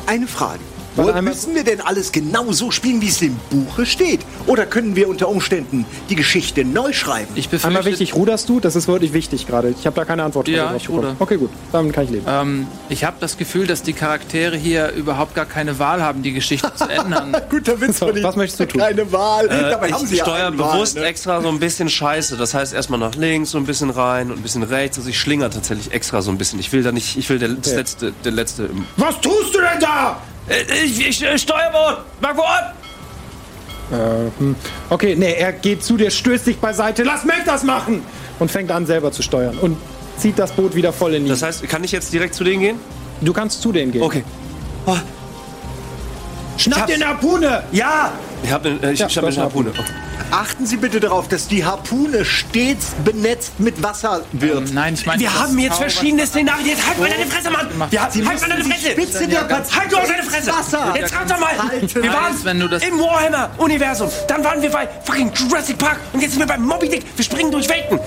[SPEAKER 3] Eine Frage.
[SPEAKER 1] Warte,
[SPEAKER 3] Wo
[SPEAKER 1] einmal-
[SPEAKER 3] müssen wir denn alles genau so spielen, wie es im Buche steht? Oder können wir unter Umständen die Geschichte neu schreiben?
[SPEAKER 4] Ich befürchte,
[SPEAKER 1] Einmal wichtig, ruderst du? Das ist wirklich wichtig gerade. Ich habe da keine Antwort
[SPEAKER 4] Ja,
[SPEAKER 1] drauf
[SPEAKER 4] ich
[SPEAKER 1] bekommen.
[SPEAKER 4] ruder.
[SPEAKER 1] Okay, gut. Damit kann ich leben.
[SPEAKER 4] Ähm, ich habe das Gefühl, dass die Charaktere hier überhaupt gar keine Wahl haben, die Geschichte zu ändern.
[SPEAKER 3] Guter Witz
[SPEAKER 1] So,
[SPEAKER 3] von Ihnen.
[SPEAKER 1] was möchtest du tun?
[SPEAKER 3] Keine Wahl. Dabei haben
[SPEAKER 5] Äh, Ich
[SPEAKER 3] Sie ja
[SPEAKER 5] steuere
[SPEAKER 3] eine Wahl,
[SPEAKER 5] bewusst
[SPEAKER 3] ne?
[SPEAKER 5] extra so ein bisschen scheiße. Das heißt erstmal nach links so ein bisschen rein und ein bisschen rechts. Also ich schlinger tatsächlich extra so ein bisschen. Ich will da nicht, ich will der, das letzte, der letzte im
[SPEAKER 13] Was tust du denn da?
[SPEAKER 5] Ich, ich, ich Steuerbord! Marco ab!
[SPEAKER 1] Äh, hm. Okay, nee, er geht zu dir, stößt dich beiseite, lass mich das machen! Und fängt an, selber zu steuern und zieht das Boot wieder voll in ihn.
[SPEAKER 5] Das heißt, kann ich jetzt direkt zu denen gehen?
[SPEAKER 1] du kannst zu denen gehen.
[SPEAKER 5] Okay.
[SPEAKER 1] Schnapp dir eine Harpune!
[SPEAKER 5] Ja! Ich habe eine, äh, ich,
[SPEAKER 1] Ja,
[SPEAKER 5] ich hab
[SPEAKER 1] du hast
[SPEAKER 5] eine
[SPEAKER 1] eine
[SPEAKER 5] Harpune. Okay.
[SPEAKER 3] Achten Sie bitte darauf, dass die Harpune stets benetzt mit Wasser wird.
[SPEAKER 4] Nein, ich meine,
[SPEAKER 5] Wir
[SPEAKER 4] das
[SPEAKER 5] haben jetzt
[SPEAKER 4] Tau, was-
[SPEAKER 5] verschiedene Szenarien. Jetzt halt mal deine Fresse, Mann!
[SPEAKER 3] Oh.
[SPEAKER 5] Wir haben, halt mal deine Fresse!
[SPEAKER 3] Spitze der Pat-
[SPEAKER 5] Halt doch deine Fresse!
[SPEAKER 3] Wasser.
[SPEAKER 5] Jetzt halt doch mal!
[SPEAKER 3] Halten.
[SPEAKER 5] Wir waren
[SPEAKER 4] Alles, wenn du das-
[SPEAKER 5] im Warhammer-Universum. Dann waren wir bei fucking Jurassic Park. Und jetzt sind wir bei Moby Dick. Wir springen durch Welten.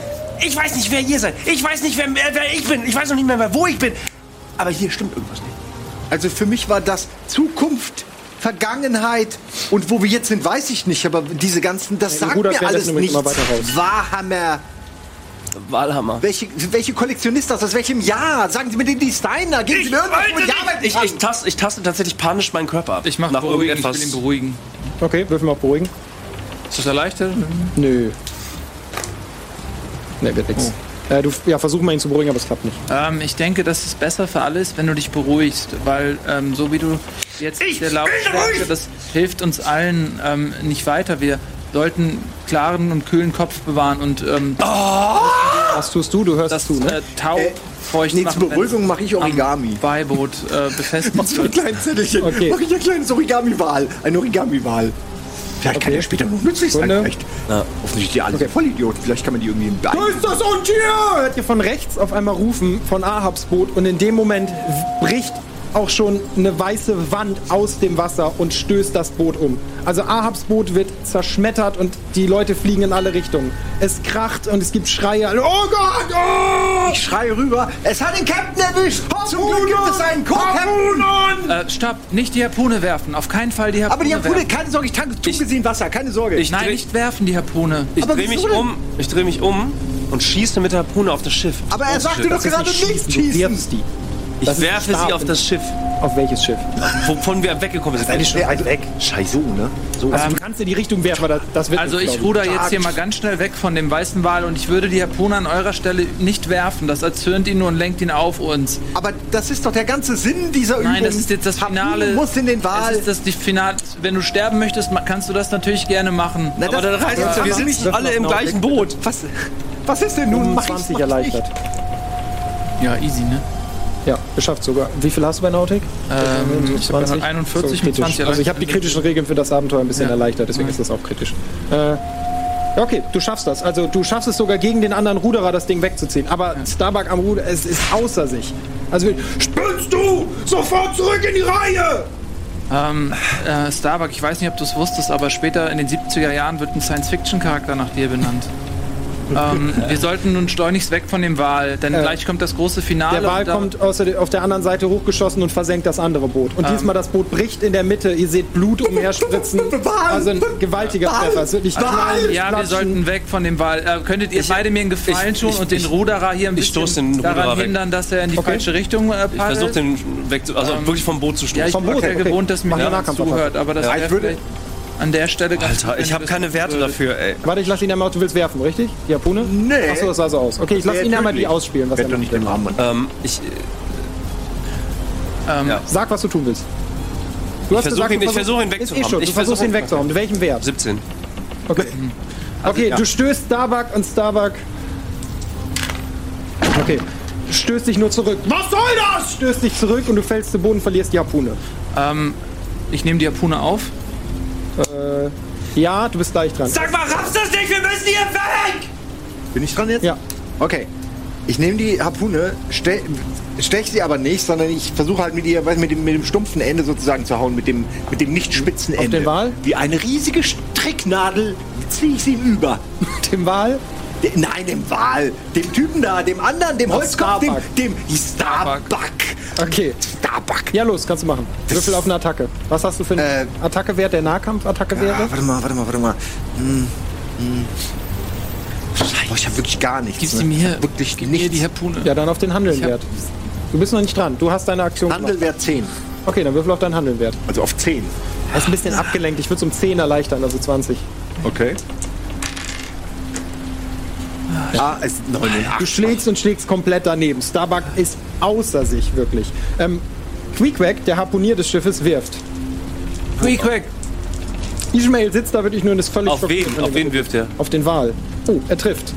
[SPEAKER 5] Ich weiß nicht, wer ihr seid. Ich weiß nicht, wer, wer ich bin. Ich weiß noch nicht mehr, wer- wo ich bin. Aber hier stimmt irgendwas nicht.
[SPEAKER 3] Also für mich war das Zukunft, Vergangenheit und wo wir jetzt sind, weiß ich nicht. Aber diese ganzen, das
[SPEAKER 1] Ja, ihr
[SPEAKER 3] sagt
[SPEAKER 1] rudert
[SPEAKER 3] mir alles
[SPEAKER 1] währenddessen übrigens
[SPEAKER 3] nichts.
[SPEAKER 1] immer weiter raus.
[SPEAKER 3] Warhammer.
[SPEAKER 5] Walhammer.
[SPEAKER 3] Welche, welche Kollektion ist das? Aus welchem Jahr? Sagen Sie mir den Designer. Geben Sie mir irgendwas wo man die Arbeit
[SPEAKER 5] Ich,
[SPEAKER 3] nicht
[SPEAKER 5] ich,
[SPEAKER 3] an.
[SPEAKER 5] taste, ich taste tatsächlich panisch meinen Körper ab.
[SPEAKER 4] Ich mache
[SPEAKER 5] nach
[SPEAKER 4] beruhigen, ich
[SPEAKER 5] irgendetwas.
[SPEAKER 4] will ihn beruhigen.
[SPEAKER 1] Okay, würfel mal auf beruhigen.
[SPEAKER 4] Ist das erleichtert?
[SPEAKER 1] Nö. Nee, wird nix.
[SPEAKER 4] Oh.
[SPEAKER 1] Äh, du, ja, versuch mal ihn zu beruhigen, aber es klappt nicht.
[SPEAKER 4] Ähm, ich denke, das ist besser für alles, wenn du dich beruhigst, weil ähm, so wie du jetzt ich der Lautstärke, das hilft uns allen ähm, nicht weiter. Wir sollten klaren und kühlen Kopf bewahren und ähm,
[SPEAKER 1] Was tust du? Du hörst
[SPEAKER 4] das
[SPEAKER 1] zu, ne?
[SPEAKER 4] äh, Tau feucht
[SPEAKER 3] nee,
[SPEAKER 4] machen.
[SPEAKER 3] zur Beruhigung
[SPEAKER 4] wenn's
[SPEAKER 3] mache ich Origami.
[SPEAKER 4] am Beiboot äh, befestigt
[SPEAKER 3] So ein
[SPEAKER 4] wird.
[SPEAKER 3] kleines Zettelchen.
[SPEAKER 1] Okay.
[SPEAKER 3] Mach ich ein kleines Origami-Wahl. Ein Origami-Wahl. Vielleicht kann
[SPEAKER 1] Okay.
[SPEAKER 3] der später noch nützlich sein.
[SPEAKER 1] Sekunde.
[SPEAKER 3] Vielleicht. Offensichtlich die alle okay. Vollidioten. Vielleicht kann man die irgendwie im Bein.
[SPEAKER 1] Wo ist das Untier? Hört ihr von rechts auf einmal rufen von Ahabs Boot und in dem Moment bricht auch schon eine weiße Wand aus dem Wasser und stößt das Boot um. Also Ahabs Boot wird zerschmettert und die Leute fliegen in alle Richtungen. Es kracht und es gibt Schreie. Oh Gott! Oh!
[SPEAKER 3] Ich schreie rüber. Es hat den Captain erwischt. Zum Glück gibt es einen Co-Captain.
[SPEAKER 4] Äh, stopp, nicht die Harpune werfen, auf keinen Fall die Harpune
[SPEAKER 3] Aber die Harpune,
[SPEAKER 4] werfen.
[SPEAKER 3] keine Sorge, ich tanke zugesehen Wasser. Keine Sorge.
[SPEAKER 5] Ich
[SPEAKER 4] Nein,
[SPEAKER 5] dreh-
[SPEAKER 4] nicht werfen die Harpune.
[SPEAKER 5] Ich
[SPEAKER 3] Aber
[SPEAKER 5] drehe
[SPEAKER 3] wieso
[SPEAKER 5] mich
[SPEAKER 3] denn?
[SPEAKER 5] um. Ich drehe mich um und schieße mit der Harpune auf das Schiff. Oh,
[SPEAKER 3] aber er sagte doch gerade nichts
[SPEAKER 1] Du
[SPEAKER 3] schießen.
[SPEAKER 1] wirfst die.
[SPEAKER 5] Ich
[SPEAKER 1] das ist
[SPEAKER 5] werfe
[SPEAKER 1] Stab.
[SPEAKER 5] sie auf das Schiff,
[SPEAKER 1] Auf welches Schiff?
[SPEAKER 5] wovon wir weggekommen sind.
[SPEAKER 3] schon weit weg. Scheiße, ne? So.
[SPEAKER 1] Also du kannst in die Richtung werfen, aber das, das wird
[SPEAKER 4] Also
[SPEAKER 1] nicht,
[SPEAKER 4] ich
[SPEAKER 1] glaub
[SPEAKER 4] ruder jetzt hier mal ganz schnell weg von dem weißen Wal und ich würde die Harpune an eurer Stelle nicht werfen. Das erzürnt ihn nur und lenkt ihn auf uns.
[SPEAKER 3] Aber das ist doch der ganze Sinn dieser Übung.
[SPEAKER 4] Nein, das ist jetzt das
[SPEAKER 3] Harpune
[SPEAKER 4] Finale.
[SPEAKER 3] muss in den Wal.
[SPEAKER 4] Das ist das die Finale. Wenn du sterben möchtest, ma- kannst du das natürlich gerne machen.
[SPEAKER 3] Na,
[SPEAKER 5] Aber
[SPEAKER 3] das-
[SPEAKER 5] dann heißt
[SPEAKER 3] aber-
[SPEAKER 5] es, wir
[SPEAKER 3] aber-
[SPEAKER 5] sitzen alle im gleichen Boot.
[SPEAKER 3] Was, was ist denn nun? Mach ich's,
[SPEAKER 1] 25
[SPEAKER 3] mach ich's
[SPEAKER 1] erleichtert.
[SPEAKER 4] Ja, easy, ne?
[SPEAKER 1] Ja, geschafft sogar. Wie viel hast du bei Nautik?
[SPEAKER 4] Ähm, ich hab
[SPEAKER 1] 20?
[SPEAKER 4] 41 mit
[SPEAKER 1] kritisch.
[SPEAKER 4] 20
[SPEAKER 1] Also ich habe die
[SPEAKER 4] erleichtert.
[SPEAKER 1] kritischen Regeln für das Abenteuer ein bisschen
[SPEAKER 4] Ja.
[SPEAKER 1] erleichtert, deswegen
[SPEAKER 4] Ja.
[SPEAKER 1] ist das auch kritisch. Äh, ja, okay, du schaffst das. Also du schaffst es sogar gegen den anderen Ruderer, das Ding wegzuziehen. Aber Starbuck am Ruder, es ist außer sich. Also wir-
[SPEAKER 13] Spinnst du? Sofort zurück in die Reihe!
[SPEAKER 4] Ähm, äh, Starbuck, ich weiß nicht, ob du es wusstest, aber später in den 70er Jahren wird ein Science-Fiction-Charakter nach dir benannt. ähm, wir sollten nun schleunigst weg von dem Wal, denn
[SPEAKER 1] Äh,
[SPEAKER 4] gleich kommt das große Finale.
[SPEAKER 1] Der Wal
[SPEAKER 4] und da-
[SPEAKER 1] kommt außer, auf der anderen Seite hochgeschossen und versenkt das andere Boot. Und
[SPEAKER 4] Ähm.
[SPEAKER 1] diesmal das Boot bricht in der Mitte. Ihr seht Blut umherspritzen. Also ein gewaltiger Treffer. Es wird nicht knallen,
[SPEAKER 4] Ja, wir
[SPEAKER 1] platschen.
[SPEAKER 4] sollten weg von dem Wal. Äh, könntet ihr beide mir einen Gefallen tun und den Ruderer hier ein
[SPEAKER 5] ich stoß den
[SPEAKER 4] bisschen
[SPEAKER 5] Ruderer
[SPEAKER 4] daran
[SPEAKER 5] weg.
[SPEAKER 4] hindern, dass er in die
[SPEAKER 5] Okay.
[SPEAKER 4] falsche Richtung äh,
[SPEAKER 5] Ich versuche
[SPEAKER 4] paddelt?
[SPEAKER 5] den weg zu, also
[SPEAKER 4] Ähm,
[SPEAKER 5] wirklich vom Boot zu stoßen.
[SPEAKER 4] ja, ich bin
[SPEAKER 5] Vom Boot,
[SPEAKER 4] sehr gewohnt, dass mir
[SPEAKER 5] Mach eine
[SPEAKER 4] niemand
[SPEAKER 5] Nahkampfattacke.
[SPEAKER 4] zuhört, aber das
[SPEAKER 5] Ja,
[SPEAKER 4] wäre
[SPEAKER 5] ich würde-
[SPEAKER 4] vielleicht an der Stelle ganz
[SPEAKER 5] Alter, ich habe keine Werte dafür, ey.
[SPEAKER 1] Warte, ich lasse ihn einmal, du willst werfen, richtig? Die Harpune? Nee. Achso, das sah so aus. Okay, ich lasse
[SPEAKER 5] Sehr
[SPEAKER 1] ihn einmal die
[SPEAKER 5] tödlich.
[SPEAKER 1] ausspielen, was er macht.
[SPEAKER 5] nicht den Rahmen. Ähm, ich äh, ja.
[SPEAKER 1] Sag, was du tun willst. Du
[SPEAKER 5] Ich versuche
[SPEAKER 1] gesagt,
[SPEAKER 5] ihn,
[SPEAKER 1] du
[SPEAKER 5] ich versuch ihn
[SPEAKER 1] versuchst-
[SPEAKER 5] wegzuhaben.
[SPEAKER 1] Ist eh schon,
[SPEAKER 5] ich
[SPEAKER 1] du versuchst ihn wegzuhaben. Mit welchem Wert?
[SPEAKER 5] 17.
[SPEAKER 1] Okay, okay
[SPEAKER 5] Also, ja.
[SPEAKER 1] du stößt Starbuck und Starbuck. Okay. Stößt dich nur zurück. Was soll das? Stößt dich zurück und du fällst zu Boden und verlierst die Harpune.
[SPEAKER 4] Ähm, ich nehme die Harpune auf.
[SPEAKER 1] Äh, ja, du bist gleich dran.
[SPEAKER 15] Sag mal, raffst das nicht? Wir müssen hier weg!
[SPEAKER 3] Bin ich dran jetzt?
[SPEAKER 1] Ja.
[SPEAKER 3] Okay. Ich nehme die Harpune, ste stech sie aber nicht, sondern ich versuche halt mit ihr, weiß, mit, dem, mit dem stumpfen Ende sozusagen zu hauen, mit dem, mit dem nicht spitzen Ende.
[SPEAKER 1] den Wal?
[SPEAKER 3] Wie eine riesige Stricknadel ziehe ich sie ihm über.
[SPEAKER 1] Dem Wal?
[SPEAKER 3] De- Nein, dem Wal. Dem Typen da, dem anderen, dem
[SPEAKER 1] Ach,
[SPEAKER 3] Holzkopf, dem,
[SPEAKER 1] Starbuck.
[SPEAKER 3] dem Starbuck.
[SPEAKER 1] Okay.
[SPEAKER 3] Starbuck.
[SPEAKER 1] Ja, los, kannst du machen. Würfel auf eine Attacke. Was hast du für einen
[SPEAKER 5] Äh,
[SPEAKER 1] Attackewert, der Nahkampfattacke wäre?
[SPEAKER 3] Ah, warte mal, warte mal, warte mal. Hm, hm. Boah, ich habe wirklich gar nichts.
[SPEAKER 4] Gibst
[SPEAKER 3] ne?
[SPEAKER 4] du mir
[SPEAKER 3] wirklich
[SPEAKER 4] gib mir
[SPEAKER 3] nichts.
[SPEAKER 4] die Harpune?
[SPEAKER 1] Ja, dann auf den Handelnwert. Du bist noch nicht dran. Du hast deine Aktion gemacht.
[SPEAKER 3] Handelwert 10.
[SPEAKER 1] Okay, dann würfel auf deinen Handelnwert.
[SPEAKER 3] Also auf 10.
[SPEAKER 1] Er ist ein bisschen abgelenkt. Ich würde es um 10 erleichtern, also 20.
[SPEAKER 3] Okay. Ah, es ist 9 und 8.
[SPEAKER 1] Du schlägst und schlägst komplett daneben. Starbuck ist außer sich, wirklich. Ähm, Queequeg, der Harpunier des Schiffes, wirft.
[SPEAKER 4] Quick, quick.
[SPEAKER 1] Ismail sitzt da wirklich nur und ist völlig
[SPEAKER 5] Auf
[SPEAKER 1] schockiert
[SPEAKER 5] wen?
[SPEAKER 1] von dem
[SPEAKER 5] Auf wen wirft er?
[SPEAKER 1] Auf den Wal. Oh, er trifft.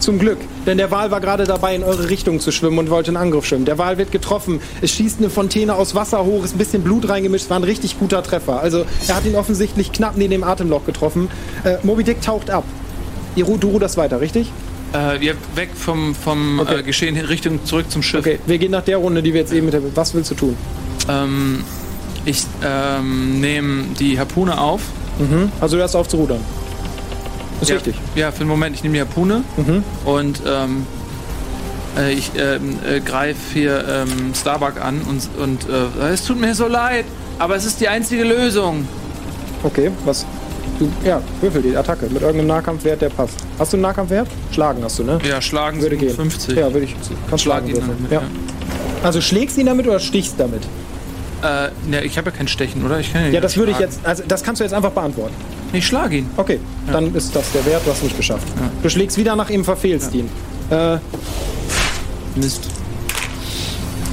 [SPEAKER 1] Zum Glück, denn der Wal war gerade dabei, in eure Richtung zu schwimmen und wollte in Angriff schwimmen. Der Wal wird getroffen. Es schießt eine Fontäne aus Wasser hoch, ist ein bisschen Blut reingemischt. Es war ein richtig guter Treffer. Also, er hat ihn offensichtlich knapp neben dem Atemloch getroffen. Äh, Moby Dick taucht ab. Ihr ru- du ruderst weiter, richtig?
[SPEAKER 4] Äh, ihr weg vom, vom
[SPEAKER 1] Okay.
[SPEAKER 4] äh, Geschehen hin Richtung zurück zum Schiff.
[SPEAKER 1] Okay, wir gehen nach der Runde, die wir jetzt eben mit der. Was willst du tun?
[SPEAKER 4] Ähm, ich ähm, nehme die Harpune auf.
[SPEAKER 1] Mhm. Also, du hast auf zu rudern. Ist
[SPEAKER 4] ja,
[SPEAKER 1] richtig.
[SPEAKER 4] Ja, für den Moment, ich nehme die Harpune
[SPEAKER 1] Mhm.
[SPEAKER 4] und ähm, äh, ich ähm, äh, greife hier ähm, Starbuck an und, und äh, es tut mir so leid, aber es ist die einzige Lösung.
[SPEAKER 1] Okay, was. Du, ja, würfel die Attacke mit irgendeinem Nahkampfwert, der passt. Hast du einen Nahkampfwert? Schlagen hast du, ne?
[SPEAKER 4] Ja, schlagen um
[SPEAKER 1] Würde gehen.
[SPEAKER 4] 50.
[SPEAKER 1] Ja, würde ich. Kannst
[SPEAKER 4] Schlag
[SPEAKER 1] schlagen
[SPEAKER 4] ihn
[SPEAKER 1] würfeln.
[SPEAKER 4] damit,
[SPEAKER 1] ja. Also schlägst ihn damit oder stichst damit?
[SPEAKER 4] Äh, ne, ich habe ja kein Stechen, oder? Ich kann
[SPEAKER 1] Ja, das
[SPEAKER 4] nicht
[SPEAKER 1] würde ich
[SPEAKER 4] schlagen.
[SPEAKER 1] jetzt. Also das kannst du jetzt einfach beantworten.
[SPEAKER 4] Ich schlage ihn.
[SPEAKER 1] Okay, dann ist das der Wert, du hast nicht geschafft. Du schlägst wieder nach ihm, verfehlst ihn. Äh,
[SPEAKER 4] Mist.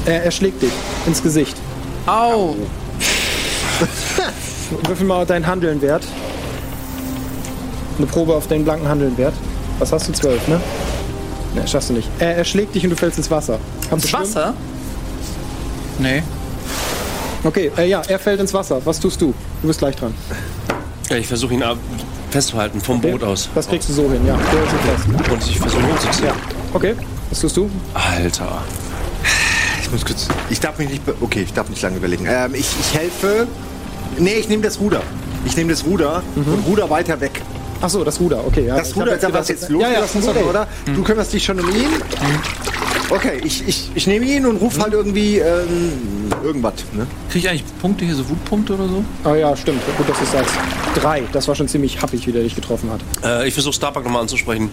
[SPEAKER 1] er, er schlägt dich ins Gesicht.
[SPEAKER 4] Au!
[SPEAKER 1] Würfel mal deinen Handelnwert. Eine Probe auf deinen blanken Handelnwert. Was hast du? Zwölf, ne? Ne, schaffst du nicht. Er, er schlägt dich und du fällst ins Wasser. Kannst du
[SPEAKER 4] Das
[SPEAKER 1] schwimmen?
[SPEAKER 4] Wasser? Nee.
[SPEAKER 1] Okay, äh, ja, er fällt ins Wasser. Was tust du? Du bist gleich dran.
[SPEAKER 5] Ja, ich versuche ihn ab festzuhalten vom Boot aus.
[SPEAKER 1] Das kriegst du so hin, ja. Der ist fest.
[SPEAKER 5] Und ich versuche hochzuziehen.
[SPEAKER 1] Okay, was tust du?
[SPEAKER 5] Alter.
[SPEAKER 3] Ich muss kurz. Ich darf mich nicht. be- Okay, ich darf nicht lange überlegen. Ähm, ich, ich helfe. Nee, ich nehme das Ruder. Ich nehme das Ruder und Ruder weiter weg.
[SPEAKER 1] Ach so, das Ruder, okay. Ja,
[SPEAKER 3] Das
[SPEAKER 1] Ich hab
[SPEAKER 3] Ruder ist aber
[SPEAKER 1] gedacht,
[SPEAKER 3] jetzt
[SPEAKER 1] Ja, ja,
[SPEAKER 3] losgelassen,
[SPEAKER 1] ist okay.
[SPEAKER 3] worden, oder? Du kümmerst dich schon um ihn. Okay, ich, ich, ich nehme ihn und rufe halt irgendwie ähm, irgendwas. Ne?
[SPEAKER 4] Kriege ich eigentlich Punkte hier, so Wutpunkte oder so?
[SPEAKER 1] Ah ja, stimmt. Gut, dass du es sagst. Drei. Das war schon ziemlich happig, wie der dich getroffen hat.
[SPEAKER 5] Äh, ich versuche Starbuck nochmal anzusprechen.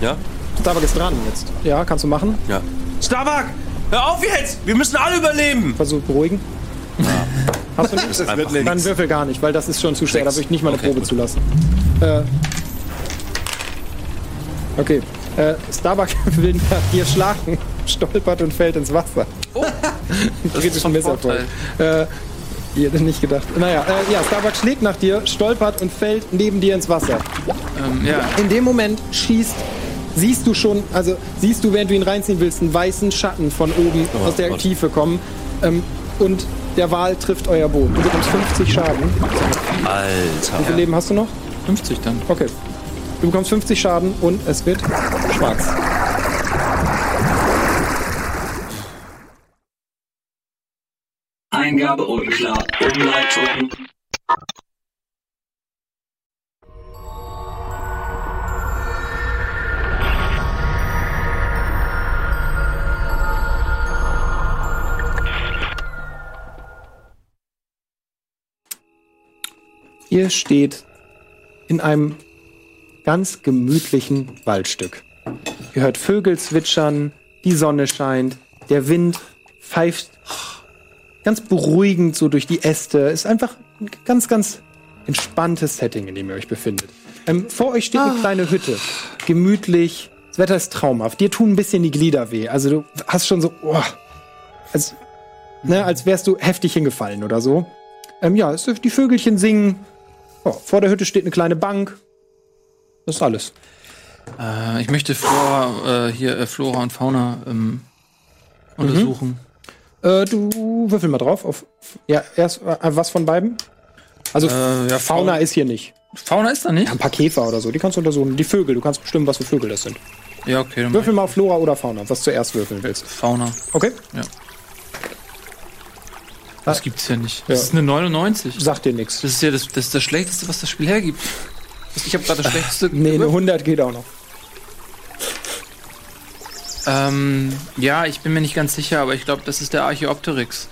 [SPEAKER 5] Ja?
[SPEAKER 1] Starbuck ist dran jetzt. Ja, kannst du machen?
[SPEAKER 5] Ja. Starbuck! Hör auf jetzt! Wir müssen alle überleben!
[SPEAKER 1] Versuch beruhigen. Hast du nichts?
[SPEAKER 5] Das wird nix.
[SPEAKER 1] Dann würfel gar nicht, weil das ist schon zu schwer. Da würde ich nicht mal eine
[SPEAKER 5] Okay,
[SPEAKER 1] Probe
[SPEAKER 5] gut.
[SPEAKER 1] zulassen. Äh, okay. Äh, Starbuck will nach dir schlagen, stolpert und fällt ins Wasser. Oh, kritischen Misserfolg. Äh, ihr hättet nicht gedacht. Naja, äh, ja, Starbuck schlägt nach dir, stolpert und fällt neben dir ins Wasser.
[SPEAKER 4] Ähm, ja.
[SPEAKER 1] In dem Moment schießt, siehst du schon, also siehst du, während du ihn reinziehen willst, einen weißen Schatten von oben
[SPEAKER 5] Oh,
[SPEAKER 1] aus der
[SPEAKER 5] Gott.
[SPEAKER 1] Tiefe kommen. Ähm, und der Wal trifft euer Boot. Du bekommst 50 Schaden. Wie viel
[SPEAKER 5] Alter.
[SPEAKER 1] Leben hast du noch?
[SPEAKER 4] 50 dann.
[SPEAKER 1] Okay. Du bekommst 50 Schaden und es wird schwarz.
[SPEAKER 15] Eingabe unklar. Umleitung.
[SPEAKER 1] Ihr steht in einem ganz gemütlichen Waldstück. Ihr hört Vögel zwitschern, die Sonne scheint, der Wind pfeift ganz beruhigend so durch die Äste. Ist einfach ein ganz, ganz entspanntes Setting, in dem ihr euch befindet. Ähm, vor euch steht eine kleine Hütte. Gemütlich. Das Wetter ist traumhaft. Dir tun ein bisschen die Glieder weh. Also du hast schon so, oh, als, ne, als wärst du heftig hingefallen oder so. Ähm, ja, es, die Vögelchen singen. Ja, Oh, vor der Hütte steht eine kleine Bank. Das ist alles.
[SPEAKER 4] Äh, ich möchte Flora, äh, hier, äh, Flora und Fauna ähm, untersuchen.
[SPEAKER 1] Äh, du würfel mal drauf. Auf, ja, erst äh, was von beiden? Also
[SPEAKER 4] Äh,
[SPEAKER 1] Fauna
[SPEAKER 4] ja, Fauna-
[SPEAKER 1] ist hier nicht.
[SPEAKER 4] Fauna ist da nicht?
[SPEAKER 1] Ein paar Käfer oder so, die kannst du untersuchen. Die Vögel, du kannst bestimmen, was für Vögel das sind.
[SPEAKER 4] Ja, okay, dann mach
[SPEAKER 1] Würfel mal auf Flora oder Fauna, was du zuerst würfeln willst.
[SPEAKER 4] ich Fauna.
[SPEAKER 1] Okay?
[SPEAKER 4] Ja. Das gibt's ja nicht. Das
[SPEAKER 1] Ja.
[SPEAKER 4] ist eine 99.
[SPEAKER 1] Sagt dir nichts.
[SPEAKER 4] Das ist ja das, das, ist das Schlechteste, was das Spiel hergibt. Ich habe gerade das Schlechteste.
[SPEAKER 1] Nee, eine 100 geht auch noch.
[SPEAKER 4] Ähm, ja, ich bin mir nicht ganz sicher, aber ich glaube, das ist der Archaeopteryx.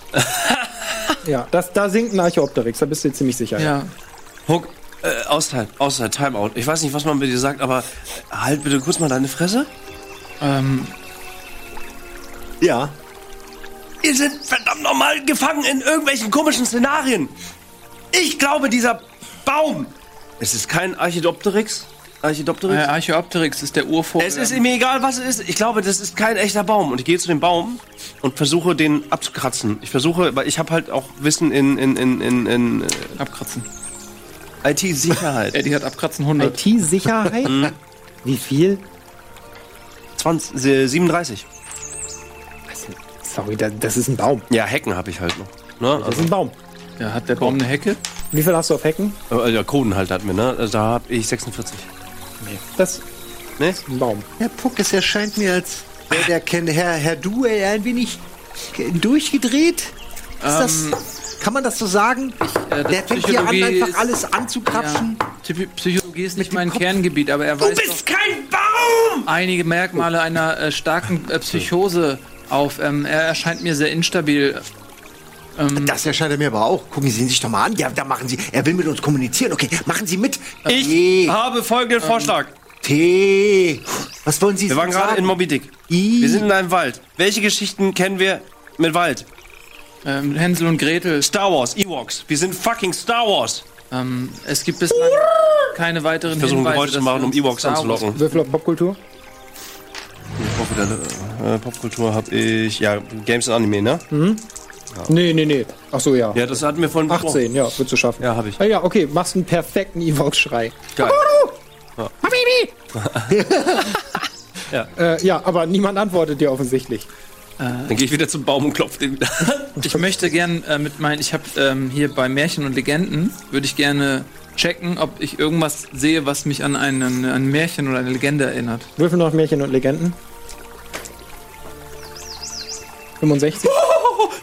[SPEAKER 1] Ja, das, da sinkt ein Archeopteryx, da bist du dir ziemlich sicher.
[SPEAKER 4] Ja.
[SPEAKER 5] Huck, äh, Auszeit, Auszeit, Timeout. Ich weiß nicht, was man mit dir sagt, aber halt bitte kurz mal deine Fresse.
[SPEAKER 4] Ähm,
[SPEAKER 3] Ja.
[SPEAKER 5] Ihr sind verdammt nochmal gefangen in irgendwelchen komischen Szenarien. Ich glaube, dieser Baum. Es ist kein Archidopteryx.
[SPEAKER 4] äh,
[SPEAKER 5] Archidopteryx.
[SPEAKER 4] Archaeopteryx ist der Urvogel.
[SPEAKER 5] Es ist mir egal, was es ist. Ich glaube, das ist kein echter Baum. Und ich gehe zu dem Baum und versuche, den abzukratzen. Ich versuche, weil ich habe halt auch Wissen in, in, in, in, in
[SPEAKER 4] Abkratzen.
[SPEAKER 5] äh, IT-Sicherheit.
[SPEAKER 4] Eddie hat Abkratzen 100. Mhm.
[SPEAKER 1] IT-Sicherheit? Wie viel?
[SPEAKER 5] 20, äh, 37.
[SPEAKER 1] Sorry, da, das ist ein Baum.
[SPEAKER 5] Ja, Hecken habe ich halt noch. Ne?
[SPEAKER 1] Das ist ein Baum.
[SPEAKER 4] Ja, hat der Baum eine Hecke?
[SPEAKER 1] Wie viel hast du auf Hecken?
[SPEAKER 5] Also, äh, ja, Coden halt hat mir, ne? Also, da habe ich 46.
[SPEAKER 1] Das
[SPEAKER 5] Ne?
[SPEAKER 1] ist ein Baum.
[SPEAKER 12] Herr Puck, es erscheint mir, als wäre der Ken, Herr, Herr Duell ein wenig durchgedreht. Ist das, kann man das so sagen?
[SPEAKER 4] Äh, das
[SPEAKER 12] der fängt hier an,
[SPEAKER 4] Psychologie
[SPEAKER 12] einfach
[SPEAKER 4] ist-
[SPEAKER 12] alles anzukrapschen.
[SPEAKER 4] Ja. Typ- Psychologie ist nicht mein Kerngebiet, aber er weiß doch
[SPEAKER 13] kein Baum!
[SPEAKER 4] einige Merkmale einer äh, starken äh, Psychose auf. Ähm, er erscheint mir sehr instabil.
[SPEAKER 3] Mhm.
[SPEAKER 12] Das erscheint er mir aber auch. Gucken Sie ihn sich doch mal an. Ja, da machen Sie. Er will mit uns kommunizieren. Okay, machen Sie mit.
[SPEAKER 5] Ich
[SPEAKER 3] E
[SPEAKER 12] Tee.
[SPEAKER 5] habe folgenden Vorschlag.
[SPEAKER 12] Tee. Was wollen Sie
[SPEAKER 5] Wir waren gerade in Moby Dick.
[SPEAKER 12] I.
[SPEAKER 5] Wir sind in einem Wald. Welche Geschichten kennen wir mit Wald?
[SPEAKER 4] Ähm, Hänsel und Gretel.
[SPEAKER 5] Star Wars, Ewoks. Wir sind fucking Star Wars.
[SPEAKER 4] Ähm, es gibt bislang keine weiteren
[SPEAKER 5] Ich versuche ein
[SPEAKER 4] Hinweise,
[SPEAKER 5] Geräusch zu
[SPEAKER 4] dass
[SPEAKER 5] machen,
[SPEAKER 4] wir
[SPEAKER 5] um
[SPEAKER 4] uns
[SPEAKER 5] Ewoks
[SPEAKER 4] Star Wars-
[SPEAKER 5] anzulocken.
[SPEAKER 1] Würfel auf Popkultur?
[SPEAKER 5] Äh, Popkultur habe ich. Ja, Games und Anime, ne?
[SPEAKER 1] Nee, nee, nee. Ach so, ja.
[SPEAKER 5] Ja, das hatten wir vorhin
[SPEAKER 1] 18, ja, wird zu schaffen.
[SPEAKER 5] Ja, hab ich.
[SPEAKER 1] Ah, ja, okay, machst einen perfekten Evox-Schrei.
[SPEAKER 5] Geil.
[SPEAKER 1] Habibi!
[SPEAKER 5] Ja.
[SPEAKER 1] Äh, ja, aber niemand antwortet dir offensichtlich.
[SPEAKER 5] Dann gehe ich wieder zum Baum und klopfe den wieder.
[SPEAKER 4] Ich möchte gern äh, mit meinen, ich habe ähm, hier bei Märchen und Legenden, würde ich gerne checken, ob ich irgendwas sehe, was mich an einen, an ein Märchen oder eine Legende erinnert.
[SPEAKER 1] Würfel noch Märchen und Legenden. 65?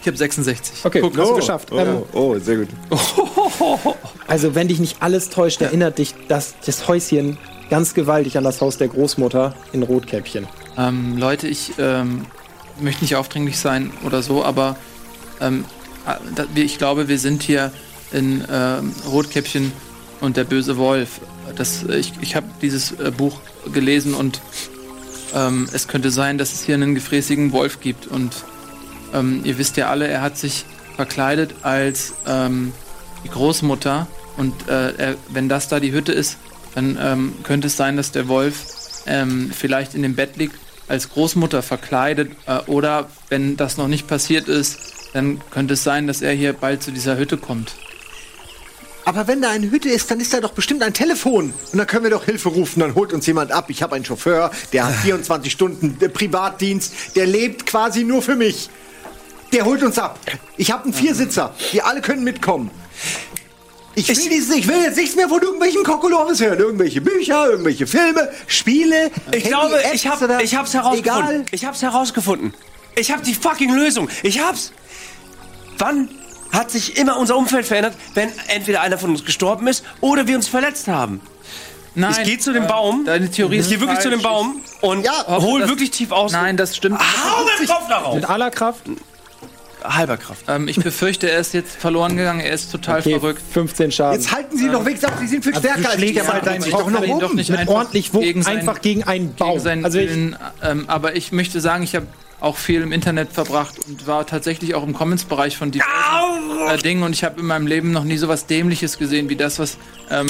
[SPEAKER 4] Ich habe 66.
[SPEAKER 1] Okay, hast du geschafft. Ähm,
[SPEAKER 12] Oh, sehr gut.
[SPEAKER 1] Also, wenn dich nicht alles täuscht, erinnert dich das, das Häuschen ganz gewaltig an das Haus der Großmutter in Rotkäppchen.
[SPEAKER 4] Ähm, Leute, ich ähm, möchte nicht aufdringlich sein oder so, aber ähm, ah, da- wir- ich glaube, wir sind hier in ähm, Rotkäppchen und der böse Wolf. Das, äh, ich ich habe dieses äh, Buch gelesen und ähm, es könnte sein, dass es hier einen gefräßigen Wolf gibt. Und ähm, ihr wisst ja alle, er hat sich verkleidet als ähm, die Großmutter. Und äh, er, wenn das da die Hütte ist, dann ähm, könnte es sein, dass der Wolf ähm, vielleicht in dem Bett liegt, als Großmutter verkleidet. Äh, oder wenn das noch nicht passiert ist, dann könnte es sein, dass er hier bald zu dieser Hütte kommt.
[SPEAKER 12] Aber wenn da eine Hütte ist, dann ist da doch bestimmt ein Telefon. Und dann können wir doch Hilfe rufen. Dann holt uns jemand ab. Ich habe einen Chauffeur, der hat 24 Stunden äh, Privatdienst. Der lebt quasi nur für mich. Der holt uns ab. Ich habe einen Viersitzer. Wir alle können mitkommen. Ich will, dieses, ich will jetzt nichts mehr von irgendwelchen Kokolores hören. Irgendwelche Bücher, irgendwelche Filme, Spiele.
[SPEAKER 5] Ich glaube, ich, hab,
[SPEAKER 12] habe
[SPEAKER 5] ich hab's herausgefunden.
[SPEAKER 12] Egal.
[SPEAKER 5] Ich hab's herausgefunden. Ich hab die fucking Lösung. Ich hab's. Wann hat sich immer unser Umfeld verändert, wenn entweder einer von uns gestorben ist oder wir uns verletzt haben?
[SPEAKER 4] Nein, äh,
[SPEAKER 5] ich gehe zu dem Baum.
[SPEAKER 12] Äh,
[SPEAKER 4] Deine Theorie
[SPEAKER 5] ich gehe wirklich zu dem Baum und
[SPEAKER 12] Ja,
[SPEAKER 5] hol
[SPEAKER 4] das-
[SPEAKER 5] wirklich tief aus.
[SPEAKER 4] Nein, das stimmt.
[SPEAKER 5] Hau mit dem Kopf darauf.
[SPEAKER 1] Mit aller Kraft?
[SPEAKER 5] halber Kraft.
[SPEAKER 4] Ähm, ich befürchte, er ist jetzt verloren gegangen. Er ist total
[SPEAKER 1] Okay,
[SPEAKER 4] verrückt.
[SPEAKER 1] 15 Schaden.
[SPEAKER 12] Jetzt halten Sie ihn doch weg, sagt, Sie sind viel
[SPEAKER 1] Also
[SPEAKER 12] stärker als ich.
[SPEAKER 1] ja,
[SPEAKER 12] Ja,
[SPEAKER 1] deinen
[SPEAKER 12] aber ich
[SPEAKER 1] Kopf
[SPEAKER 12] doch noch
[SPEAKER 4] ihn
[SPEAKER 12] oben.
[SPEAKER 4] doch nicht
[SPEAKER 1] mit
[SPEAKER 4] einfach
[SPEAKER 1] ordentlich Wucht
[SPEAKER 4] gegen seinen-
[SPEAKER 1] einfach gegen einen Baum.
[SPEAKER 4] gegen seinen
[SPEAKER 1] also ich,
[SPEAKER 4] Willen. Ähm, aber ich möchte sagen, ich habe auch viel im Internet verbracht und war tatsächlich auch im Comments-Bereich von diversen äh, Dingen und ich habe in meinem Leben noch nie so was Dämliches gesehen wie das, was ähm,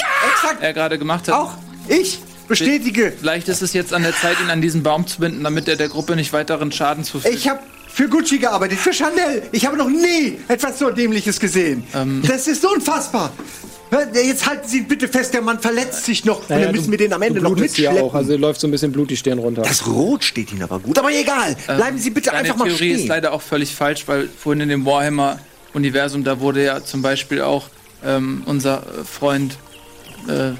[SPEAKER 4] er gerade gemacht hat.
[SPEAKER 12] Auch ich bestätige,
[SPEAKER 4] Vielleicht ist es jetzt an der Zeit, ihn an diesen Baum zu binden, damit er der Gruppe nicht weiteren Schaden zufügt.
[SPEAKER 12] ich habe für Gucci gearbeitet, für Chanel. Ich habe noch nie etwas so Dämliches gesehen.
[SPEAKER 1] Ähm.
[SPEAKER 12] Das ist unfassbar. Hör, Jetzt halten Sie ihn bitte fest, der Mann verletzt sich noch. und dann müssen wir den am Ende noch
[SPEAKER 1] blutest
[SPEAKER 12] mitschleppen.
[SPEAKER 1] ja auch. Also läuft so ein bisschen Blut die Stirn runter.
[SPEAKER 12] das Rot steht Ihnen aber gut, aber egal.
[SPEAKER 5] Ähm,
[SPEAKER 12] Bleiben Sie bitte
[SPEAKER 4] Deine
[SPEAKER 12] einfach mal
[SPEAKER 4] Theorie ist
[SPEAKER 12] stehen.
[SPEAKER 4] leider auch völlig falsch, weil vorhin in dem Warhammer-Universum, da wurde ja zum Beispiel auch ähm, unser äh, Freund äh,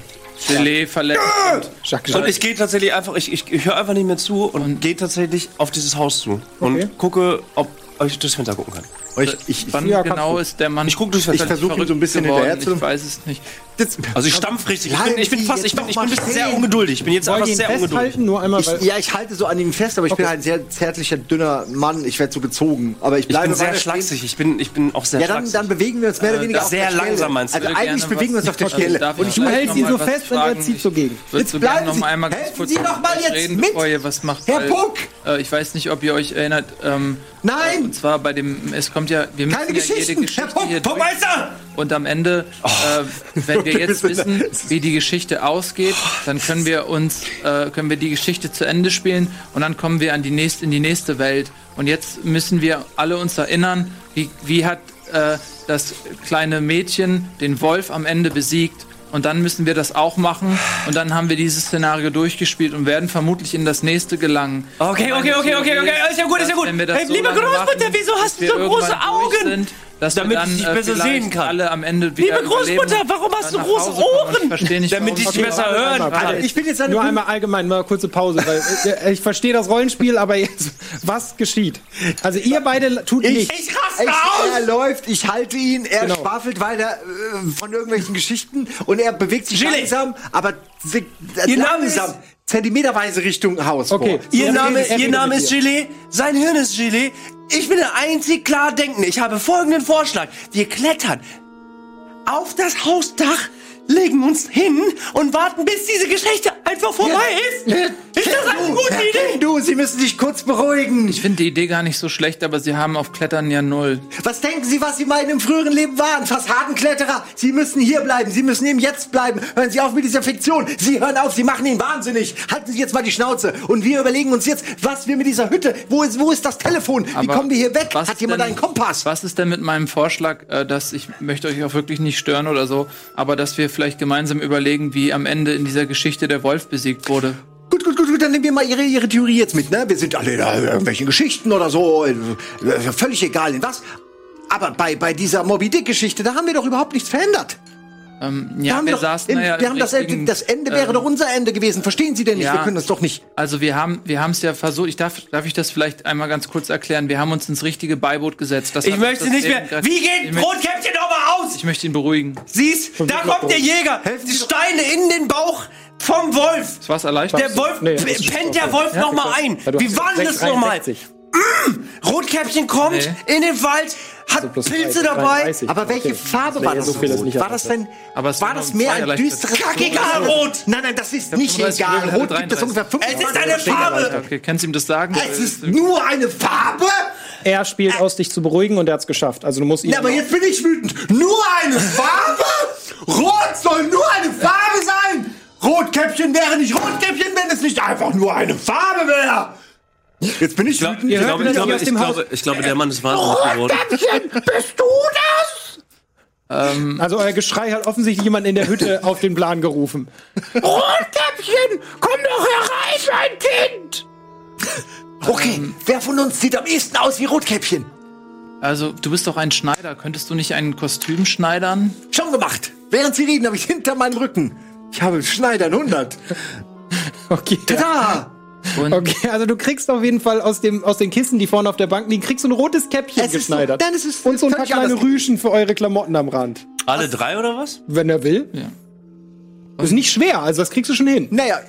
[SPEAKER 4] Gelee verletzt. Und
[SPEAKER 1] Jacques,
[SPEAKER 5] Und ich gehe tatsächlich einfach, ich, ich, ich höre einfach nicht mehr zu und, gehe tatsächlich auf dieses Haus zu
[SPEAKER 1] Okay.
[SPEAKER 5] und gucke, ob ich das hinter gucken kann.
[SPEAKER 12] Ich, ich,
[SPEAKER 4] wann
[SPEAKER 1] ja, kannst
[SPEAKER 4] genau
[SPEAKER 1] du.
[SPEAKER 4] ist der Mann?
[SPEAKER 5] Ich guck, du- ich
[SPEAKER 4] völlig
[SPEAKER 12] versuch ihn
[SPEAKER 4] verrückt
[SPEAKER 12] so ein bisschen
[SPEAKER 4] geworden?
[SPEAKER 12] hinterher zu-
[SPEAKER 4] Ich weiß es nicht.
[SPEAKER 12] das,
[SPEAKER 5] Also ich stampf richtig. Ich bin, ich bin
[SPEAKER 12] Bleiben
[SPEAKER 5] fast,
[SPEAKER 12] Sie
[SPEAKER 5] ich bin,
[SPEAKER 12] jetzt
[SPEAKER 5] ich bin
[SPEAKER 12] noch mal
[SPEAKER 5] sehr
[SPEAKER 12] stehen.
[SPEAKER 5] ungeduldig. Ich bin jetzt
[SPEAKER 1] Wollt
[SPEAKER 5] einfach
[SPEAKER 1] ihr ihn
[SPEAKER 5] sehr ungeduldig.
[SPEAKER 1] festhalten? Nur einmal, weil
[SPEAKER 12] ich, ja, ich halte so an ihm fest, aber ich bin
[SPEAKER 1] Okay.
[SPEAKER 12] halt ein sehr zärtlicher, dünner Mann. Ich werde so gezogen. Aber ich
[SPEAKER 5] Ich
[SPEAKER 12] bleibe
[SPEAKER 5] bin sehr
[SPEAKER 12] weiter
[SPEAKER 5] schlachsig. Ich bin, ich bin auch sehr
[SPEAKER 12] Ja, dann,
[SPEAKER 5] schlachsig.
[SPEAKER 12] dann bewegen wir uns mehr oder weniger
[SPEAKER 5] das-
[SPEAKER 12] auf
[SPEAKER 5] sehr
[SPEAKER 12] der Stelle.
[SPEAKER 5] langsam meinst du?
[SPEAKER 12] Also eigentlich bewegen wir uns auf der Stelle.
[SPEAKER 4] Und
[SPEAKER 1] du hältst ihn so fest und er zieht so gegen.
[SPEAKER 4] Würdest du
[SPEAKER 12] Jetzt
[SPEAKER 4] gerne
[SPEAKER 12] bleiben
[SPEAKER 4] noch
[SPEAKER 12] Sie-
[SPEAKER 4] mal einmal ganz
[SPEAKER 12] helfen
[SPEAKER 4] kurz
[SPEAKER 12] Sie
[SPEAKER 4] mit
[SPEAKER 12] doch mal
[SPEAKER 4] euch
[SPEAKER 12] jetzt
[SPEAKER 4] reden,
[SPEAKER 12] mit!
[SPEAKER 4] bevor ihr was macht?
[SPEAKER 12] Herr
[SPEAKER 4] weil,
[SPEAKER 12] Puck!
[SPEAKER 4] Äh, ich weiß nicht, ob ihr euch erinnert. Ähm,
[SPEAKER 12] Nein!
[SPEAKER 4] äh, Und zwar bei dem, es kommt ja, wir müssen
[SPEAKER 12] Keine
[SPEAKER 4] ja jede
[SPEAKER 12] Geschichten!
[SPEAKER 4] Geschichte
[SPEAKER 12] Herr Puck,
[SPEAKER 4] hier durch.
[SPEAKER 13] Meister!
[SPEAKER 4] Und am Ende, äh, wenn wir jetzt wissen, wie die Geschichte ausgeht, dann können wir uns, äh, können wir die Geschichte zu Ende spielen und dann kommen wir an die nächste, in die nächste Welt. Und jetzt müssen wir alle uns erinnern, wie, wie hat äh, das kleine Mädchen den Wolf am Ende besiegt. Und dann müssen wir das auch machen. Und dann haben wir dieses Szenario durchgespielt und werden vermutlich in das nächste gelangen.
[SPEAKER 5] Okay, okay, okay, okay, okay. Ist ja gut, ist ja gut.
[SPEAKER 4] Wenn wir das
[SPEAKER 5] Hey,
[SPEAKER 4] so
[SPEAKER 5] liebe
[SPEAKER 4] lange
[SPEAKER 5] Großmutter,
[SPEAKER 4] machen,
[SPEAKER 5] wieso
[SPEAKER 4] bis
[SPEAKER 5] hast du
[SPEAKER 4] wir
[SPEAKER 5] so große
[SPEAKER 4] irgendwann durch
[SPEAKER 5] Augen?
[SPEAKER 4] Sind, dass
[SPEAKER 5] Damit
[SPEAKER 4] wir dann,
[SPEAKER 5] ich dich
[SPEAKER 4] äh,
[SPEAKER 5] besser
[SPEAKER 4] vielleicht
[SPEAKER 5] sehen kann.
[SPEAKER 4] alle am Ende wieder
[SPEAKER 5] Liebe Großmutter,
[SPEAKER 4] überleben,
[SPEAKER 5] warum hast
[SPEAKER 4] dann
[SPEAKER 5] du
[SPEAKER 4] nach
[SPEAKER 5] große
[SPEAKER 4] Hause kommen.
[SPEAKER 5] Ohren?
[SPEAKER 4] Ich verstehe nicht,
[SPEAKER 5] Damit
[SPEAKER 4] warum-
[SPEAKER 5] ich dich besser hören
[SPEAKER 1] einmal,
[SPEAKER 5] kann.
[SPEAKER 1] warte.
[SPEAKER 12] Ich bin jetzt eine
[SPEAKER 1] Nur
[SPEAKER 12] Blu-
[SPEAKER 1] einmal allgemein, mal kurze Pause, weil äh, äh, ich verstehe das Rollenspiel, aber jetzt, was geschieht? Also ihr beide tut nichts.
[SPEAKER 13] Ich raste
[SPEAKER 12] Ich,
[SPEAKER 13] aus!
[SPEAKER 12] er läuft, ich halte ihn, er
[SPEAKER 1] Genau.
[SPEAKER 12] schwafelt weiter äh, von irgendwelchen Geschichten und er bewegt sich
[SPEAKER 5] Gilly.
[SPEAKER 12] langsam, aber se-
[SPEAKER 5] Ihr Name
[SPEAKER 12] langsam,
[SPEAKER 5] ist-
[SPEAKER 12] zentimeterweise Richtung Haus.
[SPEAKER 1] Okay.
[SPEAKER 12] vor.
[SPEAKER 5] Ihr
[SPEAKER 1] So
[SPEAKER 5] Name,
[SPEAKER 1] redet er
[SPEAKER 5] ihr
[SPEAKER 1] mit
[SPEAKER 5] Name ist
[SPEAKER 1] dir.
[SPEAKER 5] Gilet, sein Hirn ist Gilet. Ich bin der einzig klar Denkende. Ich habe folgenden Vorschlag. Wir klettern auf das Hausdach, legen uns hin und warten, bis diese Geschichte einfach vorbei ist. Ist das eine gute Idee?
[SPEAKER 12] Du, Sie müssen sich kurz beruhigen.
[SPEAKER 4] Ich finde die Idee gar nicht so schlecht, aber sie haben auf Klettern ja null.
[SPEAKER 12] Was denken Sie, was Sie mal in einem früheren Leben waren? Fassadenkletterer. Sie müssen hier bleiben. Sie müssen im Jetzt bleiben. Hören Sie auf mit dieser Fiktion. Sie hören auf. Sie machen ihn wahnsinnig. Halten Sie jetzt mal die Schnauze. Und wir überlegen uns jetzt, was wir mit dieser Hütte. Wo ist, wo ist das Telefon? Wie
[SPEAKER 4] Aber
[SPEAKER 12] kommen wir hier weg?
[SPEAKER 4] was
[SPEAKER 12] Hat jemand
[SPEAKER 4] denn-
[SPEAKER 12] einen Kompass?
[SPEAKER 4] Was ist denn mit meinem Vorschlag, äh, dass ich möchte euch auch wirklich nicht stören oder so, aber dass wir vielleicht gemeinsam überlegen, wie am Ende in dieser Geschichte der Wolf besiegt wurde?
[SPEAKER 12] Gut, gut, gut, gut. Dann nehmen wir mal Ihre, Ihre Theorie jetzt mit. Ne? Wir sind alle in irgendwelchen Geschichten oder so. Äh, Völlig egal in was. Aber bei, bei dieser Moby Dick-Geschichte, da haben wir doch überhaupt nichts verändert.
[SPEAKER 4] Ja,
[SPEAKER 12] wir
[SPEAKER 4] wir
[SPEAKER 12] doch,
[SPEAKER 4] saßen
[SPEAKER 12] im-
[SPEAKER 4] ja
[SPEAKER 12] wir
[SPEAKER 4] im
[SPEAKER 12] haben das,
[SPEAKER 4] richtigen-
[SPEAKER 12] das Ende wäre doch unser Ende gewesen. Verstehen Sie denn nicht?
[SPEAKER 4] ja.
[SPEAKER 12] Wir können das doch nicht.
[SPEAKER 4] Also wir haben wir haben es ja versucht. Ich darf darf ich das vielleicht einmal ganz kurz erklären. Wir haben uns ins richtige Beiboot gesetzt. Das
[SPEAKER 5] Ich
[SPEAKER 4] hat uns
[SPEAKER 5] möchte
[SPEAKER 4] das
[SPEAKER 5] nicht
[SPEAKER 4] Leben
[SPEAKER 5] mehr.
[SPEAKER 4] gerettet.
[SPEAKER 5] Wie geht
[SPEAKER 4] ich möchte,
[SPEAKER 5] Rotkäppchen nochmal aus?
[SPEAKER 4] ich möchte ihn beruhigen.
[SPEAKER 5] Siehst, da kommt der Jäger. Die Steine in den Bauch vom Wolf.
[SPEAKER 4] Das war's erleichtert.
[SPEAKER 5] Der Wolf,
[SPEAKER 1] Nee, das ist schon
[SPEAKER 5] pennt der Wolf nochmal ein.
[SPEAKER 1] Ja, du
[SPEAKER 5] Wie
[SPEAKER 1] hast
[SPEAKER 5] war denn das
[SPEAKER 1] 6,
[SPEAKER 5] nochmal?
[SPEAKER 1] 63.
[SPEAKER 5] Rotkäppchen kommt
[SPEAKER 4] Nee.
[SPEAKER 5] in den Wald,
[SPEAKER 4] Also
[SPEAKER 5] hat
[SPEAKER 1] plus
[SPEAKER 5] Pilze
[SPEAKER 1] 3,
[SPEAKER 5] dabei.
[SPEAKER 1] 33.
[SPEAKER 12] Aber welche
[SPEAKER 1] Okay.
[SPEAKER 12] Farbe
[SPEAKER 1] Nee,
[SPEAKER 12] war das?
[SPEAKER 1] so viel ist
[SPEAKER 12] Rot?
[SPEAKER 1] nicht
[SPEAKER 12] war das denn?
[SPEAKER 4] Aber es
[SPEAKER 12] war
[SPEAKER 4] war
[SPEAKER 12] das
[SPEAKER 4] nur ein
[SPEAKER 12] mehr
[SPEAKER 4] Zweier
[SPEAKER 12] ein
[SPEAKER 4] leichtes.
[SPEAKER 12] düsteres
[SPEAKER 5] Kackegal, rot!
[SPEAKER 12] Nein, nein, das ist nicht
[SPEAKER 4] 35,
[SPEAKER 12] egal. Rot
[SPEAKER 4] 33.
[SPEAKER 12] gibt es ungefähr 25.
[SPEAKER 5] Es ist eine Farbe!
[SPEAKER 4] Okay, kannst du ihm das sagen?
[SPEAKER 12] Es ist nur eine Farbe?
[SPEAKER 1] Er spielt aus, dich zu beruhigen und er hat's geschafft. Also du musst ihn.
[SPEAKER 12] Ja, Äh, aber jetzt bin ich wütend. Nur eine Farbe? Rot soll nur eine Farbe sein! Rotkäppchen wäre nicht Rotkäppchen, wenn es nicht einfach nur eine Farbe wäre! Jetzt bin ich wütend.
[SPEAKER 1] Ihr hört ihn nicht aus dem Haus.
[SPEAKER 5] ich glaube, der Mann ist wahnsinnig
[SPEAKER 12] Rotkäppchen, bist du das?
[SPEAKER 1] Also euer Geschrei hat offensichtlich jemand in der Hütte auf den Plan gerufen.
[SPEAKER 12] Rotkäppchen, komm doch herein, mein Kind! Okay, wer von uns sieht am ehesten aus wie Rotkäppchen?
[SPEAKER 4] Also, du bist doch ein Schneider. Könntest du nicht ein Kostüm schneidern?
[SPEAKER 12] Schon gemacht. Während sie reden, habe ich hinter meinem Rücken. Ich habe Schneidern 100.
[SPEAKER 1] Okay.
[SPEAKER 12] Tada!
[SPEAKER 4] Und
[SPEAKER 1] Okay, also du kriegst auf jeden Fall aus, dem, aus den Kissen, die vorne auf der Bank liegen, kriegst so ein rotes Käppchen
[SPEAKER 12] Es ist so-
[SPEAKER 1] geschneidert.
[SPEAKER 12] nein, es ist-
[SPEAKER 1] und so ein paar
[SPEAKER 12] völlig
[SPEAKER 1] kleine
[SPEAKER 12] anders.
[SPEAKER 1] Rüschen für eure Klamotten am Rand.
[SPEAKER 5] Alle drei oder was?
[SPEAKER 1] Wenn er will.
[SPEAKER 4] Ja.
[SPEAKER 1] Das ist nicht schwer, also das kriegst du schon hin.
[SPEAKER 12] Naja, äh,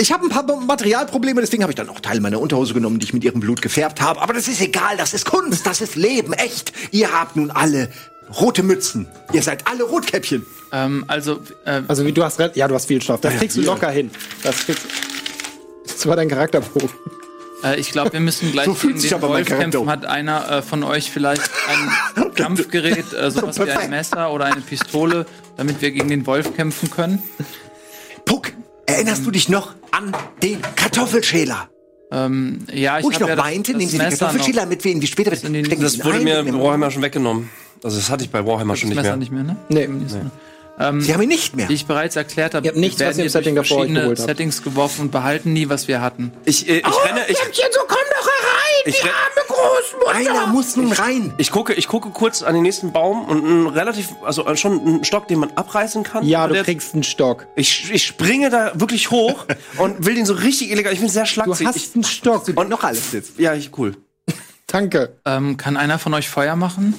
[SPEAKER 12] Ich habe ein paar Materialprobleme, deswegen habe ich dann auch Teil meiner Unterhose genommen, die ich mit ihrem Blut gefärbt habe. Aber das ist egal, das ist Kunst, das ist Leben, echt. Ihr habt nun alle rote Mützen. Ihr seid alle Rotkäppchen.
[SPEAKER 4] Ähm, also, äh,
[SPEAKER 1] Also wie du hast, re- ja, du hast viel Stoff. Das kriegst du locker hin. Das kriegst. Das war dein Charakterbogen.
[SPEAKER 4] äh, ich glaube, wir müssen gleich
[SPEAKER 12] So fühlt
[SPEAKER 4] gegen
[SPEAKER 12] sich
[SPEAKER 4] den
[SPEAKER 12] aber mein
[SPEAKER 4] Wolf
[SPEAKER 12] Charakter
[SPEAKER 4] kämpfen.
[SPEAKER 12] um.
[SPEAKER 4] Hat einer äh, von euch vielleicht ein Kampfgerät, äh, sowas wie ein
[SPEAKER 12] Perfekt.
[SPEAKER 4] Messer oder eine Pistole, damit wir gegen den Wolf kämpfen können?
[SPEAKER 12] Puck, erinnerst du dich noch an den Kartoffelschäler?
[SPEAKER 4] Ähm, ja, ich
[SPEAKER 12] Wo ich
[SPEAKER 4] habe
[SPEAKER 12] noch
[SPEAKER 4] ja das,
[SPEAKER 12] meinte,
[SPEAKER 4] das
[SPEAKER 12] nehmen Sie den
[SPEAKER 4] Messer noch.
[SPEAKER 12] Kartoffelschäler, damit wir ihn die später das
[SPEAKER 4] in den-
[SPEAKER 5] Das wurde mir bei Warhammer schon weggenommen. Also das hatte ich bei Warhammer schon
[SPEAKER 4] das
[SPEAKER 5] nicht
[SPEAKER 4] Messer
[SPEAKER 5] mehr.
[SPEAKER 4] nicht mehr, ne?
[SPEAKER 12] Hm.
[SPEAKER 1] Nee.
[SPEAKER 12] Sie haben ihn nicht mehr.
[SPEAKER 4] Wie ich bereits erklärt habe,
[SPEAKER 1] Ihr habt nichts, was ihr im
[SPEAKER 4] hier durch
[SPEAKER 1] Setting davor euch
[SPEAKER 4] verschiedene
[SPEAKER 1] geholt habt.
[SPEAKER 4] Settings geworfen und behalten nie, was wir hatten.
[SPEAKER 5] Ich, äh, ich renne, ich,
[SPEAKER 7] Oh, so komm doch herein,
[SPEAKER 5] Ich
[SPEAKER 7] die
[SPEAKER 5] re-
[SPEAKER 7] arme Großmutter.
[SPEAKER 12] Einer muss nun rein.
[SPEAKER 5] ich gucke, ich gucke kurz an den nächsten Baum und einen relativ, also schon einen Stock, den man abreißen kann.
[SPEAKER 1] Ja,
[SPEAKER 5] Und
[SPEAKER 1] du
[SPEAKER 5] der-
[SPEAKER 1] kriegst einen Stock.
[SPEAKER 5] Ich, ich springe da wirklich hoch und will den so richtig illegal. Ich bin sehr
[SPEAKER 1] Du
[SPEAKER 5] schlagzig.
[SPEAKER 1] hast einen Stock.
[SPEAKER 5] ich, und noch alles jetzt. Ja, ich, cool.
[SPEAKER 1] Danke.
[SPEAKER 4] Ähm, kann einer von euch Feuer machen?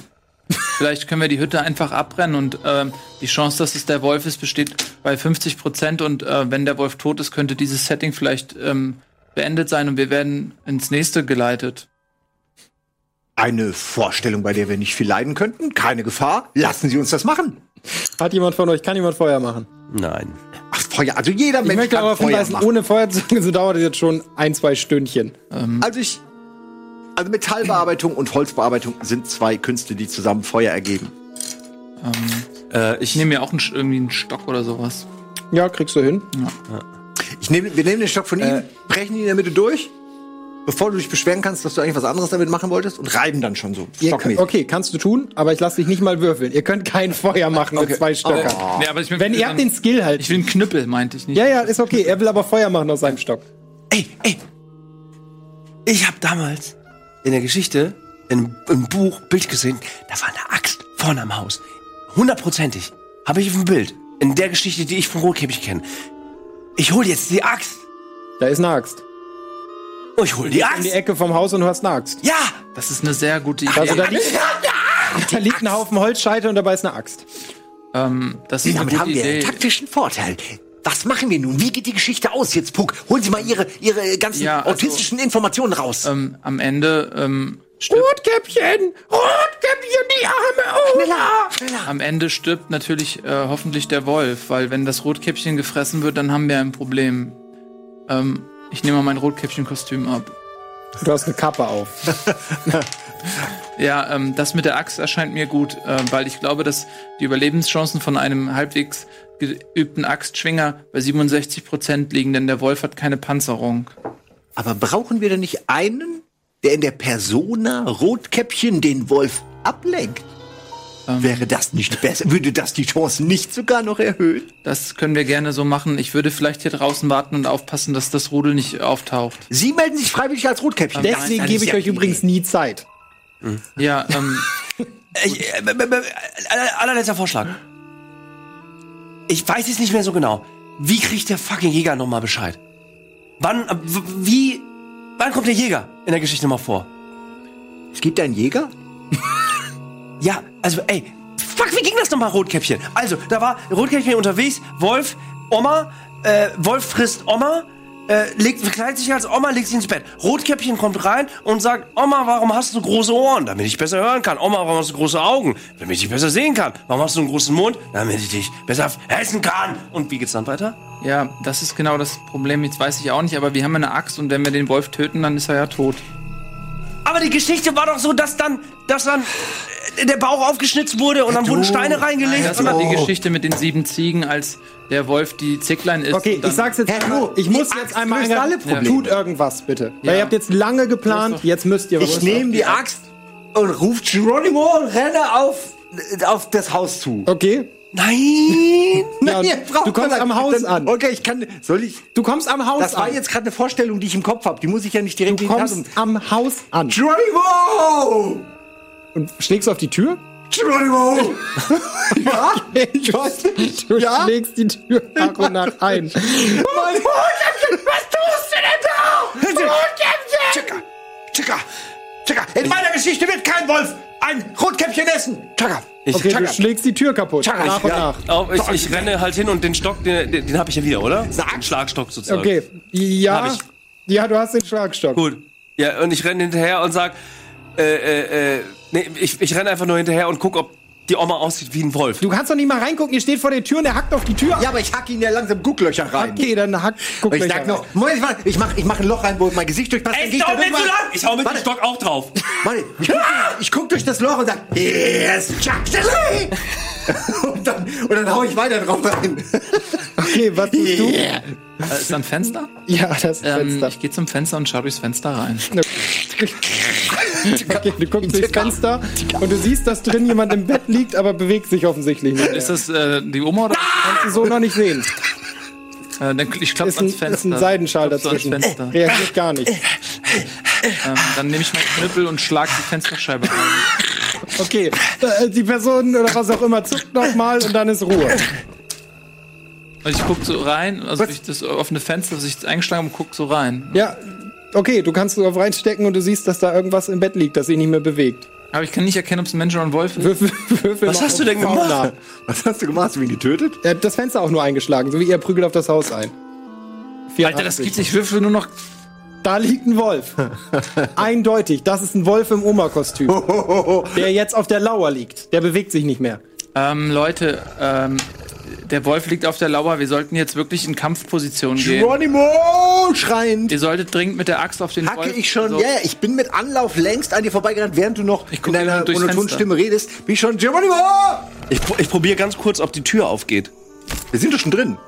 [SPEAKER 4] Vielleicht können wir die Hütte einfach abbrennen und ähm, die Chance, dass es der Wolf ist, besteht bei 50 Prozent und äh, wenn der Wolf tot ist, könnte dieses Setting vielleicht ähm, beendet sein und wir werden ins nächste geleitet.
[SPEAKER 12] Eine Vorstellung, bei der wir nicht viel leiden könnten. Keine Gefahr. Lassen Sie uns das machen.
[SPEAKER 1] Hat jemand von euch, kann jemand Feuer machen?
[SPEAKER 5] Nein.
[SPEAKER 12] Ach, Feuer. Also jeder
[SPEAKER 1] Ich
[SPEAKER 12] Mensch
[SPEAKER 1] möchte
[SPEAKER 12] kann
[SPEAKER 1] aber
[SPEAKER 12] Feuer
[SPEAKER 1] hinweisen,
[SPEAKER 12] machen.
[SPEAKER 1] ohne Feuer zu so dauert es jetzt schon ein, zwei Stündchen.
[SPEAKER 12] Also ich... Also Metallbearbeitung und Holzbearbeitung sind zwei Künste, die zusammen Feuer ergeben.
[SPEAKER 5] Äh, ich
[SPEAKER 4] Ich nehme mir auch einen, Sch- irgendwie einen Stock oder sowas.
[SPEAKER 1] Ja, kriegst du hin.
[SPEAKER 12] Ich nehm, wir nehmen den Stock von
[SPEAKER 5] Äh.
[SPEAKER 12] ihm, brechen ihn in der Mitte durch, bevor du dich beschweren kannst, dass du eigentlich was anderes damit machen wolltest und reiben dann schon so.
[SPEAKER 1] Ihr,
[SPEAKER 12] stockmäßig.
[SPEAKER 1] okay, kannst du tun, aber ich lasse dich nicht mal würfeln. Ihr könnt kein Feuer machen mit zwei Stöckern.
[SPEAKER 12] Oh.
[SPEAKER 4] Nee, aber ich ähm, will-
[SPEAKER 1] Wenn ihr habt den Skill halt.
[SPEAKER 4] Ich will einen Knüppel, meinte ich nicht.
[SPEAKER 1] ja, ja, ist okay. Er will aber Feuer machen aus seinem Stock.
[SPEAKER 5] Ey, ey. Ich habe damals in der Geschichte in einem Buch Bild gesehen, da war eine Axt vorne am Haus. Hundertprozentig. Habe ich auf dem Bild. In der Geschichte, die ich von Rotkäppich kenne. Ich hol jetzt die Axt.
[SPEAKER 1] Da ist eine Axt.
[SPEAKER 5] Oh, ich hol die
[SPEAKER 1] In
[SPEAKER 5] Axt.
[SPEAKER 1] die Ecke vom Haus und du hast eine Axt.
[SPEAKER 5] Ja!
[SPEAKER 4] Das ist eine sehr gute Idee.
[SPEAKER 1] Also da liegt, da liegt ein Haufen Holzscheite und dabei ist eine Axt.
[SPEAKER 4] ähm, das ist eine
[SPEAKER 12] Damit
[SPEAKER 4] gute
[SPEAKER 12] haben wir einen
[SPEAKER 4] Idee.
[SPEAKER 12] taktischen Vorteil. Was machen wir nun? Wie geht die Geschichte aus jetzt, Puck? Holen Sie mal Ihre, ihre ganzen
[SPEAKER 4] Ja, also-
[SPEAKER 12] autistischen Informationen raus.
[SPEAKER 4] Ähm, am Ende ähm, stirbt
[SPEAKER 1] Rotkäppchen! Rotkäppchen, die arme Oma!
[SPEAKER 12] schneller, schneller.
[SPEAKER 4] Am Ende stirbt natürlich äh, hoffentlich der Wolf, weil wenn das Rotkäppchen gefressen wird, dann haben wir ein Problem. Ähm, ich nehme mal mein Rotkäppchenkostüm ab.
[SPEAKER 1] Du hast eine Kappe auf.
[SPEAKER 4] Ja, ähm, das mit der Axt erscheint mir gut, äh, weil ich glaube, dass die Überlebenschancen von einem halbwegs geübten Axtschwinger bei 67% liegen, denn der Wolf hat keine Panzerung.
[SPEAKER 12] Aber brauchen wir denn nicht einen, der in der Persona Rotkäppchen den Wolf ablenkt? Wäre das nicht besser? Würde das die Chance nicht sogar noch erhöhen?
[SPEAKER 4] Das können wir gerne so machen. Ich würde vielleicht hier draußen warten und aufpassen, dass das Rudel nicht auftaucht.
[SPEAKER 12] Sie melden sich freiwillig als
[SPEAKER 4] Ähm,
[SPEAKER 12] Rotkäppchen.
[SPEAKER 1] Deswegen
[SPEAKER 12] Das
[SPEAKER 1] gebe
[SPEAKER 12] ist
[SPEAKER 1] ich
[SPEAKER 12] ja eh
[SPEAKER 1] euch übrigens nie Zeit.
[SPEAKER 4] Ja, ähm,
[SPEAKER 5] Ich, äh, b- b- b- aller- allerletzter Vorschlag. Ich weiß es nicht mehr so genau. Wie kriegt der fucking Jäger nochmal Bescheid? Wann, äh, w- wie, wann kommt der Jäger in der Geschichte nochmal vor?
[SPEAKER 12] Es gibt einen Jäger?
[SPEAKER 5] Ja, also ey, fuck, wie ging das nochmal, Rotkäppchen? Also, da war Rotkäppchen unterwegs, Wolf, Oma, äh, Wolf frisst Oma, äh, legt, verkleidet sich als Oma, legt sie ins Bett. Rotkäppchen kommt rein und sagt, Oma, warum hast du große Ohren? Damit ich besser hören kann. Oma, warum hast du große Augen? Damit ich dich besser sehen kann. Warum hast du einen großen Mund? Damit ich dich besser essen kann. Und wie geht's dann weiter?
[SPEAKER 4] ja, das ist genau das Problem. Jetzt weiß ich auch nicht, aber wir haben eine Axt und wenn wir den Wolf töten, dann ist er ja tot.
[SPEAKER 5] Aber die Geschichte war doch so, dass dann, dass dann äh, der Bauch aufgeschnitzt wurde und dann wurden Steine reingelegt.
[SPEAKER 4] Das
[SPEAKER 5] Und
[SPEAKER 4] war
[SPEAKER 5] dann,
[SPEAKER 1] Oh.
[SPEAKER 4] die Geschichte mit den sieben Ziegen, als der Wolf die Zicklein ist.
[SPEAKER 1] Okay,
[SPEAKER 4] und dann-
[SPEAKER 1] ich sag's jetzt.
[SPEAKER 12] Herr
[SPEAKER 1] einmal.
[SPEAKER 12] Du,
[SPEAKER 1] ich
[SPEAKER 12] die
[SPEAKER 1] muss
[SPEAKER 12] Axt
[SPEAKER 1] jetzt einmal
[SPEAKER 12] löst alle
[SPEAKER 1] Ja. Tut irgendwas bitte. Weil
[SPEAKER 4] Ja.
[SPEAKER 1] ihr habt jetzt lange geplant, jetzt müsst ihr
[SPEAKER 12] Ich nehme die Axt und rufe Geronimo und renne auf, auf das Haus zu.
[SPEAKER 1] Okay,
[SPEAKER 5] nein!
[SPEAKER 1] Ja,
[SPEAKER 12] ihr braucht
[SPEAKER 1] du kommst
[SPEAKER 12] man-
[SPEAKER 1] am Haus an.
[SPEAKER 12] Okay, ich kann. Soll ich.
[SPEAKER 1] du kommst am Haus
[SPEAKER 12] Das war
[SPEAKER 1] an.
[SPEAKER 12] jetzt gerade eine Vorstellung, die ich im Kopf habe. Die muss ich ja nicht direkt
[SPEAKER 1] du
[SPEAKER 12] in die
[SPEAKER 1] kommst
[SPEAKER 12] Hand-
[SPEAKER 1] am Haus an.
[SPEAKER 12] Geronimo!
[SPEAKER 1] Und schlägst auf die Tür?
[SPEAKER 12] Geronimo! ja? Ich weiß nicht.
[SPEAKER 1] Du
[SPEAKER 12] Ja?
[SPEAKER 1] schlägst die Tür nach und nach ein.
[SPEAKER 12] Mein
[SPEAKER 13] Was tust du denn da? Rotkäppchen!
[SPEAKER 12] Checker! Checker! Checker! In meiner Geschichte wird kein Wolf!
[SPEAKER 3] ein Rotkäppchen essen! Chaka!
[SPEAKER 5] Ich-
[SPEAKER 1] okay, du
[SPEAKER 5] Chaka.
[SPEAKER 1] schlägst die Tür kaputt.
[SPEAKER 5] Tschak,
[SPEAKER 1] nach und
[SPEAKER 5] ja.
[SPEAKER 1] nach.
[SPEAKER 5] Oh, ich, ich renne halt hin und den Stock, den, den, den habe ich ja wieder, oder? Den Schlagstock sozusagen.
[SPEAKER 1] Okay.
[SPEAKER 5] Hab
[SPEAKER 1] Ja.
[SPEAKER 5] ich.
[SPEAKER 1] Ja, du hast den Schlagstock.
[SPEAKER 5] Gut. Ja, und ich renne hinterher und sag, äh, äh, äh, nee, ich, ich renne einfach nur hinterher und guck, ob die Oma aussieht wie ein Wolf.
[SPEAKER 1] Du kannst doch nicht mal reingucken, ihr steht vor der Tür und er hackt auf die Tür.
[SPEAKER 12] Ja, aber ich hack ihn ja langsam Gucklöcher rein.
[SPEAKER 1] Okay, dann hack. Guck
[SPEAKER 12] ich sag noch, Moment, warte, ich mach, ich mach ein Loch rein, wo mein Gesicht durchpasst. dann geh
[SPEAKER 5] Ey,
[SPEAKER 12] ich
[SPEAKER 5] dauert
[SPEAKER 12] da
[SPEAKER 5] nicht
[SPEAKER 12] drüber.
[SPEAKER 5] so lang! Ich hau mit dem
[SPEAKER 12] Warte,
[SPEAKER 5] Stock auch drauf.
[SPEAKER 12] Warte, ich guck, ich guck durch das Loch und sag, yes, Chuck Dilly! und, dann, und dann hau ich weiter drauf rein.
[SPEAKER 1] Okay, was tust du?
[SPEAKER 12] Yeah.
[SPEAKER 4] Äh, ist da ein Fenster?
[SPEAKER 1] Ja, das
[SPEAKER 4] Ähm,
[SPEAKER 1] Fenster.
[SPEAKER 4] ich gehe zum Fenster und schaue durchs Fenster rein.
[SPEAKER 1] Okay, du guckst durchs Fenster und du siehst, dass drin jemand im Bett liegt, aber bewegt sich offensichtlich nicht.
[SPEAKER 4] Ist das äh, die Oma oder?
[SPEAKER 1] Kannst du so noch nicht sehen.
[SPEAKER 4] Äh, dann, ich klopfe
[SPEAKER 1] Ah! Ist ein,
[SPEAKER 4] ans
[SPEAKER 1] ist
[SPEAKER 4] Fenster.
[SPEAKER 1] ein Seidenschal
[SPEAKER 4] Klopf so ans
[SPEAKER 1] dazwischen.
[SPEAKER 4] Fenster.
[SPEAKER 1] Reagiert gar nicht.
[SPEAKER 4] Ähm, dann nehme ich meinen Knüppel und schlag die Fensterscheibe ein.
[SPEAKER 1] Okay, äh, die Person oder was auch immer zuckt nochmal und dann ist Ruhe.
[SPEAKER 4] Und ich gucke so rein, also durch das offene Fenster, was ich eingeschlagen habe, gucke so rein.
[SPEAKER 1] Ja, okay, du kannst drauf reinstecken und du siehst, dass da irgendwas im Bett liegt, das sich nicht mehr bewegt.
[SPEAKER 4] Aber ich kann nicht erkennen, ob es ein Mensch oder ein Wolf ist.
[SPEAKER 1] Würfel, würfel
[SPEAKER 5] Was
[SPEAKER 1] mal
[SPEAKER 5] hast
[SPEAKER 1] auf
[SPEAKER 5] du denn gemacht?
[SPEAKER 1] Fauna.
[SPEAKER 12] Was hast du gemacht? Hast du ihn getötet?
[SPEAKER 1] Er hat das Fenster auch nur eingeschlagen, so wie ihr prügelt auf das Haus ein.
[SPEAKER 4] Alter, das gibt's nicht. Ich würfel nur noch.
[SPEAKER 1] Da liegt ein Wolf. Eindeutig, das ist ein Wolf im Oma-Kostüm, der jetzt auf der Lauer liegt. Der bewegt sich nicht mehr.
[SPEAKER 4] Ähm, Leute, ähm, der Wolf liegt auf der Lauer. Wir sollten jetzt wirklich in Kampfposition gehen.
[SPEAKER 12] Geronimo schreiend.
[SPEAKER 4] Ihr solltet dringend mit der Axt auf den
[SPEAKER 12] Hacke
[SPEAKER 4] Wolf.
[SPEAKER 12] ich schon,
[SPEAKER 4] so-
[SPEAKER 12] ja, ja, ich bin mit Anlauf längst an dir vorbeigerannt, während du noch
[SPEAKER 4] Ich guck
[SPEAKER 12] in deiner
[SPEAKER 4] durchs
[SPEAKER 12] monotonen
[SPEAKER 4] Fenster.
[SPEAKER 12] Stimme redest, bin ich schon Geronimo!
[SPEAKER 5] Ich, pro- ich probiere ganz kurz, ob die Tür aufgeht.
[SPEAKER 12] Wir sind doch schon drin. haben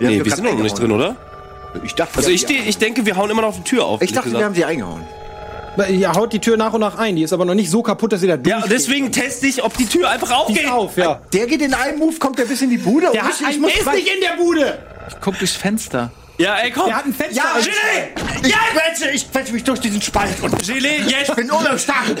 [SPEAKER 5] nee,
[SPEAKER 12] hier
[SPEAKER 5] wir
[SPEAKER 12] gerade
[SPEAKER 5] sind noch nicht drin,
[SPEAKER 12] eingehauen.
[SPEAKER 5] oder?
[SPEAKER 12] Ich dachte,
[SPEAKER 5] Also
[SPEAKER 12] wir
[SPEAKER 5] ich,
[SPEAKER 12] haben die-
[SPEAKER 5] ich denke, wir hauen immer noch auf die Tür auf.
[SPEAKER 12] ich dachte, wir haben sie eingehauen.
[SPEAKER 1] Er haut die Tür nach und nach ein, die ist aber noch nicht so kaputt, dass sie da
[SPEAKER 5] ja, deswegen teste ich, ob die Tür einfach aufgeht.
[SPEAKER 1] durchgeht. auf, ja.
[SPEAKER 12] Der geht in einem Move, kommt der bis in die Bude. und ich, ich muss
[SPEAKER 1] nicht in der Bude!
[SPEAKER 4] Ich guck durchs Fenster.
[SPEAKER 5] Ja, ey, komm.
[SPEAKER 1] Er hat ein Fenster
[SPEAKER 12] Ja,
[SPEAKER 1] eingeschlagen.
[SPEAKER 5] Gelee!
[SPEAKER 12] Ich quetsche, ich quetsche mich durch diesen Spalt und
[SPEAKER 5] Gelee, jetzt!
[SPEAKER 12] bin Ah, unumstanden.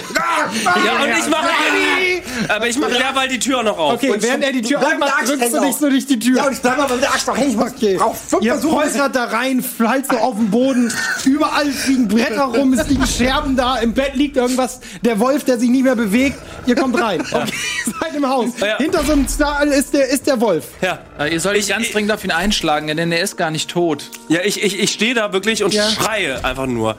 [SPEAKER 5] Ja, und ich mache... Aber ich mache derweil die Tür noch auf.
[SPEAKER 1] Okay, während er die Tür
[SPEAKER 12] Bleib mit der
[SPEAKER 1] aufmacht,
[SPEAKER 12] Axt
[SPEAKER 1] drückst du
[SPEAKER 12] hängen
[SPEAKER 1] dich so durch die Tür.
[SPEAKER 12] Ja, und ich bleibe aber mit der Axt noch hängen. Ich muss
[SPEAKER 1] Okay.
[SPEAKER 12] brauch fünf
[SPEAKER 1] Ihr
[SPEAKER 12] Versuche. bis ich-
[SPEAKER 1] poltert da rein, fallt so auf den Boden. Überall liegen Bretter rum, es liegen Scherben da. Im Bett liegt irgendwas. Der Wolf, der sich nicht mehr bewegt. Ihr kommt rein. Okay, seid im Haus.
[SPEAKER 5] Ja.
[SPEAKER 1] Hinter so einem Stahl ist der, ist der Wolf.
[SPEAKER 5] Ja.
[SPEAKER 4] Äh, ihr solltet ganz dringend auf ihn einschlagen, denn er ist gar nicht tot.
[SPEAKER 5] Ja, ich, ich, ich stehe da wirklich und
[SPEAKER 1] Ja.
[SPEAKER 5] schreie einfach nur.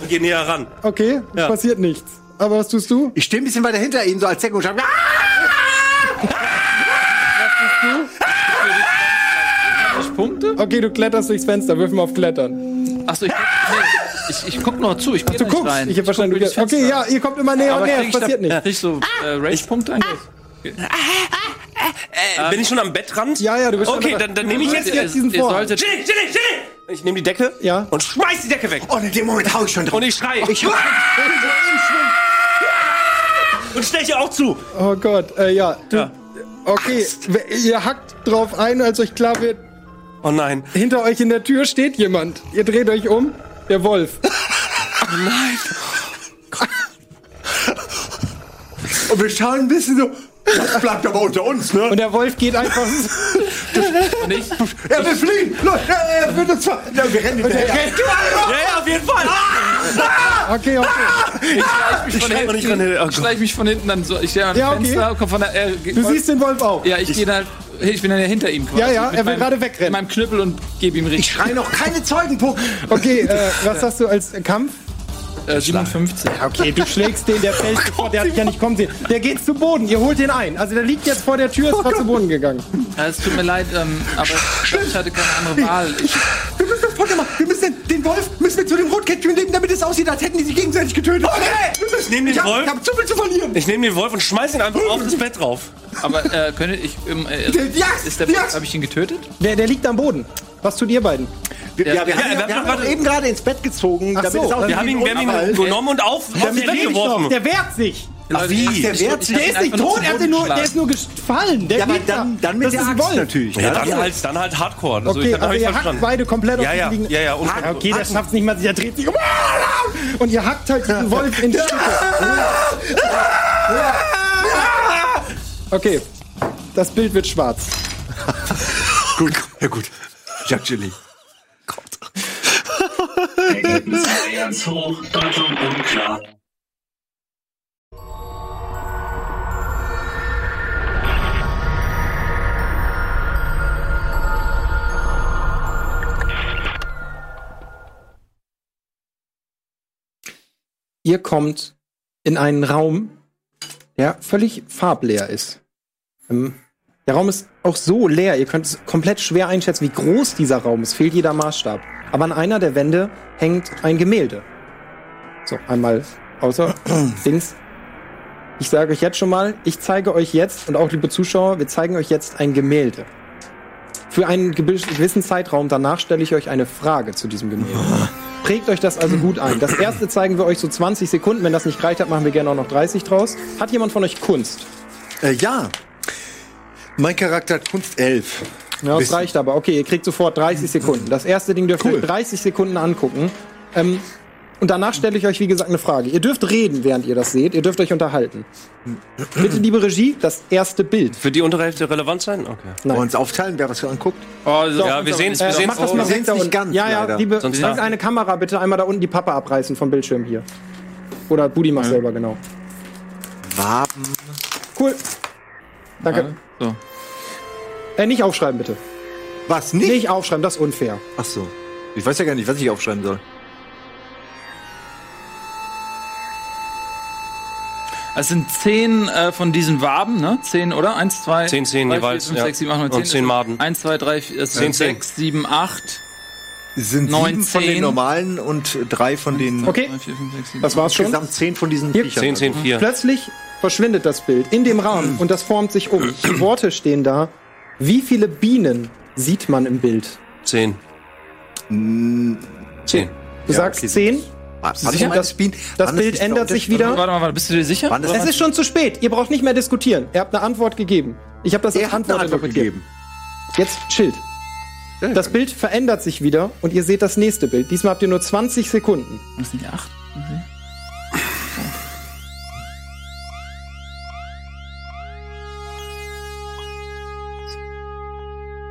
[SPEAKER 5] Und Geh näher ran.
[SPEAKER 1] Okay,
[SPEAKER 5] Ja.
[SPEAKER 1] passiert nichts. Aber was tust du?
[SPEAKER 12] Ich stehe ein bisschen weiter hinter ihnen, so als Deckung. und schreib, "Ah,
[SPEAKER 4] Ich punkte?
[SPEAKER 1] Okay, du kletterst durchs Fenster. Wirf mal auf Klettern.
[SPEAKER 4] Achso, ich, guck- nee, ich, ich guck noch zu. Ich geh
[SPEAKER 1] Du
[SPEAKER 4] nicht
[SPEAKER 1] guckst.
[SPEAKER 4] rein.
[SPEAKER 1] Ich hab wahrscheinlich.
[SPEAKER 4] guck durchs Fenster.
[SPEAKER 1] okay, ja, ihr kommt immer näher und
[SPEAKER 4] Aber
[SPEAKER 1] näher.
[SPEAKER 4] krieg
[SPEAKER 1] Es
[SPEAKER 4] ich, da,
[SPEAKER 1] passiert Ah! nichts.
[SPEAKER 4] krieg ich so äh, Race-Punkte eigentlich?
[SPEAKER 5] Äh, bin ich schon am Bettrand?
[SPEAKER 1] Ja, ja, du bist schon
[SPEAKER 5] Okay,
[SPEAKER 1] am
[SPEAKER 5] dann, dann nehme ich jetzt...
[SPEAKER 1] Ihr- jetzt diesen
[SPEAKER 4] ihr
[SPEAKER 1] Vorhang.
[SPEAKER 12] Äh,
[SPEAKER 4] solltet,
[SPEAKER 5] Gelee, Gelee, Gelee! Ich nehme die Decke
[SPEAKER 1] Ja.
[SPEAKER 5] und schmeiß die Decke weg.
[SPEAKER 12] Und in dem Oh, Moment hau ich schon drauf. Ah!
[SPEAKER 5] Und ich schreie. und steche auch zu.
[SPEAKER 1] Oh Gott, äh, ja. Du,
[SPEAKER 5] Ja.
[SPEAKER 1] Okay, ihr hackt drauf ein, als euch klar wird,
[SPEAKER 5] Oh nein.
[SPEAKER 1] Hinter euch in der Tür steht jemand. Ihr dreht euch um. Der Wolf.
[SPEAKER 12] Und wir schauen ein bisschen so. Das bleibt aber unter uns, ne?
[SPEAKER 1] Und der Wolf geht einfach.
[SPEAKER 12] Er will fliehen! Los, er, er wird uns ver... Ja, wir rennen hinterher.
[SPEAKER 5] Ja, ja, auf jeden Fall.
[SPEAKER 1] Okay, okay.
[SPEAKER 5] Ah! Ich schreie noch nicht ran. Oh
[SPEAKER 4] ich
[SPEAKER 5] Gott.
[SPEAKER 4] schleich mich von hinten dann so. Ich stehe am
[SPEAKER 1] Ja, okay.
[SPEAKER 4] Fenster, komm von der. Äh, ge-
[SPEAKER 1] Du siehst den Wolf auch.
[SPEAKER 4] ja, ich gehe dann. Ich bin dann ja hinter ihm quasi.
[SPEAKER 1] Ja, ja,
[SPEAKER 4] Mit
[SPEAKER 1] er will
[SPEAKER 4] meinem-
[SPEAKER 1] gerade wegrennen.
[SPEAKER 4] Mit meinem Knüppel und gebe ihm
[SPEAKER 12] Ich
[SPEAKER 4] richtig. äh,
[SPEAKER 12] schreie noch keine Zeugenpunkte.
[SPEAKER 1] Okay, äh, was hast du als Kampf?
[SPEAKER 4] Äh, 57.
[SPEAKER 1] Okay, du schlägst den, der fällt sofort. Der hat dich ja nicht kommen sehen. Der geht zu Boden. Ihr holt den ein. Also der liegt jetzt vor der Tür, ist gerade zu Boden gegangen.
[SPEAKER 4] Ja, es tut mir leid, ähm, aber ich, glaub, ich hatte keine andere Wahl. Ich,
[SPEAKER 12] Wir müssen das Folge machen. Wir müssen den, den Wolf müssen wir zu dem Rotkettchen nehmen, damit es aussieht, als hätten die sich gegenseitig getötet. Okay! Ich
[SPEAKER 5] nehm den
[SPEAKER 12] ich hab,
[SPEAKER 5] Wolf.
[SPEAKER 12] Ich hab zu viel zu verlieren.
[SPEAKER 5] Ich nehme den Wolf und schmeiß ihn einfach auf das Bett drauf.
[SPEAKER 4] aber äh, könnte ich. Ähm, äh,
[SPEAKER 12] Die Axt,
[SPEAKER 4] ist der
[SPEAKER 12] die Axt.
[SPEAKER 4] Habe ich ihn getötet?
[SPEAKER 1] Der, der liegt am Boden. Was tut ihr beiden?
[SPEAKER 12] Wir, ja, wir
[SPEAKER 5] ja, halt,
[SPEAKER 12] haben, ihn-
[SPEAKER 5] warte,
[SPEAKER 12] wir haben
[SPEAKER 5] warte.
[SPEAKER 12] ihn eben gerade ins Bett gezogen,
[SPEAKER 1] Ach
[SPEAKER 12] damit
[SPEAKER 1] so,
[SPEAKER 12] es aussieht.
[SPEAKER 5] Wir haben ihn, wir haben ihn genommen und auf, auf den Bett
[SPEAKER 1] bewegt sich noch.
[SPEAKER 5] geworfen.
[SPEAKER 1] Der wehrt sich.
[SPEAKER 4] Ach,
[SPEAKER 12] wie? Der wehrt sich.
[SPEAKER 1] Der ist nicht tot, er hat den nur, der ist nur gefallen. Der
[SPEAKER 12] Ja, aber
[SPEAKER 1] liegt da.
[SPEAKER 12] dann, dann mit
[SPEAKER 1] das
[SPEAKER 12] der
[SPEAKER 1] ist ein
[SPEAKER 12] Axt
[SPEAKER 1] Wolf.
[SPEAKER 12] natürlich.
[SPEAKER 5] Ja,
[SPEAKER 12] ne?
[SPEAKER 5] dann halt, dann halt Hardcore. Also
[SPEAKER 1] Okay,
[SPEAKER 5] ich hab
[SPEAKER 1] also
[SPEAKER 5] ich
[SPEAKER 1] ihr hackt
[SPEAKER 5] verstanden.
[SPEAKER 1] beide komplett auf
[SPEAKER 5] Ja,
[SPEAKER 1] die
[SPEAKER 5] ja,
[SPEAKER 1] liegenden-
[SPEAKER 5] ja, ja. Und
[SPEAKER 1] Ja, okay, der schafft's nicht mal, der dreht sich um. Und ihr hackt halt diesen Wolf in die Stücke. Okay, das Bild wird schwarz.
[SPEAKER 12] Gut, ja gut. Jack Chili.
[SPEAKER 15] Ergebnis ganz hoch, Deutung unklar.
[SPEAKER 1] Ihr kommt in einen Raum, der völlig farbleer ist. Ähm, der Raum ist auch so leer, ihr könnt es komplett schwer einschätzen, wie groß dieser Raum ist. Fehlt jeder Maßstab. Aber an einer der Wände hängt ein Gemälde. So, einmal außer links. Ich sage euch jetzt schon mal, ich zeige euch jetzt, und auch liebe Zuschauer, wir zeigen euch jetzt ein Gemälde. Für einen gebi- gewissen Zeitraum danach stelle ich euch eine Frage zu diesem Gemälde. Prägt euch das also gut ein. Das erste zeigen wir euch so 20 Sekunden. Wenn das nicht gereicht hat, machen wir gerne auch noch 30 draus. Hat jemand von euch Kunst?
[SPEAKER 12] Äh, ja. Mein Charakter hat Kunst 11.
[SPEAKER 1] Ja, das
[SPEAKER 12] Wissen.
[SPEAKER 1] reicht aber. Okay, ihr kriegt sofort 30 Sekunden. Das erste Ding dürft ihr euch 30 Sekunden angucken. Ähm, und danach stelle ich euch, wie gesagt, eine Frage. Ihr dürft reden, während ihr das seht. Ihr dürft euch unterhalten. Bitte, liebe Regie, das erste Bild.
[SPEAKER 5] Wird die Unterhälfte relevant sein? Okay.
[SPEAKER 1] Nein.
[SPEAKER 12] Uns aufteilen, wer was hier anguckt.
[SPEAKER 1] Oh, Doch,
[SPEAKER 5] ja,
[SPEAKER 1] uns
[SPEAKER 5] wir
[SPEAKER 1] aber-
[SPEAKER 5] sehen es. Wir
[SPEAKER 1] äh,
[SPEAKER 5] sehen's
[SPEAKER 1] Mach das
[SPEAKER 5] auch.
[SPEAKER 1] mal weg da unten.
[SPEAKER 12] ganz,
[SPEAKER 1] ja, ja,
[SPEAKER 12] leider.
[SPEAKER 1] liebe,
[SPEAKER 5] Sonst-
[SPEAKER 1] Sonst eine Kamera bitte einmal da unten die Pappe abreißen vom Bildschirm hier. Oder Budi macht selber, genau.
[SPEAKER 12] Waben.
[SPEAKER 1] Cool. Danke.
[SPEAKER 4] So.
[SPEAKER 1] Äh, nicht aufschreiben, bitte.
[SPEAKER 12] Was? Nicht?
[SPEAKER 1] Nicht aufschreiben, das ist unfair.
[SPEAKER 12] Ach so. Ich weiß ja gar nicht, was ich aufschreiben soll.
[SPEAKER 4] Es sind zehn äh, von diesen Waben, ne? Zehn, oder? Eins, zwei,
[SPEAKER 5] Zehn, zehn
[SPEAKER 4] drei,
[SPEAKER 5] jeweils,
[SPEAKER 4] Vier, fünf,
[SPEAKER 5] ja.
[SPEAKER 4] sechs, sieben, acht, neun,
[SPEAKER 5] Und zehn Maden.
[SPEAKER 4] Eins, zwei, drei, vier, es
[SPEAKER 5] Zehn,
[SPEAKER 4] sind
[SPEAKER 5] zehn.
[SPEAKER 4] sechs, sieben, acht.
[SPEAKER 12] Es sind sieben von den
[SPEAKER 4] 19.
[SPEAKER 12] normalen und drei von den.
[SPEAKER 1] Okay.
[SPEAKER 4] Drei, vier, fünf, sechs, sieben,
[SPEAKER 1] Das war's schon.
[SPEAKER 12] Insgesamt zehn von diesen
[SPEAKER 1] Hier.
[SPEAKER 12] Viechern.
[SPEAKER 5] Zehn, zehn, vier.
[SPEAKER 1] Plötzlich verschwindet das Bild in dem Rahmen und das formt sich um. Die Worte stehen da. Wie viele Bienen sieht man im Bild?
[SPEAKER 5] Zehn. Zehn.
[SPEAKER 1] Du sagst zehn.
[SPEAKER 12] Warte mal,
[SPEAKER 1] Sicher? Das,
[SPEAKER 12] Bienen-
[SPEAKER 1] das
[SPEAKER 12] Waren das
[SPEAKER 1] Bild
[SPEAKER 12] nicht so
[SPEAKER 1] ändert sich
[SPEAKER 12] unterschiedlich?
[SPEAKER 1] wieder.
[SPEAKER 4] Warte mal, warte, bist du dir sicher?
[SPEAKER 12] Waren das-
[SPEAKER 1] Es ist schon zu spät. Ihr braucht nicht mehr diskutieren. Ihr habt eine Antwort gegeben. Ich habe das als
[SPEAKER 12] Er hat eine Antwort gegeben.
[SPEAKER 1] Jetzt chillt. Das Bild verändert sich wieder und ihr seht das nächste Bild. Diesmal habt ihr nur 20 Sekunden.
[SPEAKER 4] Das sind die acht. Oh.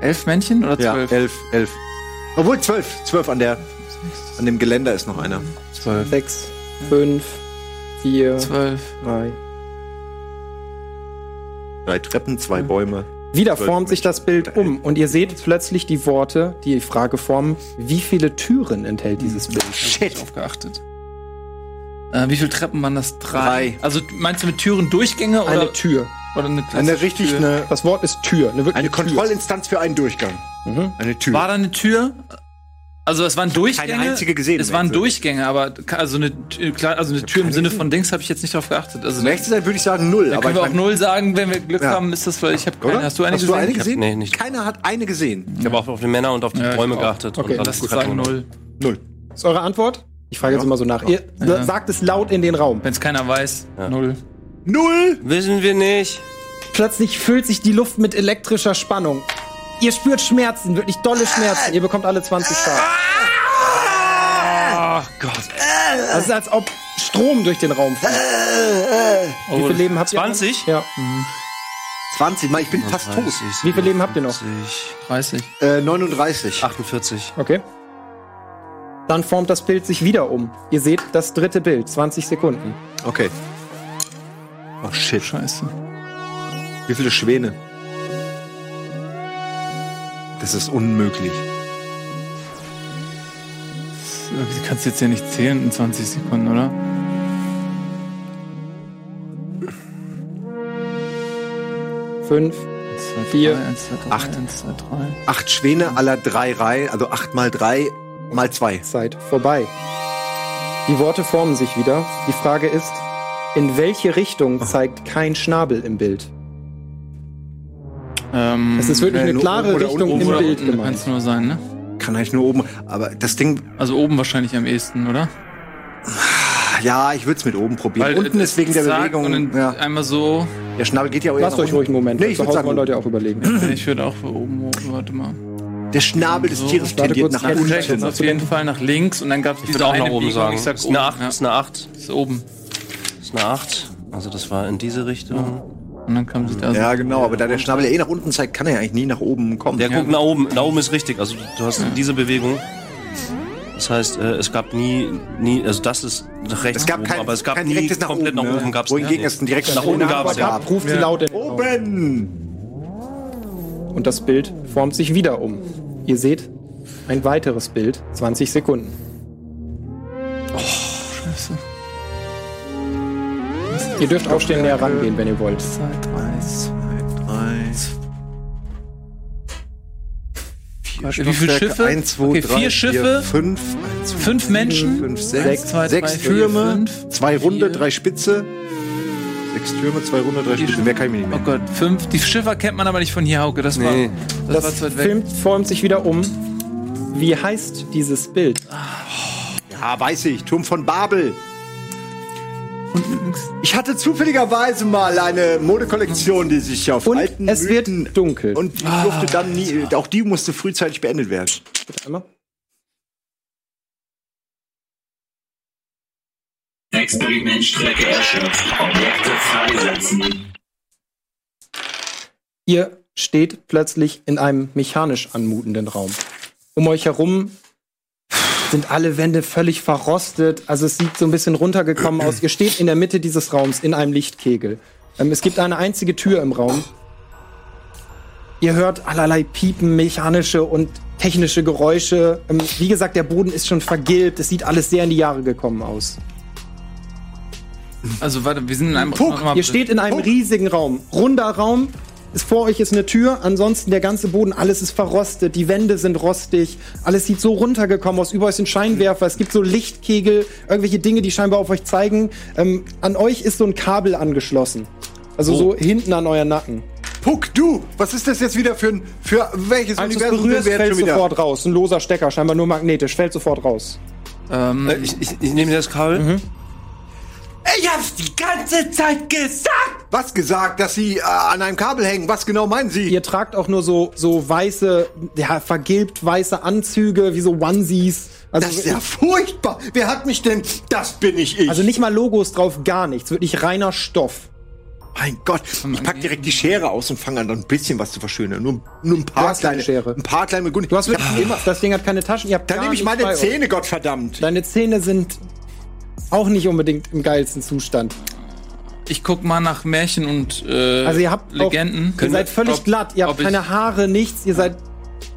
[SPEAKER 4] Elf Männchen oder
[SPEAKER 12] Ja,
[SPEAKER 4] zwölf?
[SPEAKER 12] elf, elf. Obwohl zwölf, zwölf an der, an dem Geländer ist noch einer.
[SPEAKER 5] Zwölf.
[SPEAKER 1] 6, 5, 4,
[SPEAKER 4] Zwölf.
[SPEAKER 1] 3.
[SPEAKER 12] Drei Treppen,
[SPEAKER 1] Hm.
[SPEAKER 12] zwei Bäume.
[SPEAKER 1] Wieder formt sich das Bild um und ihr seht plötzlich die Worte, die die Frage formen, wie viele Türen enthält dieses Bild?
[SPEAKER 12] Shit.
[SPEAKER 4] Drauf geachtet. Äh, wie viele Treppen waren das? Drei.
[SPEAKER 12] Drei.
[SPEAKER 4] Also meinst du mit Türen Durchgänge oder,
[SPEAKER 1] Eine Tür.
[SPEAKER 4] oder eine klassische
[SPEAKER 12] Eine richtig,
[SPEAKER 4] Tür?
[SPEAKER 12] eine,
[SPEAKER 1] Das Wort ist Tür. Eine, wirkliche
[SPEAKER 12] eine
[SPEAKER 1] Tür.
[SPEAKER 12] Kontrollinstanz für einen Durchgang. Eine Tür.
[SPEAKER 4] War da eine Tür? Also es waren Durchgänge.
[SPEAKER 12] einzige gesehen, um
[SPEAKER 4] Es waren
[SPEAKER 12] Menzel.
[SPEAKER 4] Durchgänge, aber ka- also eine, Tür- klar, also eine Tür im Sinne von Dings habe ich jetzt nicht drauf geachtet. Also
[SPEAKER 12] Nächste Zeit würde ich sagen null,
[SPEAKER 4] da
[SPEAKER 12] aber
[SPEAKER 4] können
[SPEAKER 12] ich
[SPEAKER 4] wir auch
[SPEAKER 12] mein-
[SPEAKER 4] null sagen, wenn wir Glück
[SPEAKER 12] Ja.
[SPEAKER 4] haben, ist das vielleicht. Ich habe keine.
[SPEAKER 12] oder?
[SPEAKER 4] Hast du eine
[SPEAKER 12] Hast
[SPEAKER 4] gesehen?
[SPEAKER 12] du eine
[SPEAKER 4] Ich hab-
[SPEAKER 12] gesehen?
[SPEAKER 5] nee, nicht.
[SPEAKER 12] Keiner hat eine gesehen.
[SPEAKER 5] Ich habe auch auf die Männer und auf die
[SPEAKER 4] Ja, ich
[SPEAKER 5] Bäume
[SPEAKER 4] auch.
[SPEAKER 5] geachtet.
[SPEAKER 1] Okay,
[SPEAKER 5] und
[SPEAKER 4] Lass
[SPEAKER 5] alles
[SPEAKER 4] uns sagen
[SPEAKER 5] Treppen.
[SPEAKER 4] null.
[SPEAKER 12] Null.
[SPEAKER 1] Ist eure Antwort? Ich frage jetzt immer so nach. Ihr
[SPEAKER 4] Ja.
[SPEAKER 1] sagt es laut in den Raum.
[SPEAKER 4] Wenn es keiner weiß, null.
[SPEAKER 12] Null!
[SPEAKER 5] Wissen wir nicht.
[SPEAKER 1] Plötzlich füllt sich die Luft mit elektrischer Spannung. Ihr spürt Schmerzen, wirklich dolle Schmerzen. Ihr bekommt alle 20 Schaden.
[SPEAKER 5] Ah Gott.
[SPEAKER 1] Es ist, als ob Strom durch den Raum fließt. Wie viel Leben habt
[SPEAKER 5] 20?
[SPEAKER 1] ihr? noch? Ja.
[SPEAKER 12] 20, Mann, ich bin fast tot.
[SPEAKER 1] Wie viel Leben habt ihr noch?
[SPEAKER 4] 30.
[SPEAKER 12] Äh, 39.
[SPEAKER 5] 48.
[SPEAKER 1] Okay. Dann formt das Bild sich wieder um. Ihr seht das dritte Bild, 20 Sekunden.
[SPEAKER 12] Okay. Oh shit.
[SPEAKER 4] Scheiße.
[SPEAKER 12] Wie viele Schwäne? Das ist unmöglich.
[SPEAKER 4] Du kannst jetzt ja nicht zählen in 20 Sekunden, oder?
[SPEAKER 1] Fünf.
[SPEAKER 4] Eins, zwei, drei,
[SPEAKER 1] Vier.
[SPEAKER 4] eins, zwei, drei,
[SPEAKER 12] Acht.
[SPEAKER 4] eins, zwei, drei.
[SPEAKER 12] Acht Schwäne aller drei Reihen, also acht mal drei mal zwei.
[SPEAKER 1] Zeit vorbei. Die Worte formen sich wieder. Die Frage ist, in welche Richtung zeigt kein Schnabel im Bild?
[SPEAKER 4] Ähm,
[SPEAKER 1] Es ist wirklich
[SPEAKER 12] Äh,
[SPEAKER 1] eine
[SPEAKER 12] nur
[SPEAKER 1] klare
[SPEAKER 12] oben oder
[SPEAKER 1] Richtung
[SPEAKER 4] oben
[SPEAKER 1] im
[SPEAKER 4] oder
[SPEAKER 1] Bild
[SPEAKER 4] unten kann
[SPEAKER 1] gemeint.
[SPEAKER 4] es nur sein, ne?
[SPEAKER 12] Kann eigentlich nur oben, aber das Ding,
[SPEAKER 4] Also oben wahrscheinlich am ehesten, oder?
[SPEAKER 12] ja, ich würde es mit oben probieren. Unten
[SPEAKER 4] äh,
[SPEAKER 12] ist wegen der
[SPEAKER 4] zack, Und
[SPEAKER 12] Bewegung.
[SPEAKER 4] dann
[SPEAKER 12] Ja.
[SPEAKER 4] Einmal so.
[SPEAKER 12] Der Schnabel geht ja auch
[SPEAKER 1] Lasst
[SPEAKER 12] nach
[SPEAKER 1] euch
[SPEAKER 12] unten.
[SPEAKER 1] ruhig einen Moment.
[SPEAKER 12] Genau. Nee,
[SPEAKER 1] weil
[SPEAKER 12] ich
[SPEAKER 1] zu
[SPEAKER 12] würd
[SPEAKER 1] Hause wollen
[SPEAKER 12] sagen,
[SPEAKER 1] Leute auch überlegen.
[SPEAKER 4] Ich würde auch oben, warte mal.
[SPEAKER 12] der Schnabel des
[SPEAKER 4] So,
[SPEAKER 12] Tieres
[SPEAKER 1] warte
[SPEAKER 12] tendiert
[SPEAKER 1] kurz,
[SPEAKER 12] nach
[SPEAKER 1] Ken-
[SPEAKER 12] unten.
[SPEAKER 4] Check ist auf jeden Fall nach links und dann gab es
[SPEAKER 5] Ich würde auch nach oben sagen.
[SPEAKER 4] Ich sag
[SPEAKER 5] Ist
[SPEAKER 4] oben.
[SPEAKER 5] eine 8.
[SPEAKER 4] Ja,
[SPEAKER 5] Ist eine 8.
[SPEAKER 4] ist oben.
[SPEAKER 5] Ist eine 8. Also das war in diese
[SPEAKER 12] Mhm.
[SPEAKER 5] Richtung.
[SPEAKER 4] Und dann kam sie da.
[SPEAKER 12] Ja, genau, aber da der Schnabel ja eh nach unten zeigt, kann er ja eigentlich nie nach oben kommen.
[SPEAKER 5] Der guckt nach oben. Nach oben ist richtig. Also du hast diese Bewegung. Das heißt, äh, es gab nie, nie, also das ist nach rechts
[SPEAKER 12] Es gab
[SPEAKER 5] oben,
[SPEAKER 12] kein-
[SPEAKER 5] aber es gab
[SPEAKER 12] kein
[SPEAKER 5] nie
[SPEAKER 12] direktes nach
[SPEAKER 5] komplett
[SPEAKER 12] oben,
[SPEAKER 5] nach
[SPEAKER 12] ne?
[SPEAKER 5] oben. Gab's
[SPEAKER 12] Wohingegen
[SPEAKER 5] nie.
[SPEAKER 12] es ein direktes
[SPEAKER 5] nach oben gab es ja.
[SPEAKER 1] ruft sie laut in
[SPEAKER 12] Oben!
[SPEAKER 1] Und das Bild formt sich wieder um. Ihr seht ein weiteres Bild, 20 Sekunden.
[SPEAKER 4] Oh, Scheiße.
[SPEAKER 1] Ihr dürft aufstehen, näher rangehen, wenn ihr wollt.
[SPEAKER 4] Wie viele Schiffe?
[SPEAKER 6] Eins, zwei,
[SPEAKER 4] okay,
[SPEAKER 6] drei,
[SPEAKER 4] vier
[SPEAKER 6] Vier,
[SPEAKER 4] Schiffe,
[SPEAKER 6] fünf, eins, zwei,
[SPEAKER 4] fünf Menschen,
[SPEAKER 6] fünf,
[SPEAKER 4] Eins,
[SPEAKER 6] sechs,
[SPEAKER 4] zwei,
[SPEAKER 6] sechs
[SPEAKER 4] drei, vier,
[SPEAKER 6] Türme,
[SPEAKER 4] fünf,
[SPEAKER 6] zwei Runde,
[SPEAKER 4] vier.
[SPEAKER 6] drei Spitze.
[SPEAKER 12] Sechs Türme, zwei Runde, drei Stützen. Mehr kann ich mir nicht
[SPEAKER 4] Oh Gott, fünf. Die Schiffer kennt man aber nicht von hier, Hauke. Das war,
[SPEAKER 1] Nee.
[SPEAKER 4] das
[SPEAKER 1] Das,
[SPEAKER 4] war zu weit weg.
[SPEAKER 1] Film formt sich wieder um. Wie heißt dieses Bild?
[SPEAKER 12] Ja, Ah, weiß ich. Turm von Babel. Ich hatte zufälligerweise mal eine Modekollektion, die sich auf
[SPEAKER 1] Und
[SPEAKER 12] alten
[SPEAKER 1] es wird dunkel.
[SPEAKER 12] und die
[SPEAKER 4] Ah.
[SPEAKER 12] durfte dann nie, auch die musste frühzeitig beendet werden.
[SPEAKER 1] Einmal.
[SPEAKER 15] Experimentstrecke erschöpft. Objekte freisetzen.
[SPEAKER 1] Ihr steht plötzlich in einem mechanisch anmutenden Raum. Um euch herum sind alle Wände völlig verrostet. Also es sieht so ein bisschen runtergekommen aus. Ihr steht in der Mitte dieses Raums in einem Lichtkegel. Ähm, es gibt eine einzige Tür im Raum. Ihr hört allerlei Piepen, mechanische und technische Geräusche. Ähm, wie gesagt, der Boden ist schon vergilbt. Es sieht alles sehr in die Jahre gekommen aus.
[SPEAKER 4] Also warte, wir sind in einem
[SPEAKER 1] Puck, ihr steht in einem riesigen Raum. Runder Raum. Ist vor euch ist eine Tür, ansonsten der ganze Boden, alles ist verrostet, die Wände sind rostig, alles sieht so runtergekommen aus, über euch sind Scheinwerfer, es gibt so Lichtkegel, irgendwelche Dinge, die scheinbar auf euch zeigen. Ähm, an euch ist so ein Kabel angeschlossen. Also
[SPEAKER 12] Oh.
[SPEAKER 1] so hinten an euer Nacken.
[SPEAKER 12] Puck, du, was ist das jetzt wieder für ein, für welches
[SPEAKER 1] Als du Also es
[SPEAKER 12] Universum sind
[SPEAKER 1] berührst,
[SPEAKER 12] wir jetzt
[SPEAKER 1] fällt
[SPEAKER 12] schon wieder?
[SPEAKER 1] sofort raus. Ein loser Stecker, scheinbar nur magnetisch, fällt sofort raus.
[SPEAKER 5] Äh, Ich, ich, ich nehme das Kabel.
[SPEAKER 1] Mhm.
[SPEAKER 12] Ich hab's die ganze Zeit gesagt! Was gesagt, dass sie äh, an einem Kabel hängen? Was genau meinen Sie?
[SPEAKER 1] Ihr tragt auch nur so, so weiße, ja, vergilbt weiße Anzüge, wie so Onesies. Also
[SPEAKER 12] Das ist ja furchtbar! Wer hat mich denn? Das bin ich ich!
[SPEAKER 1] Also nicht mal Logos drauf, gar nichts. Wirklich reiner Stoff.
[SPEAKER 12] mein Gott,
[SPEAKER 1] Hm.
[SPEAKER 12] ich pack direkt die Schere aus und fange an, ein bisschen was zu verschönern. Nur, nur ein paar
[SPEAKER 1] Du hast keine Ah.
[SPEAKER 12] kleine
[SPEAKER 1] Schere.
[SPEAKER 12] Ein paar kleine Guten.
[SPEAKER 1] Du hast wirklich immer, das Ding hat keine Taschen. Ihr habt
[SPEAKER 12] Dann
[SPEAKER 1] gar
[SPEAKER 12] nehme ich
[SPEAKER 1] nichts bei
[SPEAKER 12] meine
[SPEAKER 1] euch.
[SPEAKER 12] Zähne, Gottverdammt.
[SPEAKER 1] Deine Zähne sind auch nicht unbedingt im geilsten Zustand.
[SPEAKER 4] Ich guck mal nach Märchen und äh,
[SPEAKER 1] Also ihr habt
[SPEAKER 4] Legenden.
[SPEAKER 1] Auch, ihr seid völlig
[SPEAKER 4] Ob-
[SPEAKER 1] glatt. Ihr habt
[SPEAKER 4] ob ich-
[SPEAKER 1] keine Haare, nichts. Ihr seid.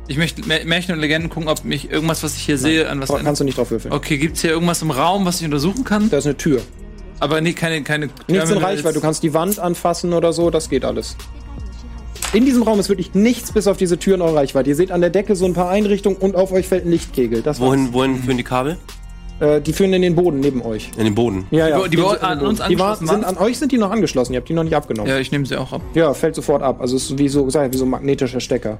[SPEAKER 4] Ich möchte Mä- Märchen und Legenden gucken, ob mich irgendwas, was ich hier sehe, an was.
[SPEAKER 1] Boah, kannst du nicht drauf würfeln.
[SPEAKER 4] Okay, gibt's hier irgendwas im Raum, was ich untersuchen kann?
[SPEAKER 1] Da ist eine Tür.
[SPEAKER 4] Aber nee, keine, keine.
[SPEAKER 1] Nichts in
[SPEAKER 4] Terminals.
[SPEAKER 1] Reichweite. Du kannst die Wand anfassen oder so. Das geht alles. In diesem Raum ist wirklich nichts bis auf diese Tür in eurer Reichweite. Ihr seht an der Decke so ein paar Einrichtungen und auf euch fällt ein Lichtkegel. Das war's.
[SPEAKER 5] Wohin, wohin führen die Kabel?
[SPEAKER 1] Äh, die führen in den Boden neben euch.
[SPEAKER 5] In den Boden.
[SPEAKER 1] Ja, ja.
[SPEAKER 4] Die- die bei- an uns
[SPEAKER 1] die war,
[SPEAKER 4] angeschlossen waren?
[SPEAKER 1] sind, an euch sind die noch angeschlossen. Ihr habt die noch nicht abgenommen.
[SPEAKER 4] Ja, ich nehme sie auch ab.
[SPEAKER 1] Ja, fällt sofort ab. Also es ist wie so gesagt, wie so ein magnetischer Stecker.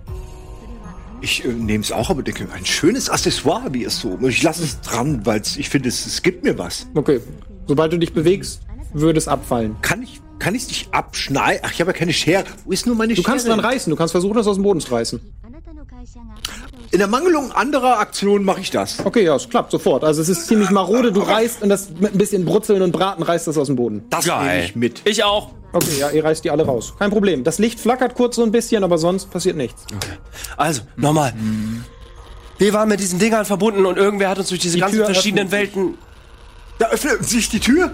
[SPEAKER 12] Ich äh, nehme es auch, aber denke, ein schönes Accessoire wie es so. Und ich lasse es dran, weil ich finde, es, es gibt mir was.
[SPEAKER 1] Okay. Sobald du dich bewegst, würde es abfallen.
[SPEAKER 12] Kann ich kann ich nicht abschneiden? Ach, ich habe ja keine Schere. Wo ist nur meine
[SPEAKER 1] Du
[SPEAKER 12] Schere?
[SPEAKER 1] kannst dran reißen, du kannst versuchen, das aus dem Boden zu reißen.
[SPEAKER 12] In der Mangelung anderer Aktionen mache ich das.
[SPEAKER 1] Okay, ja, es klappt sofort. Also es ist ziemlich marode, du reißt und das mit ein bisschen Brutzeln und Braten reißt das aus dem Boden.
[SPEAKER 12] Das nehme ich mit.
[SPEAKER 5] Ich auch.
[SPEAKER 1] Okay, ja, ihr reißt die alle raus. Kein Problem. Das Licht flackert kurz so ein bisschen, aber sonst passiert nichts.
[SPEAKER 5] Also, nochmal. Wir waren mit diesen Dingern verbunden und irgendwer hat uns durch diese
[SPEAKER 1] Mhm. Die
[SPEAKER 5] ganzen
[SPEAKER 1] Tür
[SPEAKER 5] verschiedenen Welten.
[SPEAKER 12] Da öffnet sich die Tür.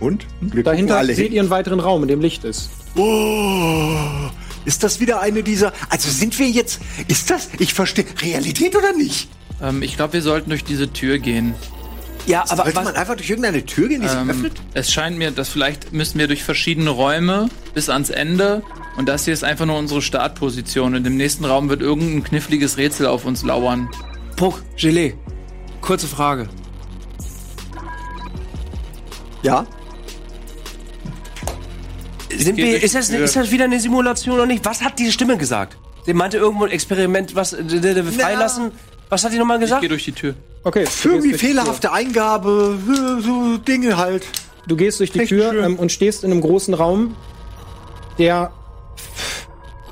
[SPEAKER 12] Und? Wir
[SPEAKER 1] Dahinter
[SPEAKER 12] gucken alle
[SPEAKER 1] seht
[SPEAKER 12] hin.
[SPEAKER 1] ihr einen weiteren Raum, in dem Licht ist.
[SPEAKER 12] Oh, ist das wieder eine dieser... Also sind wir jetzt... Ist das... Ich verstehe... Realität oder nicht?
[SPEAKER 4] Ähm, ich glaube, wir sollten durch diese Tür gehen.
[SPEAKER 5] Ja, aber
[SPEAKER 12] Sollte
[SPEAKER 5] was,
[SPEAKER 12] man einfach durch irgendeine Tür gehen, die sich
[SPEAKER 4] Ähm,
[SPEAKER 12] öffnet?
[SPEAKER 4] es scheint mir, dass vielleicht müssen wir durch verschiedene Räume bis ans Ende. Und das hier ist einfach nur unsere Startposition. Und im nächsten Raum wird irgendein kniffliges Rätsel auf uns lauern.
[SPEAKER 5] Puck, Gelee, kurze Frage.
[SPEAKER 12] Ja.
[SPEAKER 5] Sind
[SPEAKER 4] geh
[SPEAKER 5] wir,
[SPEAKER 4] durch
[SPEAKER 5] ist,
[SPEAKER 4] die
[SPEAKER 5] das,
[SPEAKER 4] Tür.
[SPEAKER 5] ist das wieder eine Simulation oder nicht? Was hat diese Stimme gesagt? Sie meinte irgendwo ein Experiment, was äh, d- d- freilassen. Was hat die nochmal
[SPEAKER 4] Ich
[SPEAKER 5] gesagt?
[SPEAKER 4] gehe durch die Tür.
[SPEAKER 1] Okay. du gehst
[SPEAKER 12] Irgendwie
[SPEAKER 1] durch die Tür.
[SPEAKER 12] fehlerhafte Eingabe, äh, so Dinge halt.
[SPEAKER 1] Du gehst durch die
[SPEAKER 12] Echt
[SPEAKER 1] Tür
[SPEAKER 12] schön.
[SPEAKER 1] ähm, und stehst in einem großen Raum, der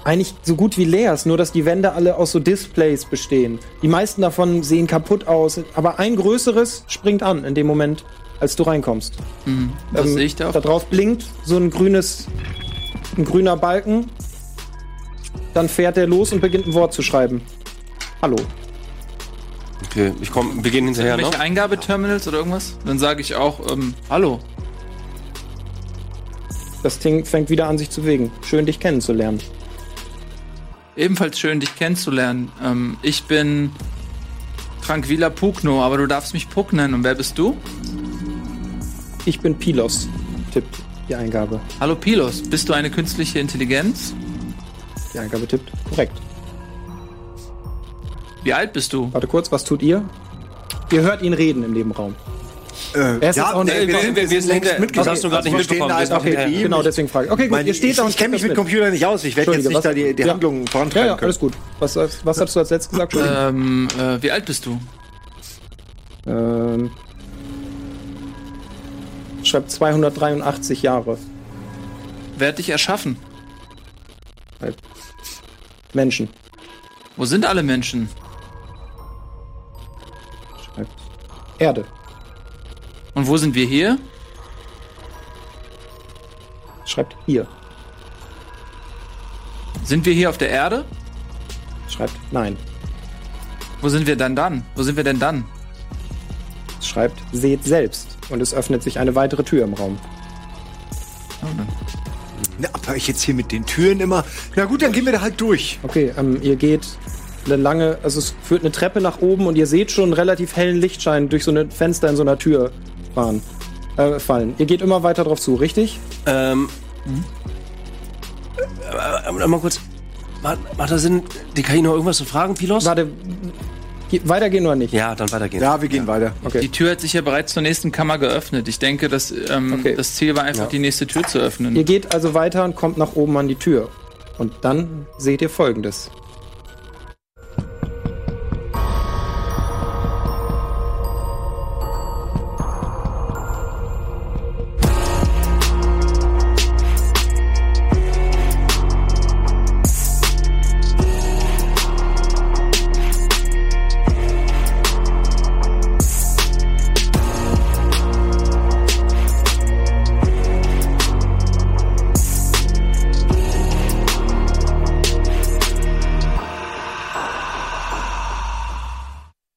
[SPEAKER 1] eigentlich so gut wie leer ist, nur dass die Wände alle aus so Displays bestehen. Die meisten davon sehen kaputt aus, aber ein größeres springt an in dem Moment, als du reinkommst.
[SPEAKER 4] Mhm.
[SPEAKER 1] Ähm,
[SPEAKER 4] Was sehe ich da?
[SPEAKER 1] Da drauf blinkt so ein grünes, ein grüner Balken. Dann fährt er los und beginnt ein Wort zu schreiben. Hallo.
[SPEAKER 5] Okay, ich komm, wir gehen hinterher, ne?
[SPEAKER 4] Welche Eingabeterminals oder irgendwas? Dann sage ich auch, ähm, hallo.
[SPEAKER 1] Das Ding fängt wieder an, sich zu bewegen. Schön, dich kennenzulernen.
[SPEAKER 4] Ebenfalls schön, dich kennenzulernen. Ähm, ich bin Tranquila Pugno, aber du darfst mich Pug nennen. Und wer bist du?
[SPEAKER 1] Ich bin Pilos, tippt die Eingabe.
[SPEAKER 4] Hallo Pilos, bist du eine künstliche Intelligenz?
[SPEAKER 1] Die Eingabe tippt korrekt.
[SPEAKER 4] Wie alt bist du?
[SPEAKER 1] Warte kurz, was tut ihr? Ihr hört ihn reden im Nebenraum.
[SPEAKER 3] Äh,
[SPEAKER 1] Er ist jetzt auch nicht-
[SPEAKER 5] wir- wir- wir sind hinter- das hast du gerade nicht mitbekommen, wir sind
[SPEAKER 1] Okay, genau, deswegen frage ich. Okay, gut, ihr steht da und
[SPEAKER 3] Ich kenne mich
[SPEAKER 1] kriegt
[SPEAKER 3] mit
[SPEAKER 1] das
[SPEAKER 3] Computern nicht aus. Ich werde jetzt nicht
[SPEAKER 1] Entschuldige,
[SPEAKER 3] da die, die
[SPEAKER 1] was- ja.
[SPEAKER 3] Handlungen
[SPEAKER 1] Ja,
[SPEAKER 3] vorantreiben
[SPEAKER 1] ja,
[SPEAKER 3] können.
[SPEAKER 1] alles gut. Was, was, was hast du als letztes gesagt? Entschuldigung.
[SPEAKER 4] Ähm, äh, wie alt bist du?
[SPEAKER 1] Ähm, schreibt 283 Jahre.
[SPEAKER 4] Wer hat dich erschaffen?
[SPEAKER 1] Menschen.
[SPEAKER 4] Wo sind alle Menschen?
[SPEAKER 1] Schreibt Erde.
[SPEAKER 4] Und wo sind wir hier?
[SPEAKER 1] Schreibt hier.
[SPEAKER 4] Sind wir hier auf der Erde?
[SPEAKER 1] Schreibt nein.
[SPEAKER 4] Wo sind wir dann dann? Wo sind wir denn dann?
[SPEAKER 1] Schreibt seht selbst. Und es öffnet sich eine weitere Tür im Raum.
[SPEAKER 12] Na, aber ich jetzt hier mit den Türen immer. Na gut, dann gehen wir da halt durch.
[SPEAKER 1] Okay, ähm, ihr geht eine lange, also es führt eine Treppe nach oben und ihr seht schon einen relativ hellen Lichtschein durch so ein Fenster in so einer Tür fahren, äh, fallen. Ihr geht immer weiter drauf zu, richtig?
[SPEAKER 5] Ähm. Äh, äh, mal kurz. Macht, macht das Sinn, die KI noch irgendwas zu fragen, Pilos?
[SPEAKER 1] Warte, ge- weitergehen oder nicht?
[SPEAKER 5] Ja, dann weitergehen.
[SPEAKER 12] Ja, wir gehen weiter.
[SPEAKER 4] Die Tür hat sich ja bereits zur nächsten Kammer geöffnet. Ich denke, dass, ähm, das Ziel war einfach, die nächste Tür zu öffnen.
[SPEAKER 1] Ihr geht also weiter und kommt nach oben an die Tür. Und dann seht ihr folgendes.